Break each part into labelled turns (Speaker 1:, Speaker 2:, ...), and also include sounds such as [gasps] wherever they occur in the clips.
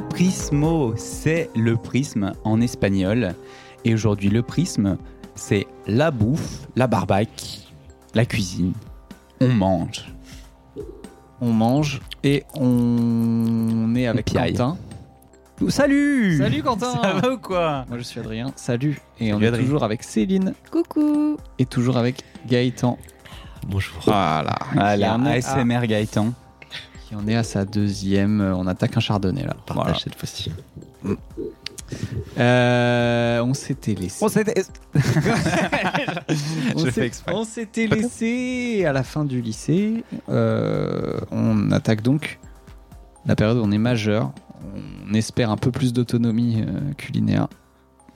Speaker 1: Prismo, c'est le prisme en espagnol. Et aujourd'hui, le prisme, c'est la bouffe, la barbaque, la cuisine. On mange.
Speaker 2: On mange et on est avec
Speaker 1: piaille.
Speaker 2: Quentin.
Speaker 1: Ouh, Salut
Speaker 2: Salut Quentin
Speaker 1: Ça va ou quoi
Speaker 2: Moi je suis Adrien, salut Et
Speaker 1: Salut,
Speaker 2: on est
Speaker 1: Adrien.
Speaker 2: toujours avec Céline
Speaker 3: Coucou
Speaker 2: et toujours avec Gaëtan
Speaker 4: Bonjour.
Speaker 2: Voilà
Speaker 1: Voilà,
Speaker 2: Qui en est à-
Speaker 1: ASMR Gaëtan.
Speaker 2: qui en est à sa deuxième, euh, on attaque un chardonnay là.
Speaker 4: Partage
Speaker 2: Voilà.
Speaker 4: cette fois-ci.
Speaker 2: Euh, on s'était laissé.
Speaker 1: [laughs] Je
Speaker 2: On
Speaker 1: fais
Speaker 2: s'est-
Speaker 1: exprès.
Speaker 2: on s'était laissé à la fin du lycée. Euh, on attaque donc la période où on est majeur. On espère un peu plus d'autonomie euh, culinaire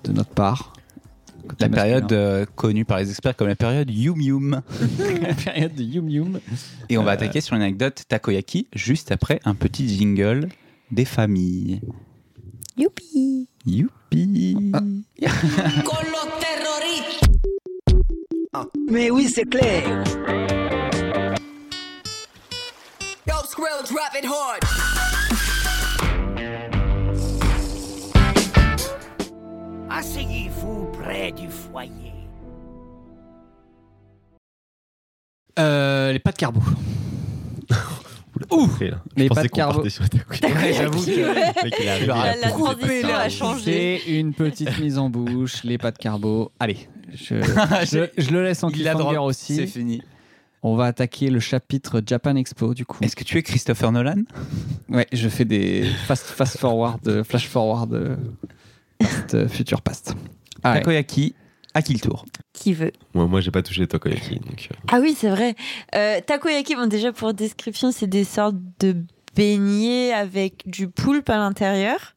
Speaker 2: de notre part. Côté
Speaker 1: La
Speaker 2: masculin.
Speaker 1: période euh, connue par les experts comme la période Yum Yum.
Speaker 2: La période de Yum Yum.
Speaker 1: Et on va attaquer sur une anecdote takoyaki juste après un petit jingle des familles.
Speaker 3: Youpi
Speaker 1: Youpi
Speaker 5: Mais oui, c'est clair. Yo, Skrill, drop it hard.
Speaker 6: Asseyez-vous près du foyer.
Speaker 2: Euh, les pâtes carbo.
Speaker 4: Ouh
Speaker 2: les
Speaker 4: Je
Speaker 2: pâtes
Speaker 4: pensais qu'on
Speaker 2: carbo.
Speaker 4: partait sur des
Speaker 3: [laughs] Takoyaki, J'avoue que- ouais.
Speaker 4: Le mec, il est arrivé,
Speaker 1: La-
Speaker 4: il a
Speaker 3: la
Speaker 4: posé
Speaker 3: transition
Speaker 4: des
Speaker 3: a
Speaker 4: carreaux.
Speaker 3: changé.
Speaker 2: C'est une petite mise en bouche, les pâtes carbo. Allez, je,
Speaker 1: [laughs]
Speaker 2: je, je le laisse en
Speaker 1: Il la
Speaker 2: cliffhanger
Speaker 1: drop, C'est
Speaker 2: aussi.
Speaker 1: fini.
Speaker 2: On va attaquer le chapitre Japan Expo du coup.
Speaker 1: Est-ce que tu es Christopher Nolan
Speaker 2: Ouais, je fais des fast, fast forward, euh, flash forward, euh, past, euh, future past. Ah ouais.
Speaker 1: Takoyaki, à qui le tour
Speaker 3: Qui veut
Speaker 4: Moi, moi j'ai pas touché les takoyaki. Donc, euh,
Speaker 3: Ah oui, c'est vrai. Euh, takoyaki, bon, déjà pour description, c'est des sortes de beignets avec du poulpe à l'intérieur.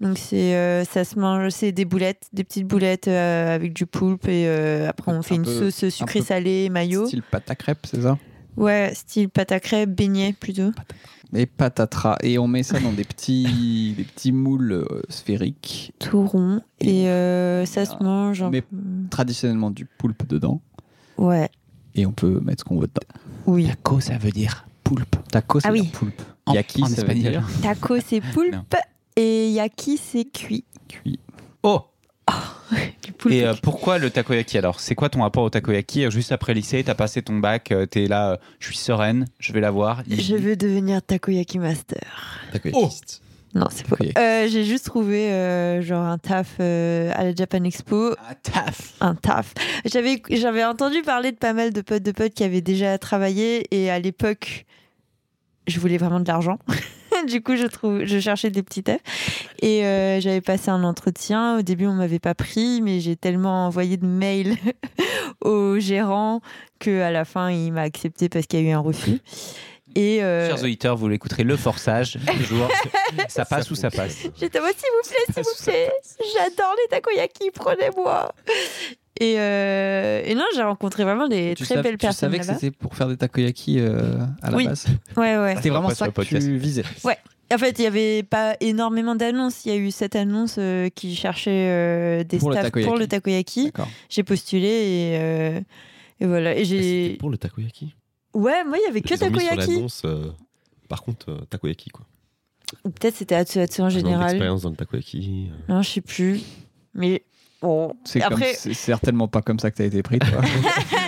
Speaker 3: Donc c'est euh, ça se mange, c'est des boulettes, des petites boulettes euh, avec du poulpe et euh, après on
Speaker 2: Un
Speaker 3: fait une
Speaker 2: peu-
Speaker 3: sauce sucrée
Speaker 2: peu
Speaker 3: salée mayo.
Speaker 2: Style pâte à crêpes, c'est ça
Speaker 3: Ouais, style pâte à crêpes, beignet plutôt.
Speaker 2: Et patatras. Et on met ça dans des
Speaker 3: [laughs]
Speaker 2: petits, des petits moules euh, sphériques,
Speaker 3: Tout rond et euh, ça
Speaker 2: Ah,
Speaker 3: se mange. un
Speaker 2: mais-
Speaker 3: peu-
Speaker 2: traditionnellement du poulpe dedans.
Speaker 3: Ouais,
Speaker 2: Et on peut mettre ce qu'on veut dedans.
Speaker 3: oui.
Speaker 2: [laughs]
Speaker 1: Taco, ça veut dire poulpe.
Speaker 2: Taco, c'est
Speaker 3: Ah oui.
Speaker 2: du poulpe.
Speaker 1: En-
Speaker 2: Yaki,
Speaker 1: en
Speaker 2: ça veut
Speaker 1: espagnol.
Speaker 2: dire
Speaker 3: Taco c'est
Speaker 1: Non.
Speaker 3: poulpe et yaki c'est cuit.
Speaker 2: cuit.
Speaker 1: Oh
Speaker 3: Du poulpe.
Speaker 1: Et euh, pourquoi le takoyaki alors C'est quoi ton rapport au takoyaki Euh, Juste après lycée, t'as passé ton bac, euh, t'es là, euh, je suis sereine, je vais l'avoir. Il-
Speaker 3: Je veux devenir takoyaki master.
Speaker 4: takoyakiste.
Speaker 3: Non, c'est pas.
Speaker 2: Takoyaki.
Speaker 3: Euh, J'ai juste trouvé euh, genre un taf euh, à la Japan Expo,
Speaker 1: Ah, taf
Speaker 3: un taf. J'avais j'avais entendu parler de pas mal de potes de potes qui avaient déjà travaillé et à l'époque je voulais vraiment de l'argent. [laughs] du coup, je trouve je cherchais des petits tafs et euh, j'avais passé un entretien. Au début, on m'avait pas pris, mais j'ai tellement envoyé de mails [laughs] au gérant que à la fin, il m'a accepté parce qu'il y a eu un refus. Et euh,
Speaker 1: Chers auditeurs, vous l'écouterez, le
Speaker 3: [laughs]
Speaker 1: forçage, toujours, ça passe ou ça passe.
Speaker 3: J'étais en mode, s'il vous plaît, s'il vous plaît, j'adore les takoyaki, prenez-moi. Et, euh, et non, j'ai rencontré vraiment des
Speaker 2: Tu
Speaker 3: très
Speaker 2: sav-
Speaker 3: belles
Speaker 2: tu
Speaker 3: personnes
Speaker 2: savais que
Speaker 3: là-bas.
Speaker 2: c'était pour faire des takoyaki euh, à la
Speaker 3: Oui.
Speaker 2: base
Speaker 3: Ouais, ouais.
Speaker 2: C'était vraiment
Speaker 1: pas sur
Speaker 2: ça
Speaker 1: le
Speaker 2: que
Speaker 1: podcast.
Speaker 2: tu visais.
Speaker 3: En fait, il n'y avait pas énormément d'annonces. Il y a eu cette annonce euh, qui cherchait euh, des
Speaker 2: Pour le
Speaker 3: staffs pour
Speaker 2: takoyaki.
Speaker 3: le takoyaki.
Speaker 2: D'accord.
Speaker 3: J'ai postulé et, euh, et voilà. Et
Speaker 4: Ah, C'était
Speaker 3: j'ai.
Speaker 4: pour le takoyaki.
Speaker 3: Ouais, moi, il n'y avait que
Speaker 4: Ils ont mis sur
Speaker 3: takoyaki.
Speaker 4: l'annonce, euh, par contre, euh, takoyaki quoi.
Speaker 3: Ou peut-être c'était Atsu Atsu en
Speaker 4: Un an
Speaker 3: général.
Speaker 4: d'expérience dans le takoyaki.
Speaker 3: [laughs]
Speaker 4: euh.
Speaker 3: Non, je sais plus. Mais bon.
Speaker 2: C'est comme-
Speaker 3: Après-
Speaker 2: c'est certainement pas comme ça que t'as été pris,
Speaker 3: [laughs]
Speaker 2: toi.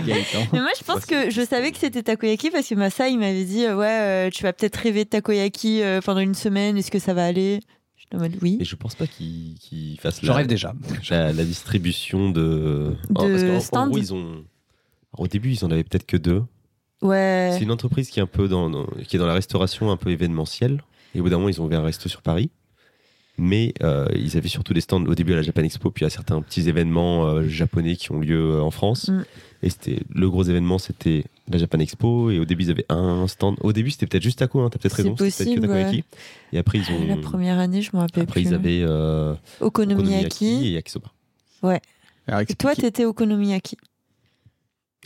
Speaker 2: Gaëtan.
Speaker 3: Mais moi, je pense que je savais que c'était takoyaki parce que Massa, il m'avait dit euh, Ouais, euh, tu vas peut-être rêver de takoyaki euh, pendant une semaine, est-ce que ça va aller J'étais en mode Oui.
Speaker 4: Et je pense pas qu'ils qu'ils fassent
Speaker 2: Je
Speaker 4: la,
Speaker 2: rêve déjà.
Speaker 4: la, la distribution de. Oh,
Speaker 3: De
Speaker 4: parce qu'en- en
Speaker 3: stand.
Speaker 4: gros, ils ont. alors, au début, ils en avaient peut-être que deux.
Speaker 3: Ouais.
Speaker 4: C'est une entreprise qui est un peu dans, dans- qui est dans la restauration un peu événementielle. Et au bout d'un moment, ils ont ouvert un resto sur Paris. Mais euh, ils avaient surtout des stands au début à la Japan Expo, puis à certains petits événements euh, japonais qui ont lieu euh, en France.
Speaker 3: Mm.
Speaker 4: Et c'était le gros événement, c'était la Japan Expo. Et au début, ils avaient un stand. Au début, c'était peut-être juste Taco, hein, t'as peut-être
Speaker 3: C'est
Speaker 4: raison. c'était peut-être que
Speaker 3: possible,
Speaker 4: Takoyaki.
Speaker 3: ouais. Ah,
Speaker 4: Et après, ils
Speaker 3: La
Speaker 4: ont.
Speaker 3: première année, je me rappelle
Speaker 4: Après,
Speaker 3: plus.
Speaker 4: ils avaient euh, Okonomiyaki
Speaker 3: Okonomiyaki.
Speaker 4: et Yakisoba.
Speaker 2: Alors,
Speaker 3: Et toi,
Speaker 2: explique-
Speaker 3: t'étais Okonomiyaki.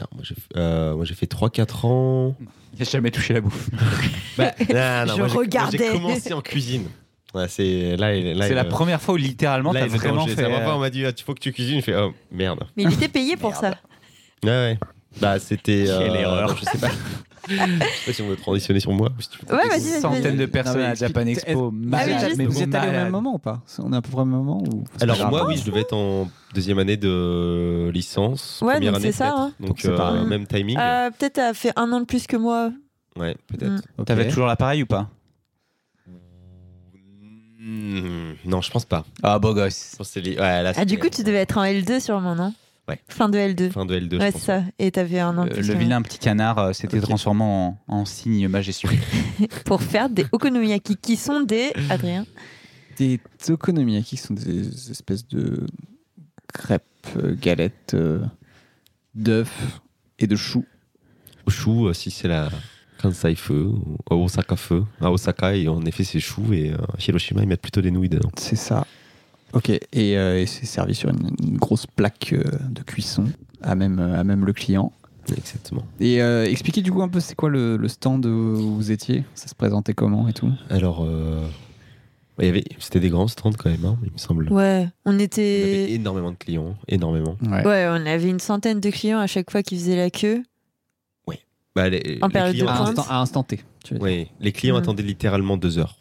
Speaker 4: Non, moi, j'ai fait- euh, moi, j'ai fait 3-4 ans.
Speaker 1: J'ai jamais touché la bouffe.
Speaker 4: Bah,
Speaker 3: [laughs]
Speaker 4: non, non,
Speaker 3: Je
Speaker 4: moi, j'ai- moi,
Speaker 3: regardais.
Speaker 4: J'ai commencé en cuisine. Ouais, c'est là, il- là,
Speaker 1: C'est
Speaker 4: il-
Speaker 1: la première fois où littéralement
Speaker 4: Là,
Speaker 1: t'as
Speaker 4: il est
Speaker 1: vraiment
Speaker 4: danger.
Speaker 1: fait.
Speaker 4: Ça va
Speaker 1: euh,
Speaker 4: pas, on m'a dit, il faut que tu cuisines. Je fais, oh merde.
Speaker 3: Mais il était payé pour ça.
Speaker 4: Ouais, ouais. Bah, c'était.
Speaker 1: Quelle erreur.
Speaker 4: Je sais pas. Je sais pas si on veut transitionner sur moi. ou si tu veux.
Speaker 3: Ouais, vas-y, vas-y.
Speaker 1: euh, Centaines de personnes
Speaker 2: Non, mais
Speaker 1: à Japan
Speaker 2: explique-
Speaker 1: Expo.
Speaker 2: Ah,
Speaker 1: malade,
Speaker 2: mais,
Speaker 3: juste-
Speaker 1: mais
Speaker 2: vous êtes allés au
Speaker 1: malade.
Speaker 2: même moment ou pas On est à peu près au même moment ou c'est pas
Speaker 4: Alors
Speaker 2: grave.
Speaker 4: moi, oui, je devais être en deuxième année de licence,
Speaker 3: Ouais,
Speaker 4: première
Speaker 3: donc
Speaker 4: année
Speaker 3: c'est ça,
Speaker 4: peut-être.
Speaker 3: hein.
Speaker 4: Donc,
Speaker 2: Donc c'est
Speaker 4: euh,
Speaker 2: pareil.
Speaker 4: même timing.
Speaker 3: Euh, Peut-être t'as fait un an de plus que moi.
Speaker 4: Ouais, peut-être.
Speaker 2: Ok.
Speaker 1: T'avais toujours l'appareil ou pas
Speaker 4: Mm, Non, je pense pas.
Speaker 1: Ah, beau
Speaker 4: Je
Speaker 1: gosse.
Speaker 4: pense que c'est les- ouais, là,
Speaker 3: Ah, du
Speaker 4: c'était-
Speaker 3: coup, tu devais être en L2 sûrement, non
Speaker 4: Ouais.
Speaker 3: Fin de L2.
Speaker 4: fin de L2. je
Speaker 3: ouais, c'est
Speaker 4: pense.
Speaker 3: ça. Et t'avais un an de
Speaker 1: Euh,
Speaker 3: plus
Speaker 1: le
Speaker 3: que moi.
Speaker 1: vilain petit canard euh, s'était
Speaker 4: Ok.
Speaker 1: transformé en, en cygne majestueux.
Speaker 3: Pour faire des okonomiyaki, qui sont des. Adrien
Speaker 2: Des okonomiyaki qui sont des espèces de crêpes, euh, galettes, euh, d'œufs et de choux.
Speaker 4: Chou, euh, si c'est la Kansai Feu, ou à Osaka Feu. À Osaka, et en effet, c'est chou. Et euh, à Hiroshima, ils mettent plutôt des nouilles dedans.
Speaker 2: C'est ça. Ok, et, euh, et c'est servi sur une, une grosse plaque euh, de cuisson à même, euh, à même le client.
Speaker 4: Exactement.
Speaker 2: Et euh, expliquez du coup un peu c'est quoi le, le stand où vous étiez Ça se présentait comment et tout
Speaker 4: Alors, euh, il y avait, c'était des grands stands quand même, hein, il me semble.
Speaker 3: Ouais, on
Speaker 4: Il y avait
Speaker 3: était.
Speaker 4: énormément de clients, énormément.
Speaker 2: Ouais.
Speaker 3: Ouais, on avait une centaine de clients à chaque fois qui faisaient la queue.
Speaker 4: Bah, les,
Speaker 3: En
Speaker 4: les
Speaker 3: période de
Speaker 4: clients,
Speaker 2: À, un
Speaker 3: pointe.
Speaker 2: stand, à un stand T. tu veux dire.
Speaker 4: ouais, les clients
Speaker 3: Mm.
Speaker 4: attendaient littéralement deux heures,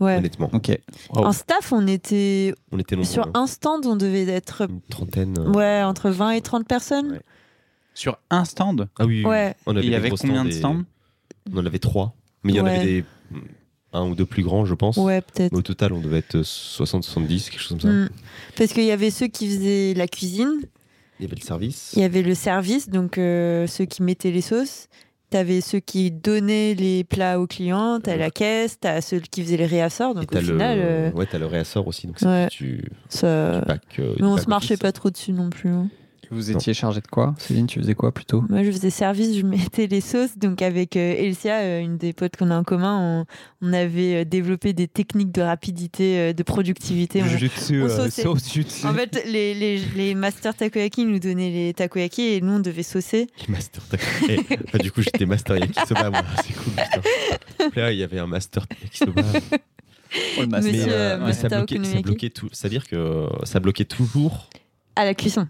Speaker 3: Ouais.
Speaker 4: honnêtement.
Speaker 2: Ok.
Speaker 3: En staff, on était.
Speaker 4: On était nombreux.
Speaker 3: Sur
Speaker 4: hein.
Speaker 3: un stand, on devait être.
Speaker 4: Une trentaine. euh.
Speaker 3: Ouais, entre 20 et 30 personnes.
Speaker 4: Ouais.
Speaker 1: Sur un stand
Speaker 4: Ah oui, oui, oui.
Speaker 3: Ouais.
Speaker 4: On
Speaker 1: Et Il y
Speaker 4: des
Speaker 1: avait
Speaker 4: gros
Speaker 1: combien de
Speaker 4: et-
Speaker 1: stands
Speaker 4: On en avait trois. Mais il y en
Speaker 3: Ouais.
Speaker 4: avait des, un ou deux plus grands, je pense.
Speaker 3: Ouais, peut-être.
Speaker 4: Mais au total, on devait être 60-70, quelque chose comme ça.
Speaker 3: Mm. Parce qu'il y avait ceux qui faisaient la cuisine,
Speaker 4: Il y avait le service.
Speaker 3: il y avait le service, donc euh, ceux qui mettaient les sauces, t'avais ceux qui donnaient les plats aux clients, t'as
Speaker 4: Ouais.
Speaker 3: la caisse, t'as ceux qui faisaient les réassorts,
Speaker 4: Et
Speaker 3: donc
Speaker 4: t'as
Speaker 3: au
Speaker 4: le,
Speaker 3: final, euh,
Speaker 4: ouais, t'as le réassort aussi. Donc c'est
Speaker 3: Ouais.
Speaker 4: plus du,
Speaker 3: ça...
Speaker 4: du pack, euh, du
Speaker 3: Mais on
Speaker 4: pack
Speaker 3: se marchait
Speaker 4: office.
Speaker 3: pas trop dessus non plus. hein.
Speaker 2: Vous étiez chargé de quoi Céline, tu faisais quoi plutôt
Speaker 3: Moi, je faisais service, je mettais les sauces. Donc, avec euh, Elsia, euh, une des potes qu'on a en commun, on, on avait euh, développé des techniques de rapidité, euh, de productivité. On-
Speaker 1: Jutsu,
Speaker 3: on
Speaker 1: euh,
Speaker 3: sautait.
Speaker 1: sauce jutsu.
Speaker 3: En fait, les, les, les masters takoyaki nous donnaient les takoyaki et nous, on devait saucer.
Speaker 4: Les [laughs] Master Takoyaki. Eh, bah, du coup, j'étais Master Yakisoba, moi. C'est cool, putain. Là, il y avait un Master Yakisoba.
Speaker 3: Monsieur
Speaker 4: Bah, Mais,
Speaker 3: euh,
Speaker 4: mais ça,
Speaker 3: Master
Speaker 4: bloquait, ça
Speaker 3: Okonomiyaki.
Speaker 4: bloquait tout. C'est-à-dire que ça bloquait toujours.
Speaker 3: À la cuisson.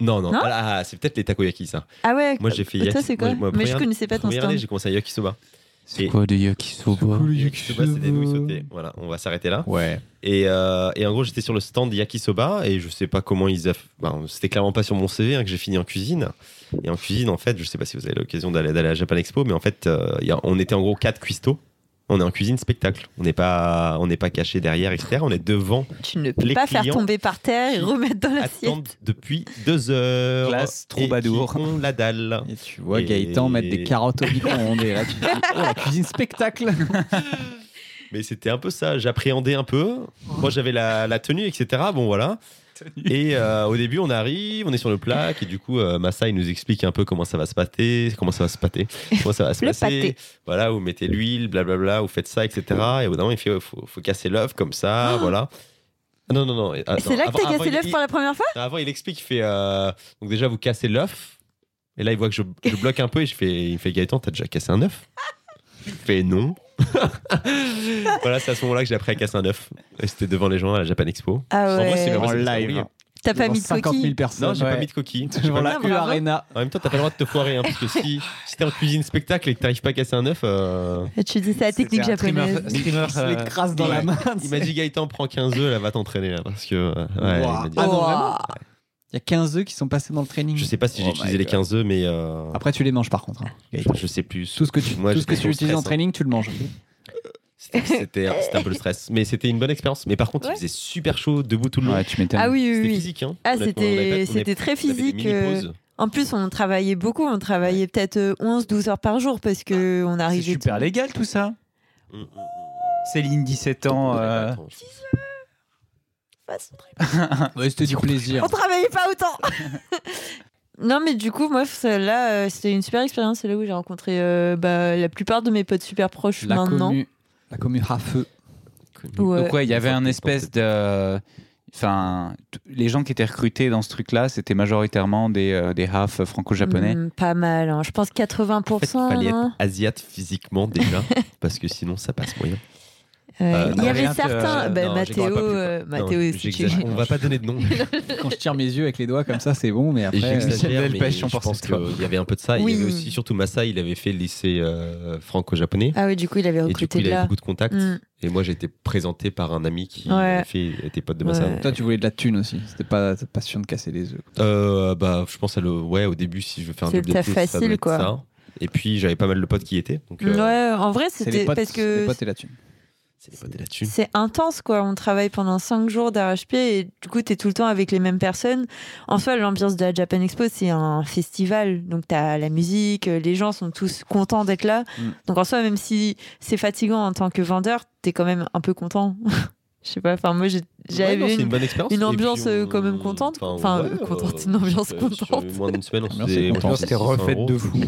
Speaker 4: Non, non.
Speaker 3: Non
Speaker 4: ah, là, ah, c'est peut-être les takoyaki, ça.
Speaker 3: Ah ouais
Speaker 4: Moi, j'ai fait
Speaker 3: Toi,
Speaker 4: yaki-
Speaker 3: c'est quoi
Speaker 4: moi, moi,
Speaker 3: Mais je
Speaker 4: première-
Speaker 3: connaissais pas ton
Speaker 4: Première année,
Speaker 3: stand.
Speaker 4: j'ai commencé à Yakisoba.
Speaker 1: C'est
Speaker 4: Et-
Speaker 1: quoi de yakisoba
Speaker 4: Yakisoba, c'est des nouilles sautées. Voilà, on va s'arrêter là.
Speaker 2: Ouais.
Speaker 4: Et, euh, et en gros, j'étais sur le stand Yakisoba et je sais pas comment ils. aff- Ben, C'était clairement pas sur mon CV hein, que j'ai fini en cuisine. Et en cuisine, en fait, je sais pas si vous avez l'occasion d'aller d'aller à Japan Expo, mais en fait, euh, il y a- on était en gros quatre cuistots. On est en cuisine spectacle. On n'est pas, on n'est pas caché derrière, etc. On est devant.
Speaker 3: Tu ne peux
Speaker 4: les
Speaker 3: pas faire
Speaker 4: clients
Speaker 3: tomber par terre et
Speaker 4: qui
Speaker 3: remettre dans
Speaker 4: Attendent
Speaker 3: l'assiette.
Speaker 4: depuis deux heures.
Speaker 1: Classe
Speaker 4: et qui
Speaker 1: troubadour.
Speaker 4: ont la dalle.
Speaker 2: Et tu vois
Speaker 4: Et-
Speaker 2: Gaëtan mettre des carottes au micro-ondes et [laughs] là tu te dis, oh, la cuisine spectacle
Speaker 4: Mais c'était un peu ça. J'appréhendais un peu. Moi, j'avais la, la tenue, etc. Bon, voilà. Et euh, au début, on arrive, on est sur le plaque, et du coup, euh, Massa, il nous explique un peu comment ça va se pâter, comment ça va se
Speaker 3: [laughs]
Speaker 4: pâter, comment ça va se
Speaker 3: Le
Speaker 4: passer.
Speaker 3: pâté.
Speaker 4: Voilà, vous mettez l'huile, blablabla, vous faites ça, etc. Et au bout d'un moment, il fait, ouais, faut, faut casser l'œuf comme ça, voilà. Ah, Non, non, non. et- ah,
Speaker 3: C'est
Speaker 4: non,
Speaker 3: là que
Speaker 4: avant-
Speaker 3: t'as
Speaker 4: avant,
Speaker 3: cassé
Speaker 4: il-
Speaker 3: l'œuf pour la première fois
Speaker 4: il- Avant, il explique, il fait, euh, donc déjà, vous cassez l'œuf. Et là, il voit que je, je bloque un peu, et je fais, il me fait, Gaëtan, t'as déjà cassé un œuf Je fais, non. [laughs] voilà, c'est à ce moment-là que j'ai appris à casser un œuf. Et C'était devant les gens à la Japan Expo.
Speaker 3: Ah
Speaker 4: Sans moi, c'est
Speaker 3: ouais.
Speaker 4: vrai,
Speaker 2: en
Speaker 4: ça me fait
Speaker 2: live.
Speaker 4: rire.
Speaker 3: T'as pas mis de
Speaker 2: 50
Speaker 3: coquille.
Speaker 2: 000 personnes.
Speaker 4: Non, j'ai pas
Speaker 2: ouais.
Speaker 4: mis de coquille. J'ai
Speaker 2: [laughs] Devant
Speaker 4: pas
Speaker 2: la
Speaker 3: Ah,
Speaker 2: U
Speaker 3: bravo.
Speaker 2: Arena.
Speaker 4: En même temps, t'as pas le droit de te foirer, hein, parce que si, si t'es en cuisine spectacle et que t'arrives pas à casser un œuf, euh...
Speaker 3: Ah, Tu dis c'est la technique
Speaker 1: C'était un streamer-
Speaker 3: japonaise.
Speaker 1: streamer,
Speaker 2: Il se
Speaker 1: euh,
Speaker 2: les crasse dans la
Speaker 4: ouais.
Speaker 2: main.
Speaker 4: il m'a dit Gaëtan, prends 15 œufs, là, va t'entraîner, là, parce que. euh, ouais,
Speaker 2: Ouah.
Speaker 4: il m'a dit.
Speaker 2: Ah non,
Speaker 3: Ouah.
Speaker 2: vraiment Il y a 15 œufs qui sont passés dans le training.
Speaker 4: Je sais pas si j'ai
Speaker 2: Oh
Speaker 4: utilisé
Speaker 2: my
Speaker 4: les
Speaker 2: God.
Speaker 4: 15 œufs, mais. euh,
Speaker 2: Après, tu les manges par contre. hein.
Speaker 4: je, je sais plus.
Speaker 2: Tout ce que tu,
Speaker 4: Moi,
Speaker 2: tout ce que
Speaker 4: j'étais
Speaker 2: tu
Speaker 4: sur le
Speaker 2: utilises en
Speaker 4: stress,
Speaker 2: training,
Speaker 4: hein.
Speaker 2: tu le
Speaker 3: [laughs]
Speaker 2: manges.
Speaker 4: C'était c'était un c'était un peu le stress. Mais c'était une bonne expérience. Mais par contre,
Speaker 3: Ouais.
Speaker 4: il faisait super chaud debout tout le long.
Speaker 1: Ouais, tu m'étonnes.
Speaker 3: Ah oui, oui,
Speaker 4: C'était
Speaker 3: oui.
Speaker 4: physique, hein.
Speaker 3: Ah,
Speaker 4: honnêtement. On avait pas- on
Speaker 3: c'était
Speaker 4: avait-
Speaker 3: c'était très
Speaker 4: on avait des
Speaker 3: physique. euh,
Speaker 4: mini-pauses.
Speaker 3: En plus, on travaillait beaucoup. On travaillait peut-être euh, 11-12 heures par jour parce que
Speaker 4: Ah,
Speaker 3: on
Speaker 1: C'est
Speaker 3: arrivait.
Speaker 1: super légal tout ça.
Speaker 4: Mm, mm, mm.
Speaker 1: Céline, 17 ans. euh,
Speaker 4: Attends, je-
Speaker 2: C'était du plaisir.
Speaker 3: On travaillait pas
Speaker 4: [laughs]
Speaker 3: autant. [laughs] Non mais du coup moi ça- là euh, c'était une super expérience c'est là où j'ai rencontré euh, bah, la plupart de mes potes super proches
Speaker 2: La
Speaker 3: maintenant
Speaker 2: commu, la commu à feu.
Speaker 3: Ouais.
Speaker 1: Donc ouais, il y avait
Speaker 4: Faut
Speaker 1: un
Speaker 4: peut-être
Speaker 1: espèce de... Enfin, t- les gens qui étaient recrutés dans ce truc-là, c'était majoritairement des, euh, des half franco-japonais.
Speaker 3: Hmm, pas mal hein. je pense 80%
Speaker 4: En fait, il fallait
Speaker 3: hein. [laughs]
Speaker 4: être asiate physiquement déjà, parce que sinon ça passe moyen.
Speaker 3: Euh,
Speaker 4: Euh,
Speaker 3: il y
Speaker 4: non,
Speaker 3: avait
Speaker 1: rien que-
Speaker 3: certains.
Speaker 1: euh,
Speaker 3: bah,
Speaker 4: non, j'exagère
Speaker 3: Mathéo,
Speaker 4: pas plus, quoi.
Speaker 3: euh,
Speaker 4: Non,
Speaker 3: Mathéo, si tu-
Speaker 4: j'exagère. On va pas donner de nom.
Speaker 2: Quand je tire mes yeux avec les doigts comme ça, c'est bon, mais
Speaker 4: Et
Speaker 2: après. euh,
Speaker 1: Michel
Speaker 4: j'exagère, mais
Speaker 1: Delpech, on
Speaker 4: je
Speaker 1: pense
Speaker 4: pense
Speaker 1: à toi.
Speaker 4: qu'il y avait un peu de ça. Il
Speaker 3: Oui.
Speaker 4: y avait aussi, surtout Massa, il avait fait le lycée euh, franco-japonais.
Speaker 3: [laughs] Ah oui, du coup, il avait
Speaker 4: Et du coup,
Speaker 3: recruté
Speaker 4: il
Speaker 3: de
Speaker 4: avait
Speaker 3: là.
Speaker 4: beaucoup de contacts.
Speaker 3: Mm.
Speaker 4: Et moi, j'ai été présenté par un ami qui
Speaker 3: Ouais.
Speaker 4: avait fait, était pote de Massa.
Speaker 3: Ouais.
Speaker 1: Euh,
Speaker 2: Toi, tu voulais de la thune aussi. C'était pas ta passion de casser les œufs.
Speaker 4: Euh, bah, je pense à le, ouais, au début, si je veux faire un
Speaker 3: C'est
Speaker 4: job
Speaker 3: le taf
Speaker 4: d'été, ça doit
Speaker 3: facile,
Speaker 4: être
Speaker 3: quoi.
Speaker 4: ça. Et puis, j'avais pas mal de potes qui y étaient. Donc, euh,
Speaker 3: Ouais, en vrai,
Speaker 2: C'est
Speaker 3: c'était
Speaker 2: les potes, les
Speaker 3: parce que
Speaker 2: potes et la thune.
Speaker 4: c'est les potes et la thune.
Speaker 3: c'est intense, quoi. On travaille pendant 5 jours d'arrache-pied et du coup, t'es tout le temps avec les mêmes personnes. En soi, l'ambiance de la Japan Expo, c'est un festival. Donc, t'as la musique, euh, les gens sont tous contents d'être là.
Speaker 2: Mm.
Speaker 3: Donc, en soi, même si c'est fatigant en tant que vendeur, t'es quand même un peu content. [laughs] Je sais pas, enfin, moi, j'ai-
Speaker 4: Ouais, non,
Speaker 3: j'avais
Speaker 4: c'est
Speaker 3: une.
Speaker 4: bonne expérience.
Speaker 3: une
Speaker 4: Et puis,
Speaker 3: ambiance, euh,
Speaker 4: on-
Speaker 3: quand même contente, quoi. Enfin, euh, contente, une ambiance
Speaker 4: sur-
Speaker 3: contente.
Speaker 4: Sur moins d'une semaine, on se
Speaker 2: Ambiance
Speaker 4: faisait-
Speaker 2: contente.
Speaker 4: on se faisait
Speaker 1: C'était refaite
Speaker 4: 100
Speaker 1: de
Speaker 4: euros.
Speaker 1: fou.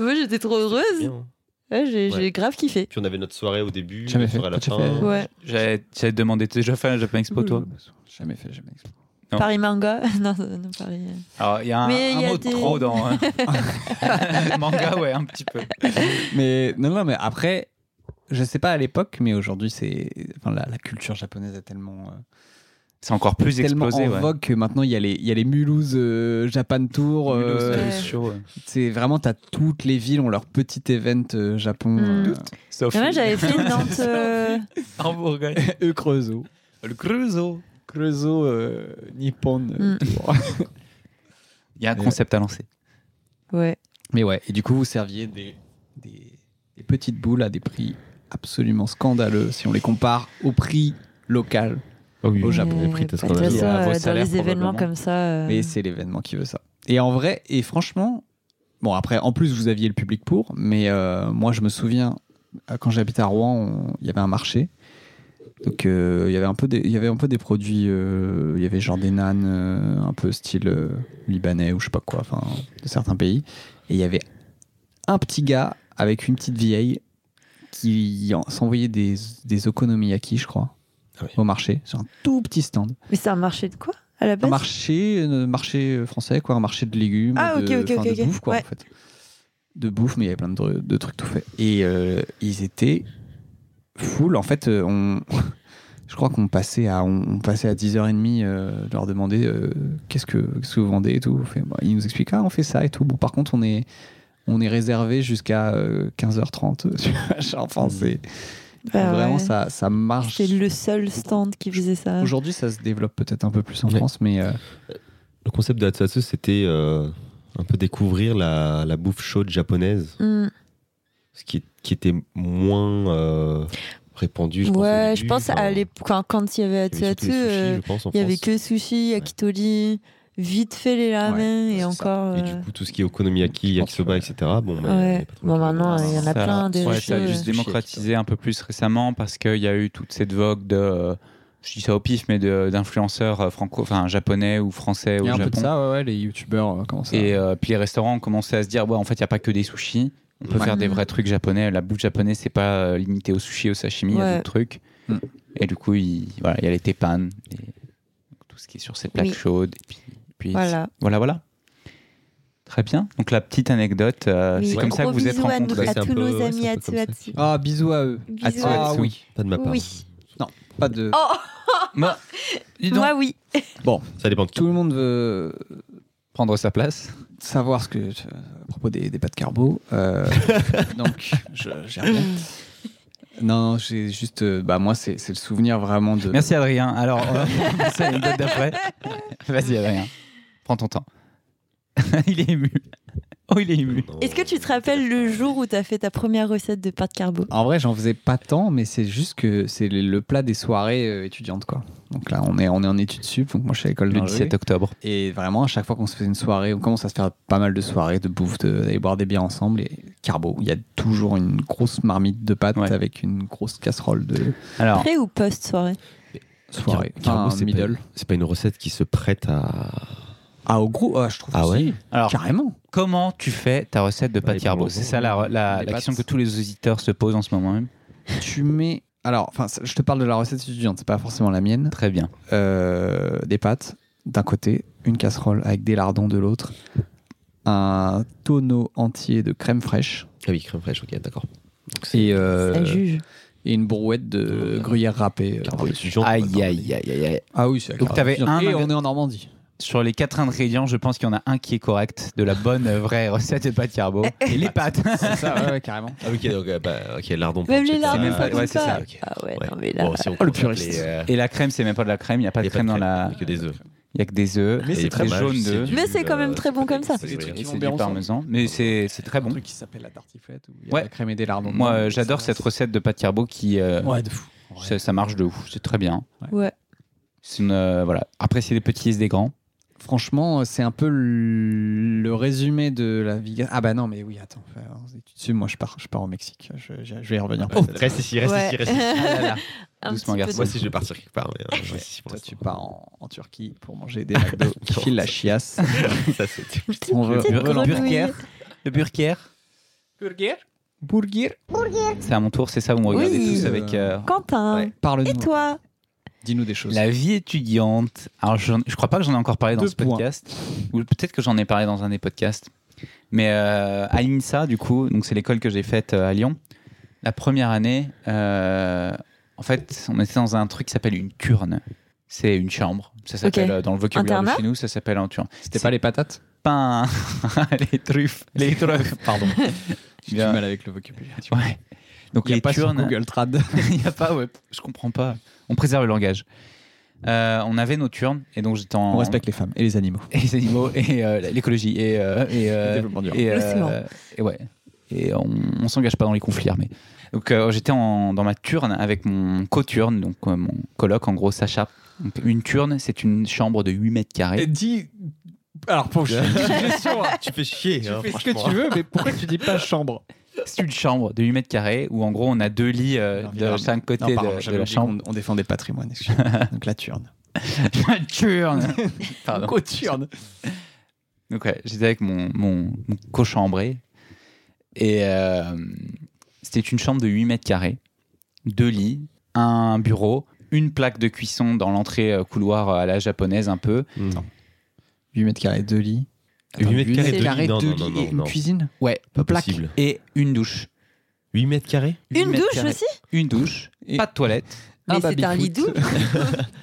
Speaker 3: Moi, j'étais trop
Speaker 4: C'était
Speaker 3: heureuse.
Speaker 4: bien.
Speaker 3: Ouais, j'ai
Speaker 4: Ouais.
Speaker 3: j'ai grave kiffé.
Speaker 4: Puis on avait notre soirée au début,
Speaker 2: Jamais
Speaker 4: notre
Speaker 2: fait.
Speaker 4: soirée à la
Speaker 2: Toi, tu
Speaker 4: fin.
Speaker 2: fais-
Speaker 3: Ouais.
Speaker 1: J'avais j'avais demandé, t'as déjà fait un Japan Expo,
Speaker 3: Hmm.
Speaker 1: toi
Speaker 2: Euh, Jamais fait, jamais exploré.
Speaker 1: Non.
Speaker 3: Paris Manga. [laughs] non, non, non, Paris. euh,
Speaker 1: Alors, il y a un,
Speaker 3: Mais il y
Speaker 1: un
Speaker 3: a
Speaker 1: mot
Speaker 3: des-
Speaker 1: de trop dans hein. [laughs]
Speaker 3: [laughs]
Speaker 1: manga, ouais, un petit peu.
Speaker 2: Mais non, non, mais après, je sais pas à l'époque, mais aujourd'hui, c'est. Enfin, la, la culture japonaise est tellement, euh,
Speaker 1: C'est encore plus
Speaker 2: tellement
Speaker 1: explosé,
Speaker 2: en
Speaker 1: ouais.
Speaker 2: vogue que maintenant, il y a les, il y a les Mulhouse euh, Japan Tour.
Speaker 1: Mulhouse,
Speaker 2: euh,
Speaker 1: Mulhouse Show, ouais.
Speaker 2: C'est vraiment, t'as toutes les villes ont leur petit event euh, Japon.
Speaker 3: Mm.
Speaker 2: [laughs]
Speaker 1: Sophie,
Speaker 3: Mais moi, j'avais fait Nantes. euh,
Speaker 1: en Bourgogne.
Speaker 2: eux Creusot.
Speaker 1: Le Creusot.
Speaker 2: Creusot euh, Nippon. euh,
Speaker 3: Mm.
Speaker 2: Tour.
Speaker 1: Il y a un concept à lancer.
Speaker 3: Ouais.
Speaker 2: mais ouais, et du coup, vous serviez des, des, des petites boules à des prix absolument scandaleux si on les compare au prix local. Au Japon,
Speaker 3: Euh,
Speaker 4: les prix, t'as ce
Speaker 3: bah, de
Speaker 4: qu'on a
Speaker 3: toute
Speaker 4: dit.
Speaker 3: façon,
Speaker 1: À vos
Speaker 3: euh, dans
Speaker 1: salaires,
Speaker 3: les événements
Speaker 1: probablement.
Speaker 3: comme ça. euh,
Speaker 2: Mais c'est l'événement qui veut ça. Et en vrai, et franchement, bon après, en plus vous aviez le public pour, mais euh, moi je me souviens euh, quand j'habitais à Rouen, on- il y avait un marché. Donc euh, il y avait un peu des, il y avait un peu des produits, euh, il y avait genre des nanes euh, un peu style euh, libanais ou je sais pas quoi, enfin de certains pays. Et il y avait un petit gars avec une petite vieille qui en- s'envoyait des, des okonomiyaki, je crois,
Speaker 4: Ah oui.
Speaker 2: au marché, sur un tout petit stand.
Speaker 3: Mais c'est un marché de quoi à la base
Speaker 2: Un marché, un marché français, quoi, un marché de légumes,
Speaker 3: Ah,
Speaker 2: de,
Speaker 3: ok, ok,
Speaker 2: enfin,
Speaker 3: ok,
Speaker 2: de
Speaker 3: ok.
Speaker 2: bouffe, quoi,
Speaker 3: Ouais.
Speaker 2: en fait. De bouffe, mais il y avait plein de, de trucs tout faits. Et euh, ils étaient full. En fait, euh, on, [laughs] je crois qu'on passait à, on, on passait à 10h30 euh, de leur demander euh, qu'est-ce que, qu'est-ce que vous vendez et tout. On fait, bah, ils nous expliquent, ah, on fait ça et tout. Bon, par contre, on est, on est réservé jusqu'à euh, 15h30. [laughs] tu vois, genre, enfin, c'est
Speaker 3: Mm. Bah
Speaker 2: vraiment,
Speaker 3: ouais.
Speaker 2: ça, ça marche.
Speaker 3: C'était le seul stand qui faisait ça.
Speaker 2: Aujourd'hui, ça se développe peut-être un peu plus en
Speaker 4: Ouais.
Speaker 2: France, mais euh,
Speaker 4: Le concept de Hatsatsu, c'était euh, un peu découvrir la, la bouffe chaude japonaise,
Speaker 3: Mm.
Speaker 4: ce qui, qui était moins euh, répandu. Je pense, au
Speaker 3: ouais,
Speaker 4: début.
Speaker 3: je pense
Speaker 4: Enfin,
Speaker 3: à l'époque quand, quand il y avait
Speaker 4: il y avait surtout
Speaker 3: Atiatu,
Speaker 4: les sushis,
Speaker 3: euh,
Speaker 4: je pense, en
Speaker 3: il y avait
Speaker 4: France.
Speaker 3: que sushi, yakitori, vite fait les ramen
Speaker 2: c'est
Speaker 3: et
Speaker 2: ça.
Speaker 3: encore.
Speaker 4: Et du
Speaker 3: euh,
Speaker 4: coup, tout ce qui est okonomiyaki,
Speaker 2: Je pense que-
Speaker 4: yakisoba, etc. Bon, bah, il y a
Speaker 3: Ouais.
Speaker 4: pas trop
Speaker 3: Bon,
Speaker 4: de-
Speaker 3: maintenant, il y en a
Speaker 1: Ça-
Speaker 3: plein des
Speaker 1: ouais,
Speaker 3: restos,
Speaker 1: ça a juste
Speaker 3: euh.
Speaker 1: démocratisé un peu plus récemment parce qu'il y a eu toute cette vogue de. euh, Je dis ça au pif, mais de- d'influenceurs euh, franco, enfin japonais ou français
Speaker 2: Il y a
Speaker 1: au
Speaker 2: un peu de
Speaker 1: Japon.
Speaker 2: ça, ouais, ouais, les youtubeurs euh, commencent à.
Speaker 1: Et euh, puis les restaurants ont commencé à se dire ouais, en fait, il n'y a pas que des sushis. On peut
Speaker 2: Ouais.
Speaker 3: Mm.
Speaker 1: faire des vrais trucs japonais. La bouffe japonaise, c'est pas euh, limité au sushi, au sashimi, il y
Speaker 3: Ouais.
Speaker 1: a d'autres trucs.
Speaker 2: Mm.
Speaker 1: Et du coup, il voilà, il y a les tepan, et tout ce qui est sur cette plaque
Speaker 3: Oui.
Speaker 1: chaude. Et puis, puis
Speaker 3: Voilà.
Speaker 1: voilà, voilà. Très bien. Donc la petite anecdote, euh,
Speaker 3: Oui,
Speaker 1: c'est
Speaker 3: un
Speaker 1: comme ça que
Speaker 3: gros
Speaker 1: vous êtes
Speaker 3: bisou à, nous-
Speaker 1: rencontrés.
Speaker 4: Ouais,
Speaker 3: à
Speaker 4: Bah, c'est un
Speaker 3: tous
Speaker 4: peu-
Speaker 3: nos
Speaker 4: ouais,
Speaker 3: amis
Speaker 4: c'est un
Speaker 3: à
Speaker 4: peu comme ça.
Speaker 3: Tuatsu.
Speaker 2: Ah, bisous à eux.
Speaker 3: Bisous.
Speaker 1: Atsu,
Speaker 2: Ah
Speaker 1: Atsu.
Speaker 2: oui.
Speaker 4: Pas de ma part.
Speaker 3: Oui.
Speaker 2: Pas de.
Speaker 3: Oh, [laughs]
Speaker 1: Bah, dis donc,
Speaker 3: moi oui.
Speaker 4: Ça dépend de
Speaker 2: Tout
Speaker 4: tout.
Speaker 2: le monde veut
Speaker 1: prendre sa place.
Speaker 2: savoir ce que euh, à propos des, des pâtes carbo. [laughs] euh, donc, je, j'ai rien. Non, non, j'ai juste. euh, bah moi, c'est, c'est le souvenir vraiment de.
Speaker 1: Merci Adrien. Alors, on va passer à une date
Speaker 4: [laughs]
Speaker 1: d'après. Vas-y Adrien, prends ton temps. [laughs] il est ému. Oh, il est ému.
Speaker 3: Est-ce que tu te rappelles le jour où t'as fait ta première recette de pâte carbo
Speaker 2: En vrai, j'en faisais pas tant, mais c'est juste que c'est le- le plat des soirées euh, étudiantes, quoi. Donc là, on est, on est en études sup, donc moi, je suis à l'école
Speaker 1: Le
Speaker 2: d'ingé.
Speaker 1: 17 octobre.
Speaker 2: Et vraiment, à chaque fois qu'on se faisait une soirée, on commence à se faire pas mal de soirées, de bouffe, de- d'aller boire des bières ensemble. Et carbo, il y a toujours une grosse marmite de pâtes
Speaker 1: Ouais.
Speaker 2: avec une grosse casserole de
Speaker 4: Ah.
Speaker 1: Alors,
Speaker 3: Pré ou post soirée
Speaker 2: soirée.
Speaker 4: Carbo,
Speaker 2: Enfin,
Speaker 4: c'est pas,
Speaker 2: middle.
Speaker 4: c'est pas une recette qui se prête à.
Speaker 2: Ah, au gros, ah, je trouve
Speaker 4: Ah
Speaker 2: que
Speaker 4: ouais
Speaker 2: si.
Speaker 1: alors
Speaker 2: Carrément.
Speaker 1: comment tu fais ta recette de pâte
Speaker 4: les
Speaker 1: carbo
Speaker 4: bonbons,
Speaker 1: C'est ça la, la-
Speaker 2: les
Speaker 1: la
Speaker 2: pâtes.
Speaker 1: question que tous les auditeurs se posent en ce moment même.
Speaker 2: Tu mets. Alors, enfin, ça- je te parle de la recette étudiante, c'est pas forcément la mienne.
Speaker 1: Très bien.
Speaker 2: Euh, des pâtes d'un côté, une casserole avec des lardons de l'autre, un tonneau entier de crème fraîche
Speaker 4: Ah oui, crème fraîche, ok, d'accord. Donc, c'est-
Speaker 2: et euh,
Speaker 3: Ça juge.
Speaker 2: et une brouette de gruyère râpée. euh,
Speaker 4: Parle de
Speaker 2: par-dessus.
Speaker 4: sujet, on va
Speaker 1: Aïe,
Speaker 4: parler.
Speaker 1: aïe, aïe, aïe, aïe.
Speaker 2: Ah oui, c'est
Speaker 1: Donc, t'avais un
Speaker 2: Et
Speaker 1: ingrédient-
Speaker 2: on est en Normandie.
Speaker 1: Sur les quatre ingrédients, je pense qu'il y en a un qui est correct de la bonne euh, vraie recette de pâte
Speaker 4: [laughs]
Speaker 1: carbo. Et les pâtes.
Speaker 2: [laughs] C'est ça, ouais, ouais, carrément.
Speaker 4: Ah, ok, donc, euh, bah, ok, lardon.
Speaker 3: Même
Speaker 4: pour-
Speaker 3: les larmes,
Speaker 1: même
Speaker 3: ils
Speaker 1: pas-
Speaker 3: font
Speaker 1: ouais,
Speaker 3: comme
Speaker 1: c'est
Speaker 3: ça.
Speaker 1: ça,
Speaker 4: ok.
Speaker 3: Ah ouais,
Speaker 4: Ouais.
Speaker 3: non, mais là.
Speaker 4: Bon, si on
Speaker 2: Oh, le
Speaker 4: compte
Speaker 2: puriste.
Speaker 4: les, euh,
Speaker 1: Et la crème, c'est même pas de la crème. Il n'y a pas
Speaker 4: y
Speaker 1: de
Speaker 4: a
Speaker 1: crème dans
Speaker 4: crème,
Speaker 1: la.
Speaker 4: il y a que des œufs.
Speaker 1: Il n'y a que des œufs.
Speaker 2: Mais
Speaker 1: Et
Speaker 2: c'est
Speaker 1: les
Speaker 2: très
Speaker 1: fruits
Speaker 4: fromage,
Speaker 1: jaunes
Speaker 4: c'est
Speaker 1: d'œufs.
Speaker 4: du,
Speaker 3: Mais c'est quand même
Speaker 4: euh,
Speaker 3: très bon comme ça.
Speaker 2: C'est des trucs
Speaker 1: Et
Speaker 2: qui
Speaker 1: c'est
Speaker 2: vont
Speaker 1: du
Speaker 2: bien ensemble.
Speaker 1: parmesan. Mais c'est c'est très
Speaker 2: Un
Speaker 1: bon.
Speaker 2: truc qui s'appelle la tartiflette. Où il y a
Speaker 1: Ouais.
Speaker 2: la crème et des lardons.
Speaker 1: Moi,
Speaker 2: dedans,
Speaker 1: euh,
Speaker 2: mais
Speaker 1: j'adore
Speaker 2: ça,
Speaker 1: cette
Speaker 2: c'est-
Speaker 1: recette de pâte carbo qui. euh,
Speaker 2: Ouais, de fou. Ouais.
Speaker 1: ça, ça marche de ouf. C'est très bien.
Speaker 3: Ouais.
Speaker 1: C'est une, euh, voilà. Apprécier les petits et des grands.
Speaker 2: Franchement, c'est un peu le le résumé de la vie. Ah bah non, mais oui, attends. euh, Tu te suis, moi, je pars, je pars au Mexique. Je, je- je vais y revenir.
Speaker 4: Oh, Reste ici, reste
Speaker 3: Ouais.
Speaker 4: ici, reste ici.
Speaker 3: [laughs]
Speaker 2: Ah
Speaker 3: Un
Speaker 1: Doucement,
Speaker 3: petit peu
Speaker 1: garçon.
Speaker 4: Moi aussi, je vais partir quelque part. mais, euh, je reste ici pour
Speaker 2: Toi,
Speaker 4: l'instant.
Speaker 2: tu pars en, en Turquie pour manger des McDo qui filent la chiasse.
Speaker 4: [laughs] Ça, c'est-
Speaker 2: On veut,
Speaker 3: Petite
Speaker 2: on veut
Speaker 3: grenouille.
Speaker 2: l'envoyer.
Speaker 1: [laughs] Le burger.
Speaker 2: Burger.
Speaker 1: C'est à mon tour, c'est ça, vous me regardez
Speaker 3: Oui.
Speaker 1: tous avec. euh,
Speaker 3: Quentin,
Speaker 4: Ouais.
Speaker 2: Parle-nous.
Speaker 3: et toi
Speaker 2: Dis-nous des choses.
Speaker 1: La vie étudiante. Alors, je, je crois pas que j'en ai encore parlé dans
Speaker 2: Deux
Speaker 1: ce
Speaker 2: points.
Speaker 1: podcast. Ou peut-être que j'en ai parlé dans un des podcasts. Mais euh, à l'INSA, du coup, donc c'est l'école que j'ai faite euh, à Lyon. La première année, euh, en fait, on était dans un truc qui s'appelle une turne. C'est une chambre. Ça s'appelle
Speaker 3: Ok.
Speaker 1: euh, dans le vocabulaire de
Speaker 3: Internat
Speaker 1: chez nous, ça s'appelle un turne.
Speaker 2: C'était pas les patates
Speaker 1: Pas un- [laughs] les truffes. Les truffes,
Speaker 2: [laughs]
Speaker 1: pardon.
Speaker 2: J'ai du
Speaker 1: Bien.
Speaker 2: mal avec le vocabulaire. tu vois.
Speaker 1: Ouais. Donc
Speaker 2: Il y a
Speaker 1: les
Speaker 2: pas sur
Speaker 1: turnes.
Speaker 2: Google Trad.
Speaker 1: [laughs] Il n'y a pas, ouais, je comprends pas. On préserve le langage. Euh, on avait nos turnes, et donc j'étais en.
Speaker 2: On respecte les femmes et les animaux.
Speaker 1: Et [laughs] les animaux, et euh, l'écologie, et. euh, et, euh,
Speaker 2: Le développement durable.
Speaker 1: et, euh,
Speaker 3: L'océan.
Speaker 1: et ouais. Et on, on s'engage pas dans les conflits armés. Donc euh, j'étais en- dans ma turne avec mon coturne, donc euh, mon coloc, en gros, Sacha. Donc, une turne, c'est une chambre de 8 mètres carrés.
Speaker 2: dis. Alors, pour [laughs]
Speaker 4: Tu fais chier. hein, franchement.
Speaker 2: veux, mais pourquoi tu dis pas chambre
Speaker 1: C'est une chambre de 8 mètres carrés où en gros on a deux lits euh,
Speaker 2: Non,
Speaker 1: de
Speaker 2: évidemment.
Speaker 1: chaque
Speaker 2: Non,
Speaker 1: côté
Speaker 2: pardon,
Speaker 1: de- de,
Speaker 2: j'avais
Speaker 1: la
Speaker 2: oublié
Speaker 1: chambre.
Speaker 2: qu'on- On défend des patrimoines, excuse-moi. [laughs] Donc la turne.
Speaker 1: La turne Pardon.
Speaker 2: Coturne.
Speaker 1: [laughs] Donc ouais, j'étais avec mon, mon, mon cochambré. Et euh, c'était une chambre de 8 mètres carrés, deux lits, un bureau, une plaque de cuisson dans l'entrée euh, couloir à la japonaise un peu.
Speaker 4: Hmm.
Speaker 2: 8 mètres carrés, 2 lits.
Speaker 4: Huit mètres
Speaker 2: huit
Speaker 4: carrés,
Speaker 3: deux
Speaker 4: lits,
Speaker 2: deux
Speaker 4: non, non, non,
Speaker 2: et une
Speaker 4: non.
Speaker 2: cuisine
Speaker 1: Ouais,
Speaker 4: Pas
Speaker 1: plaque.
Speaker 4: possible.
Speaker 1: Et une douche.
Speaker 4: 8 mètres carrés
Speaker 1: Huit
Speaker 3: Une
Speaker 1: mètres
Speaker 3: douche
Speaker 1: carrés.
Speaker 3: aussi
Speaker 1: Une douche,
Speaker 2: Et-
Speaker 1: pas de toilette.
Speaker 3: Mais
Speaker 2: baby-foot.
Speaker 3: c'est un lit double.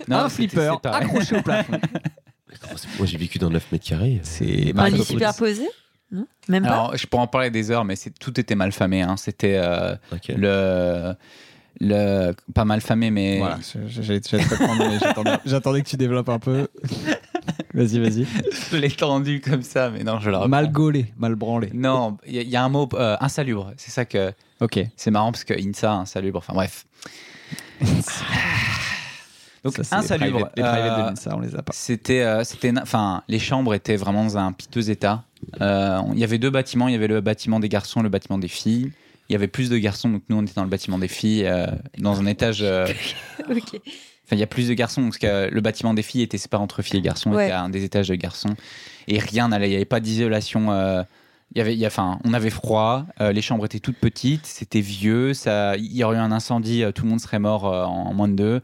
Speaker 2: Un
Speaker 1: c'était
Speaker 2: flipper
Speaker 1: séparé.
Speaker 2: accroché au plafond.
Speaker 4: Comment Oh, c'est- Moi, j'ai vécu dans 9 mètres carrés.
Speaker 2: C'est
Speaker 3: Un
Speaker 2: Marie
Speaker 3: lit
Speaker 2: Poppins.
Speaker 3: superposé Non Même pas
Speaker 1: Alors, je pourrais en parler des heures, mais c'est, tout était mal famé. hein. C'était euh,
Speaker 4: Ok.
Speaker 1: le, le. Pas mal famé, mais. [laughs]
Speaker 2: Voilà, je- je- j'allais j'allais te répondre, mais [laughs] j'attendais- j'attendais que tu développes un peu. [laughs] Vas-y, vas-y.
Speaker 1: Je l'ai tendu comme ça, mais non, je le reprends.
Speaker 2: Mal gaulé, mal branlé.
Speaker 1: Non, il y, a- il y a un mot euh, insalubre. C'est ça que
Speaker 2: Ok.
Speaker 1: c'est marrant parce que insa insalubre. Enfin bref. Donc
Speaker 2: Ça, c'est
Speaker 1: insalubre.
Speaker 2: Les private, les private
Speaker 1: euh,
Speaker 2: de Minsa, on les a pas.
Speaker 1: c'était, euh, c'était, na- enfin, les chambres étaient vraiment dans un piteux état. Euh, on- Il y avait deux bâtiments. Il y avait le bâtiment des garçons, le bâtiment des filles. Il y avait plus de garçons, donc nous on était dans le bâtiment des filles, euh, dans un étage. euh, Enfin,
Speaker 3: Ok.
Speaker 1: il y a plus de garçons, donc euh, le bâtiment des filles était séparé entre filles et garçons, il
Speaker 3: Ouais.
Speaker 1: était à un des étages de garçons. Et rien n'allait, il n'y avait pas d'isolation. euh, il y avait, il y a- enfin, on avait froid, euh, les chambres étaient toutes petites, c'était vieux, ça, il y aurait eu un incendie, euh, tout le monde serait mort euh, en, en moins de deux.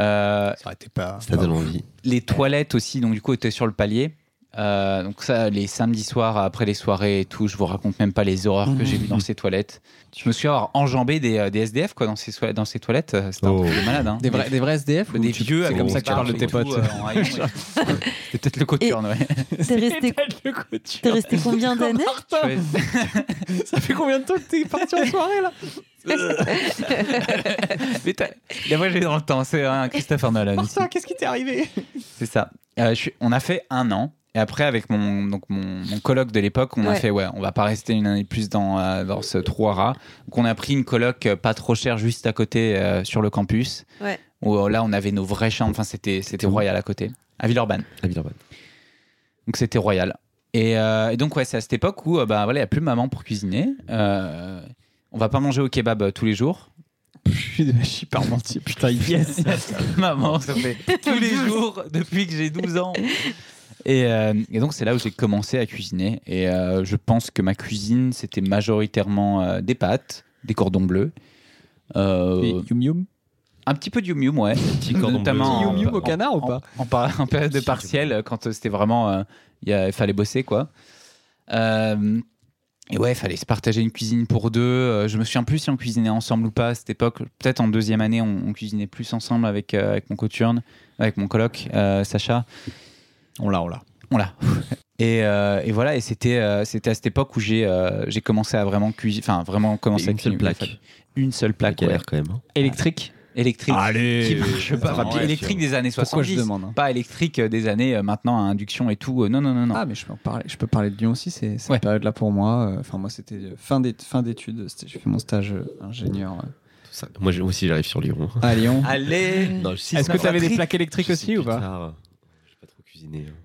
Speaker 1: Euh,
Speaker 2: Ça arrêtait pas.
Speaker 4: Ça donne envie.
Speaker 1: les toilettes aussi, donc du coup, étaient sur le palier. Euh, donc ça, les samedis soirs, après les soirées et tout, je vous raconte même pas les horreurs que j'ai vues dans ces toilettes. Je me suis avoir enjambé des, euh, des SDF quoi, dans, ces, soi- dans ces toilettes, euh, c'était
Speaker 4: Oh.
Speaker 1: un truc de malade. hein.
Speaker 2: Des vrais, des vrais SDF ou
Speaker 1: Des
Speaker 2: tu-
Speaker 1: vieux euh,
Speaker 2: C'est
Speaker 1: avec
Speaker 2: comme
Speaker 1: des
Speaker 2: ça que tu parles de tes
Speaker 1: barres et
Speaker 2: potes.
Speaker 1: tout, euh, en
Speaker 2: [laughs]
Speaker 1: rayon, ouais. C'est peut-être le coturne, ouais.
Speaker 3: T'es resté, t'es resté combien d'années
Speaker 1: Je vais-
Speaker 2: [laughs] Ça fait combien de temps que t'es parti en
Speaker 1: [laughs]
Speaker 2: soirée là
Speaker 1: Mais t'as- La voix, j'ai dans le temps, c'est un Christopher Nolan. ici.
Speaker 2: qu'est-ce qui t'est arrivé
Speaker 1: C'est ça. Euh, je suis- on a fait un an. Et après, avec mon, donc mon, mon coloc de l'époque, on a
Speaker 3: Ouais.
Speaker 1: fait, ouais, on va pas rester une année de plus dans, euh, dans ce trou à rats. Donc, on a pris une coloc euh, pas trop chère juste à côté euh, sur le campus.
Speaker 3: Ouais.
Speaker 1: Où, euh, là, on avait nos vraies chambres. Enfin, c'était, c'était royal à côté, à Villeurbanne.
Speaker 4: À Villeurbanne.
Speaker 1: Donc, c'était royal. Et, euh, et donc, ouais, c'est à cette époque où, euh, bah voilà, il n'y a plus maman pour cuisiner. Euh, on va pas manger au kebab euh, tous les [laughs] jours.
Speaker 2: Je suis [laughs] parmentier, putain, yes
Speaker 1: Maman, ça fait tous les jours depuis que j'ai 12 ans. Et, euh, et donc, c'est là où j'ai commencé à cuisiner. Et euh, je pense que ma cuisine, c'était majoritairement euh, des pâtes, des cordons bleus. euh,
Speaker 2: Yum Yum
Speaker 1: un petit peu de yum yum, ouais.
Speaker 4: Petit cordon
Speaker 1: Notamment
Speaker 4: bleu.
Speaker 1: en-
Speaker 2: Yum Yum au canard ou
Speaker 1: En,
Speaker 2: pas
Speaker 1: en par- en période de
Speaker 4: Si,
Speaker 1: partiel, quand euh, c'était vraiment. euh, Il y a- il fallait bosser, quoi. Euh, Et ouais, fallait se partager une cuisine pour deux. Euh, je me souviens plus si on cuisinait ensemble ou pas à cette époque. Peut-être en deuxième année, on, on cuisinait plus ensemble avec, euh, avec mon coturne, avec mon coloc, euh, Sacha. On l'a, on l'a. On l'a. [laughs] Et, euh, et voilà, et c'était euh, c'était à cette époque où j'ai euh, j'ai commencé à vraiment cuisiner, enfin vraiment commencer à
Speaker 4: une seule
Speaker 1: cuisiner.
Speaker 4: plaque.
Speaker 1: Une seule plaque,
Speaker 4: Qui a
Speaker 1: ouais.
Speaker 4: l'air quand même. hein.
Speaker 2: Électrique
Speaker 1: électrique.
Speaker 2: Allez
Speaker 1: qui marche pas.
Speaker 4: Attends,
Speaker 1: Enfin,
Speaker 4: ouais,
Speaker 1: électrique
Speaker 4: tu-
Speaker 1: des années
Speaker 2: Pourquoi
Speaker 1: 70.
Speaker 2: je demande hein
Speaker 1: Pas électrique euh, des années euh, maintenant à induction et tout. Euh, non, non, non, non.
Speaker 2: Ah, mais je peux, en parler, je peux parler de Lyon aussi, c'est cette
Speaker 1: Ouais.
Speaker 2: période-là pour moi. euh, Enfin, moi, c'était euh, fin d'é- fin d'études. c'était- J'ai fait mon stage euh, ingénieur euh,
Speaker 4: hein. Tout ça. Moi je- moi aussi, j'arrive sur Lyon.
Speaker 2: à Lyon.
Speaker 1: Ah, Allez
Speaker 4: Non, je- si,
Speaker 2: Est-ce
Speaker 4: c'est
Speaker 2: que
Speaker 4: pas
Speaker 2: tu avais
Speaker 1: Patrick,
Speaker 2: des plaques électriques
Speaker 4: Je sais
Speaker 2: aussi ou
Speaker 4: plus
Speaker 2: pas
Speaker 4: tard, euh, J'ai pas trop cuisiné. hein.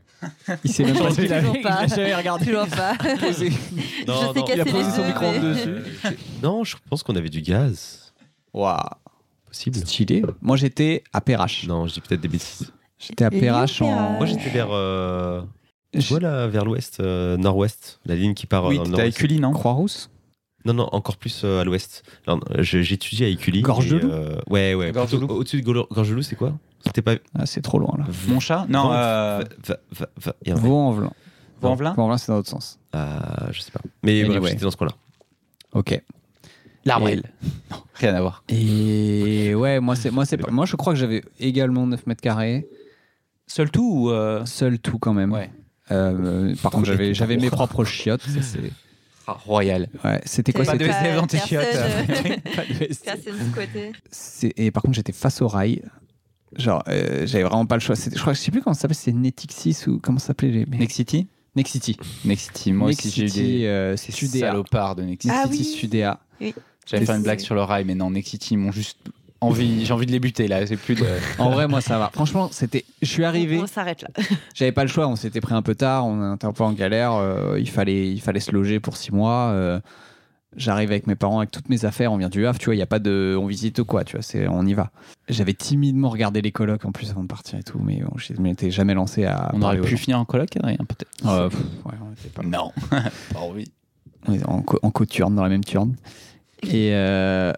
Speaker 2: Il s'est même pas dit la
Speaker 3: Toujours
Speaker 2: vérité,
Speaker 3: pas.
Speaker 2: il a jamais regardé.
Speaker 3: Toujours pas.
Speaker 4: Non,
Speaker 3: je sais
Speaker 4: non,
Speaker 2: Il a
Speaker 3: casser
Speaker 2: posé
Speaker 3: les
Speaker 2: son
Speaker 3: deux. [laughs]
Speaker 2: micro en
Speaker 3: mais-
Speaker 2: dessus.
Speaker 4: Non, je pense qu'on avait du gaz.
Speaker 2: Waouh,
Speaker 4: Possible.
Speaker 2: stylé. Moi, j'étais à Perrache.
Speaker 4: Non, je dis peut-être des bêtises.
Speaker 2: J'étais à
Speaker 3: Et
Speaker 2: Perrache
Speaker 3: Lyon,
Speaker 2: en.
Speaker 3: Perrache.
Speaker 4: Moi j'étais vers. euh,
Speaker 2: Je-
Speaker 4: Voilà, vers l'ouest, euh, nord-ouest, la ligne qui part euh,
Speaker 1: Oui,
Speaker 4: dans le
Speaker 1: t'étais avec
Speaker 4: nord-ouest.
Speaker 1: Uli, Oh, non
Speaker 2: Croix-Rousse
Speaker 4: Non, non, encore plus euh, à l'ouest. Alors, euh, je- J'étudie à Écully.
Speaker 2: Gorge de
Speaker 4: et,
Speaker 2: Loup
Speaker 4: euh, Ouais, ouais.
Speaker 1: Gorge
Speaker 4: plutôt
Speaker 1: de Loup.
Speaker 4: Au-dessus de Golo- Gorge de Loup, c'est quoi C'était pas.
Speaker 2: Ah, c'est trop loin là.
Speaker 1: Mon chat Non,
Speaker 4: Vent-
Speaker 2: Ah.
Speaker 1: euh,
Speaker 4: va- va- va- et un-
Speaker 2: Vaux-en-Velin.
Speaker 1: Vaux-en-Velin
Speaker 2: Vaux-en-Velin, c'est dans l'autre sens.
Speaker 4: Ah, je sais pas. Mais
Speaker 2: Anyway.
Speaker 4: bref, j'étais dans ce coin-là.
Speaker 2: Ok.
Speaker 1: l'arbrel. Non, rien à voir.
Speaker 2: Et ouais, moi, c'est, moi, c'est, pas- moi je crois que j'avais également 9 mètres carrés,
Speaker 1: Seul tout ou. euh,
Speaker 2: seul tout quand même.
Speaker 1: Ouais.
Speaker 2: Euh, par contre, j'avais, j'avais mes propres chiottes. ça, c'est-
Speaker 1: ah, royal.
Speaker 2: ouais, c'était quoi
Speaker 1: Pas
Speaker 3: C'est
Speaker 1: de
Speaker 2: c'était,
Speaker 3: pas-
Speaker 1: SDF dans tes chiottes. hein.
Speaker 3: personne, [laughs]
Speaker 1: Pas de SDF.
Speaker 3: Personne squattée.
Speaker 2: c'est- Et par contre, j'étais face au rail. Genre, euh, j'avais vraiment pas le choix. C'était- je crois que je sais plus comment ça s'appelait, c'est Netixis ou comment ça s'appelait les. mais-
Speaker 1: Next City
Speaker 2: Next City.
Speaker 1: Next City, moi
Speaker 2: Next
Speaker 1: aussi j'ai eu
Speaker 2: City,
Speaker 1: des.
Speaker 2: euh,
Speaker 1: Ces
Speaker 2: Sudea.
Speaker 1: salopards de Next City.
Speaker 2: Next
Speaker 3: Ah
Speaker 2: City
Speaker 3: oui.
Speaker 2: Sudea.
Speaker 1: J'allais faire
Speaker 3: c'est-
Speaker 1: une blague sur le rail, mais non, Next City, ils m'ont juste envie, j'ai envie de les buter là. C'est plus de.
Speaker 2: En vrai, moi, ça va. Franchement, c'était. Je suis arrivé.
Speaker 3: On s'arrête là.
Speaker 2: J'avais pas le choix, on s'était pris un peu tard, on était un peu en galère, euh, il, fallait, il fallait se loger pour six mois. euh, J'arrive avec mes parents, avec toutes mes affaires, on vient du Havre, tu vois, il y a pas de. On visite ou quoi, tu vois, c'est on y va. J'avais timidement regardé les colocs en plus avant de partir et tout, mais bon, je m'étais jamais lancé à.
Speaker 1: On aurait
Speaker 2: parler aux
Speaker 1: pu
Speaker 2: gens.
Speaker 1: finir en coloc, Adrien, peut-être.
Speaker 2: Euh, pff, ouais, on était pas-
Speaker 1: Non, pas envie.
Speaker 2: on était en, co- en coturne, dans la même turne. Et, euh,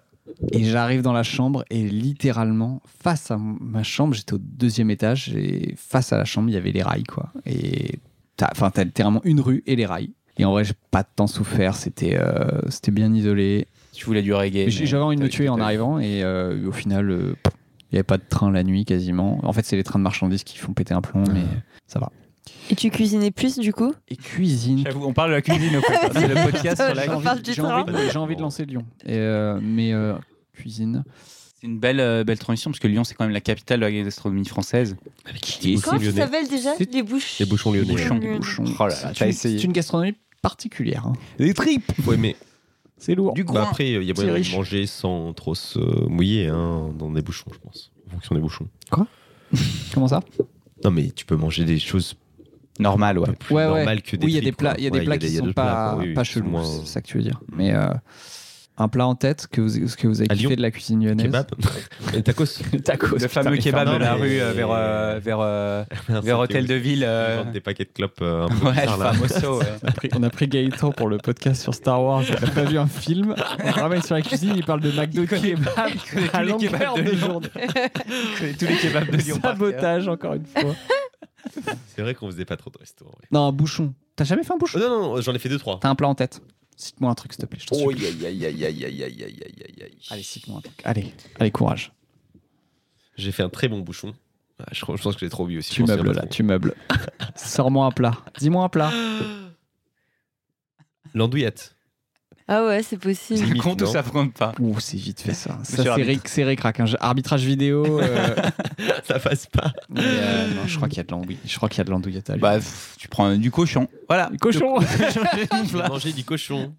Speaker 2: et j'arrive dans la chambre et littéralement, face à m- ma chambre, j'étais au deuxième étage et face à la chambre, il y avait les rails, quoi. Et t'as, enfin, t'as littéralement une rue et les rails. Et en vrai, j'ai pas tant souffert, c'était, euh, c'était bien isolé.
Speaker 1: Tu voulais du reggae.
Speaker 2: J'ai-
Speaker 1: mais
Speaker 2: J'avais envie de me
Speaker 1: t'as-
Speaker 2: tuer en
Speaker 1: t'as-
Speaker 2: arrivant et euh, au final, euh, pff, il n'y avait pas de train la nuit quasiment. En fait, c'est les trains de marchandises qui font péter un plomb, mais ça va.
Speaker 3: Et tu cuisinais plus du coup
Speaker 2: Ah. Et cuisine,
Speaker 1: J'avoue, on parle de la cuisine [laughs] au fait. C'est le podcast sur la
Speaker 3: J'ai
Speaker 2: J'ai
Speaker 3: envie-
Speaker 1: cuisine.
Speaker 3: parle
Speaker 2: envie,
Speaker 3: du j'ai envie
Speaker 4: train. de- j'ai envie
Speaker 2: de
Speaker 4: de
Speaker 2: lancer
Speaker 4: lancer
Speaker 2: Lyon. euh, mais cuisine.
Speaker 1: C'est une belle, euh, belle transition parce que Lyon, c'est quand même la capitale de la gastronomie française.
Speaker 3: Comment tu
Speaker 4: lyonnais.
Speaker 3: s'appelle déjà
Speaker 2: C'est-
Speaker 3: Les bouches.
Speaker 4: Les bouchons lyonnais.
Speaker 1: Bouchons.
Speaker 3: Lyon.
Speaker 1: Oh là là, t'as essayé.
Speaker 2: C'est une gastronomie particulière. hein.
Speaker 1: Les tripes
Speaker 4: Ouais,
Speaker 2: [laughs]
Speaker 4: mais
Speaker 2: C'est lourd.
Speaker 1: Du
Speaker 4: bah,
Speaker 1: coin.
Speaker 4: après, il y a
Speaker 2: C'est
Speaker 4: moyen
Speaker 2: riche.
Speaker 4: de manger sans trop se mouiller hein, dans des bouchons, je pense. En fonction des bouchons.
Speaker 2: Comment ça
Speaker 4: Non, mais tu peux manger des choses
Speaker 1: Normal, ouais.
Speaker 4: un peu plus
Speaker 2: Ouais, ouais.
Speaker 4: normales que des
Speaker 2: Oui, il y a des
Speaker 4: tripes,
Speaker 2: plats,
Speaker 4: quoi.
Speaker 2: il y a
Speaker 4: Ouais,
Speaker 2: des plats qui
Speaker 4: il y a
Speaker 2: sont
Speaker 4: d'autres
Speaker 2: pas,
Speaker 4: plats, quoi. Oui,
Speaker 2: pas
Speaker 4: oui, qui sont
Speaker 2: chelous,
Speaker 4: moins-
Speaker 2: c'est ça que tu veux dire. Mais euh, un plat en tête que vous, que vous avez
Speaker 4: À
Speaker 2: kiffé
Speaker 4: Lyon.
Speaker 2: de la cuisine lyonnaise.
Speaker 4: [laughs] Kebab
Speaker 2: [laughs]
Speaker 4: Et Tacos
Speaker 2: Le tacos,
Speaker 1: Le
Speaker 2: putain,
Speaker 1: fameux
Speaker 2: mais
Speaker 1: kebab de
Speaker 2: ferme-la.
Speaker 1: la
Speaker 4: mais-
Speaker 1: rue euh, vers, euh, vers, euh, vers Hôtel de Ville.
Speaker 4: Ils
Speaker 1: euh,
Speaker 4: vendent des paquets de clopes euh, un
Speaker 1: [laughs]
Speaker 4: peu
Speaker 1: Ouais,
Speaker 4: bizarres,
Speaker 1: le
Speaker 4: là.
Speaker 1: famoso. ouais.
Speaker 2: On a, pris, on a pris Gaëtan pour le podcast sur Star Wars. Il a pas vu un film. On le ramène sur la cuisine. Il parle de McDo kebab.
Speaker 1: connaît tous
Speaker 2: à
Speaker 1: les kebabs
Speaker 2: longueur
Speaker 1: de
Speaker 2: de
Speaker 1: Lyon.
Speaker 2: journée.
Speaker 1: Tous les kebabs de Lyon. par cœur.
Speaker 2: Sabotage, encore une fois.
Speaker 4: C'est vrai qu'on faisait pas trop de resto. en vrai.
Speaker 2: Non, un bouchon. T'as jamais fait un
Speaker 4: Oh,
Speaker 2: bouchon
Speaker 4: non, non, j'en ai fait deux, trois.
Speaker 2: T'as un plat en tête Cite-moi un truc, s'il te plaît. Je t'en
Speaker 4: Oh,
Speaker 2: supplie.
Speaker 4: aïe, aïe, aïe, aïe, aïe, aïe, aïe, aïe, aïe, aïe.
Speaker 2: Allez, cite-moi un truc. Allez, allez, courage.
Speaker 4: J'ai fait un très bon bouchon. Ah, Je, crois- je pense que j'ai trop bu aussi.
Speaker 2: Tu
Speaker 4: je pense que
Speaker 2: meubles
Speaker 4: c'est
Speaker 2: là,
Speaker 4: pas trop
Speaker 2: tu meubles. [laughs] Sors-moi un plat. Dis-moi un plat.
Speaker 4: bon. L'andouillette.
Speaker 3: Ah ouais, c'est possible.
Speaker 1: Ça
Speaker 4: Limite,
Speaker 1: compte ou
Speaker 4: non
Speaker 1: ça compte pas
Speaker 2: Ouh, c'est vite fait ça. Ça,
Speaker 1: Monsieur
Speaker 2: c'est
Speaker 1: l'arbitre.
Speaker 2: ré- c'est récrac. hein. Je- Arbitrage vidéo.
Speaker 1: [laughs]
Speaker 2: euh,
Speaker 4: [laughs] Ça passe pas.
Speaker 2: mais, euh, non, je crois qu'il y a de l'andouille. Je crois qu'il y a de l'andouillette à lui.
Speaker 1: Bah, pff, tu prends du cochon. Voilà.
Speaker 2: cochon
Speaker 4: [laughs] J'ai mangé du cochon.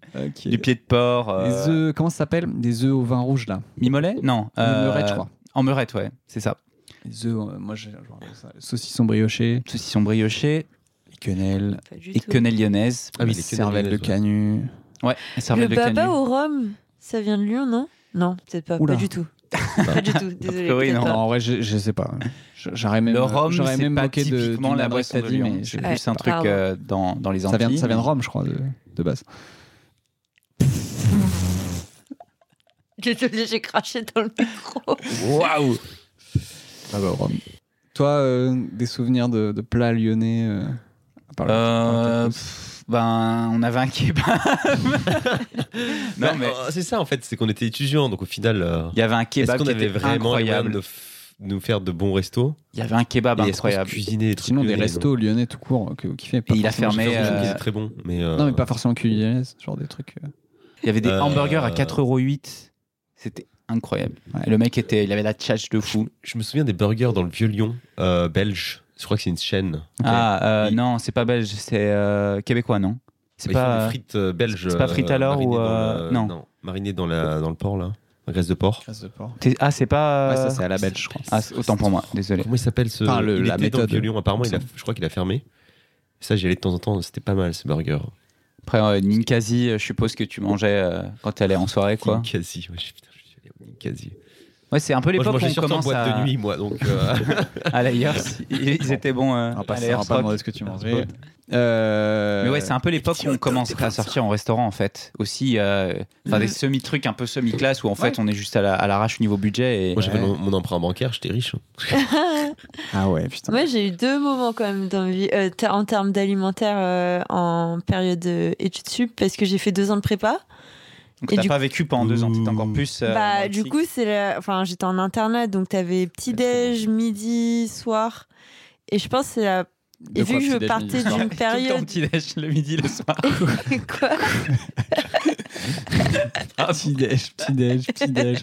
Speaker 1: [laughs]
Speaker 2: Ok.
Speaker 1: Du pied de porc. euh,
Speaker 2: Des œufs, comment ça s'appelle Des œufs au vin rouge là.
Speaker 1: Mimollet Non.
Speaker 2: Des
Speaker 1: euh,
Speaker 2: meurettes, je crois.
Speaker 1: En meurette, ouais, c'est ça.
Speaker 2: Des œufs, euh, moi j'ai je vois ça. Saucisson brioché,
Speaker 1: Saucisson brioché
Speaker 2: les quenelles,
Speaker 3: Pas du
Speaker 1: et
Speaker 3: tout.
Speaker 1: quenelle lyonnaise.
Speaker 4: Ah oui,
Speaker 2: les
Speaker 4: les quenelles
Speaker 2: cervelles de
Speaker 4: lyonnaises, ouais.
Speaker 2: canut.
Speaker 1: Ouais,
Speaker 3: Le
Speaker 1: cervelle de
Speaker 3: baba
Speaker 1: canut.
Speaker 3: au rhum, ça vient de Lyon, non Non, peut-être pas.
Speaker 2: Oula.
Speaker 3: Pas du tout. pas du tout, désolé.
Speaker 1: priori, non.
Speaker 3: peut-être
Speaker 2: Non,
Speaker 3: pas.
Speaker 2: en vrai, je, je sais pas. Je- J'aurais même,
Speaker 1: Le rhum,
Speaker 2: j'aurais
Speaker 1: c'est
Speaker 2: même
Speaker 1: pas
Speaker 2: moqué de
Speaker 1: typiquement
Speaker 2: d'une
Speaker 1: la
Speaker 2: adresse
Speaker 1: boisson de
Speaker 2: à dire,
Speaker 1: Lyon.
Speaker 2: mais je-
Speaker 1: C'est plus un truc
Speaker 3: Pardon.
Speaker 1: euh, dans, dans les
Speaker 2: ça,
Speaker 1: Antilles.
Speaker 2: vient, ça vient de
Speaker 1: mais-
Speaker 2: Rome, je crois, de, de base.
Speaker 3: Désolé, j'ai craché dans le micro.
Speaker 1: Waouh
Speaker 2: Ah bah, Rome. Toi, euh, des souvenirs de, de plats lyonnais euh, à part le-
Speaker 1: Euh,
Speaker 2: le tacos
Speaker 1: pff, ben, on avait un kebab. [laughs] non, mais
Speaker 4: euh, c'est ça en fait, c'est qu'on était étudiants, donc au final, euh,
Speaker 1: il y avait un
Speaker 4: est-ce
Speaker 1: kebab
Speaker 4: qu'on
Speaker 1: qui
Speaker 4: avait
Speaker 1: était
Speaker 4: vraiment les moyens
Speaker 1: incroyable.
Speaker 4: de nous f- nous faire de bons restos
Speaker 1: Il y avait un kebab
Speaker 4: Et est-ce qu'on se
Speaker 1: incroyable.
Speaker 4: cuisinait des trucs
Speaker 2: Sinon, des
Speaker 4: lyonnais,
Speaker 2: restos lyonnais tout court euh, que vous kiffez. pas
Speaker 1: Et il a
Speaker 2: forcément-
Speaker 1: fermé,
Speaker 4: non J'avoue,
Speaker 1: euh,
Speaker 4: j'avoue qu'ils étaient très bons, mais euh,
Speaker 2: Non, mais pas forcément cuisiniers, genre des trucs. euh,
Speaker 1: Il y avait des
Speaker 4: Euh,
Speaker 1: hamburgers à 4,08€. C'était incroyable.
Speaker 2: Ouais.
Speaker 1: Et le mec, était, il avait la tchatche de fou.
Speaker 4: Je me souviens des burgers dans le vieux Lyon euh, belge. Je crois que c'est une chaîne.
Speaker 1: Ah, euh,
Speaker 4: Il-
Speaker 1: non, c'est pas belge, c'est euh, québécois, non C'est
Speaker 4: Ils font
Speaker 1: pas.
Speaker 4: des frites euh, belges.
Speaker 1: c'est pas
Speaker 4: euh,
Speaker 1: frites alors
Speaker 4: marinées
Speaker 1: ou,
Speaker 4: dans
Speaker 1: euh,
Speaker 4: le-
Speaker 1: non.
Speaker 4: marinées dans la dans le porc là, la graisse de porc.
Speaker 2: Graisse de porc.
Speaker 1: T'es- Ah, c'est pas.
Speaker 2: Ouais, ça, c'est à la belge, je crois.
Speaker 1: Ah, c'est- autant pour moi, désolé.
Speaker 4: Comment il s'appelle ce
Speaker 2: Enfin, le-
Speaker 4: Il
Speaker 2: la
Speaker 4: était dans le
Speaker 2: méthode.
Speaker 4: vieux Lyon. Apparemment, il a, je crois qu'il a fermé. Ça, j'y allais de temps en temps. C'était pas mal ce burger.
Speaker 1: Après, euh, Ninkasi, euh, je suppose que tu mangeais euh, quand t'allais en soirée, quoi.
Speaker 4: Quasi. Ouais, j'ai- putain, je suis allé au Ninkasi.
Speaker 1: Ouais, c'est un peu
Speaker 4: Moi, je
Speaker 1: l'époque où
Speaker 4: mangeais
Speaker 1: on
Speaker 4: surtout en
Speaker 1: commence
Speaker 4: boîte
Speaker 1: à.
Speaker 4: de nuit, moi. Donc, euh,
Speaker 1: [laughs] À la Yers, ils,
Speaker 4: [laughs]
Speaker 1: ils étaient bons euh,
Speaker 2: On
Speaker 4: Ah,
Speaker 2: va pas,
Speaker 1: à la
Speaker 2: on va
Speaker 1: Yers
Speaker 2: pas
Speaker 1: Rock.
Speaker 2: demander ce que tu mangeais. Euh,
Speaker 1: Mais ouais, c'est un peu
Speaker 4: euh,
Speaker 1: l'époque où on commence à sortir en restaurant, en fait. Aussi, euh, enfin,
Speaker 4: Mm.
Speaker 1: des semi-trucs un peu semi-classe où, en fait, on est juste à la- à l'arrache au niveau budget. Et...
Speaker 4: moi, j'avais
Speaker 2: Ouais.
Speaker 4: mon, mon emprunt bancaire. J'étais riche. hein.
Speaker 2: Ah ouais, putain.
Speaker 3: Moi, j'ai eu deux moments quand même dans ma vie, euh, ter- en termes d'alimentaire euh, en période euh, études sup, parce que j'ai fait deux ans de prépa.
Speaker 1: Donc,
Speaker 3: Et
Speaker 1: t'as
Speaker 3: du
Speaker 1: pas vécu pendant deux ans, t'es encore plus. euh,
Speaker 3: bah,
Speaker 1: dans le
Speaker 3: du coup, c'est la- enfin, j'étais en internat, donc t'avais petit déj, midi, soir, et je pense que c'est la. Et vu que je
Speaker 1: [laughs]
Speaker 3: partais d'une
Speaker 1: Tout le temps
Speaker 3: période.
Speaker 1: petit-déj, le midi, le
Speaker 4: [laughs]
Speaker 1: soir.
Speaker 3: [laughs] Quoi
Speaker 2: Ah, Petit déj, petit déj,
Speaker 1: [laughs]
Speaker 2: petit déj.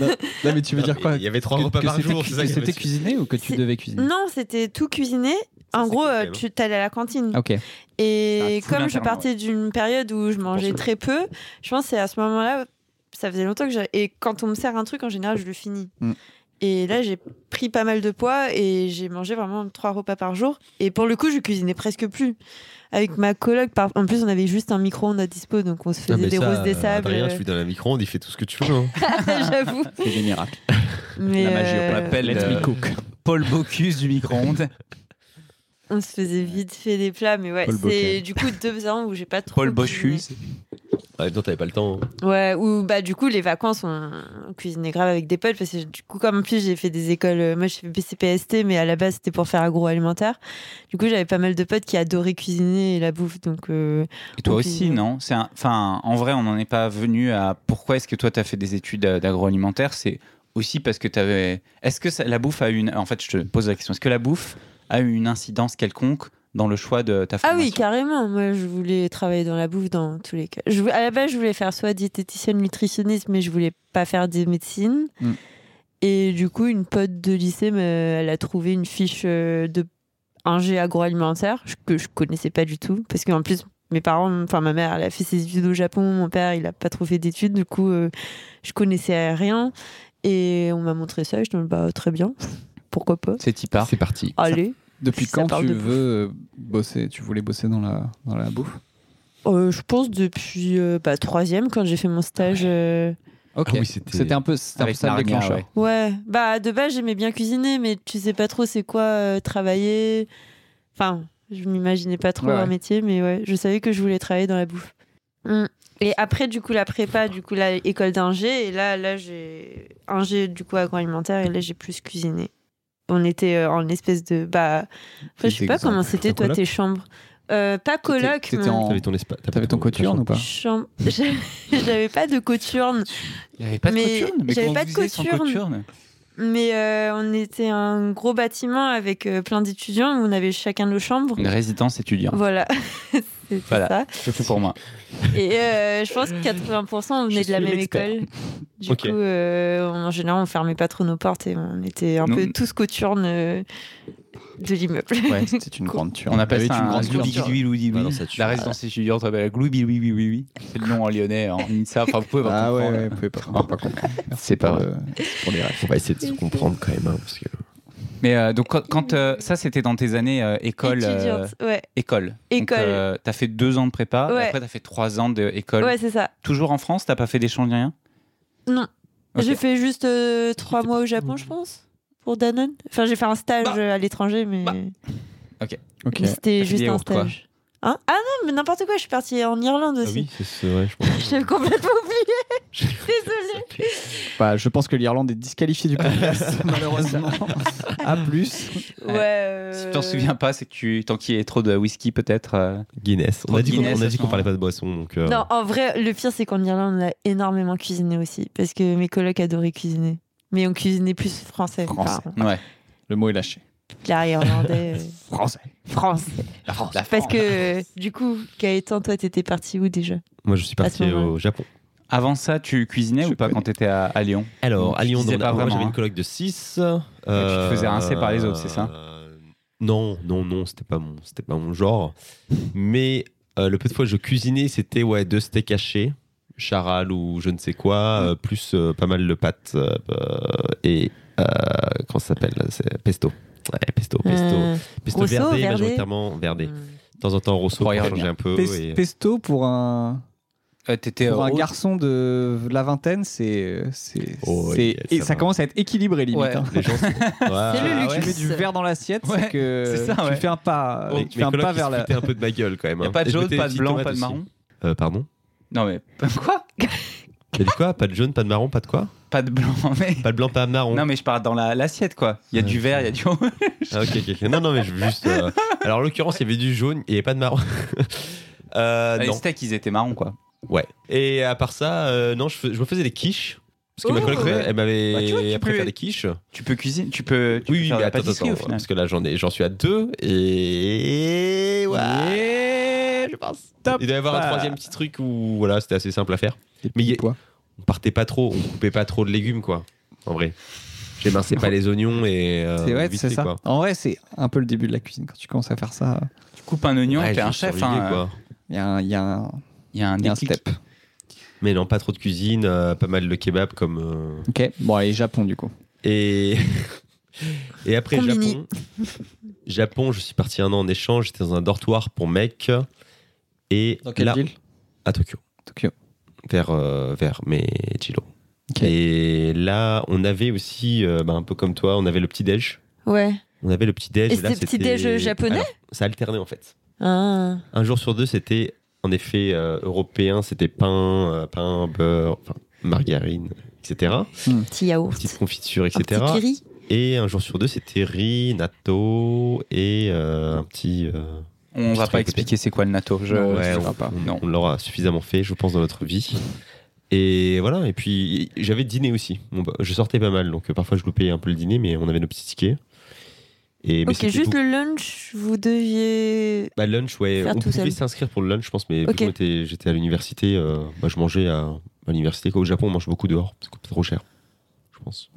Speaker 2: non, non, mais tu veux dire quoi
Speaker 4: Il y avait trois
Speaker 2: Que-
Speaker 4: repas
Speaker 2: que
Speaker 4: par
Speaker 2: c'était
Speaker 4: jour.
Speaker 2: cu-
Speaker 4: c'est ça
Speaker 2: que
Speaker 4: qui
Speaker 2: c'était
Speaker 4: m'avait-
Speaker 2: cuisiné ou que tu
Speaker 3: C'est- Mm.
Speaker 2: devais cuisiner
Speaker 3: Non, c'était tout cuisiné.
Speaker 4: Ça,
Speaker 3: en
Speaker 4: c'est
Speaker 3: gros,
Speaker 4: cool, quand
Speaker 3: euh,
Speaker 4: même.
Speaker 3: tu allais à la cantine.
Speaker 2: Ah, Ok.
Speaker 3: Et
Speaker 1: Ah, full
Speaker 3: comme je
Speaker 1: internat,
Speaker 3: partais d'une période où je mangeais très peu, je pense que c'est à ce moment-là, ça faisait longtemps que j'avais. Et quand on me sert un truc, en général, je le finis.
Speaker 2: Mm.
Speaker 3: Et là, j'ai pris pas mal de poids et j'ai mangé vraiment trois repas par jour. Et pour le coup, je cuisinais presque plus. Avec ma coloc, par- en plus, on avait juste un micro-ondes à dispo, donc on se faisait
Speaker 4: Ah, mais
Speaker 3: des
Speaker 4: ça,
Speaker 3: roses des sables. euh,
Speaker 4: Adrien, je suis dans la micro-ondes. Il fait tout ce que tu veux. hein.
Speaker 3: J'avoue.
Speaker 2: C'est des miracles.
Speaker 3: Mais
Speaker 1: La magie, on
Speaker 3: euh,
Speaker 1: l'appelle
Speaker 2: Let
Speaker 1: le
Speaker 2: me cook.
Speaker 1: Paul Bocuse du micro-ondes.
Speaker 3: on se faisait vite fait des plats, mais ouais,
Speaker 2: Paul
Speaker 3: c'est
Speaker 2: Bocuse.
Speaker 3: du coup deux ans où j'ai pas trop.
Speaker 1: Paul
Speaker 3: cuisiné.
Speaker 1: Bocuse.
Speaker 4: Ouais, non, Ah, t'avais pas le temps. hein.
Speaker 3: Ouais, ou bah du coup les vacances on on cuisinait grave avec des potes parce que du coup comme en plus j'ai fait des écoles, euh, moi j'ai fait BCPST mais à la base c'était pour faire agroalimentaire. Du coup j'avais pas mal de potes qui adoraient cuisiner et la bouffe donc euh,
Speaker 1: Et toi
Speaker 3: Oui.
Speaker 1: aussi, non C'est un- Enfin, en vrai, on n'en est pas venu à pourquoi est-ce que toi, tu as fait des études euh, d'agroalimentaire. C'est aussi parce que tu avais. Est-ce que ça- la bouffe a eu une. En fait, je te pose la question. Est-ce que la bouffe a eu une incidence quelconque dans le choix de ta
Speaker 3: ah
Speaker 1: formation
Speaker 3: oui carrément. Moi je voulais travailler dans la bouffe dans tous les cas. Je, vou- à la base je voulais faire soit diététicienne nutritionniste mais je voulais pas faire des médecines.
Speaker 2: Mm.
Speaker 3: Et du coup une pote de lycée me- elle a trouvé une fiche euh, de ingé agroalimentaire je- que je connaissais pas du tout parce qu'en plus mes parents enfin ma mère elle a fait ses études au Japon mon père il a pas trop fait d'études du coup euh, je connaissais rien et on m'a montré ça et je me dis bah très bien [laughs] pourquoi pas
Speaker 1: C'est Tipar.
Speaker 4: C'est parti.
Speaker 3: allez
Speaker 2: Depuis
Speaker 3: Ça
Speaker 2: quand
Speaker 3: parle
Speaker 2: tu
Speaker 3: de bouffe.
Speaker 2: veux euh, bosser Tu voulais bosser dans la, dans la bouffe
Speaker 3: Euh, je pense depuis euh, bah, troisième quand j'ai fait mon stage euh,
Speaker 2: Ok.
Speaker 4: Ah oui, c'était-
Speaker 2: c'était un peu, c'était un peu
Speaker 1: Avec
Speaker 2: ça le
Speaker 1: Narnia,
Speaker 2: déclencheur.
Speaker 1: ouais.
Speaker 3: ouais bah de base j'aimais bien cuisiner mais tu sais pas trop c'est quoi euh, travailler enfin je m'imaginais pas trop
Speaker 2: Ouais, ouais.
Speaker 3: un métier mais ouais je savais que je voulais travailler dans la bouffe Mm. et après du coup la prépa du coup la école d'ingé et là là j'ai ingé du coup agroalimentaire et là j'ai plus cuisiné on était euh, en espèce de bah après, je sais
Speaker 2: C'était
Speaker 3: pas
Speaker 2: quoi
Speaker 3: comment c'était
Speaker 4: Ta
Speaker 3: toi
Speaker 4: coloc
Speaker 3: tes chambres Euh, pas coloc
Speaker 2: t'étais
Speaker 3: mais-
Speaker 2: en-
Speaker 4: T'avais ton espace.
Speaker 2: T'avais ton coturne ou pas
Speaker 3: Chambre- [laughs] J'avais j'avais pas de coturne,
Speaker 1: Il n'y avait pas de
Speaker 3: Mais
Speaker 1: coturne. Mais
Speaker 3: j'avais
Speaker 1: comment
Speaker 3: pas
Speaker 1: vous
Speaker 3: de
Speaker 1: faisiez sans
Speaker 3: coturne.
Speaker 1: coturne
Speaker 3: mais euh, on était un gros bâtiment avec euh, plein d'étudiants. On avait chacun nos chambres.
Speaker 1: Une résidence étudiante.
Speaker 3: Voilà. [laughs] C'était
Speaker 1: Voilà.
Speaker 3: ça.
Speaker 1: C'est tout pour moi.
Speaker 3: Et euh, je pense que 80% on venait
Speaker 4: Je
Speaker 3: de la
Speaker 4: suis
Speaker 3: même
Speaker 4: l'expert.
Speaker 3: école. Du
Speaker 4: Ok.
Speaker 3: coup, euh, en général, on fermait pas trop nos portes et on était un
Speaker 1: Non.
Speaker 3: peu tous coturnes euh, de l'immeuble.
Speaker 1: Ouais.
Speaker 2: C'est une grande turne.
Speaker 1: On appelle
Speaker 2: T'avais
Speaker 1: ça
Speaker 2: une
Speaker 1: un
Speaker 2: grande
Speaker 1: gloubi
Speaker 2: culture.
Speaker 1: gloubi gloubi.
Speaker 4: Bah non, ça tue.
Speaker 1: La résidence étudiante s'appelle la gloubi oui oui oui oui. C'est le nom en lyonnais, [laughs] en Insa. Enfin, vous pouvez pas
Speaker 2: Ah ouais,
Speaker 1: comprendre.
Speaker 2: ouais, vous pouvez pas, on
Speaker 1: [laughs]
Speaker 2: peut pas comprendre. Merci
Speaker 1: C'est pas
Speaker 2: pour
Speaker 1: vrai.
Speaker 2: le- merci pour les rêves.
Speaker 4: On va essayer de se comprendre quand même. hein, parce que...
Speaker 1: Mais euh, donc quand, quand, euh, ça c'était dans tes années euh, école, euh,
Speaker 3: Étudiante, ouais,
Speaker 1: école.
Speaker 3: École.
Speaker 1: Donc, euh, t'as fait deux ans de prépa.
Speaker 3: Ouais.
Speaker 1: Et après t'as fait trois ans d'école.
Speaker 3: ouais, c'est ça.
Speaker 1: Toujours en France, t'as pas fait d'échange ni rien.
Speaker 3: Non,
Speaker 1: Ok.
Speaker 3: j'ai fait juste euh, trois mois au Japon, je pense, pour
Speaker 1: Bah.
Speaker 3: Danone. Enfin, j'ai fait un stage euh, à l'étranger, mais,
Speaker 1: Ok.
Speaker 2: Ok.
Speaker 3: mais c'était
Speaker 1: T'as fait
Speaker 3: juste
Speaker 1: des
Speaker 3: un
Speaker 1: yaourts, quoi.
Speaker 3: stage. Hein ah non, mais n'importe quoi, je suis partie en Irlande
Speaker 4: Ah
Speaker 3: aussi.
Speaker 4: oui, c'est- c'est vrai, je pense.
Speaker 3: [laughs] J'ai complètement oublié. Désolée.
Speaker 2: Bah, je pense que l'Irlande est disqualifiée du [laughs] podcast, malheureusement. A plus.
Speaker 3: Ouais. euh,
Speaker 1: Si tu t'en souviens pas, c'est que tu t'enquillais trop de whisky peut-être. euh.
Speaker 4: Guinness. On a dit qu'on
Speaker 1: Guinness,
Speaker 4: on a
Speaker 1: à
Speaker 4: dit
Speaker 1: ce
Speaker 4: qu'on parlait pas de boisson, donc. euh,
Speaker 3: Non, en vrai, le pire, c'est qu'en Irlande, on a énormément cuisiné aussi. Parce que mes colocs adoraient cuisiner. Mais on cuisinait plus français.
Speaker 1: Français.
Speaker 3: Enfin,
Speaker 1: Ouais.
Speaker 2: Le mot est lâché.
Speaker 3: l'air irlandais. euh,
Speaker 2: Français.
Speaker 3: français.
Speaker 1: La France.
Speaker 3: Parce que, euh, du coup, Gaëtan, toi, t'étais parti où déjà
Speaker 4: Moi, je suis parti
Speaker 3: moment-là.
Speaker 4: au Japon.
Speaker 1: Avant ça, tu cuisinais
Speaker 2: Je
Speaker 1: ou pas
Speaker 2: connais.
Speaker 1: quand t'étais à, à Lyon
Speaker 4: Alors, à
Speaker 1: Tu
Speaker 4: Lyon,
Speaker 1: disais
Speaker 4: on-
Speaker 1: pas
Speaker 4: moi,
Speaker 1: vraiment,
Speaker 4: j'avais
Speaker 1: hein.
Speaker 4: une coloc de 6.
Speaker 1: te faisais rincer par les autres, c'est ça
Speaker 4: euh, Non, non, non, c'était pas mon, c'était pas mon genre. Mais euh, le peu de fois que je cuisinais, c'était ouais, deux steaks hachés, charal ou je ne sais quoi, euh, plus euh, pas mal de pâtes euh, et euh, comment ça s'appelle là, c'est pesto. Ouais, pesto, pesto,
Speaker 3: Euh,
Speaker 4: pesto
Speaker 3: Rosso,
Speaker 4: verdé,
Speaker 3: verdé.
Speaker 4: majoritairement verdé.
Speaker 3: hmm.
Speaker 4: De temps en temps rosso pour
Speaker 1: Croyez
Speaker 4: changer
Speaker 1: bien.
Speaker 4: un peu.
Speaker 2: Pes-
Speaker 4: et-
Speaker 2: Pesto pour un,
Speaker 1: Euh, T'étais
Speaker 2: pour
Speaker 1: euh,
Speaker 2: un
Speaker 1: au-
Speaker 2: garçon de la vingtaine, c'est. c'est-
Speaker 4: Oh,
Speaker 2: c'est-
Speaker 4: yes,
Speaker 2: et
Speaker 4: ça
Speaker 2: ça
Speaker 4: va. Ah
Speaker 2: commence à être équilibré, limite.
Speaker 1: Ouais.
Speaker 2: hein.
Speaker 4: Les
Speaker 1: [laughs]
Speaker 4: gens, c'est
Speaker 3: C'est le
Speaker 2: Tu
Speaker 3: luxe.
Speaker 2: mets du verre dans l'assiette,
Speaker 1: Ouais,
Speaker 2: c'est que
Speaker 1: c'est ça, ouais.
Speaker 2: tu fais un pas,
Speaker 4: Mes,
Speaker 2: tu fais un
Speaker 4: colocs,
Speaker 2: pas
Speaker 4: ils
Speaker 2: vers
Speaker 4: se
Speaker 2: la.
Speaker 4: foutaient un peu de ma gueule quand même.
Speaker 1: Y a
Speaker 4: hein.
Speaker 1: pas de
Speaker 4: Et je
Speaker 1: jaune,
Speaker 4: mettais des
Speaker 1: pas de
Speaker 4: petites
Speaker 1: blanc,
Speaker 4: tomates
Speaker 1: pas de
Speaker 4: aussi.
Speaker 1: marron.
Speaker 4: Euh, pardon.
Speaker 1: Non mais quoi
Speaker 4: T'as dit quoi Pas de jaune, pas de marron, pas de quoi
Speaker 1: Pas de blanc [laughs] mais.
Speaker 4: Pas de blanc, pas de marron.
Speaker 1: Non mais je parle dans la- l'assiette quoi. Il y a
Speaker 4: Ouais,
Speaker 1: du vert, il y a du.
Speaker 4: Ah, ok, ok, ok. Non, non, mais je veux juste. euh, Alors, en l'occurrence, il y avait du jaune, il n'y avait pas de marron. [laughs] Euh,
Speaker 1: [laughs] Les
Speaker 4: non.
Speaker 1: steaks ils étaient marrons quoi.
Speaker 4: Ouais. Et à part ça, euh, non, je, fais- je me faisais des quiches. Parce que ma
Speaker 3: Oh.
Speaker 4: collègue, elle m'avait
Speaker 1: Bah, tu vois, tu
Speaker 4: appris à faire
Speaker 1: peux-
Speaker 4: des quiches.
Speaker 1: Tu peux cuisiner, tu peux. tu peux
Speaker 4: Oui,
Speaker 1: faire
Speaker 4: mais
Speaker 1: la
Speaker 4: attends, attends,
Speaker 1: pâtisserie, au final.
Speaker 4: parce que là, j'en ai- j'en suis à deux. Et. Ouais. Je pense.
Speaker 2: Top.
Speaker 4: Il doit y avoir un
Speaker 2: Ah.
Speaker 4: troisième petit truc où, voilà, c'était assez simple à faire.
Speaker 2: Des
Speaker 4: Mais il y a-
Speaker 2: petits pois.
Speaker 4: On partait pas trop, on coupait pas trop de légumes, quoi. En vrai.
Speaker 1: [laughs]
Speaker 4: J'éminçais pas les oignons et. euh,
Speaker 2: C'est ouais,
Speaker 4: vite
Speaker 2: c'est
Speaker 4: fait,
Speaker 2: ça.
Speaker 4: quoi.
Speaker 2: En vrai, c'est un peu le début de la cuisine. Quand tu commences à faire ça,
Speaker 1: Tu coupes un oignon,
Speaker 4: Ouais,
Speaker 1: t'es un
Speaker 4: je
Speaker 1: chef.
Speaker 4: survivais,
Speaker 1: hein, euh,
Speaker 4: quoi.
Speaker 2: il y a un, il y a un-
Speaker 1: Il y a un
Speaker 2: il y a un
Speaker 1: déclic.
Speaker 2: step.
Speaker 4: Mais non, pas trop de cuisine, euh, pas mal de kebab comme. euh,
Speaker 2: Ok. Bon, allez, Japon du coup.
Speaker 4: Et. [laughs] et après
Speaker 3: Combini.
Speaker 4: Japon. Japon, je suis parti un an en échange, j'étais dans un dortoir pour mecs. Et
Speaker 2: Dans quelle
Speaker 4: là,
Speaker 2: ville
Speaker 4: à Tokyo,
Speaker 2: Tokyo.
Speaker 4: vers, euh, vers Meijiro.
Speaker 2: Ok.
Speaker 4: Et là, on avait aussi, euh, bah, un peu comme toi, on avait le petit-déj.
Speaker 3: Ouais.
Speaker 4: On avait le petit-déj.
Speaker 3: Et
Speaker 4: là,
Speaker 3: c'était petit-déj
Speaker 4: c'était-
Speaker 3: japonais
Speaker 4: Alors, Ça alternait en fait.
Speaker 3: Ah.
Speaker 4: Un jour sur deux, c'était en effet euh, européen, c'était pain, euh, pain, beurre, enfin, margarine, etc.
Speaker 3: Petit yaourt.
Speaker 4: Petite confiture,
Speaker 3: Un
Speaker 4: etc.
Speaker 3: petit kiri.
Speaker 4: Et un jour sur deux, c'était riz, natto et euh, un petit. euh,
Speaker 1: On
Speaker 4: Je
Speaker 1: va
Speaker 4: sais
Speaker 1: pas
Speaker 4: pas
Speaker 1: expliquer c'est quoi le natto. Je...
Speaker 2: Non,
Speaker 4: ouais,
Speaker 2: tu
Speaker 4: on-
Speaker 2: feras pas.
Speaker 4: on,
Speaker 1: Ah, Non.
Speaker 4: on l'aura suffisamment fait, je pense, dans notre vie. Et voilà, et puis j'avais dîné aussi. Bon, bah, je sortais pas mal, donc euh, parfois je loupais un peu le dîner, mais on avait nos petits tickets. Et, mais
Speaker 3: Ok,
Speaker 4: ben, c'était
Speaker 3: juste
Speaker 4: beaucoup-
Speaker 3: le lunch, vous deviez.
Speaker 4: bah, lunch, ouais.
Speaker 3: faire
Speaker 4: On
Speaker 3: tout
Speaker 4: pouvait
Speaker 3: seul.
Speaker 4: s'inscrire pour le lunch, je pense, mais vu
Speaker 3: Ok.
Speaker 4: qu'on était- j'étais à l'université, euh, bah, je mangeais à, à l'université. Quoi. Au Japon, on mange beaucoup dehors, c'est trop cher, je pense.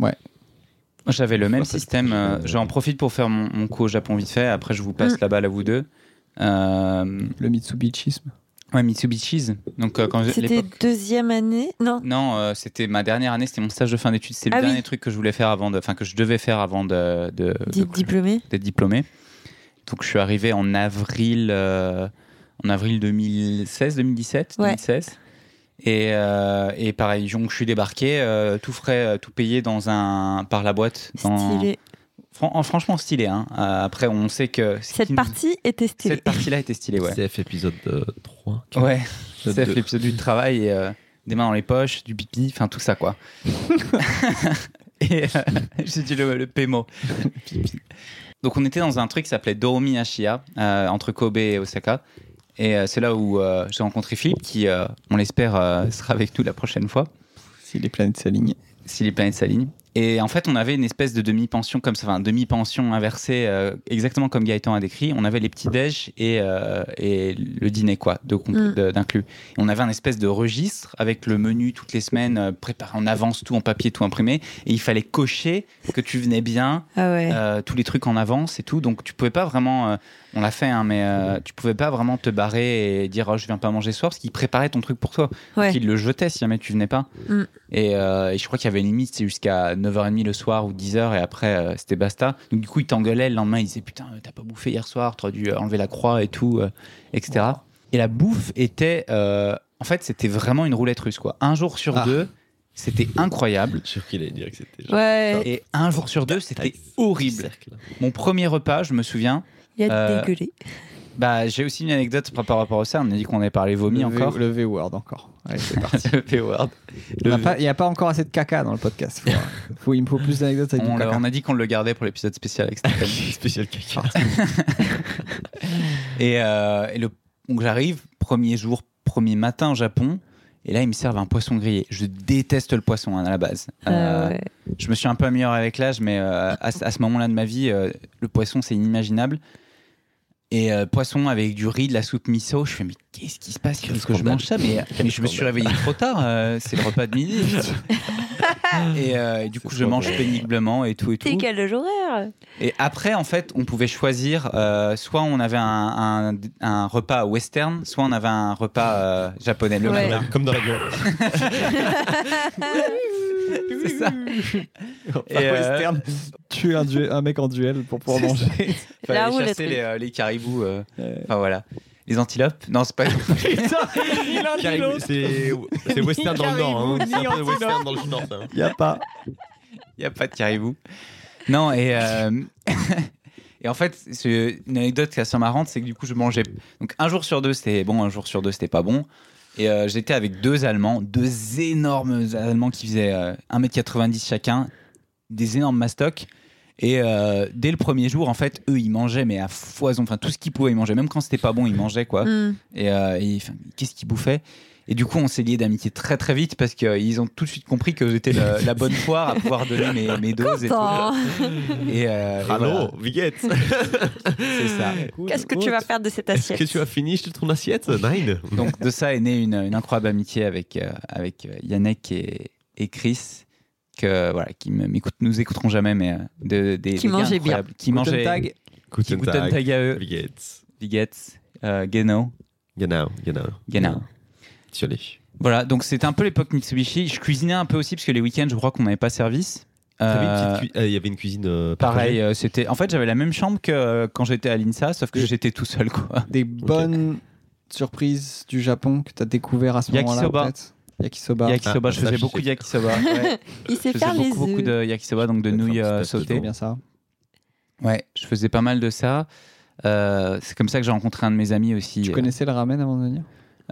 Speaker 1: J'avais le même
Speaker 4: Enfin, ça,
Speaker 1: système.
Speaker 4: c'est-
Speaker 1: euh, J'en profite pour faire mon, mon coup au Japon vite fait. Après, je vous passe
Speaker 3: Mm.
Speaker 1: la balle à vous deux. Euh,
Speaker 2: Le Mitsubishisme.
Speaker 1: ouais, Mitsubishi's. Donc, euh, quand je-
Speaker 3: C'était
Speaker 1: l'époque.
Speaker 3: deuxième année Non.
Speaker 1: Non, euh, c'était ma dernière année, c'était mon stage de fin d'études. C'est le
Speaker 3: Ah oui.
Speaker 1: dernier truc que je voulais faire avant, de- enfin que je devais faire avant de, de-
Speaker 3: Di-
Speaker 1: de-
Speaker 3: diplômé.
Speaker 1: d'être diplômé. Donc je suis arrivé en avril, euh, en avril 2016, 2017,
Speaker 3: Ouais.
Speaker 1: 2016. Et, euh, et pareil, donc je suis débarqué, euh, tout frais, euh, tout payé dans un par la boîte. dans-
Speaker 3: Stylé.
Speaker 1: Fran- en- franchement stylé. hein. Euh, après, on sait que ce qui
Speaker 3: Cette
Speaker 1: nous-
Speaker 3: partie était stylée.
Speaker 1: cette partie-là était stylée, ouais.
Speaker 4: CF épisode euh, 3.
Speaker 1: Ouais.
Speaker 4: épisode
Speaker 1: Ça fait
Speaker 4: deux.
Speaker 1: l'épisode du travail, et, euh, des mains dans les poches, du pipi, enfin tout ça quoi. et euh, [laughs] j'ai dit le, le pémo. Pipi. Donc on était dans un truc qui s'appelait Doromi Ashiya, euh, entre Kobe et Osaka. Et euh, c'est là où euh, j'ai rencontré Philippe, qui, euh, on l'espère, euh, sera avec nous la prochaine fois,
Speaker 2: Si les planètes s'alignent.
Speaker 1: si les planètes s'alignent. Et en fait, on avait une espèce de demi-pension comme ça, enfin demi-pension inversée, euh, exactement comme Gaëtan a décrit. On avait les petits déj et, euh, et le dîner quoi, de compl-
Speaker 3: Mm.
Speaker 1: de- d'inclus. Et on avait un espèce de registre avec le menu toutes les semaines euh, préparé en avance, tout en papier, tout imprimé. Et il fallait cocher que tu venais bien,
Speaker 3: [laughs] Ah ouais.
Speaker 1: euh, tous les trucs en avance et tout. Donc tu pouvais pas vraiment, euh, on l'a fait, hein, mais euh, tu pouvais pas vraiment te barrer et dire oh, je viens pas manger ce soir parce qu'il préparait ton truc pour toi.
Speaker 3: ouais.
Speaker 1: Qu'il le jetait si jamais tu venais pas.
Speaker 3: Mm.
Speaker 1: Et, euh, et je crois qu'il y avait une limite, c'est jusqu'à 9h30 le soir ou 10h et après euh, c'était basta. Donc du coup, il t'engueulait le lendemain, il disait putain, euh, t'as pas bouffé hier soir, t'aurais dû euh, enlever la croix et tout, euh, etc. Et la bouffe était. euh, en fait, c'était vraiment une roulette russe quoi. Un jour sur
Speaker 2: Ah.
Speaker 1: deux, c'était incroyable.
Speaker 4: Je suis sûr qu'il allait dire que c'était. genre
Speaker 3: Ouais.
Speaker 1: Et un jour sur deux, c'était
Speaker 4: Tac,
Speaker 1: horrible.
Speaker 4: cercle.
Speaker 1: Mon premier repas, je me souviens,
Speaker 3: Il a
Speaker 1: euh,
Speaker 3: dégueulé.
Speaker 1: Bah, j'ai aussi une anecdote par par rapport à ça. On a dit qu'on avait parlé vomi
Speaker 2: le
Speaker 1: encore.
Speaker 2: V- Le V-word encore. Allez, [laughs] c'est parti.
Speaker 1: [laughs] Le V-word.
Speaker 2: Il n'y
Speaker 1: Le
Speaker 2: a,
Speaker 1: V-
Speaker 2: pas- il y a pas encore assez de caca dans le podcast. Faut, faut- il me faut plus d'anecdotes avec
Speaker 1: On,
Speaker 2: du
Speaker 1: l'a-
Speaker 2: [laughs] caca.
Speaker 1: on a dit qu'on le gardait pour l'épisode spécial avec Stéphanie.
Speaker 4: [laughs] Spécial caca.
Speaker 1: et, euh, et le, donc j'arrive, premier jour, premier matin au Japon. Et là, ils me servent un poisson grillé. Je déteste le poisson hein, à la base. Euh,
Speaker 3: Ah ouais.
Speaker 1: Je me suis un peu amélioré avec l'âge, mais euh, à, ce- à ce moment-là de ma vie, euh, le poisson, c'est inimaginable. Et euh, poisson avec du riz, de la soupe miso, je fais mais qu'est-ce qui se passe Il
Speaker 4: Quel
Speaker 1: faut que je
Speaker 4: scandale.
Speaker 1: mange ça, mais, mais je me suis réveillé trop tard, euh, c'est le repas de midi. et, euh, et du coup, je mange péniblement et tout et
Speaker 3: T'es
Speaker 1: tout.
Speaker 3: quel le horaire
Speaker 1: Et après, en fait, on pouvait choisir, euh, soit on avait un, un- un repas western, soit on avait un repas euh, japonais le
Speaker 3: Ouais. [laughs]
Speaker 1: matin.
Speaker 4: Comme dans l'avion.
Speaker 1: C'est ça.
Speaker 2: Enfin,
Speaker 1: Et, euh,
Speaker 2: western. Tuer un, duel- un mec en duel pour pouvoir
Speaker 1: C'est
Speaker 2: manger.
Speaker 3: [laughs]
Speaker 1: Fallait
Speaker 3: La roue, le
Speaker 1: chasser
Speaker 3: truc.
Speaker 1: les, euh, les caribous. euh,
Speaker 2: Ouais.
Speaker 1: Enfin voilà. Les antilopes Non, c'est pas.
Speaker 4: Caribou, C'est c'est western dans le nord. hein.
Speaker 2: Caribou,
Speaker 4: C'est un peu
Speaker 2: ni
Speaker 4: western dans le nord. ça.
Speaker 2: Il n'y a pas.
Speaker 1: [laughs] Il n'y a pas de caribou. Non, et, euh, [laughs] et en fait, c'est une anecdote qui est assez marrante, c'est que du coup, je mangeais. Donc, un jour sur deux, c'était bon, un jour sur deux, c'était pas bon. Et euh, j'étais avec deux Allemands, deux énormes Allemands qui faisaient euh, 1m90 chacun, des énormes mastocs. Et euh, dès le premier jour, en fait, eux, ils mangeaient, mais à foison. Enfin, tout ce qu'ils pouvaient, ils mangeaient. Même quand c'était pas bon, ils mangeaient, quoi.
Speaker 3: Hmm.
Speaker 1: Et, euh, et, enfin, qu'est-ce qu'ils bouffaient Et du coup, on s'est liés d'amitié très très vite parce qu'ils ont tout de suite compris que j'étais la, la
Speaker 3: [laughs]
Speaker 1: bonne foire à pouvoir donner mes, mes doses et tout.
Speaker 3: Attends,
Speaker 1: Et, euh, et voilà,
Speaker 4: Allô, Viguette
Speaker 1: c'est ça.
Speaker 3: qu'est-ce que tu vas faire de cette
Speaker 4: Est-ce
Speaker 3: assiette
Speaker 4: que tu as fini Je te tourne assiette Nein.
Speaker 1: Donc de ça est née une, une incroyable amitié avec, euh, avec euh, Yannick et, et Chris. Que, voilà, qui me- m'écoute- nous écouterons jamais, mais euh, de, des,
Speaker 3: Qui
Speaker 1: des gars
Speaker 3: mangeaient
Speaker 1: incroyables, qui
Speaker 2: Guten
Speaker 1: mangeaient,
Speaker 2: Tag.
Speaker 1: qui
Speaker 4: Guten
Speaker 1: guten tag.
Speaker 4: Tag.
Speaker 1: à eux,
Speaker 4: Viguette.
Speaker 1: Bigetz, euh, Geno,
Speaker 4: Genau, genau.
Speaker 1: Genau.
Speaker 4: Désolé.
Speaker 1: Voilà, donc c'était un peu l'époque Mitsubishi. Je cuisinais un peu aussi parce que les week-ends, je crois qu'on n'avait pas service.
Speaker 4: T'avais une
Speaker 1: Euh,
Speaker 4: petite cu- euh, Il y avait une cuisine euh, partagée.
Speaker 1: Pareil, euh, c'était. En fait, j'avais la même chambre que euh, quand j'étais à l'INSA, sauf que j'étais tout seul, quoi.
Speaker 2: Des bonnes surprises du Japon que tu as découvert à ce moment-là.
Speaker 1: Yakisoba.
Speaker 2: peut-être
Speaker 1: [laughs]
Speaker 2: Yakisoba.
Speaker 1: yakisoba,
Speaker 4: ah,
Speaker 1: je
Speaker 4: ça,
Speaker 1: faisais
Speaker 4: je
Speaker 1: beaucoup de
Speaker 4: sais.
Speaker 1: yakisoba. ouais. Je
Speaker 3: Il sait
Speaker 1: faisais
Speaker 3: faire les
Speaker 1: beaucoup, beaucoup
Speaker 3: œufs.
Speaker 1: de yakisoba, donc de
Speaker 4: Peut-être un
Speaker 1: nouilles
Speaker 4: petit
Speaker 1: euh,
Speaker 4: appétit,
Speaker 1: sautées.
Speaker 2: C'est bien ça.
Speaker 1: Ouais, je faisais pas mal de ça. Euh, c'est comme ça que j'ai rencontré un de mes amis aussi.
Speaker 2: Tu connaissais le ramen avant de venir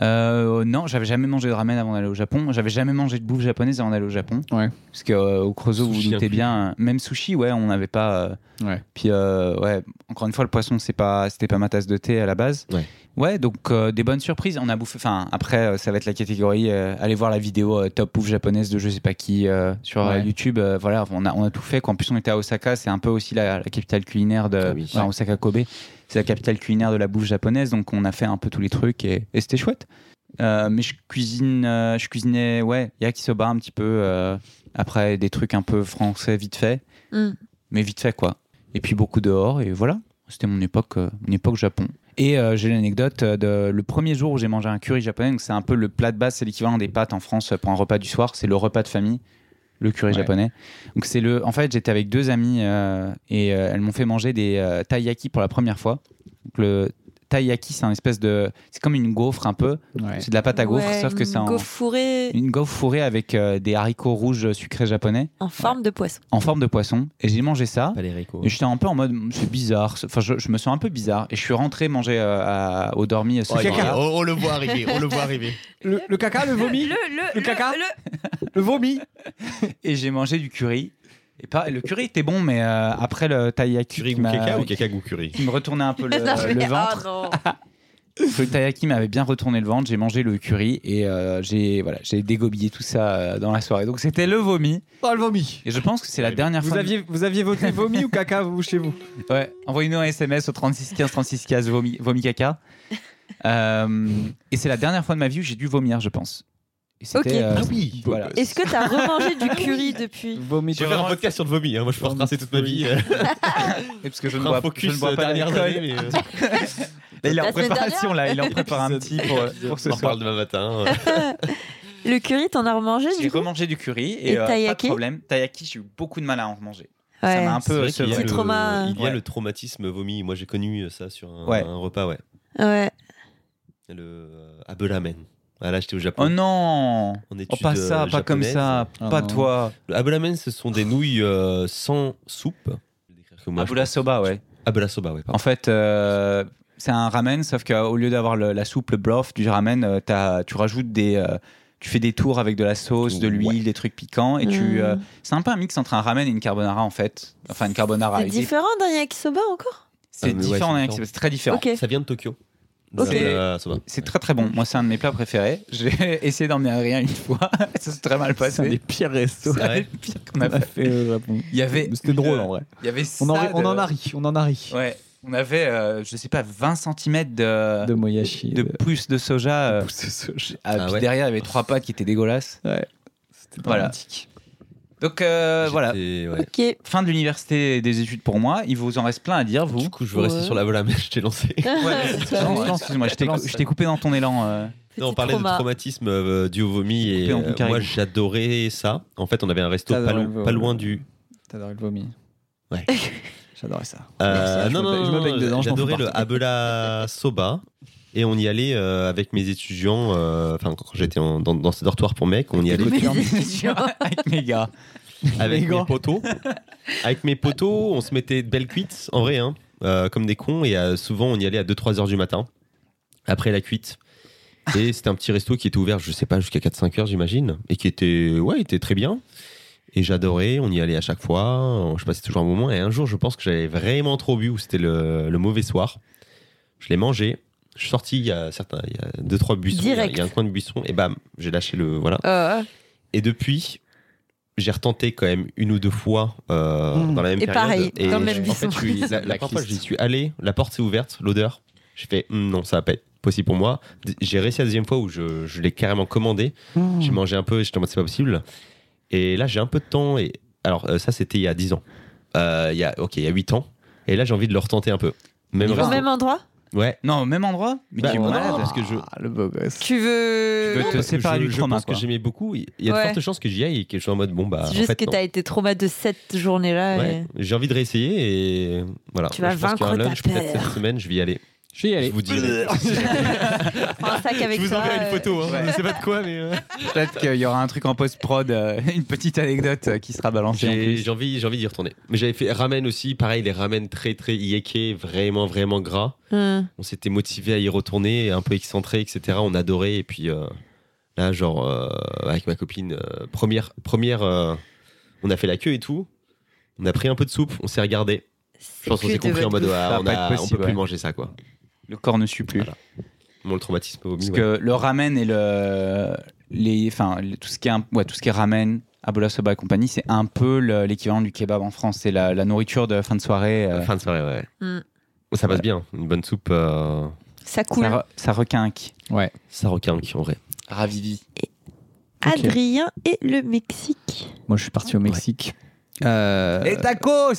Speaker 1: Euh, Non, j'avais jamais mangé de ramen avant d'aller au Japon. J'avais jamais mangé de bouffe japonaise avant d'aller au Japon.
Speaker 2: Ouais.
Speaker 1: Parce que euh, au Creusot, vous vous
Speaker 4: Sushi
Speaker 1: doutez
Speaker 4: inclus.
Speaker 1: bien, euh, même sushi, ouais, on n'avait pas. euh,
Speaker 2: Ouais.
Speaker 1: Puis euh, ouais, encore une fois, le poisson, c'est pas, c'était pas ma tasse de thé à la base.
Speaker 4: Ouais.
Speaker 1: Ouais, donc euh, des bonnes surprises. On a bouffé. Enfin, après, euh, ça va être la catégorie. euh, allez voir la vidéo euh, top bouffe japonaise de je sais pas qui euh, sur euh,
Speaker 2: Ouais.
Speaker 1: YouTube. euh, voilà, on a, on a tout fait. Quand en plus on était à Osaka, c'est un peu aussi la, la capitale culinaire de
Speaker 4: Ah oui.
Speaker 1: Euh, enfin, Osaka Kobe. C'est la capitale culinaire de la bouffe japonaise, donc on a fait un peu tous les trucs et, et c'était chouette. Euh, mais je cuisine, euh, je cuisinais ouais yakisoba un petit peu. euh, après des trucs un peu français vite fait
Speaker 3: Hmm.
Speaker 1: mais vite fait quoi. Et puis beaucoup dehors et voilà, c'était mon époque, euh, mon époque Japon. Et euh, j'ai l'anecdote euh, de le premier jour où j'ai mangé un curry japonais, donc c'est un peu le plat de base, c'est l'équivalent des pâtes en France pour un repas du soir, c'est le repas de famille, le curry
Speaker 2: Ouais.
Speaker 1: japonais. Donc c'est le, en fait j'étais avec deux amies euh, et euh, elles m'ont fait manger des euh, taiyaki pour la première fois. Donc le taiyaki c'est un espèce de, c'est comme une gaufre un peu,
Speaker 2: Ouais.
Speaker 1: c'est de la pâte à gaufre,
Speaker 3: Ouais,
Speaker 1: sauf que c'est
Speaker 3: une
Speaker 1: en-
Speaker 3: gaufre fourrée
Speaker 1: une gaufre fourrée avec euh, des haricots rouges sucrés japonais
Speaker 3: en forme de poisson.
Speaker 1: en forme de poisson. Et j'ai mangé ça.
Speaker 4: Pas les ricots.
Speaker 1: Et j'étais un peu en mode, c'est bizarre. Enfin, je, je me sens un peu bizarre. Et je suis rentré manger euh, à- au dormi. Ce
Speaker 4: Oh, il est-
Speaker 1: soir-là.
Speaker 4: on- on le voit arriver, on le [laughs] voit arriver.
Speaker 2: Le, le caca, le vomi,
Speaker 3: Le,
Speaker 2: le,
Speaker 3: le,
Speaker 2: caca.
Speaker 3: le-
Speaker 2: vomi.
Speaker 1: et j'ai mangé du curry. Et pas, le curry était bon, mais euh, après le taiyaki
Speaker 4: Curry
Speaker 1: qui
Speaker 4: goût
Speaker 1: m'a-
Speaker 4: caca ou caca goût curry
Speaker 1: qui me retournait un peu le,
Speaker 3: [laughs] Non, mais-
Speaker 1: le ventre. [laughs]
Speaker 3: Oh, non.
Speaker 1: Le taiyaki m'avait bien retourné le ventre. J'ai mangé le curry et euh, j'ai voilà, j'ai dégobillé tout ça euh, dans la soirée. Donc c'était le vomi.
Speaker 2: Oh, le vomi.
Speaker 1: Et je pense que c'est la
Speaker 4: Ouais,
Speaker 1: dernière
Speaker 2: Vous
Speaker 1: fois.
Speaker 2: aviez, vous
Speaker 1: [laughs]
Speaker 2: aviez voté vomi ou caca, vous, chez vous
Speaker 1: Ouais, envoyez-nous un SMS au 3615 3615 vomi, vomi
Speaker 4: [laughs]
Speaker 1: caca. Euh, et c'est la dernière fois de ma vie où j'ai dû vomir, je pense. Et c'était,
Speaker 3: Ok. Ah
Speaker 1: euh,
Speaker 4: oui
Speaker 1: voilà.
Speaker 3: Est-ce que t'as remangé du curry depuis
Speaker 2: Vomi,
Speaker 4: Je vais faire un podcast sur le vomi, hein. moi je peux retracer toute ma vie. euh,
Speaker 1: Et parce que je ne
Speaker 4: faire un
Speaker 1: bois, je
Speaker 4: focus
Speaker 1: ne bois
Speaker 4: euh,
Speaker 1: pas
Speaker 4: dernières
Speaker 1: d'alcool.
Speaker 4: années.
Speaker 1: [laughs]
Speaker 4: Mais,
Speaker 1: Là,
Speaker 4: euh,
Speaker 1: il est en
Speaker 3: La semaine
Speaker 1: préparation, là. Il en prépare un petit pour, euh, pour ce
Speaker 4: [laughs] on en
Speaker 1: soir.
Speaker 4: parle demain [laughs] matin.
Speaker 3: Le curry, t'en as remangé
Speaker 1: J'ai
Speaker 3: du coup
Speaker 1: remangé du curry et,
Speaker 3: Et
Speaker 1: euh, pas de
Speaker 3: taiyaki
Speaker 1: problème. Taiyaki, j'ai eu beaucoup de mal à en remanger.
Speaker 3: Ouais.
Speaker 1: Ça m'a un peu
Speaker 4: C'est vrai
Speaker 1: sevré.
Speaker 4: qu'il y a
Speaker 3: Petit
Speaker 4: le-
Speaker 3: trauma.
Speaker 4: Il y a
Speaker 1: Ouais.
Speaker 4: le traumatisme vomi. Moi j'ai connu euh, ça sur un,
Speaker 1: Ouais.
Speaker 4: un repas, ouais.
Speaker 3: Ouais.
Speaker 4: Le euh, abelamen. Ah, là j'étais au Japon.
Speaker 1: Oh non
Speaker 4: en
Speaker 1: Oh,
Speaker 4: études,
Speaker 1: pas
Speaker 4: euh,
Speaker 1: ça, pas comme
Speaker 4: japonaises.
Speaker 1: ça,
Speaker 2: Ah
Speaker 1: pas
Speaker 2: non.
Speaker 1: toi.
Speaker 4: Le abelamen, ce sont des nouilles euh, sans soupe. Je vais décrire que moi, je
Speaker 1: Abula soba, ouais.
Speaker 4: Abela soba, ouais.
Speaker 1: En
Speaker 4: Pardon.
Speaker 1: fait, euh, c'est un ramen, sauf qu'au lieu d'avoir le- la soupe, le broth du ramen, euh, t'as- tu rajoutes des. euh, tu fais des tours avec de la sauce, de l'huile,
Speaker 4: Ouais.
Speaker 1: des trucs piquants. Et tu.
Speaker 3: Mm.
Speaker 1: euh, c'est un peu un mix entre un ramen et une carbonara, en fait. Enfin, une carbonara.
Speaker 3: C'est
Speaker 1: Il dit-
Speaker 3: différent d'un yakisoba encore
Speaker 1: C'est
Speaker 4: Ah, mais ouais,
Speaker 1: différent,
Speaker 4: c'est
Speaker 1: hein,
Speaker 4: différent.
Speaker 1: c'est très différent.
Speaker 3: Ok.
Speaker 4: Ça vient de Tokyo.
Speaker 1: Ok.
Speaker 4: Euh, ça va.
Speaker 1: C'est très très bon. Moi, c'est un de mes plats préférés. J'ai essayé d'emmener un rien une fois. Ça s'est très mal
Speaker 2: C'est un des
Speaker 1: passé.
Speaker 2: pires restos
Speaker 4: C'est vrai
Speaker 1: le pire qu'on
Speaker 2: qu'on
Speaker 1: a
Speaker 2: a
Speaker 1: fait.
Speaker 2: fait au Japon.
Speaker 1: Il y avait.
Speaker 2: C'était
Speaker 1: une-
Speaker 2: drôle en vrai.
Speaker 1: Il y avait
Speaker 2: On en,
Speaker 1: ça
Speaker 2: ri- on
Speaker 1: de-
Speaker 2: en a ri, on en a ri.
Speaker 1: Ouais. On avait, euh, je sais pas, 20 cm de,
Speaker 2: De Moyashi.
Speaker 1: de pousses de soja. euh, ah,
Speaker 2: [laughs]
Speaker 4: Ah
Speaker 1: puis
Speaker 4: ouais.
Speaker 1: Derrière, il y avait trois pâtes qui étaient dégueulasses.
Speaker 2: C'était
Speaker 1: Voilà.
Speaker 2: dramatique.
Speaker 1: Donc euh, voilà,
Speaker 4: J'étais- ouais.
Speaker 3: Ok. Et
Speaker 1: fin de l'université et des études pour moi. Il vous en reste plein à dire, vous. Ah,
Speaker 4: Du coup, je veux rester
Speaker 3: Ouais.
Speaker 4: sur la voilà, mais [laughs] je t'ai lancé.
Speaker 1: Non, non, excuse-moi, je t'ai cou- je t'ai coupé dans ton élan. [laughs] euh.
Speaker 4: Non, on parlait
Speaker 3: trauma.
Speaker 4: de traumatisme euh, dû au vomi
Speaker 1: Coupé
Speaker 4: et
Speaker 1: en
Speaker 4: euh,
Speaker 1: Picardie.
Speaker 4: moi j'adorais ça. En fait, on avait un resto
Speaker 2: Ça,
Speaker 4: pas,
Speaker 2: dans
Speaker 4: lo-
Speaker 2: le-
Speaker 4: pas loin du.
Speaker 2: T'adorais le vomi.
Speaker 4: Ouais.
Speaker 2: [laughs] J'adorais ça.
Speaker 4: Euh,
Speaker 2: Je
Speaker 4: non,
Speaker 2: me
Speaker 4: non,
Speaker 2: baigne- je me
Speaker 4: non,
Speaker 2: baigne dedans, je m'en
Speaker 4: j'adorais
Speaker 2: fous
Speaker 4: le
Speaker 2: partout.
Speaker 4: Abela Soba et on y allait euh, avec mes étudiants. euh, Enfin, quand j'étais en- dans, dans ce dortoir pour mecs, on y allait
Speaker 1: Coupé en miniature [laughs] avec mes gars.
Speaker 4: [laughs] avec
Speaker 2: gars.
Speaker 4: mes poteaux. Avec mes poteaux, on se mettait de belles cuites, en vrai, hein, euh, comme des cons. Et euh, souvent, on y allait à 2-3 heures du matin, après la cuite. Et c'était un petit resto qui était ouvert, je sais pas, jusqu'à 4-5 heures, j'imagine. Et qui était, ouais, était très bien. Et j'adorais, on y allait à chaque fois, on- je passais toujours un moment. Et un jour, je pense que j'avais vraiment trop bu, ou c'était le, le mauvais soir. Je l'ai mangé, je suis sorti, il y a certains, il y a 2-3 buissons, il y a- il y, a un
Speaker 3: Direct.
Speaker 4: coin de buisson, et bam, j'ai lâché le. Voilà.
Speaker 3: Euh,
Speaker 4: Et depuis, j'ai retenté quand même une ou deux fois euh,
Speaker 1: Hmm.
Speaker 2: Mmh.
Speaker 4: dans la même
Speaker 3: Et
Speaker 4: période.
Speaker 3: pareil, dans le même
Speaker 4: en fait,
Speaker 3: buisson.
Speaker 4: je suis- la, la
Speaker 2: La
Speaker 4: première fois que
Speaker 2: Christ.
Speaker 4: j'y suis allé, la porte s'est ouverte, l'odeur. J'ai fait Hum, non, ça va pas être possible pour moi. D- J'ai réussi la deuxième fois où je, je l'ai carrément commandé.
Speaker 1: Hmm.
Speaker 4: J'ai mangé un peu et j'étais en mode c'est pas possible. Et là, j'ai un peu de temps. Et... Alors, euh, ça, c'était il y a 10 ans. Euh, il y a, ok, il y a 8 ans. Et là, j'ai envie de le retenter un peu. Même
Speaker 1: Il va.
Speaker 3: Au
Speaker 4: resto.
Speaker 3: même endroit
Speaker 4: Ouais.
Speaker 1: Non, au même endroit Mais
Speaker 4: Bah,
Speaker 1: tu es
Speaker 4: non,
Speaker 1: malade.
Speaker 4: parce que je,
Speaker 2: Ah, le beau gosse.
Speaker 3: Tu veux.
Speaker 1: Tu veux te
Speaker 4: parce que
Speaker 1: séparer
Speaker 4: je-
Speaker 1: du
Speaker 4: je
Speaker 1: trauma,
Speaker 4: pense que
Speaker 1: quoi.
Speaker 4: j'aimais beaucoup. Il y a
Speaker 3: Ouais.
Speaker 4: de fortes chances que j'y aille et que je sois en mode bon, bah.
Speaker 3: C'est
Speaker 4: en
Speaker 3: juste
Speaker 4: fait,
Speaker 3: que
Speaker 4: non.
Speaker 3: t'as été traumatisé de cette journée-là.
Speaker 4: Ouais,
Speaker 3: et-
Speaker 4: j'ai envie de réessayer et voilà.
Speaker 3: Tu vas
Speaker 4: je pense
Speaker 3: vaincre
Speaker 4: qu'un
Speaker 3: ta
Speaker 4: lunch, peut-être
Speaker 3: peur.
Speaker 4: cette semaine, je vais y aller.
Speaker 2: Je vais y aller.
Speaker 4: Je vous dirai.
Speaker 3: Un sac avec ça. euh,
Speaker 1: Ouais.
Speaker 4: hein. sais pas de quoi, mais. euh,
Speaker 1: Peut-être qu'il y aura un truc en post-prod, euh, [laughs] une petite anecdote euh, qui sera balancée. en
Speaker 4: J'ai
Speaker 1: plus.
Speaker 4: j'ai envie, j'ai envie d'y retourner. Mais j'avais fait ramen aussi, pareil, les ramen très très yékés, vraiment vraiment gras.
Speaker 3: hum.
Speaker 4: On s'était motivé à y retourner, un peu excentré, etc. On adorait. Et puis euh, là, genre, euh, avec ma copine, euh, première. première euh, on a fait la queue et tout. On a pris un peu de soupe, on s'est regardé. Je pense qu'on
Speaker 3: que
Speaker 4: s'est
Speaker 3: de
Speaker 4: compris en
Speaker 3: votre
Speaker 4: mode,
Speaker 3: bouffe.
Speaker 1: Ça
Speaker 4: ah,
Speaker 1: va
Speaker 4: on,
Speaker 1: pas
Speaker 4: a-
Speaker 1: être
Speaker 4: on
Speaker 1: possible,
Speaker 4: peut plus
Speaker 1: ouais.
Speaker 4: manger ça, quoi.
Speaker 1: Le corps ne suit plus.
Speaker 4: Voilà. Bon, le traumatisme au
Speaker 1: Parce
Speaker 4: milieu.
Speaker 1: que le ramen et le. Les, enfin, le- tout, ce qui est, un- ouais, tout ce qui est ramen, abola soba et compagnie, c'est un peu le- l'équivalent du kebab en France. C'est la, la nourriture de fin de soirée. euh,
Speaker 4: Fin de soirée, ouais.
Speaker 3: Mm.
Speaker 4: Ça passe bien, une bonne soupe. Euh...
Speaker 3: Ça coule.
Speaker 1: ça, re- ça requinque.
Speaker 4: Ça requinque en vrai.
Speaker 1: Ravivi.
Speaker 3: Adrien et le Mexique.
Speaker 2: Moi, je suis parti au Mexique. Euh,
Speaker 1: Les tacos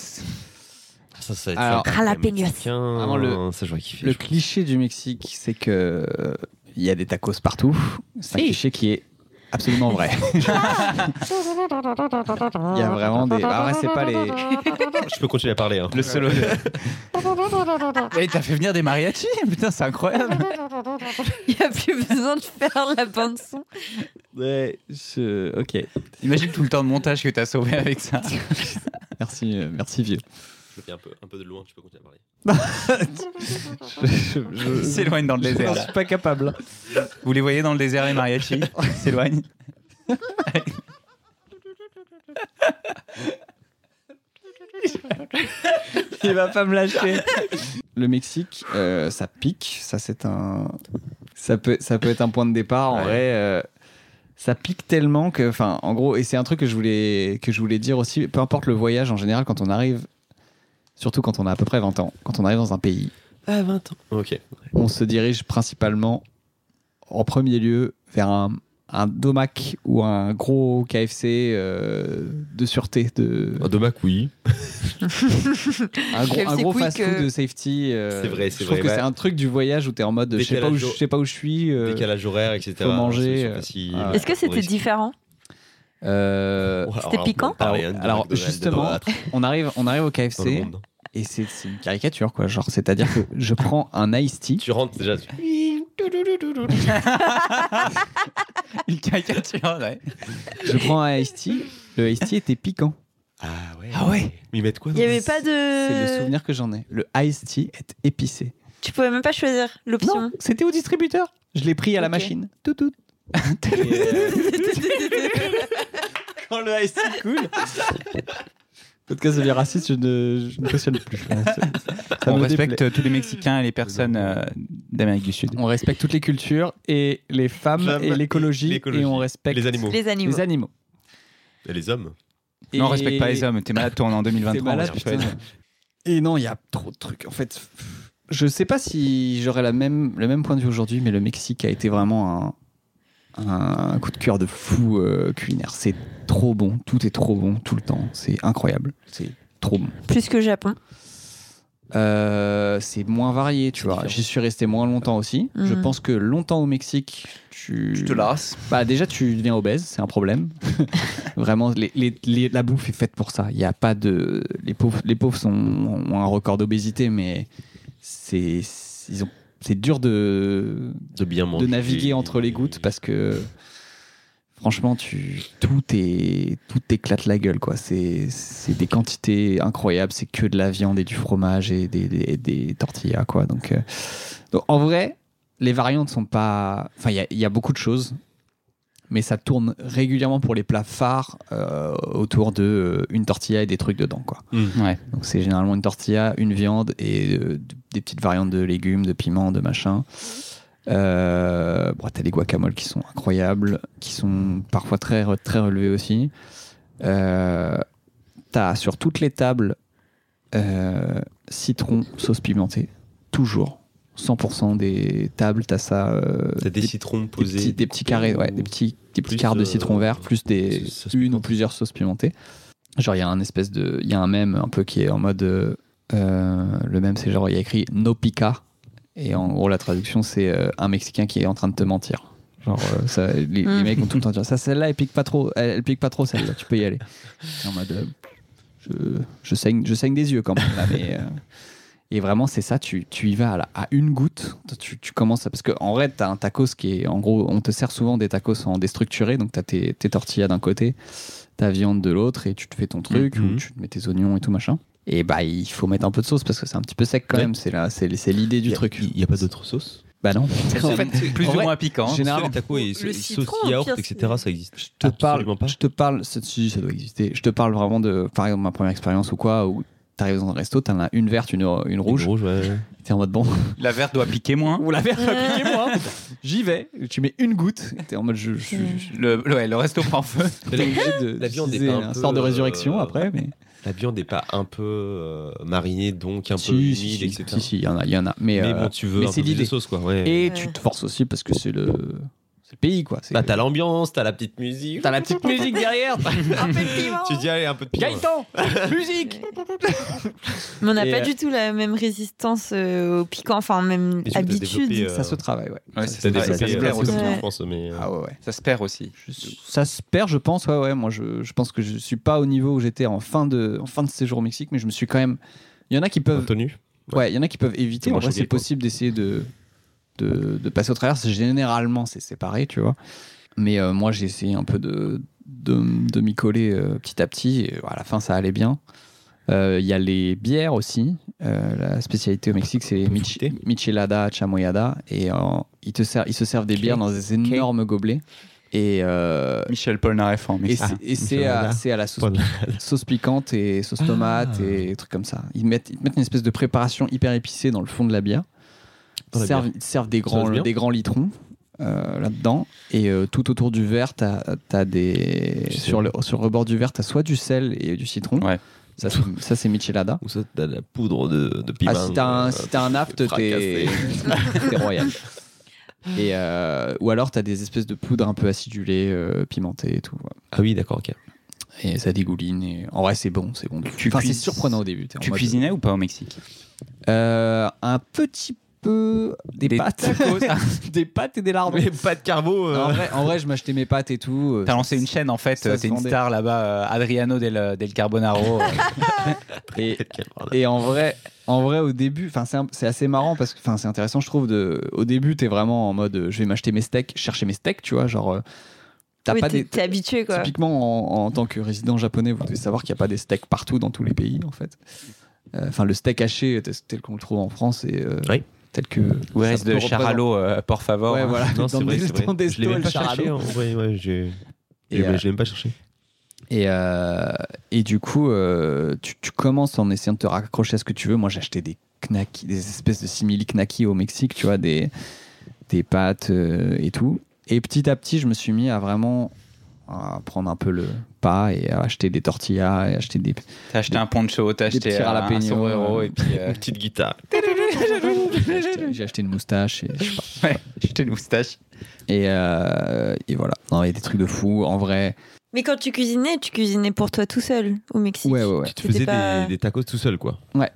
Speaker 4: Ça, ça
Speaker 2: Alors,
Speaker 3: Jalapeños.
Speaker 4: Vraiment
Speaker 2: Vraiment le-
Speaker 4: le. Ça, je vois kiffer.
Speaker 2: Le
Speaker 4: je pense.
Speaker 2: cliché du Mexique, c'est que euh, il y a des tacos partout. C'est un
Speaker 3: Si.
Speaker 2: cliché qui est absolument [laughs] vrai. Il y a vraiment des. Ah ouais, c'est pas les.
Speaker 4: Je peux continuer à parler. hein.
Speaker 1: Le solo Et t'as fait venir des mariachis [laughs] Putain, c'est incroyable
Speaker 3: [laughs] Il n'y a plus besoin de faire la bande-son.
Speaker 2: Ouais, je- Ok.
Speaker 1: Imagine tout le temps de montage que t'as sauvé avec ça.
Speaker 2: Merci, euh, merci vieux.
Speaker 4: Je fais un peu, un peu de loin, tu peux continuer à parler.
Speaker 2: Je, je- je- [laughs]
Speaker 1: Ils s'éloignent dans le
Speaker 2: je
Speaker 1: désert.
Speaker 2: n'en
Speaker 1: là.
Speaker 2: suis pas capable.
Speaker 1: Vous les voyez dans le désert, les
Speaker 2: [laughs]
Speaker 1: mariachis Ils s'éloignent.
Speaker 2: Il va pas me lâcher. Le Mexique, euh, ça pique. Ça, c'est un. Ça peut, ça peut être un point de départ. En
Speaker 4: Ouais.
Speaker 2: vrai, euh, ça pique tellement que, enfin, en gros, et c'est un truc que je voulais, que je voulais dire aussi. Peu importe le voyage, en général, quand on arrive, surtout quand on a à peu près 20 ans, quand on arrive dans un pays,
Speaker 4: Ah, 20 ans. Ok.
Speaker 2: on se dirige principalement, en premier lieu, vers un, un domac ou un gros KFC euh, de sûreté, de
Speaker 4: Domac, oui.
Speaker 2: un gros,
Speaker 3: KFC
Speaker 2: un gros
Speaker 3: quick,
Speaker 2: fast food
Speaker 3: euh.
Speaker 2: de safety. euh,
Speaker 4: C'est vrai, c'est
Speaker 2: Je trouve
Speaker 4: vrai,
Speaker 2: que
Speaker 4: bah.
Speaker 2: c'est un truc du voyage où t'es en mode je sais, pas
Speaker 4: Décalage
Speaker 2: où je
Speaker 4: au-
Speaker 2: je sais pas où je suis. euh,
Speaker 4: Décalage horaire, etc.
Speaker 2: faut manger,
Speaker 4: Solution
Speaker 2: euh,
Speaker 4: facile.
Speaker 2: ah ouais.
Speaker 3: Est-ce que c'était
Speaker 4: Risque.
Speaker 3: différent
Speaker 2: euh,
Speaker 4: Wow,
Speaker 3: C'était
Speaker 4: on
Speaker 3: piquant
Speaker 4: parlait, hein,
Speaker 2: Alors,
Speaker 4: de
Speaker 2: alors,
Speaker 4: McDonald's,
Speaker 2: justement,
Speaker 4: de Domac
Speaker 2: on arrive, on arrive au
Speaker 4: dans le
Speaker 2: KFC
Speaker 4: monde. hein.
Speaker 2: et c'est c'est une caricature quoi. Genre, c'est-à-dire que je prends un iced tea.
Speaker 4: Tu rentres déjà. tu-
Speaker 1: Une caricature, ouais.
Speaker 2: Je prends un iced tea. Le iced tea était piquant.
Speaker 4: Ah ouais.
Speaker 1: Ah ouais
Speaker 4: Mais ils mettent quoi
Speaker 3: Il
Speaker 4: dans
Speaker 3: n'y
Speaker 4: les-
Speaker 3: avait pas de.
Speaker 2: C'est le souvenir que j'en ai. Le iced tea est épicé.
Speaker 3: Tu pouvais même pas choisir l'option.
Speaker 2: Non, c'était au distributeur. Je l'ai pris à la
Speaker 3: Ok.
Speaker 2: machine. Tout, tout.
Speaker 3: [laughs]
Speaker 2: Quand le ice cool. Podcast devient raciste, je ne, je ne questionne plus. [laughs] Ça
Speaker 1: on
Speaker 2: me
Speaker 1: respecte
Speaker 2: déplaît.
Speaker 1: tous les Mexicains et les personnes euh, d'Amérique du Sud.
Speaker 2: On respecte toutes les cultures et les femmes
Speaker 4: Femmes
Speaker 2: et
Speaker 4: et
Speaker 2: l'écologie et,
Speaker 4: l'écologie.
Speaker 2: on respecte
Speaker 4: Les animaux.
Speaker 3: Les animaux.
Speaker 2: Les animaux.
Speaker 4: Et les hommes
Speaker 1: Non, on
Speaker 2: Et-
Speaker 1: respecte pas les hommes. T'es malade, toi, on est en
Speaker 2: T'es
Speaker 1: 2023. on
Speaker 2: malade,
Speaker 1: respecte pas les
Speaker 2: putain.
Speaker 1: hommes.
Speaker 2: Et non, il y a trop de trucs. En fait, je sais pas si j'aurais la même, le même point de vue aujourd'hui, mais le Mexique a été vraiment un, un coup de cœur de fou euh, culinaire. C'est trop bon, tout est trop bon tout le temps. C'est incroyable, c'est trop bon.
Speaker 3: Plus
Speaker 4: [laughs]
Speaker 3: que Japon.
Speaker 2: Euh, c'est moins varié, tu vois.
Speaker 4: différent.
Speaker 2: J'y suis resté moins longtemps aussi. Je
Speaker 3: Mhm.
Speaker 2: pense que longtemps au Mexique, tu.
Speaker 1: Tu te lasses.
Speaker 2: Bah déjà tu deviens obèse, c'est un problème. [laughs] Vraiment, les- les- les- la bouffe est faite pour ça. Il y a pas de les pauvres, les pauvres sont, ont un record d'obésité, mais c'est ils ont c'est dur de
Speaker 4: de bien
Speaker 2: de
Speaker 4: manger.
Speaker 2: naviguer entre les gouttes parce que franchement tu tout est tout éclate la gueule quoi. C'est c'est des quantités incroyables, c'est que de la viande et du fromage et des, des, des tortillas quoi. Donc, euh, donc en vrai, les variantes sont pas enfin il y a- il y, a beaucoup de choses. Mais ça tourne régulièrement pour les plats phares euh, autour de euh, une tortilla et des trucs dedans quoi.
Speaker 1: Ouais.
Speaker 2: Donc c'est généralement une tortilla, une viande et euh, d- des petites variantes de légumes, de piments, de machin. Euh, bon, t'as les guacamoles qui sont incroyables, qui sont parfois très, re- très relevés aussi. Euh, t'as sur toutes les tables euh, citron, sauce pimentée, toujours. 100% des tables, t'as ça. euh,
Speaker 4: T'as des,
Speaker 2: des-
Speaker 4: citrons
Speaker 2: des
Speaker 4: posés.
Speaker 2: petits, des petits carrés, ouais, des petits, des petits
Speaker 4: plus,
Speaker 2: quarts de
Speaker 4: euh,
Speaker 2: citron vert, plus des
Speaker 4: sauce
Speaker 2: une ou
Speaker 4: pimentée.
Speaker 2: plusieurs sauces pimentées. Genre, il y a un espèce de, il y a un même un peu qui est en mode, euh, euh, le même c'est genre il y a écrit no pica et en gros la traduction c'est euh, un mexicain qui est en train de te mentir. Genre euh, ça, les, les
Speaker 3: Mm.
Speaker 2: mecs ont tout le temps dire ça, celle-là elle pique pas trop, elle, elle pique pas trop celle-là, tu peux y aller. Et en mode, euh, je, je saigne, je saigne des yeux quand même là, mais.
Speaker 4: [laughs]
Speaker 2: euh, et vraiment, c'est ça, tu, tu y vas à, la- à une goutte. Tu, tu commences à- Parce qu'en vrai, tu as un tacos qui est. En gros, on te sert souvent des tacos en déstructuré. Donc, tu as tes, tes tortillas d'un côté, ta viande de l'autre, et tu te fais ton truc,
Speaker 4: Mhm.
Speaker 2: ou tu te mets tes oignons et tout machin. Et bah, il faut mettre un peu de sauce parce que c'est un petit peu sec quand
Speaker 4: Ouais.
Speaker 2: même. C'est la- c'est c'est l'idée du
Speaker 4: Y a-
Speaker 2: truc.
Speaker 4: Il n'y a pas d'autre sauce
Speaker 2: Bah non.
Speaker 1: En fait, plus
Speaker 2: En
Speaker 1: ou
Speaker 2: vrai,
Speaker 1: moins piquant.
Speaker 2: généralement,
Speaker 4: Les tacos et,
Speaker 3: Le
Speaker 4: et
Speaker 3: citron,
Speaker 4: sauce
Speaker 3: au
Speaker 4: yaourt,
Speaker 3: pire, c'est-
Speaker 4: etc. Ça existe.
Speaker 2: je te parle,
Speaker 4: Absolument pas.
Speaker 2: je te parle, ça, si, ça doit exister. Je te parle vraiment de, par exemple, ma première expérience ou quoi, où t'arrives dans un resto, t'en as une verte, une, une rouge, [laughs]
Speaker 4: Rouge, ouais.
Speaker 2: t'es en mode bon,
Speaker 1: La verte doit piquer moins.
Speaker 2: ou la verte, appliquez-moi, j'y vais, tu mets une goutte, t'es en mode je, je, je-
Speaker 1: Le, ouais, le resto prend feu.
Speaker 2: t'es obligé de-
Speaker 4: la viande est
Speaker 2: d'utiliser
Speaker 4: pas un
Speaker 2: un
Speaker 4: peu,
Speaker 2: sort de résurrection
Speaker 4: euh,
Speaker 2: après, mais
Speaker 4: La viande n'est pas un peu euh, marinée, donc un
Speaker 2: si,
Speaker 4: peu humide,
Speaker 2: si, si,
Speaker 4: etc.
Speaker 2: si, si, il y en a, il y en a, mais,
Speaker 4: Mais
Speaker 2: euh,
Speaker 4: bon, tu veux
Speaker 2: mais
Speaker 4: un
Speaker 2: c'est
Speaker 4: peu plus de
Speaker 2: l'idée.
Speaker 4: sauce, quoi. Ouais.
Speaker 2: et
Speaker 3: Ouais.
Speaker 2: tu te forces aussi parce que c'est le, c'est le pays quoi. C'est-
Speaker 4: Bah, t'as l'ambiance, t'as la petite musique.
Speaker 2: t'as la petite musique derrière.
Speaker 4: [laughs]
Speaker 3: Un peu de piment.
Speaker 4: Tu dis, allez, un peu de piment.
Speaker 2: Gaëtan, musique.
Speaker 3: Mais on n'a
Speaker 2: Et,
Speaker 3: pas
Speaker 2: euh,
Speaker 3: du tout la même résistance euh, au piquant, enfin, même
Speaker 4: Mais tu peux te
Speaker 3: habitude.
Speaker 4: développer, euh,
Speaker 2: Ça se travaille, ouais.
Speaker 1: Ouais,
Speaker 2: Ça
Speaker 1: c'est
Speaker 2: se
Speaker 4: T'as
Speaker 1: Ouais,
Speaker 2: travaille,
Speaker 1: ça
Speaker 4: développé
Speaker 2: se
Speaker 1: se
Speaker 4: euh,
Speaker 1: perd
Speaker 2: perd aussi.
Speaker 4: la sauce
Speaker 3: Ouais.
Speaker 4: en France, mais. euh,
Speaker 2: Ah ouais, ouais.
Speaker 1: Ça se perd aussi.
Speaker 2: Euh, Ça se perd, je pense. Ouais, ouais. Moi, je, je pense que je suis pas au niveau où j'étais en fin de en fin de séjour au Mexique, mais je me suis quand même. Il y en a qui peuvent.
Speaker 4: Anthony
Speaker 2: Ouais, il y en a qui peuvent éviter.
Speaker 4: Ils
Speaker 2: En
Speaker 4: m'ont
Speaker 2: vrai,
Speaker 4: choqué,
Speaker 2: c'est
Speaker 4: quoi.
Speaker 2: possible d'essayer de, de, de passer au travers. C'est- Généralement, c'est séparé, tu vois. Mais euh, moi, j'ai essayé un peu de, de, de m'y coller euh, petit à petit. Et, euh, à la fin, ça allait bien. Euh, Il y a les bières aussi. Euh, la spécialité au Mexique, c'est les mich-
Speaker 4: shooter.
Speaker 2: michelada, chamoyada. Et euh, ils, te servent, ils se servent des bières dans des énormes gobelets. Et, euh,
Speaker 1: Michel Polnareff en
Speaker 2: et
Speaker 1: Mexique.
Speaker 2: c'est- et c'est
Speaker 4: michelada.
Speaker 2: à, c'est à la sauce
Speaker 4: Pas mal.
Speaker 2: sauce piquante et sauce tomate
Speaker 4: Ah.
Speaker 2: et trucs comme ça. Ils mettent, ils mettent une espèce de préparation hyper épicée dans le fond de la bière.
Speaker 4: Dans la
Speaker 2: servent, ils servent des grands,
Speaker 4: va bien
Speaker 2: des grands litrons euh, là-dedans. Et euh, tout autour du verre, t'as, t'as des...
Speaker 4: Du sel.
Speaker 2: sur, le, sur le rebord du verre, t'as soit du sel et du citron.
Speaker 1: Ouais.
Speaker 2: Ça, c'est, ça, c'est michelada.
Speaker 4: Ou ça, t'as de la poudre de, de piment.
Speaker 2: Ah, si t'as un,
Speaker 4: euh,
Speaker 2: si t'as un apt, t'es,
Speaker 4: fracassé.
Speaker 2: [laughs] t'es royal. Et euh, ou alors t'as des espèces de poudres un peu acidulées, euh, pimentées et tout.
Speaker 4: Ah oui, d'accord, ok.
Speaker 2: Et ça dégouline. Et... En vrai, c'est bon, c'est bon.
Speaker 1: Tu
Speaker 2: enfin, c'est
Speaker 1: cuis-
Speaker 2: surprenant au début. t'es en
Speaker 1: Tu
Speaker 2: mode-
Speaker 1: cuisinais ou pas au Mexique
Speaker 2: Euh, un petit peu des, pâtes. [laughs] des pâtes et des lardons.
Speaker 4: Mais pas de carbo. euh,
Speaker 2: Non, en, vrai, en vrai, je m'achetais mes pâtes et tout. euh,
Speaker 1: T'as lancé une chaîne en fait,
Speaker 2: Ça
Speaker 1: euh,
Speaker 2: se
Speaker 1: t'es une
Speaker 2: vendait.
Speaker 1: star là-bas, euh, Adriano del, del [laughs] Carbonaro. euh,
Speaker 2: Et,
Speaker 3: Ah,
Speaker 4: Voilà.
Speaker 2: et en vrai, en vrai, au début, enfin, c'est un- c'est assez marrant parce que, enfin, c'est intéressant, je trouve. De, au début, t'es vraiment en mode, euh, je vais m'acheter mes steaks, chercher mes steaks, tu vois, genre. euh, T'as
Speaker 3: Oui,
Speaker 2: pas
Speaker 3: t'es
Speaker 2: des,
Speaker 3: t'es habitué, quoi.
Speaker 2: Typiquement, en, en tant que résident japonais, vous devez savoir qu'il n'y a pas des steaks partout dans tous les pays, en fait. Euh, Enfin, le steak haché, tel tel qu'on le trouve en France, et, euh,
Speaker 4: Oui.
Speaker 2: tel que.
Speaker 1: Where
Speaker 2: ça
Speaker 1: is
Speaker 2: peut
Speaker 1: de
Speaker 2: représenter-
Speaker 1: Charalo, euh, por favor.
Speaker 2: Ouais, [laughs] voilà.
Speaker 4: hein. Non,
Speaker 2: dans
Speaker 4: c'est vrai,
Speaker 2: des,
Speaker 4: c'est vrai.
Speaker 2: dans des
Speaker 4: Je l'ai même
Speaker 2: stalls
Speaker 4: pas cherché. hein.
Speaker 2: Charalo.
Speaker 4: En vrai, ouais, j'ai-
Speaker 1: Et,
Speaker 4: j'ai-
Speaker 1: euh,
Speaker 4: je l'ai même pas cherché.
Speaker 2: Et, euh, et du coup, euh, tu, tu commences en essayant de te raccrocher à ce que tu veux. Moi, j'achetais des knacki, des espèces de simili knacki au Mexique, tu vois, des, des pâtes euh, et tout. Et petit à petit, je me suis mis à vraiment à prendre un peu le pas et à acheter des tortillas et acheter des.
Speaker 1: T'as acheté un poncho, t'as
Speaker 2: des
Speaker 1: acheté
Speaker 2: petits
Speaker 1: euh, un,
Speaker 2: jalapeños,
Speaker 1: sombrero
Speaker 2: euh.
Speaker 1: et puis. euh,
Speaker 4: Petite guitare.
Speaker 2: J'ai [laughs] acheté- j'ai acheté une moustache et je sais pas.
Speaker 1: ouais, acheté une moustache.
Speaker 2: Et, euh, et voilà. Non, il y a des trucs de fou. En vrai.
Speaker 3: Mais quand tu cuisinais, tu cuisinais pour toi tout seul au Mexique. [laughs]
Speaker 2: Ouais, ouais, ouais.
Speaker 4: Tu te
Speaker 3: C'était
Speaker 4: faisais
Speaker 3: pas-
Speaker 4: des, des tacos tout seul, quoi. Ça,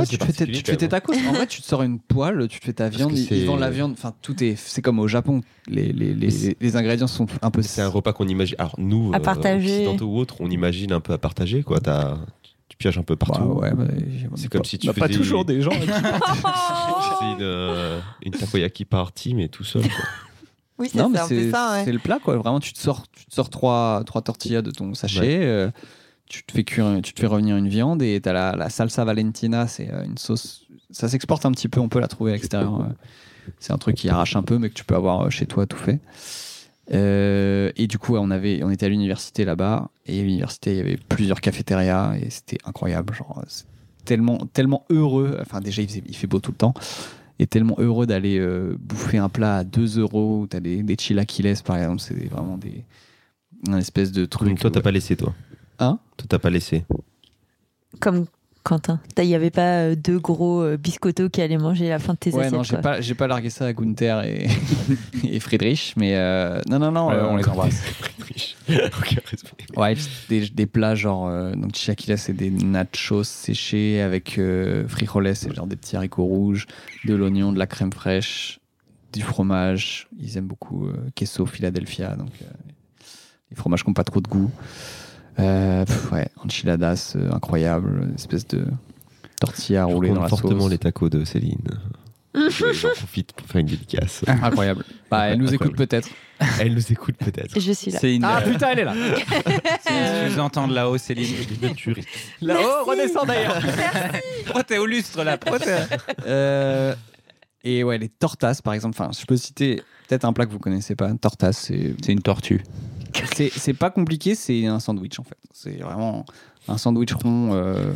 Speaker 2: Ouais,
Speaker 4: c'est
Speaker 2: tu te, fais tes,
Speaker 4: particulier,
Speaker 2: tu te fais
Speaker 4: quand même.
Speaker 2: tes tacos. En vrai, tu te sors une poêle, tu te fais ta
Speaker 4: que
Speaker 2: viande, ils
Speaker 4: c'est-
Speaker 2: ils vendent la viande. Enfin, tout est. C'est comme au Japon. Les, les, les, les, les ingrédients sont un peu.
Speaker 4: C'est un repas qu'on imagine. Alors, nous,
Speaker 3: À
Speaker 4: euh,
Speaker 3: partager.
Speaker 4: occidentaux ou autres, on imagine un peu à partager, quoi. T'as- Tu piages un peu
Speaker 2: Bah,
Speaker 4: partout.
Speaker 2: ouais, bah,
Speaker 4: C'est
Speaker 2: on
Speaker 4: comme
Speaker 2: pas-
Speaker 4: si tu
Speaker 2: on a pas
Speaker 4: faisais-
Speaker 2: toujours des gens. avec qui-
Speaker 4: C'est
Speaker 3: Oh
Speaker 4: une, euh, une takoyaki party, mais tout seul. quoi.
Speaker 3: Oui, c'est
Speaker 2: non, mais
Speaker 3: ça, un peu
Speaker 2: c'est
Speaker 3: ça, ouais.
Speaker 2: c'est le plat, quoi. Vraiment, tu te sors, tu te sors trois, trois tortillas de ton sachet. euh, tu te, fais cuire, tu te fais revenir une viande et t'as la, la salsa Valentina, c'est euh, une sauce. Ça s'exporte un petit peu, on peut la trouver à l'extérieur. euh. C'est un truc qui arrache un peu, mais que tu peux avoir euh, chez toi tout fait. Euh, et du coup, ouais, on, avait, on était à l'université là-bas, et à l'université, il y avait plusieurs cafétérias, et c'était incroyable. Genre, euh, c'est tellement, tellement heureux. Enfin, déjà, il, faisait- il fait beau tout le temps, et tellement heureux d'aller euh, bouffer un plat à 2 euros, ou t'as des, des chilaquiles par exemple, c'est vraiment des. Un espèce de truc. euh,
Speaker 4: Donc, toi, t'as
Speaker 2: ouais.
Speaker 4: pas laissé, toi.
Speaker 2: Hein
Speaker 4: Toi, t'as pas laissé.
Speaker 3: Comme Quentin. T'as- Il n'y avait pas euh, deux gros euh, biscottos qui allaient manger la fin de tes
Speaker 2: ouais,
Speaker 3: assiettes.
Speaker 2: non, j'ai
Speaker 3: quoi.
Speaker 2: pas, j'ai pas largué ça à Gunther et, [laughs] et Friedrich, mais euh, non, non, non.
Speaker 1: Ouais,
Speaker 2: euh,
Speaker 1: on les embrasse.
Speaker 4: [laughs] Aucun respect.
Speaker 2: Ouais, des, des plats genre. euh, donc, chilaquiles, c'est des nachos séchés avec euh, frijoles, c'est genre des petits haricots rouges, de l'oignon, de la crème fraîche, du fromage. Ils aiment beaucoup euh, queso Philadelphia, donc euh, les fromages qui n'ont pas trop de goût. Euh, pff, ouais, enchiladas, euh, incroyable, une espèce de tortilla
Speaker 4: Je
Speaker 2: roulée dans
Speaker 4: recommande
Speaker 2: la
Speaker 4: fortement
Speaker 2: sauce.
Speaker 4: les tacos de
Speaker 3: [laughs]
Speaker 4: Céline. J'en profite pour faire
Speaker 2: [laughs]
Speaker 4: une dédicace.
Speaker 2: Incroyable. Bah, elle nous écoute peut-être.
Speaker 4: Elle nous écoute peut-être.
Speaker 3: Je suis là.
Speaker 1: [laughs] C'est une. euh,
Speaker 2: Ah, putain, elle est là.
Speaker 1: si tu nous entends de là-haut, Céline. [laughs]
Speaker 2: Là-haut, redescend d'ailleurs.
Speaker 1: Pourquoi t'es au lustre là Pourquoi t'es-
Speaker 2: Euh, et ouais, les tortas, par exemple. Enfin, je peux citer peut-être un plat que vous connaissez pas. Tortas, c'est
Speaker 1: C'est une tortue.
Speaker 2: c'est- c'est pas compliqué, c'est un sandwich en fait. C'est vraiment un sandwich rond. euh,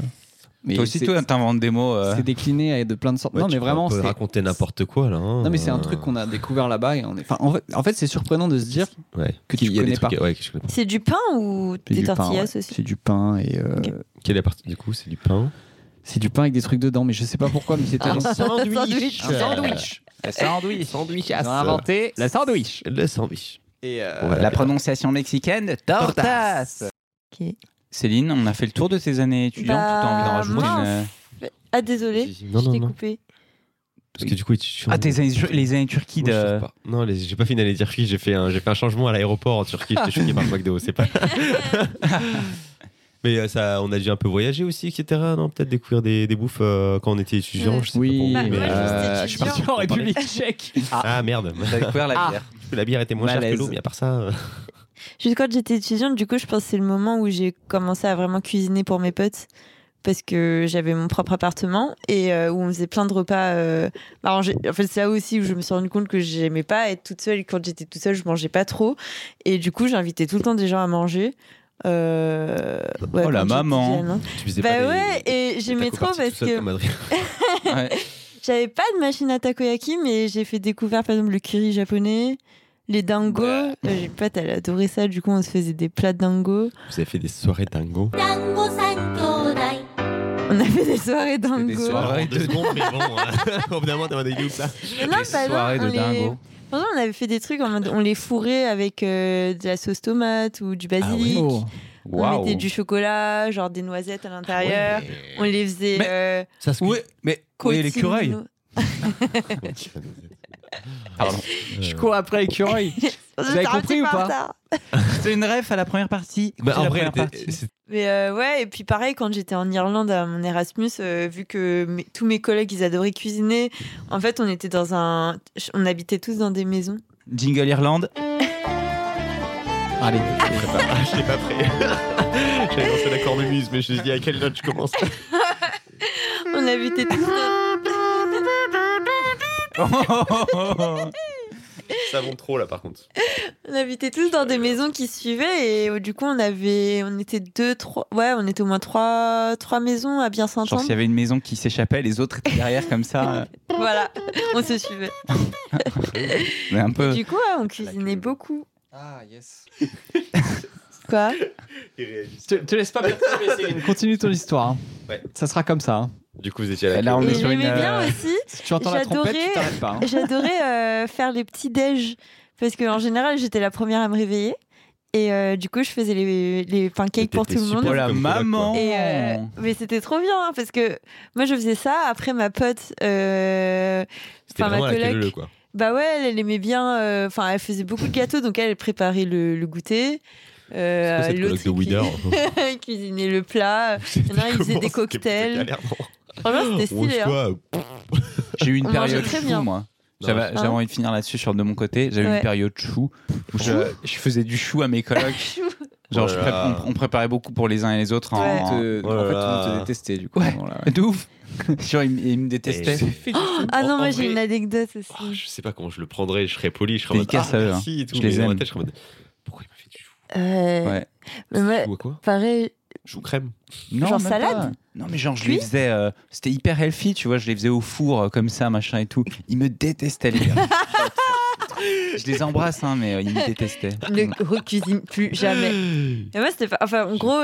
Speaker 2: mais
Speaker 1: Toi aussi,
Speaker 2: c'est-
Speaker 1: toi, t'inventes des mots. euh,
Speaker 2: c'est décliné à- de plein de sortes.
Speaker 4: Ouais,
Speaker 2: non,
Speaker 4: tu
Speaker 2: mais
Speaker 4: peux
Speaker 2: vraiment,
Speaker 4: un peu
Speaker 2: c'est
Speaker 4: raconter n'importe quoi, là. hein.
Speaker 2: non, mais c'est un truc qu'on a découvert là-bas et on est. Enfin, en fait, en fait, c'est surprenant de se dire
Speaker 4: Ouais.
Speaker 2: que tu
Speaker 4: Il y a
Speaker 2: connais
Speaker 4: des
Speaker 2: pas.
Speaker 4: trucs. Ouais, que je connais pas.
Speaker 3: C'est du pain ou
Speaker 2: C'est
Speaker 3: des
Speaker 2: du pain,
Speaker 3: tortillas
Speaker 2: ouais.
Speaker 3: aussi
Speaker 2: C'est du pain et euh,
Speaker 3: Ok.
Speaker 4: Quelle est la partie du coup C'est du pain.
Speaker 2: c'est du pain avec des trucs dedans, mais je sais pas pourquoi, mais c'est tellement-
Speaker 3: [laughs] sandwich.
Speaker 2: Un sandwich.
Speaker 1: La sandwich.
Speaker 4: Sandwich.
Speaker 2: Ils ont inventé la sandwich.
Speaker 4: Le sandwich.
Speaker 2: Et euh,
Speaker 4: Voilà.
Speaker 1: La prononciation mexicaine, tortas.
Speaker 3: Ok.
Speaker 1: Céline, on a fait le tour de tes années étudiantes.
Speaker 3: Bah,
Speaker 1: T'as envie d'en rajouter
Speaker 3: mince.
Speaker 1: une. euh,
Speaker 3: Ah, désolé.
Speaker 4: Non,
Speaker 3: je
Speaker 4: non,
Speaker 3: t'ai
Speaker 4: non.
Speaker 3: coupé.
Speaker 4: Parce que du coup, tu-
Speaker 1: Ah, tes euh. années,
Speaker 4: Moi,
Speaker 1: les années turquies
Speaker 4: je
Speaker 1: de.
Speaker 4: sais pas. Non, les- j'ai pas fini d'aller dire qui. J'ai fait un, j'ai fait un changement à l'aéroport en Turquie. J'étais choqué par le
Speaker 1: [laughs]
Speaker 4: McDo. C'est pas. Mais euh, ça, on a dû un peu voyager aussi, etc. Non, peut-être découvrir des, des bouffes euh, quand on était étudiant.
Speaker 3: Ouais.
Speaker 4: Je sais pas
Speaker 2: Oui,
Speaker 4: pour
Speaker 3: Bah,
Speaker 4: vous, mais,
Speaker 3: moi,
Speaker 4: euh,
Speaker 3: j'étais
Speaker 2: je suis parti en République tchèque.
Speaker 4: Ah merde. [laughs]
Speaker 1: T'as découvert la bière.
Speaker 4: La bière était moins chère que
Speaker 2: Malaise.
Speaker 4: l'eau, mais à part ça. euh, [laughs]
Speaker 3: Juste quand j'étais étudiante, du coup, je pense que c'est le moment où j'ai commencé à vraiment cuisiner pour mes potes. Parce que j'avais mon propre appartement et euh, où on faisait plein de repas. euh, arrangés. En fait, c'est là aussi où je me suis rendu compte que j'aimais pas être toute seule. Et Quand j'étais toute seule, je mangeais pas trop. Et du coup, j'invitais tout le temps des gens à manger. Euh, ouais,
Speaker 1: Oh, la
Speaker 3: quand j'étais
Speaker 1: maman.
Speaker 3: jeune, hein.
Speaker 4: tu faisais
Speaker 3: Bah
Speaker 4: pas des-
Speaker 3: ouais, et
Speaker 4: des
Speaker 3: j'aimais
Speaker 4: tacos
Speaker 3: trop
Speaker 4: partis
Speaker 3: parce
Speaker 4: tout seul
Speaker 3: que-
Speaker 4: comme Adrien.
Speaker 1: [laughs] Ouais.
Speaker 3: J'avais pas de machine à takoyaki, mais j'ai fait découvrir par exemple le curry japonais, les
Speaker 4: Bah.
Speaker 3: dangos. Euh, J'ai une pote, elle adorait ça, du coup on se faisait des plats de dango.
Speaker 4: Vous avez fait des soirées dingo.
Speaker 3: On a fait des soirées dango.
Speaker 2: des soirées.
Speaker 4: Alors, en deux secondes, mais bon, hein. [laughs] au bout d'un moment, t'as des hein. idée où ça.
Speaker 3: Mais non,
Speaker 1: Les
Speaker 3: pas loin,
Speaker 1: soirées
Speaker 3: on
Speaker 1: de
Speaker 3: les-
Speaker 1: dingo.
Speaker 3: Franchement, on avait fait des trucs, en mode- on les fourrait avec euh, de la sauce tomate ou du
Speaker 4: Ah
Speaker 3: basilic.
Speaker 2: Oh.
Speaker 3: On mettait du chocolat, genre des noisettes à
Speaker 4: Ah
Speaker 3: l'intérieur. On les faisait.
Speaker 1: Mais-
Speaker 3: euh,
Speaker 4: Ça se
Speaker 1: Oui, mais où est l'écureuil
Speaker 3: cotino-
Speaker 1: Pardon.
Speaker 2: Je cours après
Speaker 4: [laughs]
Speaker 2: l'écureuil. Vous avez
Speaker 3: J'étais un
Speaker 2: compris
Speaker 3: petit
Speaker 2: ou
Speaker 3: peu en
Speaker 2: pas
Speaker 3: retard.
Speaker 1: C'était une ref à la première partie.
Speaker 4: Bah,
Speaker 1: C'est
Speaker 4: en
Speaker 1: la
Speaker 4: vrai,
Speaker 1: première partie.
Speaker 4: t'es- c'est-
Speaker 3: Mais euh, ouais, et puis pareil, quand j'étais en Irlande à mon Erasmus, euh, vu que mes- tous mes collègues, ils adoraient cuisiner, en fait, on était dans un... On habitait tous dans des maisons.
Speaker 1: Jingle Irlande.
Speaker 2: Allez,
Speaker 4: ah, je l'ai pas pris. [laughs] J'avais pensé à la cornemuse, mais je me suis dit à quelle note je commence.
Speaker 3: On habitait tous dans...
Speaker 4: [laughs] Ça monte trop là par contre.
Speaker 3: On habitait tous dans des maisons qui se suivaient et euh, du coup on avait, on était deux, trois, ouais, on était au moins trois, trois maisons à bien
Speaker 1: Genre, s'il y
Speaker 3: s'entendre.
Speaker 1: avait une maison qui s'échappait, les autres étaient derrière comme ça. euh,
Speaker 3: Voilà, [laughs] on se suivait.
Speaker 1: mais un peu.
Speaker 3: Du coup, ouais, on cuisinait beaucoup.
Speaker 2: Ah, yes.
Speaker 3: Quoi
Speaker 2: Te, te laisse pas participer,
Speaker 4: [laughs]
Speaker 2: Céline. Continue ton histoire. hein.
Speaker 4: Ouais.
Speaker 2: Ça sera comme ça. hein.
Speaker 4: Du coup, vous étiez à la
Speaker 1: Là, on
Speaker 3: Et
Speaker 1: est sur une.
Speaker 3: j'aimais bien
Speaker 1: euh,
Speaker 3: aussi.
Speaker 2: Si tu entends la trompette,
Speaker 3: J'adorais-
Speaker 2: tu t'arrêtes pas. hein.
Speaker 3: J'adorais euh, faire les petits déj parce que en général j'étais la première à me réveiller et euh, du coup je faisais les, les pancakes
Speaker 4: T'étais
Speaker 3: pour tout le
Speaker 4: super
Speaker 3: monde.
Speaker 1: Oh la
Speaker 4: Comme Kodak,
Speaker 1: maman
Speaker 3: Et euh, mais c'était trop bien hein, parce que moi je faisais ça après ma pote euh,
Speaker 4: C'était
Speaker 3: Enfin, ma
Speaker 4: vraiment à la
Speaker 3: coloc.
Speaker 4: queue quoi.
Speaker 3: bah ouais elle, elle aimait bien euh, enfin elle faisait beaucoup de gâteaux donc elle elle préparait le, le goûter
Speaker 4: C'est quoi
Speaker 3: euh,
Speaker 4: cette
Speaker 3: l'autre
Speaker 4: coloc de Wither [laughs]
Speaker 3: [laughs] il cuisinait le plat il y en a un, il faisait des cocktails franchement c'était stylé hein.
Speaker 1: J'ai eu une
Speaker 3: On
Speaker 1: période
Speaker 3: mangeait très
Speaker 1: chou,
Speaker 3: bien.
Speaker 1: moi. J'avais
Speaker 4: Non,
Speaker 1: j'avais
Speaker 3: Hein
Speaker 1: envie de finir là-dessus sur de mon côté. J'avais eu
Speaker 3: Ouais.
Speaker 1: une période chou où je, je faisais du chou à mes colocs.
Speaker 3: [laughs] Chou.
Speaker 1: Genre, je
Speaker 4: Oh là là.
Speaker 1: prép- on, on préparait beaucoup pour les uns et les autres. en-
Speaker 3: Ouais.
Speaker 1: en-
Speaker 2: Te-
Speaker 4: Oh
Speaker 2: en
Speaker 4: là
Speaker 2: fait, tout
Speaker 4: là.
Speaker 2: le monde te détestait du coup.
Speaker 1: Ouais.
Speaker 2: Voilà,
Speaker 1: De ouf. [laughs] Genre, ils, m- ils me Oh, détestaient.
Speaker 4: Et je
Speaker 3: ah non
Speaker 4: En-
Speaker 3: moi
Speaker 4: en
Speaker 3: j'ai
Speaker 4: vrai-
Speaker 3: une anecdote aussi
Speaker 4: Oh, je sais pas comment je le prendrais, je serais poli, je serais en mode,
Speaker 1: Dédicace
Speaker 4: ah,
Speaker 1: à eux,
Speaker 3: hein.
Speaker 4: merci et tout.
Speaker 1: Je les
Speaker 4: mais dans ma
Speaker 1: aime.
Speaker 4: tête, je serais en mode, pourquoi il m'a fait du chou
Speaker 3: Euh,
Speaker 1: Ouais.
Speaker 3: mais moi,
Speaker 4: Chou à quoi
Speaker 3: pareil
Speaker 4: Chou crème.
Speaker 1: Non,
Speaker 3: Genre
Speaker 1: même
Speaker 3: salade
Speaker 1: pas. Non, mais genre, je les
Speaker 3: Cuit
Speaker 1: faisais. euh, C'était hyper healthy, tu vois. Je les faisais au four, euh, comme ça, machin et tout. Ils me détestaient, les
Speaker 3: [laughs]
Speaker 1: gars. je les embrasse, hein, mais euh, ils me détestaient. Mmh.
Speaker 4: Ah,
Speaker 3: ne recuisine plus jamais
Speaker 4: [gasps]
Speaker 3: Et moi, c'était pas- Enfin, en gros,